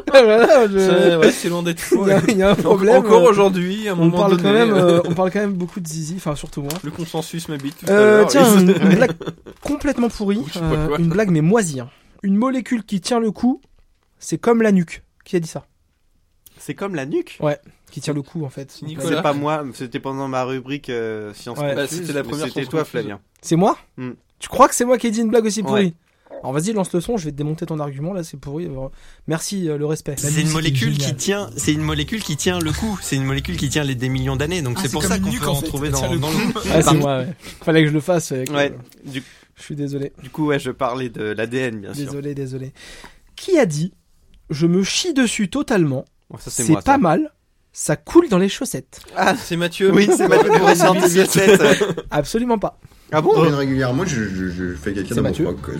Voilà, je- C'est- Ouais, c'est loin d'être faux. Il y a- il y a un problème. Encore euh, aujourd'hui, à un on moment parle donné. quand même, euh, euh, on parle quand même beaucoup de zizi, enfin surtout moi. Le consensus m'habite. tout à Euh, l'heure, tiens, et- une, une blague complètement pourrie, Ou je sais pas euh, quoi. une blague mais moisie. hein. Une molécule qui tient le coup, c'est comme la nuque. Qui a dit ça C'est comme la nuque. Qui tient le coup en fait. C'est Nicolas. C'est pas moi, c'était pendant ma rubrique euh, science Ouais. confuse, Bah, c'était la mais première C'était science toi, confuse. Flavien. C'est moi Hmm. Tu crois que c'est moi qui ai dit une blague aussi pourrie Ouais. Alors vas-y, lance le son, je vais te démonter ton argument là, c'est pourri. Alors, Merci euh, le respect. C'est une molécule qui tient. C'est une molécule qui tient le coup. C'est une molécule qui tient les des millions d'années. Donc Ah, c'est c'est pour comme ça une qu'on nuque, peut en en fait, trouver ça dans, tient le dans le Ah, c'est moi, ouais. Fallait que je le fasse. euh, que- Ouais. Du, Je suis désolé, du coup, ouais, je parlais de l'ADN, bien sûr. désolé, désolé. Qui a dit Je me chie dessus totalement, Bon, ça, c'est moi, pas ça. mal, ça coule dans les chaussettes Ah, c'est Mathieu. Oui, c'est ma pour sortir de tête. Absolument pas. Ah Bon, bon régulièrement, je, je, je fais caca C'est dans mon Mathieu. froc, quoi.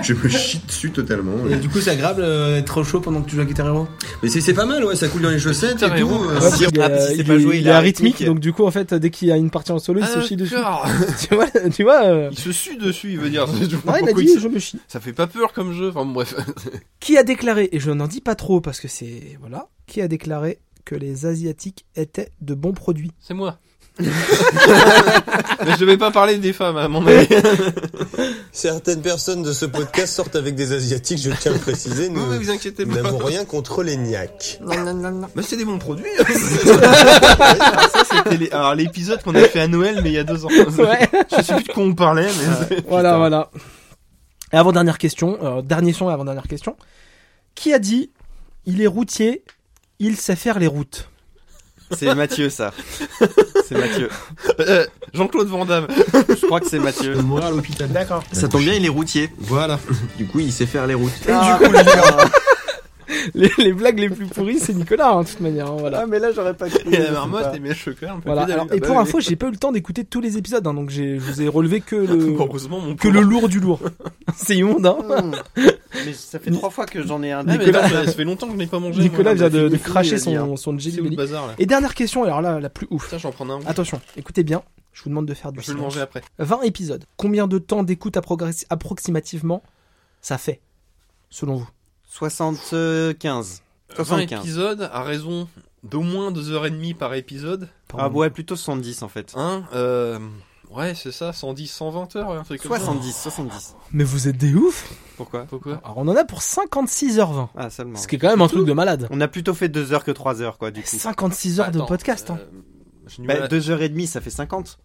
Je, je me chie dessus totalement. ouais. du coup, c'est agréable euh, d'être trop chaud pendant que tu joues à Guitar Hero Mais c'est c'est pas mal, ouais, ça coule dans les chaussettes et Guitar Hero. tout. euh, Ouais, parce si qu'il on- est, ah, parce qu'il il s'est pas est- joué, il il est est arythmique, arythmique. donc du coup, en fait, dès qu'il y a une partie en solo, il se chie dessus. Ah, D'accord. tu vois, tu vois euh, Il se sue dessus, il veut dire. ouais, il a Pourquoi dit, il- je me chie. Ça fait pas peur comme jeu. Enfin, bon, bref. Qui a déclaré, et je n'en dis pas trop parce que c'est. Voilà. Qui a déclaré que les Asiatiques étaient de bons produits C'est moi. Mais je vais pas parler des femmes, à mon avis. Certaines personnes de ce podcast sortent avec des Asiatiques, je tiens à le préciser. Nous Ne vous inquiétez nous pas. n'avons rien contre les niaques. Mais c'est des bons produits. ça, c'était les- alors, l'épisode qu'on a fait à Noël, mais il y a deux ans. Ouais. Je sais plus de quoi on parlait, mais. Voilà, voilà. Et avant-dernière question, euh, dernier son et avant-dernière question. Qui a dit, il est routier, il sait faire les routes C'est Mathieu, ça. C'est Mathieu. Euh, Jean-Claude Van Damme. Je crois que c'est Mathieu. moral à l'hôpital. D'accord. Ça tombe bien, il est routier. Voilà. Du coup, il sait faire les routes. Ah. les, les blagues les plus pourries, c'est Nicolas, hein, de toute manière. hein, voilà. mais là, j'aurais pas Et la marmotte et mes chocolats. on peut Voilà. plus Alors, d'aller- et Ah pour bah info, j'ai pas eu le temps d'écouter tous les épisodes, hein, donc j'ai- je vous ai relevé que le, oui. Ah, Heureusement, mon euh, que le lourd du lourd. C'est immonde, hein Euh, Mais ça fait trois fois que j'en ai un. Ah, mais Nicolas- non, ça fait longtemps que je n'ai pas mangé. moi. Nicolas vient On a de, fini, de fini, cracher il a dit, son, son hein. C'est jelly où le belly. bazar là Et dernière question, alors là, la plus ouf. Putain, j'en prends un. Attention, écoutez bien, je vous demande de faire du Je vais le silence. manger après. 20 épisodes, combien de temps d'écoute approgressi- approximativement ça fait, selon vous 75. 20 75. épisodes à raison d'au moins 2h30 par épisode. Ah ouais, plutôt 110 en fait. Hein euh, Ouais, c'est ça, 110, 120 heures, un truc comme 70, 70. Mais vous êtes des ouf Pourquoi ça. Pourquoi Alors on en a pour 56h20, Ah, seulement. ce qui est quand même un truc de malade. On a plutôt fait 2 heures que 3 heures, quoi, du coup. 56 heures de Attends, podcast, hein. euh, j'ai du mal Bah, à- 2 heures et demie, ça fait 50.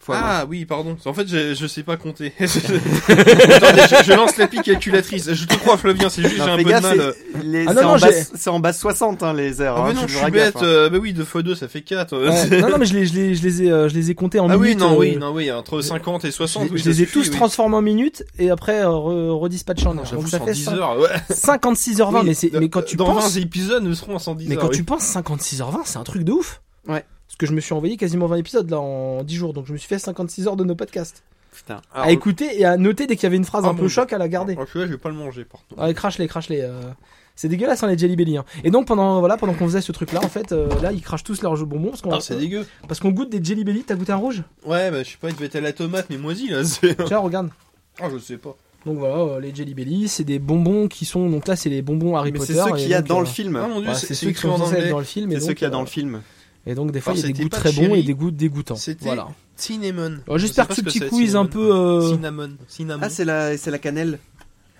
Fois moins. Ah oui, pardon. En fait, je, je sais pas compter. Attendez, je, je lance l'appli calculatrice. Je te crois, Flavien, c'est juste j'ai Non, un fais peu gaffe, de mal. c'est- les- Ah non, c'est non, en, j'ai- basse- c'est en basse 60 hein, les heures. Ah hein, mais tu non, je feras suis gaffe, bête. hein. euh, bah oui, 2 x 2, ça fait 4. Ouais, non, non, mais je les, je les, je les ai, euh, je les ai comptés en Euh. ah oui, minutes. non, euh, oui, non, oui, entre 50 et 60. Je oui, les, ça ai suffit, tous oui. transformés en minutes et après euh, re- redispatchés en heures. J'avoue, Donc ça fait 110 heures. Ouais. 56h20, Oui, mais, c'est- dans- mais quand tu dans penses... 20 épisodes, nous serons à 110 Mais heures. quand oui. tu penses 56h20, c'est un truc de ouf. Ouais. Parce que je me suis envoyé quasiment 20 épisodes là en 10 jours, donc je me suis fait 56 heures de nos podcasts. Putain. Alors, à écouter et à noter dès qu'il y avait une phrase Ah, un peu bon. choc à la garder. alors, celui-là, je vais pas le manger, par contre. Allez, crache-les, crache-les. euh. C'est dégueulasse hein, les Jelly Belly. hein. Et donc pendant voilà pendant qu'on faisait ce truc là, en fait, euh, là ils crachent tous leurs jeux bonbons parce qu'on Ah, c'est dégueu. parce qu'on goûte des Jelly Belly. T'as goûté un rouge Ouais, bah, je sais pas, il devait être à la tomate, mais moisi, là. c'est- Tiens, regarde. Ah, je sais pas. Donc voilà euh, les Jelly Belly, c'est des bonbons qui sont donc là c'est les bonbons Harry Mais Potter. c'est ceux et qu'il y a donc, dans euh, le film. Ah mon dieu, voilà, c'est c'est c'est ceux qui écrit sont en censés être anglais. dans le film. et C'est ceux donc, qu'il y a dans euh, le film. Et donc des fois Alors, il y a des c'était goûts pas très bons cherry. et des goûts dégoûtants. C'était Voilà. Ah, Cinnamon. Alors, J'espère que ce petit quiz un peu. euh, Cinnamon. Cinnamon. Ah, c'est la, c'est la cannelle.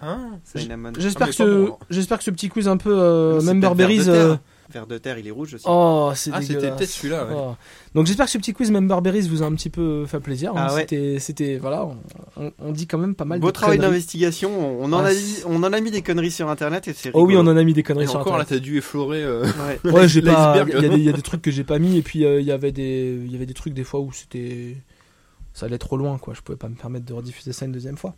Hein C'est la cinnamon. Ah, J'espère mais que pas bon, ce alors. j'espère que ce petit quiz un peu euh, C'est même peut-être Burberry's vers de euh, terre. Vers de terre, il est rouge aussi. Oh, c'est Ah, c'était dégueulasse. peut-être celui-là, ouais. Oh. Donc j'espère que ce petit quiz Member Berries vous a un petit peu fait plaisir. hein. Ah ouais. C'était, c'était, voilà, on- on, on dit quand même pas mal Beau de travail conneries. d'investigation. On, on en Ah, a c'est- dit- on en a mis des conneries sur internet et c'est Oh oui, on rigolo. en a mis des conneries Et sur encore là, Internet. t'as dû effleurer. euh, Ouais. Ouais, j'ai pas. l'iceberg. Il y, a des- il y a des trucs que j'ai pas mis et puis euh, il y avait des, il y avait des trucs des fois où c'était, ça allait trop loin quoi. Je pouvais pas me permettre de rediffuser ça une deuxième fois.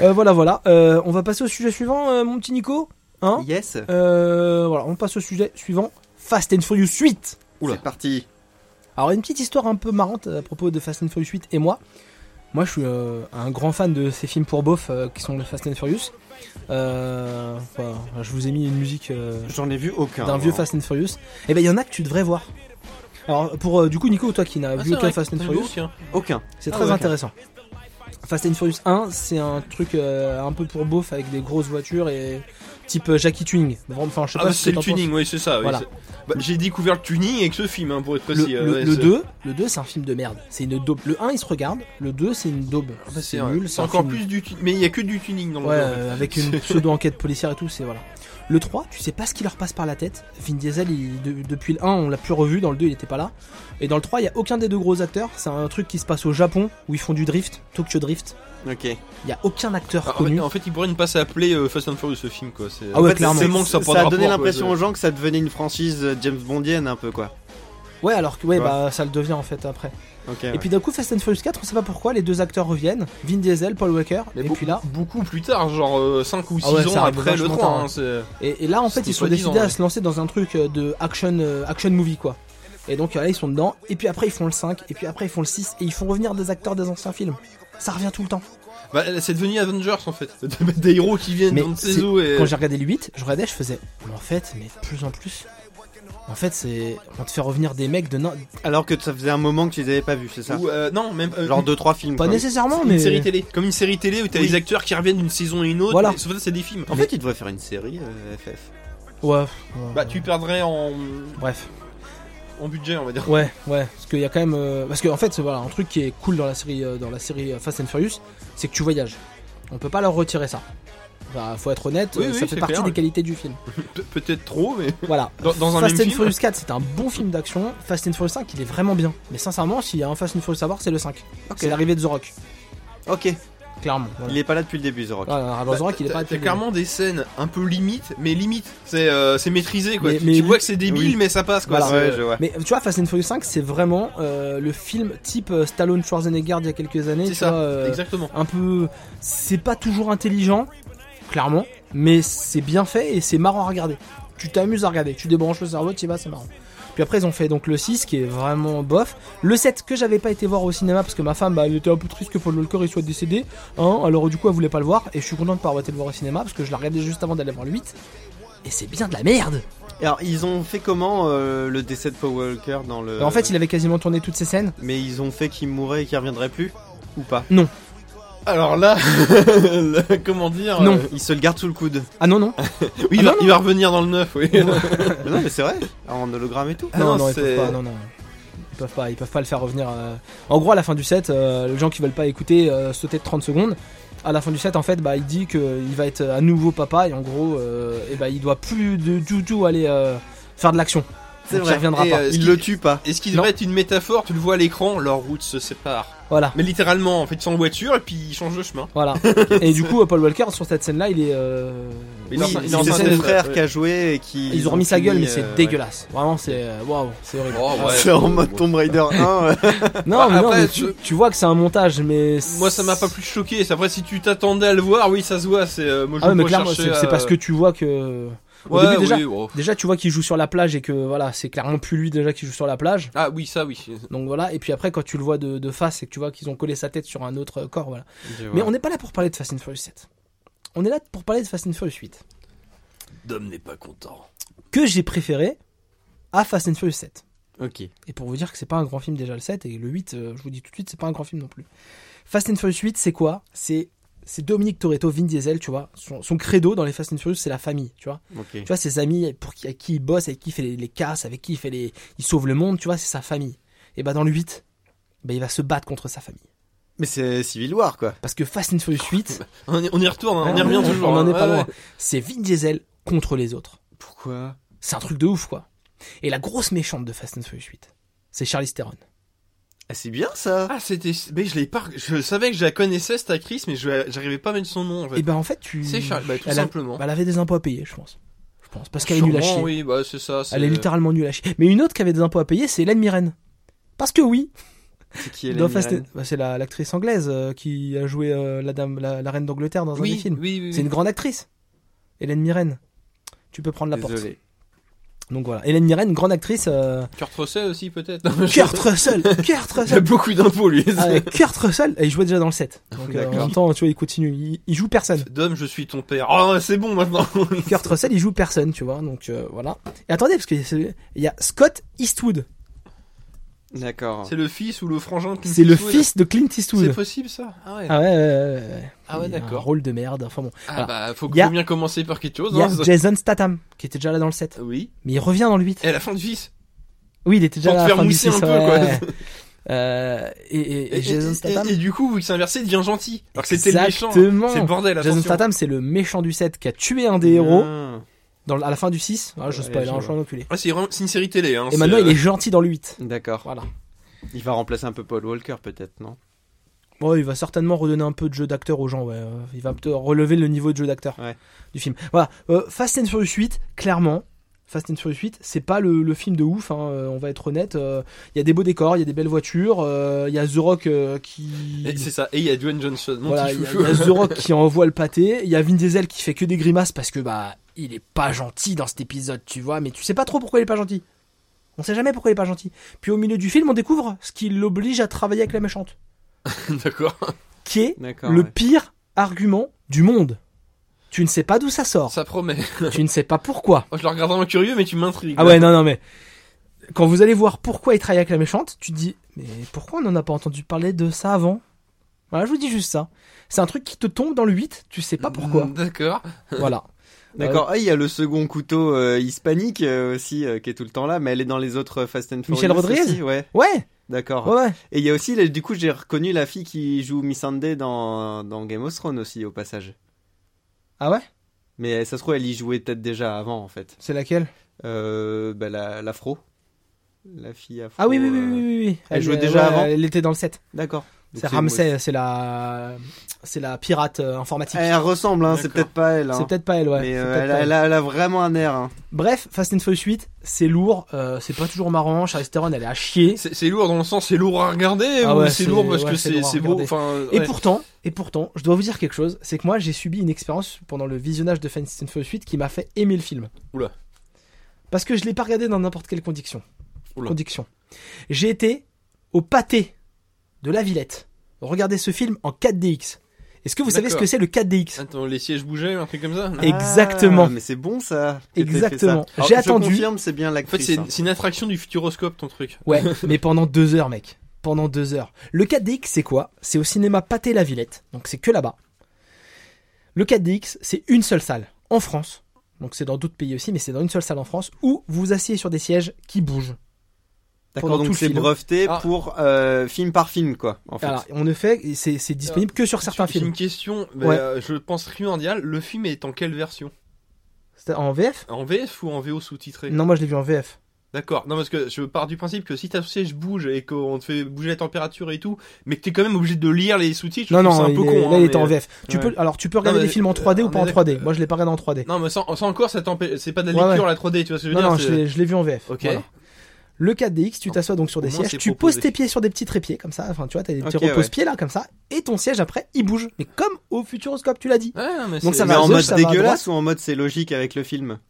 Euh, voilà, voilà. Euh, on va passer au sujet suivant, euh, mon petit Nico. Hein Yes. Euh, voilà, on passe au sujet suivant. Fast and Furious 8. C'est parti. Alors une petite histoire un peu marrante à propos de Fast and Furious 8 et moi. Moi je suis euh, un grand fan de ces films pour beauf euh, qui sont les Fast and Furious. Euh, voilà, je vous ai mis une musique euh, J'en ai vu aucun. d'un moi. vieux Fast and Furious. Et ben il y en a que tu devrais voir. Alors pour euh, du coup Nico toi qui n'as Ah, vu c'est aucun vrai, Fast and t'as vu Furious, aucun. Aucun. c'est Ah très ouais, ok. intéressant. Fast and Furious 1 c'est un truc euh, un peu pour beauf avec des grosses voitures et type euh, Jackie Tuning. Enfin je sais Ah pas bah, ce que c'est le t'en penses. tuning, oui, c'est ça. oui, Voilà. c'est- bah, J'ai découvert le tuning avec ce film, hein, pour être Le, précis. euh, le- ouais, le c'est- 2, le 2 c'est un film de merde, c'est une daube. Le 1 il se regarde, le 2 c'est une daube. Ah bah, c'est c'est un- nul, c'est c'est un encore film- plus du tuning. Mais il y a que du tuning dans le Ouais, jeu, en fait. euh, avec une pseudo-enquête policière et tout, c'est voilà. Le 3, tu sais pas ce qui leur passe par la tête. Vin Diesel, il- de- depuis le 1, on l'a plus revu, dans le 2, il était pas là. Et dans le 3, il y a aucun des deux gros acteurs. C'est un truc qui se passe au Japon, où ils font du drift, Tokyo Drift. Ok. Il y a aucun acteur Ah, en, connu. fait, en fait, il pourrait ne pas s'appeler euh, Fast and Furious ce film, quoi. c'est- Ah ouais, en fait, clairement. tellement que ça, Ça, a pas de a donné rapport, quoi, l'impression c'est- aux gens que ça devenait une franchise euh, James Bondienne un peu quoi. Ouais, alors que ouais, Ouais. Eh bah ça le devient en fait après. Ok. Et puis d'un coup, Fast and Furious 4, on sait pas pourquoi, les deux acteurs reviennent. Vin Diesel, Paul Walker, Mais et beau- puis là. Beaucoup plus tard, genre 5 ou 6 Ah ouais, ça ans arrive après le vachement 3. tard, hein, ouais. c'est- Et, et là, en fait, C'était ils sont pas dix décidés ans, à ouais. se lancer dans un truc euh, de action, euh, action movie, quoi. Et donc euh, là, ils sont dedans, et puis après, ils font le 5, et puis après, ils font le 6, et ils font revenir des acteurs des anciens films. Ça revient tout le temps. Bah, c'est devenu Avengers en fait. Des héros qui viennent Mais dans c'est- ces eaux et. Quand j'ai regardé le 8, je regardais, je faisais, mais en fait, mais de plus en plus. En fait, c'est. On te fait revenir des mecs de. nain- Alors que ça faisait un moment que tu les avais pas vus, c'est ça Ou, euh, non, même. euh, Genre deux trois films. Pas quoi. nécessairement, une mais. série télé. Comme une série télé où t'as Oui. les acteurs qui reviennent d'une saison à une autre. Voilà. mais Sauf que c'est des films. En fait, il devrait faire une série euh, FF. Ouais. ouais. Bah, tu perdrais en, Bref. en budget, on va dire. Ouais, ouais. Parce qu'il y a quand même. euh, Parce qu'en en fait, voilà, un truc qui est cool dans la série, euh, dans la série euh, Fast and Furious, c'est que tu voyages. On peut pas leur retirer ça. Bah, faut être honnête, Oui, euh, oui, ça fait c'est partie clair. des qualités du film. Pe- Peut-être trop, mais. Voilà. Dans- dans un Fast même and film. Furious 4, c'est un bon film d'action. Fast and Furious 5, il est vraiment bien. Mais sincèrement, s'il y a un Fast and Furious à voir, c'est le 5. C'est l'arrivée de The Rock, Ok. clairement. Voilà. Il est pas là depuis le début, The Rock. Voilà, The Rock, il est pas T'as depuis le clairement des scènes un peu limites, mais limite. C'est euh, c'est maîtrisé quoi. Mais- tu mais tu oui. vois que c'est débile, Oui. mais ça passe quoi. Voilà. C'est- euh, Ouais, je vois. Mais tu vois, Fast and Furious 5, c'est vraiment euh, le film type euh, Stallone Schwarzenegger d'il y a quelques années. C'est tu ça, vois, euh, Exactement. un peu. C'est pas toujours intelligent, clairement, mais c'est bien fait et c'est marrant à regarder. Tu t'amuses à regarder, tu débranches le cerveau, tu y vas, c'est marrant. Puis après, ils ont fait donc le 6 qui est vraiment bof. Le 7 que j'avais pas été voir au cinéma parce que ma femme bah, elle était un peu triste que Paul Walker il soit décédé. hein, alors du coup, elle voulait pas le voir et je suis content de pas avoir été le voir au cinéma parce que je l'ai regardé juste avant d'aller voir le 8. Et c'est bien de la merde! Et Alors, ils ont fait comment euh, le décès de Paul Walker dans le. En fait, il avait quasiment tourné toutes ses scènes. Mais ils ont fait qu'il mourrait et qu'il reviendrait plus ou pas Alors là, comment dire euh, Non. Euh, Il se le garde sous le coude. Ah non, non! Oui, Ah, il, va, non, non. il va revenir dans le 9, oui. Mais non, mais c'est vrai. En hologramme et tout. Ah non, non, non, ils peuvent c'est- pas, non, non. Ils peuvent pas, ils peuvent pas le faire revenir. euh. En gros, à la fin du set, euh, les gens qui veulent pas écouter euh, sauter de 30 secondes. À la fin du set, en fait, bah, il dit qu'il va être à nouveau papa et en gros, euh, et bah, il doit plus de, du tout aller euh, faire de l'action. C'est Donc, vrai. Il reviendra Et, pas. euh, Il le tue pas. Est-ce qu'il Non. devrait être une métaphore Tu le vois à l'écran, leurs routes se séparent. Voilà, Mais littéralement, en fait, ils sont en voiture et puis ils changent de chemin. voilà. et du coup, Paul Walker sur cette scène-là, il est. euh, Il est en Oui, train- il est en c'est train son d'être- frère ouais. qui a joué et qui. Ils ont remis sa fini, gueule, mais euh, c'est ouais. dégueulasse. Vraiment, c'est euh, waouh, c'est horrible. C'est en mode Tomb Raider 1. ouais. Non, Oh, Bah, mais non, après, mais tu, je- tu vois que c'est un montage, mais Moi, ça m'a pas plus choqué. C'est Après, si tu t'attendais à le voir, oui, ça se voit. C'est euh, moi, je Ah ouais, me mais clairement, recherchais c'est à- c'est parce que tu vois que. Au Ouais, début, déjà, oui, oh. Déjà, tu vois qu'il joue sur la plage et que voilà, c'est clairement plus lui déjà qui joue sur la plage. Ah oui, ça oui. Donc voilà, et puis après, quand tu le vois de, de face et que tu vois qu'ils ont collé sa tête sur un autre euh, corps, voilà. Mais on n'est pas là pour parler de Fast and Furious 7. On est là pour parler de Fast and Furious 8. Dom n'est pas content. Que j'ai préféré à Fast and Furious 7. Ok. Et pour vous dire que c'est pas un grand film déjà le 7, et le 8, euh, je vous dis tout de suite, c'est pas un grand film non plus. Fast and Furious 8, c'est quoi C'est c'est Dominique Toretto, Vin Diesel, tu vois. Son, son credo dans les Fast and Furious, c'est la famille, tu vois. Ok. Tu vois, ses amis pour qui, à qui il bosse, avec qui il fait les, les casses, avec qui il fait les. Il sauve le monde, tu vois, c'est sa famille. Et bah dans le 8, bah, il va se battre contre sa famille. Mais c'est Civil War quoi. Parce que Fast and Furious 8, On y, on y retourne, hein, on y hein, revient toujours. on en hein. est pas Ouais, loin. ouais. C'est Vin Diesel contre les autres. Pourquoi C'est un truc de ouf, quoi. Et la grosse méchante de Fast and Furious 8, c'est Charlize Theron. Ah, c'est bien ça. Ah, c'était. Mais je l'ai pas. Je savais que je la connaissais cette actrice, mais je j'arrivais pas à mettre son nom en fait. Et ben en fait, tu. C'est Charles, bah, tout elle a- simplement. bah, elle avait des impôts à payer, je pense. Je pense. Parce qu'elle est nulle à Sûrement, Oui, chier. bah c'est ça. c'est- Elle est littéralement nulle à chier. Mais une autre qui avait des impôts à payer, c'est Hélène Mirren. Parce que oui, C'est qui elle dans Fast and- bah, c'est la- l'actrice anglaise euh, qui a joué euh, la dame, la, la reine d'Angleterre dans un des Oui, oui, films. oui. C'est une grande actrice. Hélène Mirren. Tu peux prendre la porte. Donc voilà, Hélène Mirren, grande actrice. euh, Kurt Russell aussi peut-être. Non, mais je- Kurt Russell, Kurt Il a Russell. beaucoup d'impôts lui. Ah, ouais, Kurt Russell, et il jouait déjà dans le 7. Donc euh, en D'accord. même temps, tu vois, il continue, il, il joue personne. Dom, je suis ton père. Oh, c'est bon maintenant. Kurt Russell, il joue personne, tu vois. Donc euh, voilà. Et attendez, parce que c'est- il y a Scott Eastwood. D'accord. C'est le fils ou le frangin de Clint C'est le Eastwood. fils de Clint Eastwood. C'est possible ça Ah ouais. Ah ouais, ouais, ouais, ouais. Ah ouais, Il y a Un d'accord. rôle de merde. Enfin bon. Ah Voilà. bah faut Y a- bien commencer par quelque chose. Il y a hein, ça- Jason Statham, qui était déjà là dans le 7. Oui. Mais il revient dans le 8. Et à la fin du fils. Oui, il était déjà Pour te là. à la faire fin du mousser un 6, peu, ouais. Euh, et, et- et Et, Jason et- Statham. et- et du coup, vu que c'est inversé, il devient gentil. Alors que c'était le méchant. hein. C'est Exactement. le bordel. Jason attention. Statham, c'est le méchant du 7 qui a tué un des héros Ah, dans, le- à la fin du 6. Ah, je Ouais, spoil, je hein, vois. je suis un enculé. Ouais, c'est vraiment- c'est une série télé. Hein, Et maintenant, c'est, il est euh, gentil dans le 8. D'accord. Voilà. Il va remplacer un peu Paul Walker peut-être, non Ouais, il va certainement redonner un peu de jeu d'acteur aux gens. Ouais. Euh, Il va peut-être relever le niveau de jeu d'acteur Ouais. du film. Voilà. Euh, Fast and Furious 8, clairement. Fast and Furious 8, c'est pas le, le film de ouf, hein, euh, on va être honnête. Euh, Il y a des beaux décors, il y a des belles voitures, euh, il y a The Rock euh, qui. et C'est ça. Et il y a Dwayne Johnson, mon Voilà, petit il y, a- chouchou. il y a The Rock qui envoie le pâté, il y a Vin Diesel qui fait que des grimaces parce que bah il est pas gentil dans cet épisode, tu vois, mais tu sais pas trop pourquoi il est pas gentil. On sait jamais pourquoi il est pas gentil. Puis au milieu du film, on découvre ce qui l'oblige à travailler avec la méchante, D'accord. qui est D'accord. le ouais. pire argument du monde. Tu ne sais pas d'où ça sort, Ça promet. tu ne sais pas pourquoi. Moi, je le regarde vraiment curieux, mais tu m'intrigues. Ah ouais, non, non, mais quand vous allez voir pourquoi il travaille avec la méchante, tu te dis, mais pourquoi on n'en a pas entendu parler de ça avant Voilà, je vous dis juste ça. C'est un truc qui te tombe dans le 8, tu sais pas pourquoi. Mm, D'accord. voilà. D'accord. Ah, il y a le second couteau euh, hispanique euh, aussi euh, qui est tout le temps là, mais elle est dans les autres euh, Fast and Furious. Michelle Rodriguez aussi, Ouais. Ouais, D'accord. ouais, ouais. Et il y a aussi, là, du coup, j'ai reconnu la fille qui joue Missandei dans dans Game of Thrones aussi au passage. Ah ouais Mais euh, ça se trouve, elle y jouait peut-être déjà avant en fait. C'est laquelle Euh, bah, la- l'afro. La fille afro. Ah oui, oui, oui, euh, oui, oui, oui. elle jouait déjà avant Elle était dans le 7. D'accord. Donc C'est Ramsey, c'est la... c'est la pirate euh, informatique. Elle ressemble, hein, c'est D'accord. peut-être pas elle. hein. C'est peut-être pas elle, ouais. Mais C'est euh, peut-être elle, pas a- elle. elle a, elle a vraiment un air. hein. Bref, Fast and Furious 8, c'est lourd, euh, c'est pas toujours marrant, Charlize Theron, elle est à chier. C'est c'est lourd dans le sens, c'est lourd à regarder Ah ou ouais, c'est c'est- lourd parce ouais, que c'est c'est lourd à c'est beau. regarder. Enfin, euh, Et ouais. pourtant, et pourtant, je dois vous dire quelque chose, c'est que moi j'ai subi une expérience pendant le visionnage de Fast and Furious 8 qui m'a fait aimer le film. Oula. Parce que je l'ai pas regardé dans n'importe quelle condition. Oula. Condition. J'ai été au pâté de la Villette regarder ce film en 4DX. Est-ce que vous savez ce D'accord. que c'est le 4DX Attends, les sièges bougeaient, un truc comme ça. Et- Exactement. Ah, mais c'est bon ça. que t'aies fait ça. Exactement. Alors, J'ai je attendu. confirme, c'est bien En fait, l'actrice. c'est hein. c'est une attraction du futuroscope, ton truc. Ouais, mais pendant deux heures, mec. Pendant deux heures. Le 4DX, c'est quoi C'est au cinéma Pâté-la-Villette. Donc c'est que là-bas. Le 4DX, c'est une seule salle en France. Donc c'est dans d'autres pays aussi, mais c'est dans une seule salle en France où vous vous asseyez sur des sièges qui bougent. D'accord, pendant tout donc le c'est film. breveté Ah. pour euh, film par film, quoi. En fait. Alors, on ne fait, c'est c'est disponible que sur certains J'ai films. une question, mais, Ouais. euh, je pense primordiale. Le film est en quelle version C'est En VF En VF ou en VO sous-titré Non, moi je l'ai vu en VF. D'accord. Non, parce que je pars du principe que si ta siège bouge et qu'on te fait bouger la température et tout, mais que t'es quand même obligé de lire les sous-titres, Non, je non, trouve ça un il peu est- con. là hein, il est en mais- VF. Tu ouais. peux, alors tu peux regarder Non, mais- des films en 3D euh, ou pas en on est 3D. d'accord. Moi je l'ai pas regardé en 3D. euh, Non, mais sans, sans encore, ça t'empê- c'est pas de la Ouais, lecture ouais. à la 3D, tu vois ce que je veux Non, dire non, c'est- je l'ai- je l'ai vu en VF. Ok. voilà. Le 4DX, tu t'assois donc sur des Au moins, sièges, c'est tu proposé. poses tes pieds sur des petits trépieds comme ça, enfin tu vois, t'as des petits Ok, ouais. repose-pieds là comme ça, et ton siège après il bouge, mais comme au Futuroscope, tu l'as dit. Ouais, non, mais Donc c'est- ça mais va à en gauche, mode ça va à dégueulasse ou en mode c'est logique avec le film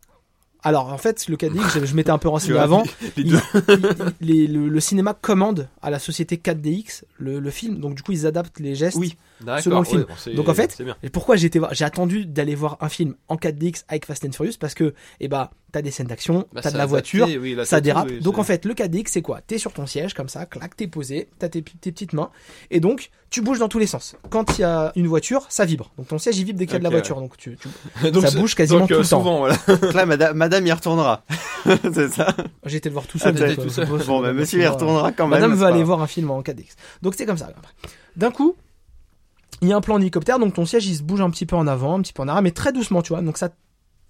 Alors en fait, le 4DX, je, je m'étais un peu renseigné avant, les il- deux. il- il- les- le, le cinéma commande à la société 4DX le, le film, donc du coup ils adaptent les gestes. Oui. D'accord, selon le ouais, film. bon, c'est- Donc, en fait, c'est bien. Et pourquoi j'ai été voir- j'ai attendu d'aller voir un film en 4DX avec Fast and Furious parce que, eh bah, t'as des scènes d'action, Bah, ça t'as de la a voiture, adapté, oui, là, Bah, ça c'est tout, dérape. oui, donc c'est- en fait, le 4DX, c'est quoi T'es sur ton siège comme ça, clac, t'es posé, t'as tes, tes petites mains, et donc tu bouges dans tous les sens. Quand il y a une voiture, ça vibre. Donc ton siège il vibre dès qu'il y a de la Ok, voiture, donc tu, tu- Donc, ça c'est- bouge quasiment donc, euh, tout le temps. souvent, voilà. Donc là, madame, madame y retournera. c'est ça J'ai été le voir tout seul. Ah, donc, t'es euh, tout je seul. bosse, Bon, bah, euh, monsieur y sur, euh, retournera quand même. Madame c'est veut aller pas- voir un film en 4DX. Donc c'est comme ça. après. D'un coup, il y a un plan d'hélicoptère, donc ton siège il se bouge un petit peu en avant, un petit peu en arrière, mais très doucement, tu vois. Donc ça,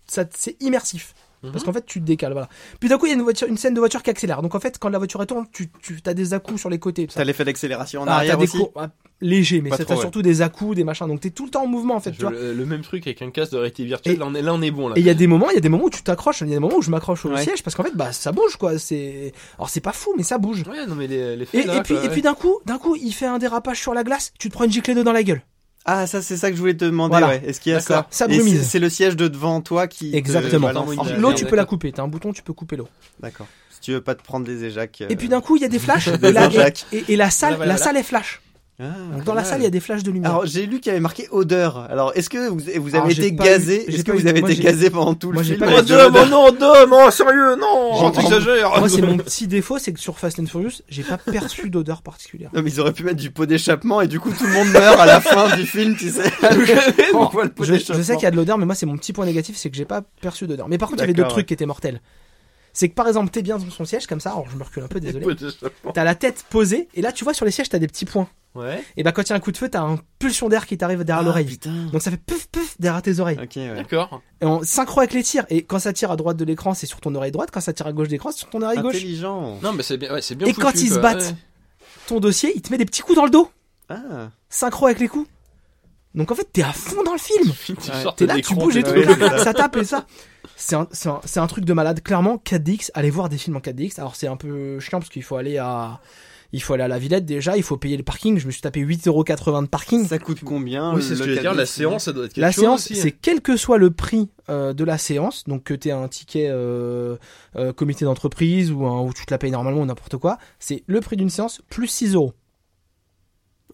ça c'est immersif. Mhm. Parce qu'en fait, tu te décales. Voilà. Puis d'un coup, il y a une, voiture, une scène de voiture qui accélère. Donc en fait, quand la voiture elle tourne, tu, tu as des à sur les côtés. T'as l'effet d'accélération en Ah, arrière t'as des aussi. cours- ah, légers, mais Pas c'est trop, t'as ouais. surtout des à des machins. Donc t'es tout le temps en mouvement en fait. Je- tu vois. le, le même truc avec un casque de réalité virtuelle, Et- là on est, là, on est bon là. Et il y a des moments, il y a des moments où tu t'accroches, il y a des moments où je m'accroche au Ouais. siège parce qu'en fait, bah ça bouge quoi. C'est alors c'est pas fou, mais ça bouge. Ouais, non mais les, les Et, faits, là, et puis, quoi, et puis d'un coup, d'un coup, il fait un dérapage sur la glace, tu te prends une giclée d'eau dans la gueule. Ah, ça, c'est ça que je voulais te demander. Voilà. ouais. Est-ce qu'il y a D'accord. Ça ça Et brumise. c'est- C'est le siège de devant toi qui. te Exactement. balance. Alors, l'eau, tu peux la couper. T'as un bouton, tu peux couper l'eau. D'accord. Si tu veux pas te prendre des éjacs. euh, Et puis d'un coup, il y a des flashs. Des et, la, et- Jean-Jacques. et- et la salle, Voilà, voilà. la salle est flash. Ah, Donc, dans la pas salle, mal. il y a des flashs de lumière. Alors j'ai lu qu'il y avait marqué odeur. Alors est-ce que vous, vous avez Alors, Ah, j'ai été pas eu- gazé j'ai Est-ce que pas eu- vous avez moi, été j'ai- gazé pendant tout le moi, j'ai film pas eu avec de- de l'odeur Oh non, Dom, oh sérieux, non, J'ai- Ah, oh, t'exagères. Moi, c'est mon petit défaut, c'est que sur Fast and Furious, j'ai pas perçu d'odeur particulière. Non mais ils auraient pu mettre du pot d'échappement et du coup tout le monde meurt à la fin du film, tu sais. On voit le pot je, je d'échappement. sais qu'il y a de l'odeur, mais moi, c'est mon petit point négatif, c'est que j'ai pas perçu d'odeur. Mais par contre, il y avait D'accord, d'autres trucs qui étaient mortels. C'est que par exemple, t'es bien dans son siège comme ça, alors je me recule un peu, désolé. T'as la tête posée, et là, tu vois sur les sièges, t'as des petits points. Ouais. Et bah, quand il y a un coup de feu, t'as un pulsion d'air qui t'arrive derrière Ah, l'oreille. putain. Donc ça fait pouf pouf derrière tes oreilles. Ok. Ouais. D'accord. Et on synchro avec les tirs. Et quand ça tire à droite de l'écran, c'est sur ton oreille droite. Quand ça tire à gauche de l'écran, c'est sur ton oreille gauche. Intelligent. Non mais c'est bien, ouais, c'est bien Et quand foutu, ils se quoi, battent, ouais. ton dossier, il te met des petits coups dans le dos. Ah. Synchro avec les coups. Donc en fait, t'es à fond dans le film. Tu Ouais. sortes T'es là, des tu crampes, bouges et t'es tout. là. ça tape et ça. C'est un, c'est un- c'est un truc de malade. Clairement, 4DX, allez voir des films en 4DX. Alors c'est un peu chiant parce qu'il faut aller à. Il faut aller à la Villette déjà, il faut payer le parking. Je me suis tapé 8,80€ de parking. Ça coûte combien Oui, c'est ce que je le veux dire, la cabinet séance ça doit être quelque La chose séance, aussi. hein. c'est quel que soit le prix euh, de la séance, donc que tu un ticket euh, euh, comité d'entreprise ou, un- ou tu te la payes normalement ou n'importe quoi, c'est le prix d'une séance plus 6 euros.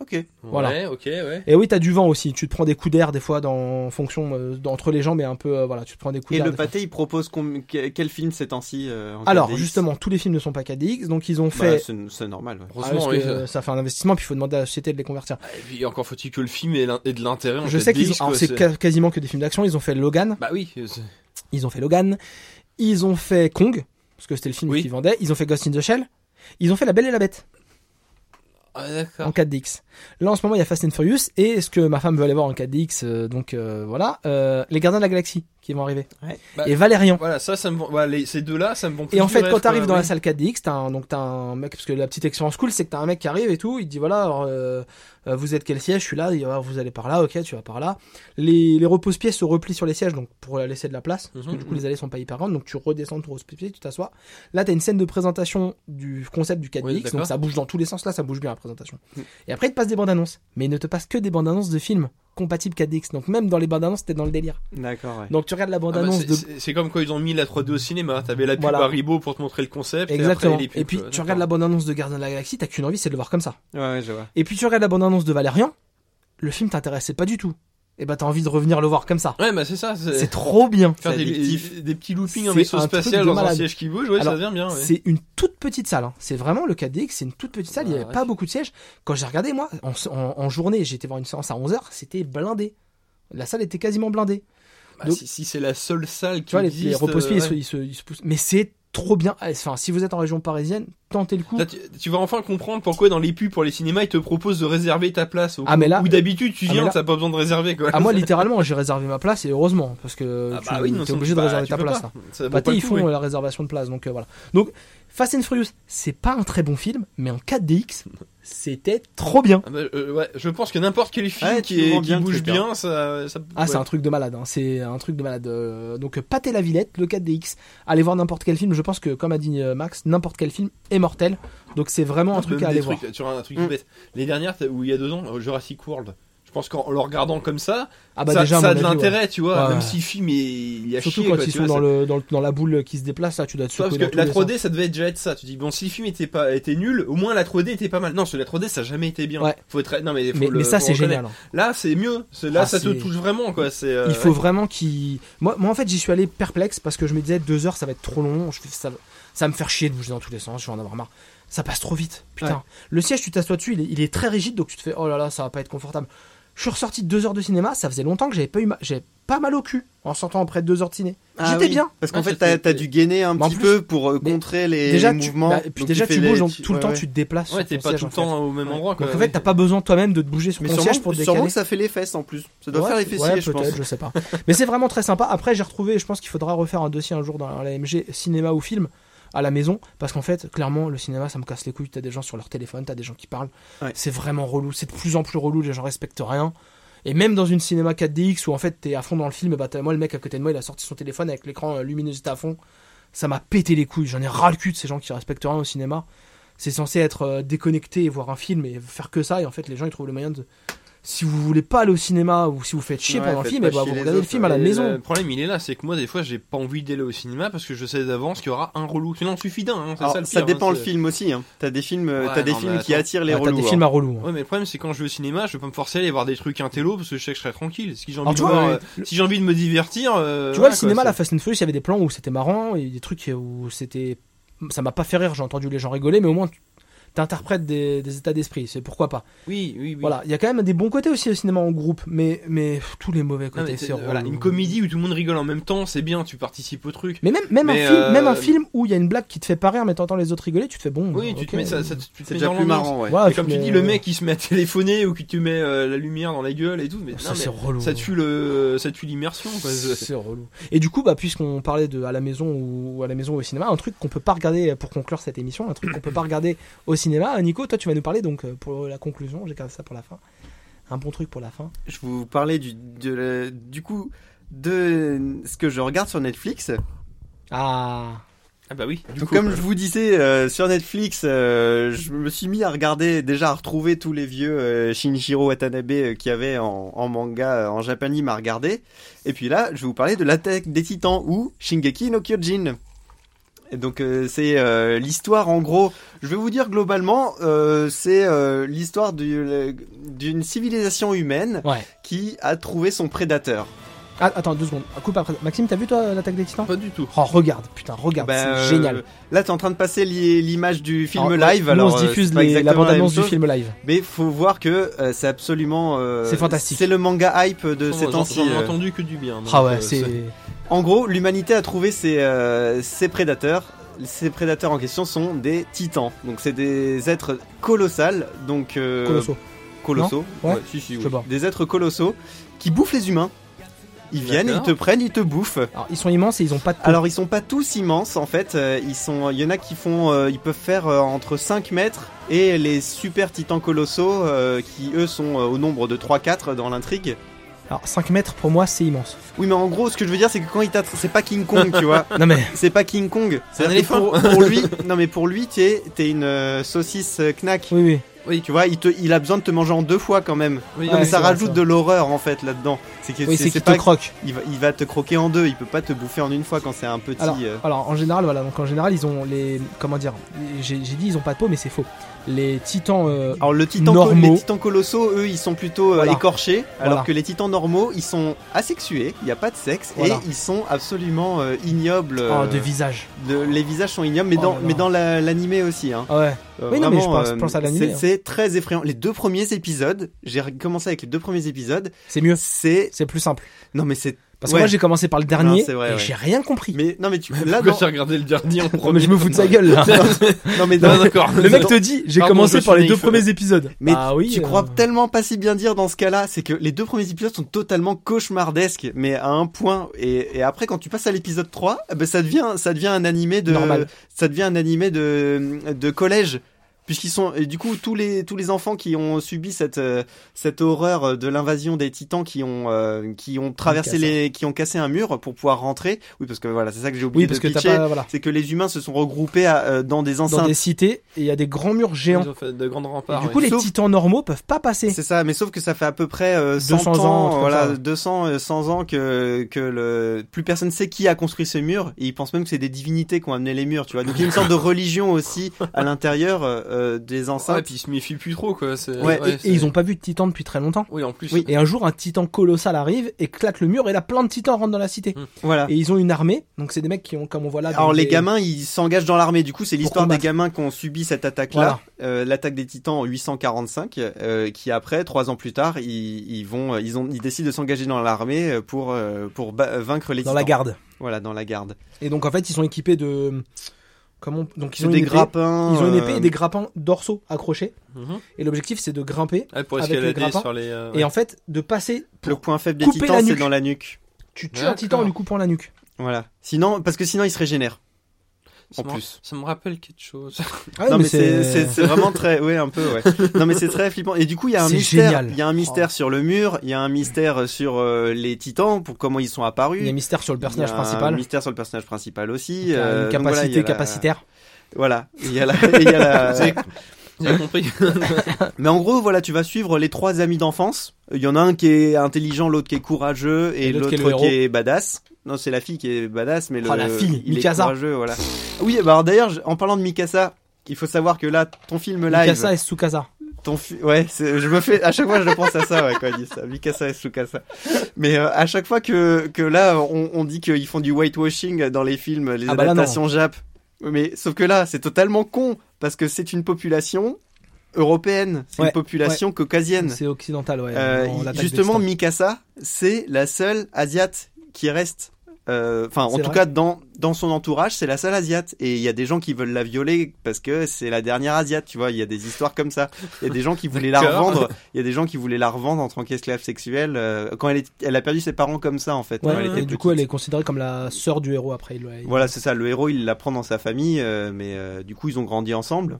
Ok. Voilà. Ouais, ok, ouais. Et oui, t'as du vent aussi, tu te prends des coups d'air des fois dans, en fonction euh, entre les gens, mais un peu, euh, voilà, tu te prends des coups Et d'air. le des fois. pâté, il propose com- que- quel film ces temps-ci euh, en Alors, 4DX? justement, tous les films ne sont pas 4DX, donc ils ont Bah, fait... c'est c'est normal. ouais. Ah, Heureusement, parce que, oui, Ah euh, ça- ça fait un investissement, puis il faut demander à la société de les convertir. Et puis encore faut-il que le film ait l'in- ait de l'intérêt. en Je fait, sais qu'ils ont... disque, alors, quoi, c'est ca- quasiment que des films d'action, ils ont fait Logan, Bah oui. c'est- ils ont fait Logan, ils ont fait Kong, parce que c'était le film Oui. qui vendait, ils ont fait Ghost in the Shell, ils ont fait La Belle et la Bête. Ah d'accord. en 4DX. Là en ce moment il y a Fast and Furious et ce que ma femme veut aller voir en 4DX, euh, donc euh, voilà, euh, les Gardiens de la Galaxie qui vont arriver Bah, et Valérian. Voilà, ça, ça me vend- voilà, les- ces deux-là, ça me vend plus Et en du fait rêve, quand t'arrives quoi, dans la oui. salle 4DX, t'as un, donc t'as un mec parce que la petite expérience cool c'est que t'as un mec qui arrive et tout, il te dit voilà alors, euh, euh, vous êtes quel siège, je suis là, il va, vous allez par là, ok tu vas par là. Les, les repose-pieds se replient sur les sièges donc pour laisser de la place parce que Mhm, du coup les allées sont pas hyper grandes donc tu redescends ton repose-pied, tu t'assois. Là t'as une scène de présentation du concept du 4DX Oui, d'accord. donc ça bouge dans tous les sens là ça bouge bien la présentation. Et après, il te passe des bandes annonces. Mais il ne te passe que des bandes annonces de films compatibles 4DX. Donc même dans les bandes annonces, t'es dans le délire. D'accord. ouais. Donc tu regardes la Ah bande bah, annonce c'est- de. c'est- C'est comme quand ils ont mis la 3D au cinéma. T'avais la pub Voilà. Haribo pour te montrer le concept. Exactement. Et, après, les Et puis pubs, tu euh, regardes la bande annonce de Gardien de la Galaxie, t'as qu'une envie, c'est de le voir comme ça. Ouais, ouais, je vois. Et puis tu regardes la bande annonce de Valérian, le film t'intéressait pas du tout. Et bah t'as envie de revenir le voir comme ça. d'accord. Ouais, bah c'est ça. c'est- C'est trop bien. Faire c'est des, addictif. des- des petits loopings en C'est vaisseau un truc spatial de dans un malade. siège qui bouge. Ouais, Alors, ça devient bien. ouais. C'est une toute petite salle. hein. C'est vraiment le 4DX, c'est une toute petite salle. il n'y Ah, avait ouais. pas beaucoup de sièges. Quand j'ai regardé, moi, en, en- en journée, j'étais voir une séance à 11h, c'était blindé. La salle était quasiment blindée. Bah, donc- si si c'est la seule salle qui tu vois, les, existe. les euh, repose-pieds, ils, se, ouais. ils, se, ils se poussent. Mais c'est trop bien. Eh, Enfin, si vous êtes en région parisienne, tentez le coup. Là, tu, tu vas enfin comprendre pourquoi dans les pubs pour les cinémas ils te proposent de réserver ta place. Au Ah, mais là- où d'habitude tu Ah, viens, mais là- t'as pas besoin de réserver quoi. À Ah, moi, littéralement, j'ai réservé ma place et heureusement, parce que Ah tu bah oui, non, es sinon obligé tu- de bah, réserver tu ta peux place. hein. pas. là. Ça vaut Pâté, pas le ils coup, font ouais. euh, la réservation de place, donc euh, voilà. Donc, Fast and Furious, c'est pas un très bon film, mais en 4DX, c'était trop bien. Ah bah, euh, ouais, je pense que n'importe quel film Ouais, tu qui, est- vends qui bien le bouge truc, hein. bien, ça, ça- Ah, c'est ouais. un truc de malade, hein. c'est un truc de malade. Euh, Donc, euh, pâtez la Villette, le 4DX, allez voir n'importe quel film. Je pense que, comme a dit euh, Max, n'importe quel film est mortel. Donc, c'est vraiment un Même truc des à aller voir. Mm. trucs, Tu vois, un truc tout bête. Les dernières, t'as- où il y a deux ans, euh, Jurassic World. Je pense qu'en le regardant comme ça, Ah, bah, ça, déjà, à ça a mon de avis, ouais. l'intérêt, tu vois. Ouais, Même ouais. si le film est, il y a Surtout chier, quand quoi, ils tu sont vois, dans, ça- le, dans, le- dans la boule qui se déplace, là, tu dois te Tu vois, secouer parce que dans la tous les 3D, ça devait déjà être ça. Tu dis, bon, si le film était pas, était nul, au moins la 3D était pas mal. Non, parce que la 3D, ça a jamais été bien. Ouais. Faut être, non, mais, sens. faut Mais, le- mais ça, faut c'est reconnaître. génial. hein. Là, c'est mieux. C'est- Là, Ah, ça te c'est- touche vraiment, quoi. C'est, euh, Il faut ouais. vraiment qu'il. Moi, moi, en fait, j'y suis allé perplexe parce que je me disais deux heures, ça va être trop long. Je, fais- ça, ça va me faire chier de bouger dans tous les sens. Je vais en avoir marre. Ça passe trop vite. Putain. Le siège, tu t'assois dessus, il est, il est très rigide, donc tu te fais oh là là, ça va pas être confortable. Je suis ressorti de deux heures de cinéma, ça faisait longtemps que j'avais pas eu ma- j'avais pas mal au cul en sortant après de deux heures de ciné. Ah J'étais oui, bien. Parce qu'en fait, t'as t'as dû gainer un Mais en petit plus- peu pour euh, contrer les déjà, tu, mouvements. bah, et puis Donc déjà, fais tu les- bouges, donc tout le ouais, temps ouais. tu te déplaces. Ouais, sur t'es ton pas siège, tout le en temps fait. au même endroit, quoi. Donc en fait, t'as pas besoin toi-même de te bouger sur Mais ton sûrement, siège pour te sûrement décaler. que ça fait les fesses en plus. Ça doit Ouais, faire les fessiers, ouais, je pense. peut-être, je sais pas. Mais c'est vraiment très sympa. Après, j'ai retrouvé, je pense qu'il faudra refaire un dossier un jour dans l'AMG cinéma ou film à la maison parce qu'en fait clairement le cinéma ça me casse les couilles t'as des gens sur leur téléphone t'as des gens qui parlent c'est vraiment relou c'est de plus en plus relou les gens respectent rien et même dans une cinéma 4DX où en fait t'es à fond dans le film et bah t'as- moi le mec à côté de moi il a sorti son téléphone avec l'écran euh, luminosité à fond ça m'a pété les couilles j'en ai ras le cul de ces gens qui respectent rien au cinéma c'est censé être euh, déconnecté et voir un film et faire que ça et en fait les gens ils trouvent le moyen de si vous voulez pas aller au cinéma ou si vous faites chier Ouais, pendant le faites film pas eh bah, chier vous les regardez le autres. film à la Et maison Le problème, il est là, c'est que moi, des fois, j'ai pas envie d'aller au cinéma parce que je sais d'avance qu'il y aura un relou. Sinon, il suffit d'un. hein, c'est Alors, ça, le ça pire, dépend hein, le c'est- film aussi. Hein. T'as des films, euh, Ouais, t'as des non, mais films qui attends. attirent les relous. hein. Ouais, mais le problème, c'est quand je vais au cinéma, je vais pas me forcer à aller voir des trucs intello parce que je sais que je serai tranquille. Si j'ai Alors, envie, de Ah, tu vois, voir, ouais, euh, si j'ai envie de me divertir. euh, tu voilà, vois le quoi, cinéma c'est- la Fast and Furious il y avait des plans où c'était marrant et des trucs où c'était ça m'a pas fait rire j'ai entendu les gens rigoler mais au moins tu t'interprètes des, des états d'esprit c'est pourquoi pas Oui, oui, oui. voilà il y a quand même des bons côtés aussi au cinéma en groupe mais mais pff, tous les mauvais Non, mais côtés t'es- c'est voilà, relou. une comédie où tout le monde rigole en même temps, c'est bien, tu participes au truc. mais même même Mais, un film euh, même un film où il y a une blague qui te fait pas rire mais t'entends les autres rigoler tu te fais bon Oui, tu ok, te mets ça, ça- euh, tu te mets dans l'ambiance. Voilà, et comme tu mets- dis, le mec qui se met à téléphoner ou qui te met euh, la lumière dans la gueule et tout, mais, non, Ça, mais c'est relou. ça tue le, ça tue l'immersion. quoi. C'est relou. Et du coup, bah, puisqu'on parlait de à la maison ou à la maison ou au cinéma, un truc qu'on peut pas regarder pour conclure cette émission, un truc qu'on peut pas regarder au cinéma. Euh, Nico, toi, tu vas nous parler donc euh, pour la conclusion. J'ai gardé ça pour la fin. Un bon truc pour la fin. Je vous parlais du, de la- du coup de ce que je regarde sur Netflix. Ah. Ah bah oui. Donc, comme je vous disais euh, sur Netflix, euh, je me suis mis à regarder déjà à retrouver tous les vieux euh, Shinichiro Watanabe euh, qu'il y avait en, en manga euh, en japanime à regarder. Et puis là, je vais vous parler de l'attaque des Titans ou Shingeki no Kyojin. Et donc euh, c'est euh, l'histoire en gros. Je vais vous dire globalement, euh, c'est euh, l'histoire du- le- d'une civilisation humaine qui a trouvé son prédateur. Ah, attends deux secondes. Coupe après. Maxime, t'as vu toi l'attaque des Titans Pas du tout. Oh regarde, putain, regarde, Bah, euh, c'est génial. Là, t'es en train de passer li- l'image du film Alors, live. nous, on alors, se euh, diffuse c'est pas les- la exactement bande-annonce même du chose, Ah film live. Mais faut voir que euh, c'est absolument. euh, C'est fantastique. C'est le manga hype de J'en- ces j'en- temps-ci. j'en ai euh. entendu que du bien, donc, Ah ouais, euh, c'est- c'est- En gros, l'humanité a trouvé ses, euh, ses prédateurs. Ces prédateurs en question sont des titans. Donc, c'est des êtres colossales. Donc, euh, Colossaux. Colossaux. Non Ouais. si, si, Je oui. sais pas. Des êtres colossaux qui bouffent les humains. Ils viennent, ils D'accord. te prennent, ils te bouffent. Alors, ils sont immenses et ils ont pas de peau. Alors ils sont pas tous immenses en fait, Euh, ils sont il y en a qui font euh, ils peuvent faire euh, entre 5 mètres et les super titans colossaux euh, qui eux sont euh, au nombre de 3 4 dans l'intrigue. Alors 5 mètres pour moi, c'est immense. Oui, mais en gros, ce que je veux dire, c'est que quand il t'attrape, c'est pas King Kong, tu vois. Non, mais- c'est pas King Kong. C'est un C'est-à-dire que éléphant. Pour, pour lui, non mais pour lui, t'es t'es une euh, saucisse euh, knack. Oui, oui. Tu vois, il te, il a besoin de te manger en deux fois quand même. Oui, non, ouais, mais c'est ça vrai, rajoute c'est vrai. de l'horreur en fait là-dedans. C'est que Oui, c'est qu'il te croque. Il va, il va te croquer en deux. Il peut pas te bouffer en une fois quand c'est un petit. Alors, euh, alors, en général, voilà, donc en général, ils ont les. Comment dire J'ai j'ai dit ils ont pas de peau, mais c'est faux. Les titans. euh, Alors le titan co- normaux. les titans colossaux, eux, ils sont plutôt euh, Voilà. écorchés, Voilà. alors que les titans normaux, ils sont asexués, il n'y a pas de sexe, Voilà. et ils sont absolument euh, ignobles. Oh, de visage. de- les visages sont ignobles, mais Oh dans, là là. mais dans la- l'animé aussi. Hein. Ah Ouais. Euh, Oui, non, mais je vraiment, pense- euh, pense à l'animé, c'est- hein. C'est très effrayant. Les deux premiers épisodes, j'ai re- commencé avec les deux premiers épisodes. C'est mieux. C'est c'est plus simple. Non, mais c'est. Parce que moi, j'ai commencé par le dernier, Non, c'est vrai, et ouais. j'ai rien compris. Mais non, mais tu. Là, Pourquoi dans- j'ai regardé le dernier en premier Ah, mais je me fous de sa gueule là. non mais Non, dans- d'accord. Le mec te dit, j'ai Pardon, commencé je par suis les deux naïf. premiers épisodes. Mais Bah oui, tu euh. crois tellement pas si bien dire dans ce cas-là, c'est que les deux premiers épisodes sont totalement cauchemardesques, mais à un point. Et, et après, quand tu passes à l'épisode 3, eh ben, ça devient ça devient un animé de Normal. ça devient un animé de de collège. Puisqu'ils sont et du coup tous les tous les enfants qui ont subi cette euh, cette horreur de l'invasion des titans qui ont euh, qui ont traversé cassé. les qui ont cassé un mur pour pouvoir rentrer oui parce que voilà c'est ça que j'ai oublié Oui, parce de que t'as pitcher, pas- voilà. c'est que les humains se sont regroupés à, euh, dans des enceintes Dans des cités, et il y a des grands murs géants. Ils ont de grands remparts. Du coup, les Sauf- titans normaux peuvent pas passer. C'est ça, mais sauf que ça fait à peu près euh, 100 200 ans, un ans, truc comme voilà, ça. 200, euh, 100 ans que, que le, plus personne sait qui a construit ce mur, et ils pensent même que c'est des divinités qui ont amené les murs, tu vois. Donc il y a une sorte de religion aussi à l'intérieur, euh, euh, des enceintes. Ouais, puis ils se méfient plus trop, quoi. c'est- Ouais, ouais, et, et ils ont pas vu de titan depuis très longtemps. Oui, en plus. Et un jour, un titan colossal arrive, éclate le mur, et là, plein de titans rentrent dans la cité. Voilà. Et ils ont une armée, donc c'est des mecs qui ont, comme on voit là. Alors des- les gamins, ils s'engagent dans l'armée. Du coup, c'est l'histoire des combattre. gamins qui ont subi cette attaque-là, euh, l'attaque des Titans en 845, euh, qui après, trois ans plus tard, ils, ils vont, euh, ils ont, ils décident de s'engager dans l'armée pour euh, pour ba- vaincre les Dans Titans. la garde. Voilà, dans la garde. Et donc en fait, ils sont équipés de. Comment on- Donc ils C'est ont des une épée- grappins, Ils ont une épée euh, et des grappins dorsaux accrochés. Mhm. Et l'objectif, c'est de grimper Ouais, Ah, pour avec les escalader grappins. sur les, euh, Et ouais. en fait, de passer. Le point faible des couper Titans, la c'est nuque. dans la nuque. Tu tues un titan en lui coupant la nuque. Voilà. Sinon, parce que sinon, ils se régénèrent. Ça En me- plus. Ça me rappelle quelque chose. Ah, non mais, c'est c'est- c'est vraiment très ouais un peu ouais. Non mais c'est très flippant et du coup il y a un C'est mystère, génial. Oh. il y a un mystère sur le mur, il y a un mystère sur euh, les titans pour comment ils sont apparus. Il y a un mystère sur le personnage Il y a principal. Un mystère sur le personnage principal aussi. Qui a une Euh, donc voilà, il y capacité a la- capacitaire. Voilà, il y a la. il y a la- J'ai- j'ai compris. Mais en gros, voilà, tu vas suivre les trois amis d'enfance. Il y en a un qui est intelligent, l'autre qui est courageux et, Et l'autre l'autre qui, qui est le héros. est badass. Non, c'est la fille qui est badass, mais le. Oh, la fille, il Mikasa. est courageux, voilà. Oui, bah alors d'ailleurs, je- en parlant de Mikasa, il faut savoir que là, ton film live. Mikasa et Tsukasa. Ton fi- ouais, c'est- je me fais à chaque fois je pense à ça ouais, quand il dit ça, Mikasa et Tsukasa. Mais euh, à chaque fois que que là on, on dit qu'ils font du whitewashing dans les films, les Ah bah là, adaptations non. Jap. Mais sauf que là, c'est totalement con parce que c'est une population européenne, c'est Ouais, une population ouais. caucasienne. C'est occidental, ouais. Euh, dans il- l'attaque hein. justement, des Mikasa, c'est la seule asiate qui reste. euh, Enfin, en C'est tout vrai. cas, dans, dans son entourage, c'est la seule asiate. Et il y a des gens qui veulent la violer parce que c'est la dernière asiate, tu vois. Il y a des histoires comme ça. Il y a des gens qui voulaient la D'accord. revendre. Il y a des gens qui voulaient la revendre en tant qu'esclave sexuelle. euh, quand elle, est- elle a perdu ses parents comme ça, en fait. Titans. quand Ouais, elle était et du petite. coup, elle est considérée comme la sœur du héros après. il- ouais, il- Voilà, c'est ça. Le héros, il la prend dans sa famille, euh, mais euh, du coup, ils ont grandi ensemble.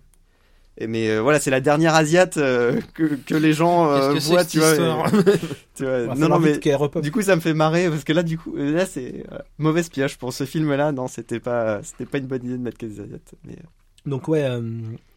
Et mais euh, voilà, c'est la dernière asiate euh, que, que les gens euh, Qu'est-ce que voient, c'est que tu vois. cette histoire et- tu vois, Va non, falloir non, vite mais qu'elle repop. du coup, ça me fait marrer parce que là, du coup, euh, là, c'est euh, mauvaise pioche pour ce film-là. Non, c'était pas, c'était pas une bonne idée de mettre que des asiates. Mais euh, Donc, ouais, euh,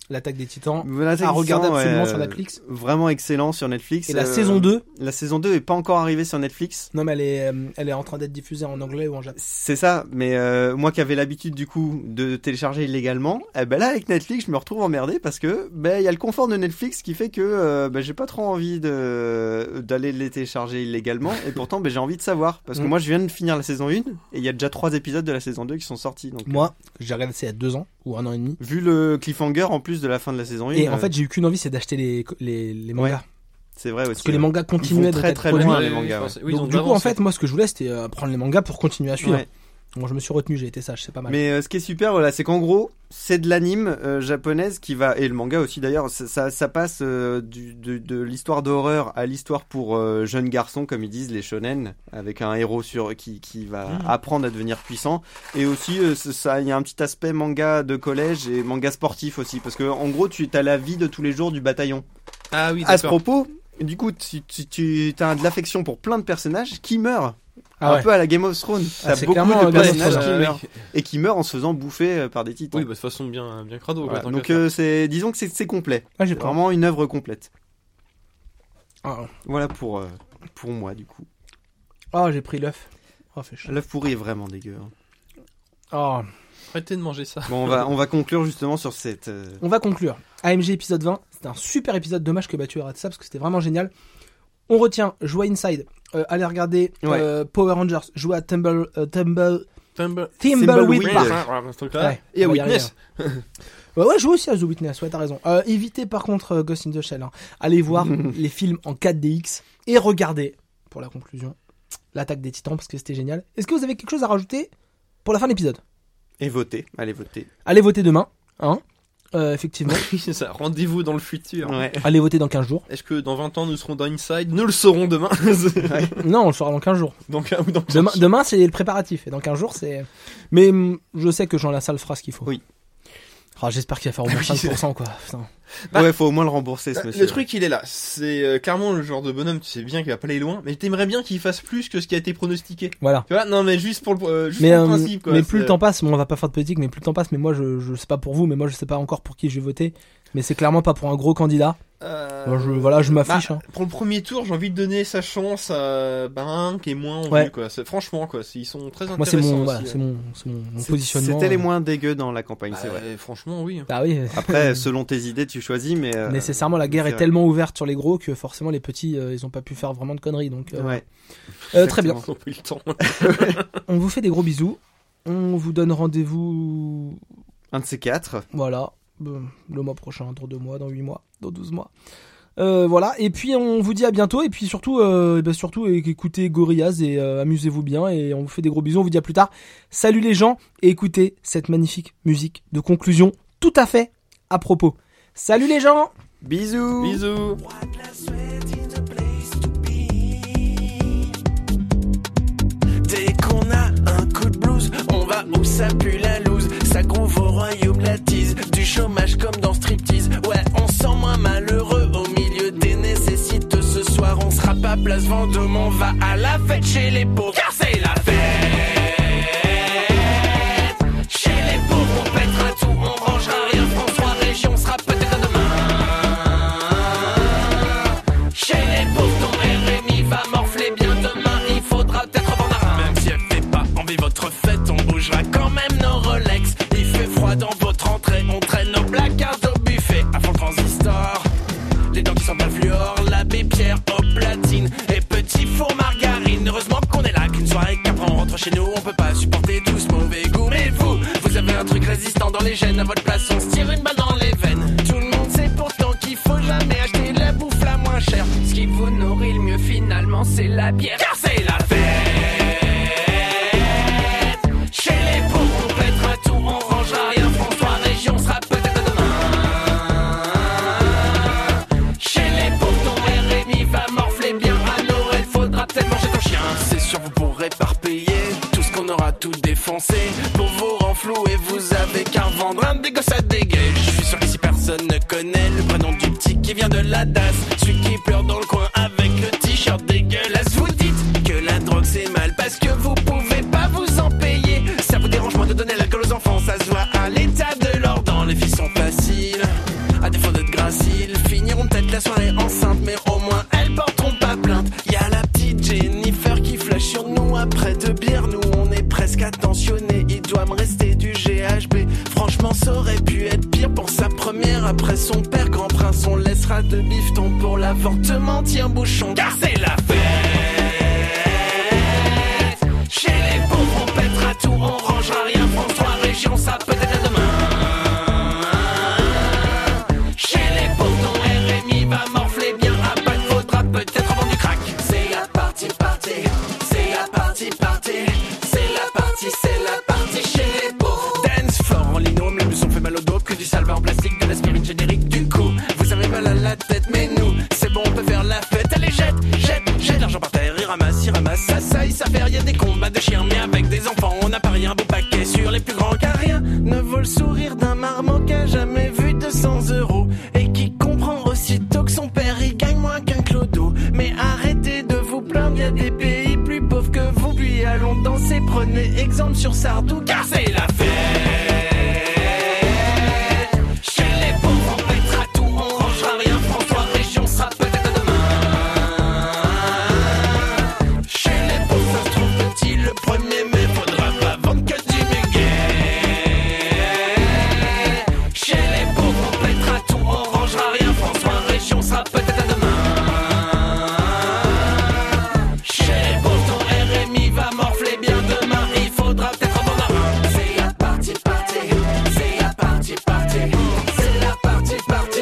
l'attaque des titans. voilà, c'est à regarder excellent, absolument ouais, sur euh, Netflix. Vraiment excellent sur Netflix. euh, Et la saison 2 La saison 2 est pas encore arrivée sur Netflix. Non, mais elle est, euh, elle est en train d'être diffusée en anglais ou en japonais. C'est ça, mais euh, moi qui avais l'habitude du coup de télécharger illégalement, eh ben là avec Netflix, je me retrouve emmerdé parce que ben il y a le confort de Netflix qui fait que euh, ben, j'ai pas trop envie de d'aller les télécharger illégalement et pourtant ben j'ai envie de savoir parce que Mm. moi je viens de finir la saison 1 et il y a déjà trois épisodes de la saison 2 qui sont sortis donc euh, Moi, j'ai regardé ça il y a deux ans ou un an et demi. vu le cliffhanger en plus de la fin de la saison 1 Et en fait, j'ai eu qu'une envie, c'est d'acheter les, les, les mangas. c'est vrai aussi Parce que les ouais. mangas Ils vont continuaient d'être très très produits. loin les mangas. ouais. euh, Oui, ils ont Donc, du coup, en avancé. fait, moi, ce que je voulais, c'était euh, prendre les mangas pour continuer à suivre. Ouais. Bon, je me suis retenu, j'ai été sage, c'est pas mal. Mais euh, ce qui est super, voilà, c'est qu'en gros, c'est de l'anime euh, japonaise qui va et le manga aussi d'ailleurs. Ça, ça, ça passe euh, du, de, de l'histoire d'horreur à l'histoire pour euh, jeunes garçons, comme ils disent les shonen, avec un héros sur qui, qui va Mhm. apprendre à devenir puissant. Et aussi, euh, c'est- ça, il y a un petit aspect manga de collège et manga sportif aussi, parce que en gros, tu as la vie de tous les jours du bataillon. Ah oui, À ce d'accord. propos, du coup, tu, tu, tu as de l'affection pour plein de personnages qui meurent. Ah un ouais. peu à la Game of Thrones. Ah, T'as c'est beaucoup clairement un de Game of personnages Thrones. qui Euh, meurent oui. et qui meurent en se faisant bouffer euh, par des titans. Oui, bah, de toute façon, bien, bien crado. Voilà. quoi, tant Donc qu'à euh, c'est, disons que c'est, c'est complet. Ah, j'ai C'est pas. vraiment une œuvre complète. Ah, Voilà pour euh, pour moi du coup. Ah, j'ai pris l'œuf. Oh, fait chier. L'œuf pourri est vraiment dégueu. hein. Ah. faire. Arrêtez de manger ça. Bon, on va on va conclure justement sur cette. euh, On va conclure. AMG épisode 20, c'était un super épisode. Dommage que bah, tu aies raté ça parce que c'était vraiment génial. On retient, jouez à Inside, euh, allez regarder Ouais. euh, Power Rangers, jouez à Tumble, euh, Tumble, Tumble- Thimbleweed Thimbleweed. Park. Ah, ce truc-là. Ouais, Et à on va y arriver, Witness. Ouais, ouais, je joue aussi à The Witness, ouais, t'as raison. Euh, évitez par contre euh, Ghost in the Shell. hein. Allez voir les films en 4DX et regardez, pour la conclusion, l'attaque des titans parce que c'était génial. Est-ce que vous avez quelque chose à rajouter pour la fin de l'épisode Et voter. Allez voter. Allez voter demain, hein, euh, effectivement. Oui, c'est ça. Rendez-vous dans le futur. Ouais. Allez voter dans 15 jours. Est-ce que dans 20 ans nous serons dans Inside Nous le saurons demain. Non, on le saura dans 15 jours. Donc, ou dans Demain, demain c'est le préparatif et dans 15 jours c'est. Mais hum, je sais que j'en la salle phrase qu'il faut. Oui. Ah, J'espère qu'il va faire au moins 5% quoi. Putain. ouais, faut au moins le rembourser ce monsieur. Bah. Le truc, il est là. C'est euh, clairement le genre de bonhomme, tu sais bien qu'il va pas aller loin, mais t'aimerais bien qu'il fasse plus que ce qui a été pronostiqué. Voilà. Tu vois, non, mais juste pour le, euh, juste Mais, pour le hum, principe, quoi. mais plus C'est- le temps passe, bon, on va pas faire de politique, mais plus le temps passe, mais moi je, je sais pas pour vous, mais moi je sais pas encore pour qui je vais voter. mais c'est clairement pas pour un gros candidat. Euh, Moi, je- voilà, je m'affiche. bah, hein. Pour le premier tour, j'ai envie de donner sa chance à Barin qui est moins en Ouais. vue, quoi. C'est- Franchement, quoi, c'est- ils sont très Moi, c'est intéressants. mon, aussi, voilà, euh. c'est mon, c'est mon, mon C'est- positionnement. C'était les euh, moins dégueux dans la campagne, c'est Bah, vrai. Franchement, oui. Bah oui. Après, euh, selon tes idées, tu choisis, mais. euh, Nécessairement, la guerre est c'est vrai. tellement ouverte sur les gros que forcément les petits, euh, ils ont pas pu faire vraiment de conneries. Donc, euh, Ouais. euh, très bien. Exactement. On a eu le temps. On vous fait des gros bisous. On vous donne rendez-vous. Un de ces quatre. Voilà. euh, Le mois prochain, dans deux mois, dans huit mois, dans 12 mois. Euh, voilà. Et puis on vous dit à bientôt. Et puis surtout, euh, eh ben, surtout é- écoutez Gorillaz et euh, amusez-vous bien. Et on vous fait des gros bisous. On vous dit à plus tard. Salut les gens et écoutez cette magnifique musique de conclusion tout à fait à propos. Salut les gens. Bisous. Bisous. Dès qu'on a un coup de blues, on va où ça pue la loose. Ça groove au royaume de la tease. Du chômage comme dans striptease. Ouais, on se sent moins malheureux au milieu des nécessites. Ce soir, on sera pas place Vendôme. On va à la fête chez les pauvres. Car c'est la fête. Chez les pauvres, on pètera tout. On rangera rien. François Région sera peut-être à demain. Chez les pauvres, ton RMI va morfler bien demain. Il faudra peut-être vendre un. Même si elle fait pas envie votre fête, on bougera quand même nos Rolex. Il fait froid dans votre entrée, on traîne nos placards au buffet. À fond transistor, les dents qui sont pas fluor, l'abbé Pierre au platine et petit four margarine. Heureusement qu'on est là qu'une soirée, qu'après on rentre chez nous, on peut pas supporter tout ce mauvais goût. Mais vous, vous avez un truc résistant dans les gènes, à votre place on se tire une balle dans les veines. Tout le monde sait pourtant qu'il faut jamais acheter la bouffe la moins chère. Ce qui vous nourrit le mieux finalement, c'est la bière. Car c'est la fête. Chez les pauvres, on pètera tout, on rangera rien. François Région sera peut-être à demain. Chez les pauvres, ton RMI va morfler bien. À Noël, faudra peut-être manger ton chien. C'est sûr, vous pourrez par payer tout ce qu'on aura tout défoncé. Pour vous renflouer, vous avez qu'à revendre un dégosse à dégueu. Je suis sûr que si personne ne connaît le prénom du petit qui vient de la DAS, celui qui pleure dans le coin avec le t-shirt dégueulasse, vous dites que la drogue c'est mal parce que vous pouvez pas vous en payer. Ça vous dérange moins de donner l'alcool aux enfants, ça se voit à l'état de l'or dans les fils sont faciles. À défaut d'être graciles, finiront peut-être la soirée enceinte, mais au moins elles porteront pas plainte. Y a la petite Jennifer qui flash sur nous après deux bières, nous on est presque attentionnés. Il doit me rester du GHB. Franchement, ça aurait pu être pire pour sa première. Après son père, grand prince, on laissera de bifton pour l'avortement. Tiens, bouchon, car c'est la fête. Chez les pauvres, on pètera tout, on rangera rien. France 3 régions, ça peut-être à demain. Chez les pauvres, ton RMI va morfler bien. À pas de faudra peut-être vendre du crack. C'est la partie party, c'est la partie party, c'est la partie, c'est la partie chez les pauvres. Dance fort en linoum, les leçons fait mal au dos. Que du salva en plastique, de l'aspirine générique. Du coup, vous avez mal à la tête, mais nous, c'est bon, on peut faire la fête. Allez, jette, jette, jette l'argent par terre. Il ramasse, il ramasse, ça, ça, il s'affaire. Y a des combats de chiens, mais avec des enfants, on a parié un beau paquet sur les plus grands. Car rien ne vaut le sourire d'un marmot qui a jamais vu 200 euros. Et qui comprend aussitôt que son père, il gagne moins qu'un clodo. Mais arrêtez de vous plaindre, y a des pays plus pauvres que vous. Puis allons danser, prenez exemple sur Sardou, car c'est la fête. Chez les pauvres, on mettra tout, on rangera rien. François Région sera peut-être demain. Chez les pauvres, ça se trouve petit le premier, mais faudra pas vendre que du muguet. Chez les pauvres, on mettra tout, on rangera rien. François Région sera peut-être à demain. Chez les pauvres, ton RMI va morfler bien demain. Il faudra peut-être en vendre un. C'est la partie party, c'est la partie party, c'est la partie party,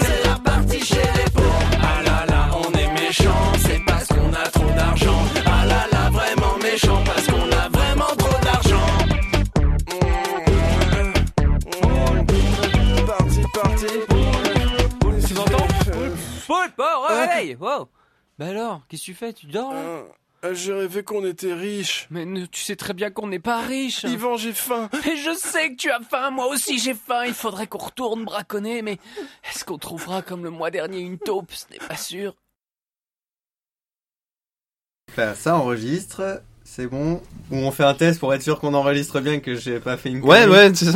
c'est la partie chez les pauvres. Ah là là, on est méchant, c'est parce qu'on a trop d'argent. Ah là là, vraiment méchant, parce qu'on a vraiment trop d'argent. Parti, parti. Tu m'entends Paul, Paul, réveille Wow Bah alors, qu'est-ce que tu fais Tu dors là J'ai rêvé qu'on était riche. Mais ne- tu sais très bien qu'on n'est pas riche Yvan, j'ai faim. Et je sais que tu as faim, moi aussi j'ai faim, il faudrait qu'on retourne braconner, mais est-ce qu'on trouvera comme le mois dernier une taupe Ce n'est pas sûr. Bah, ça enregistre, c'est bon. Ou on fait un test pour être sûr qu'on enregistre bien que j'ai pas fait une Ouais, connerie. ouais, c'est ça.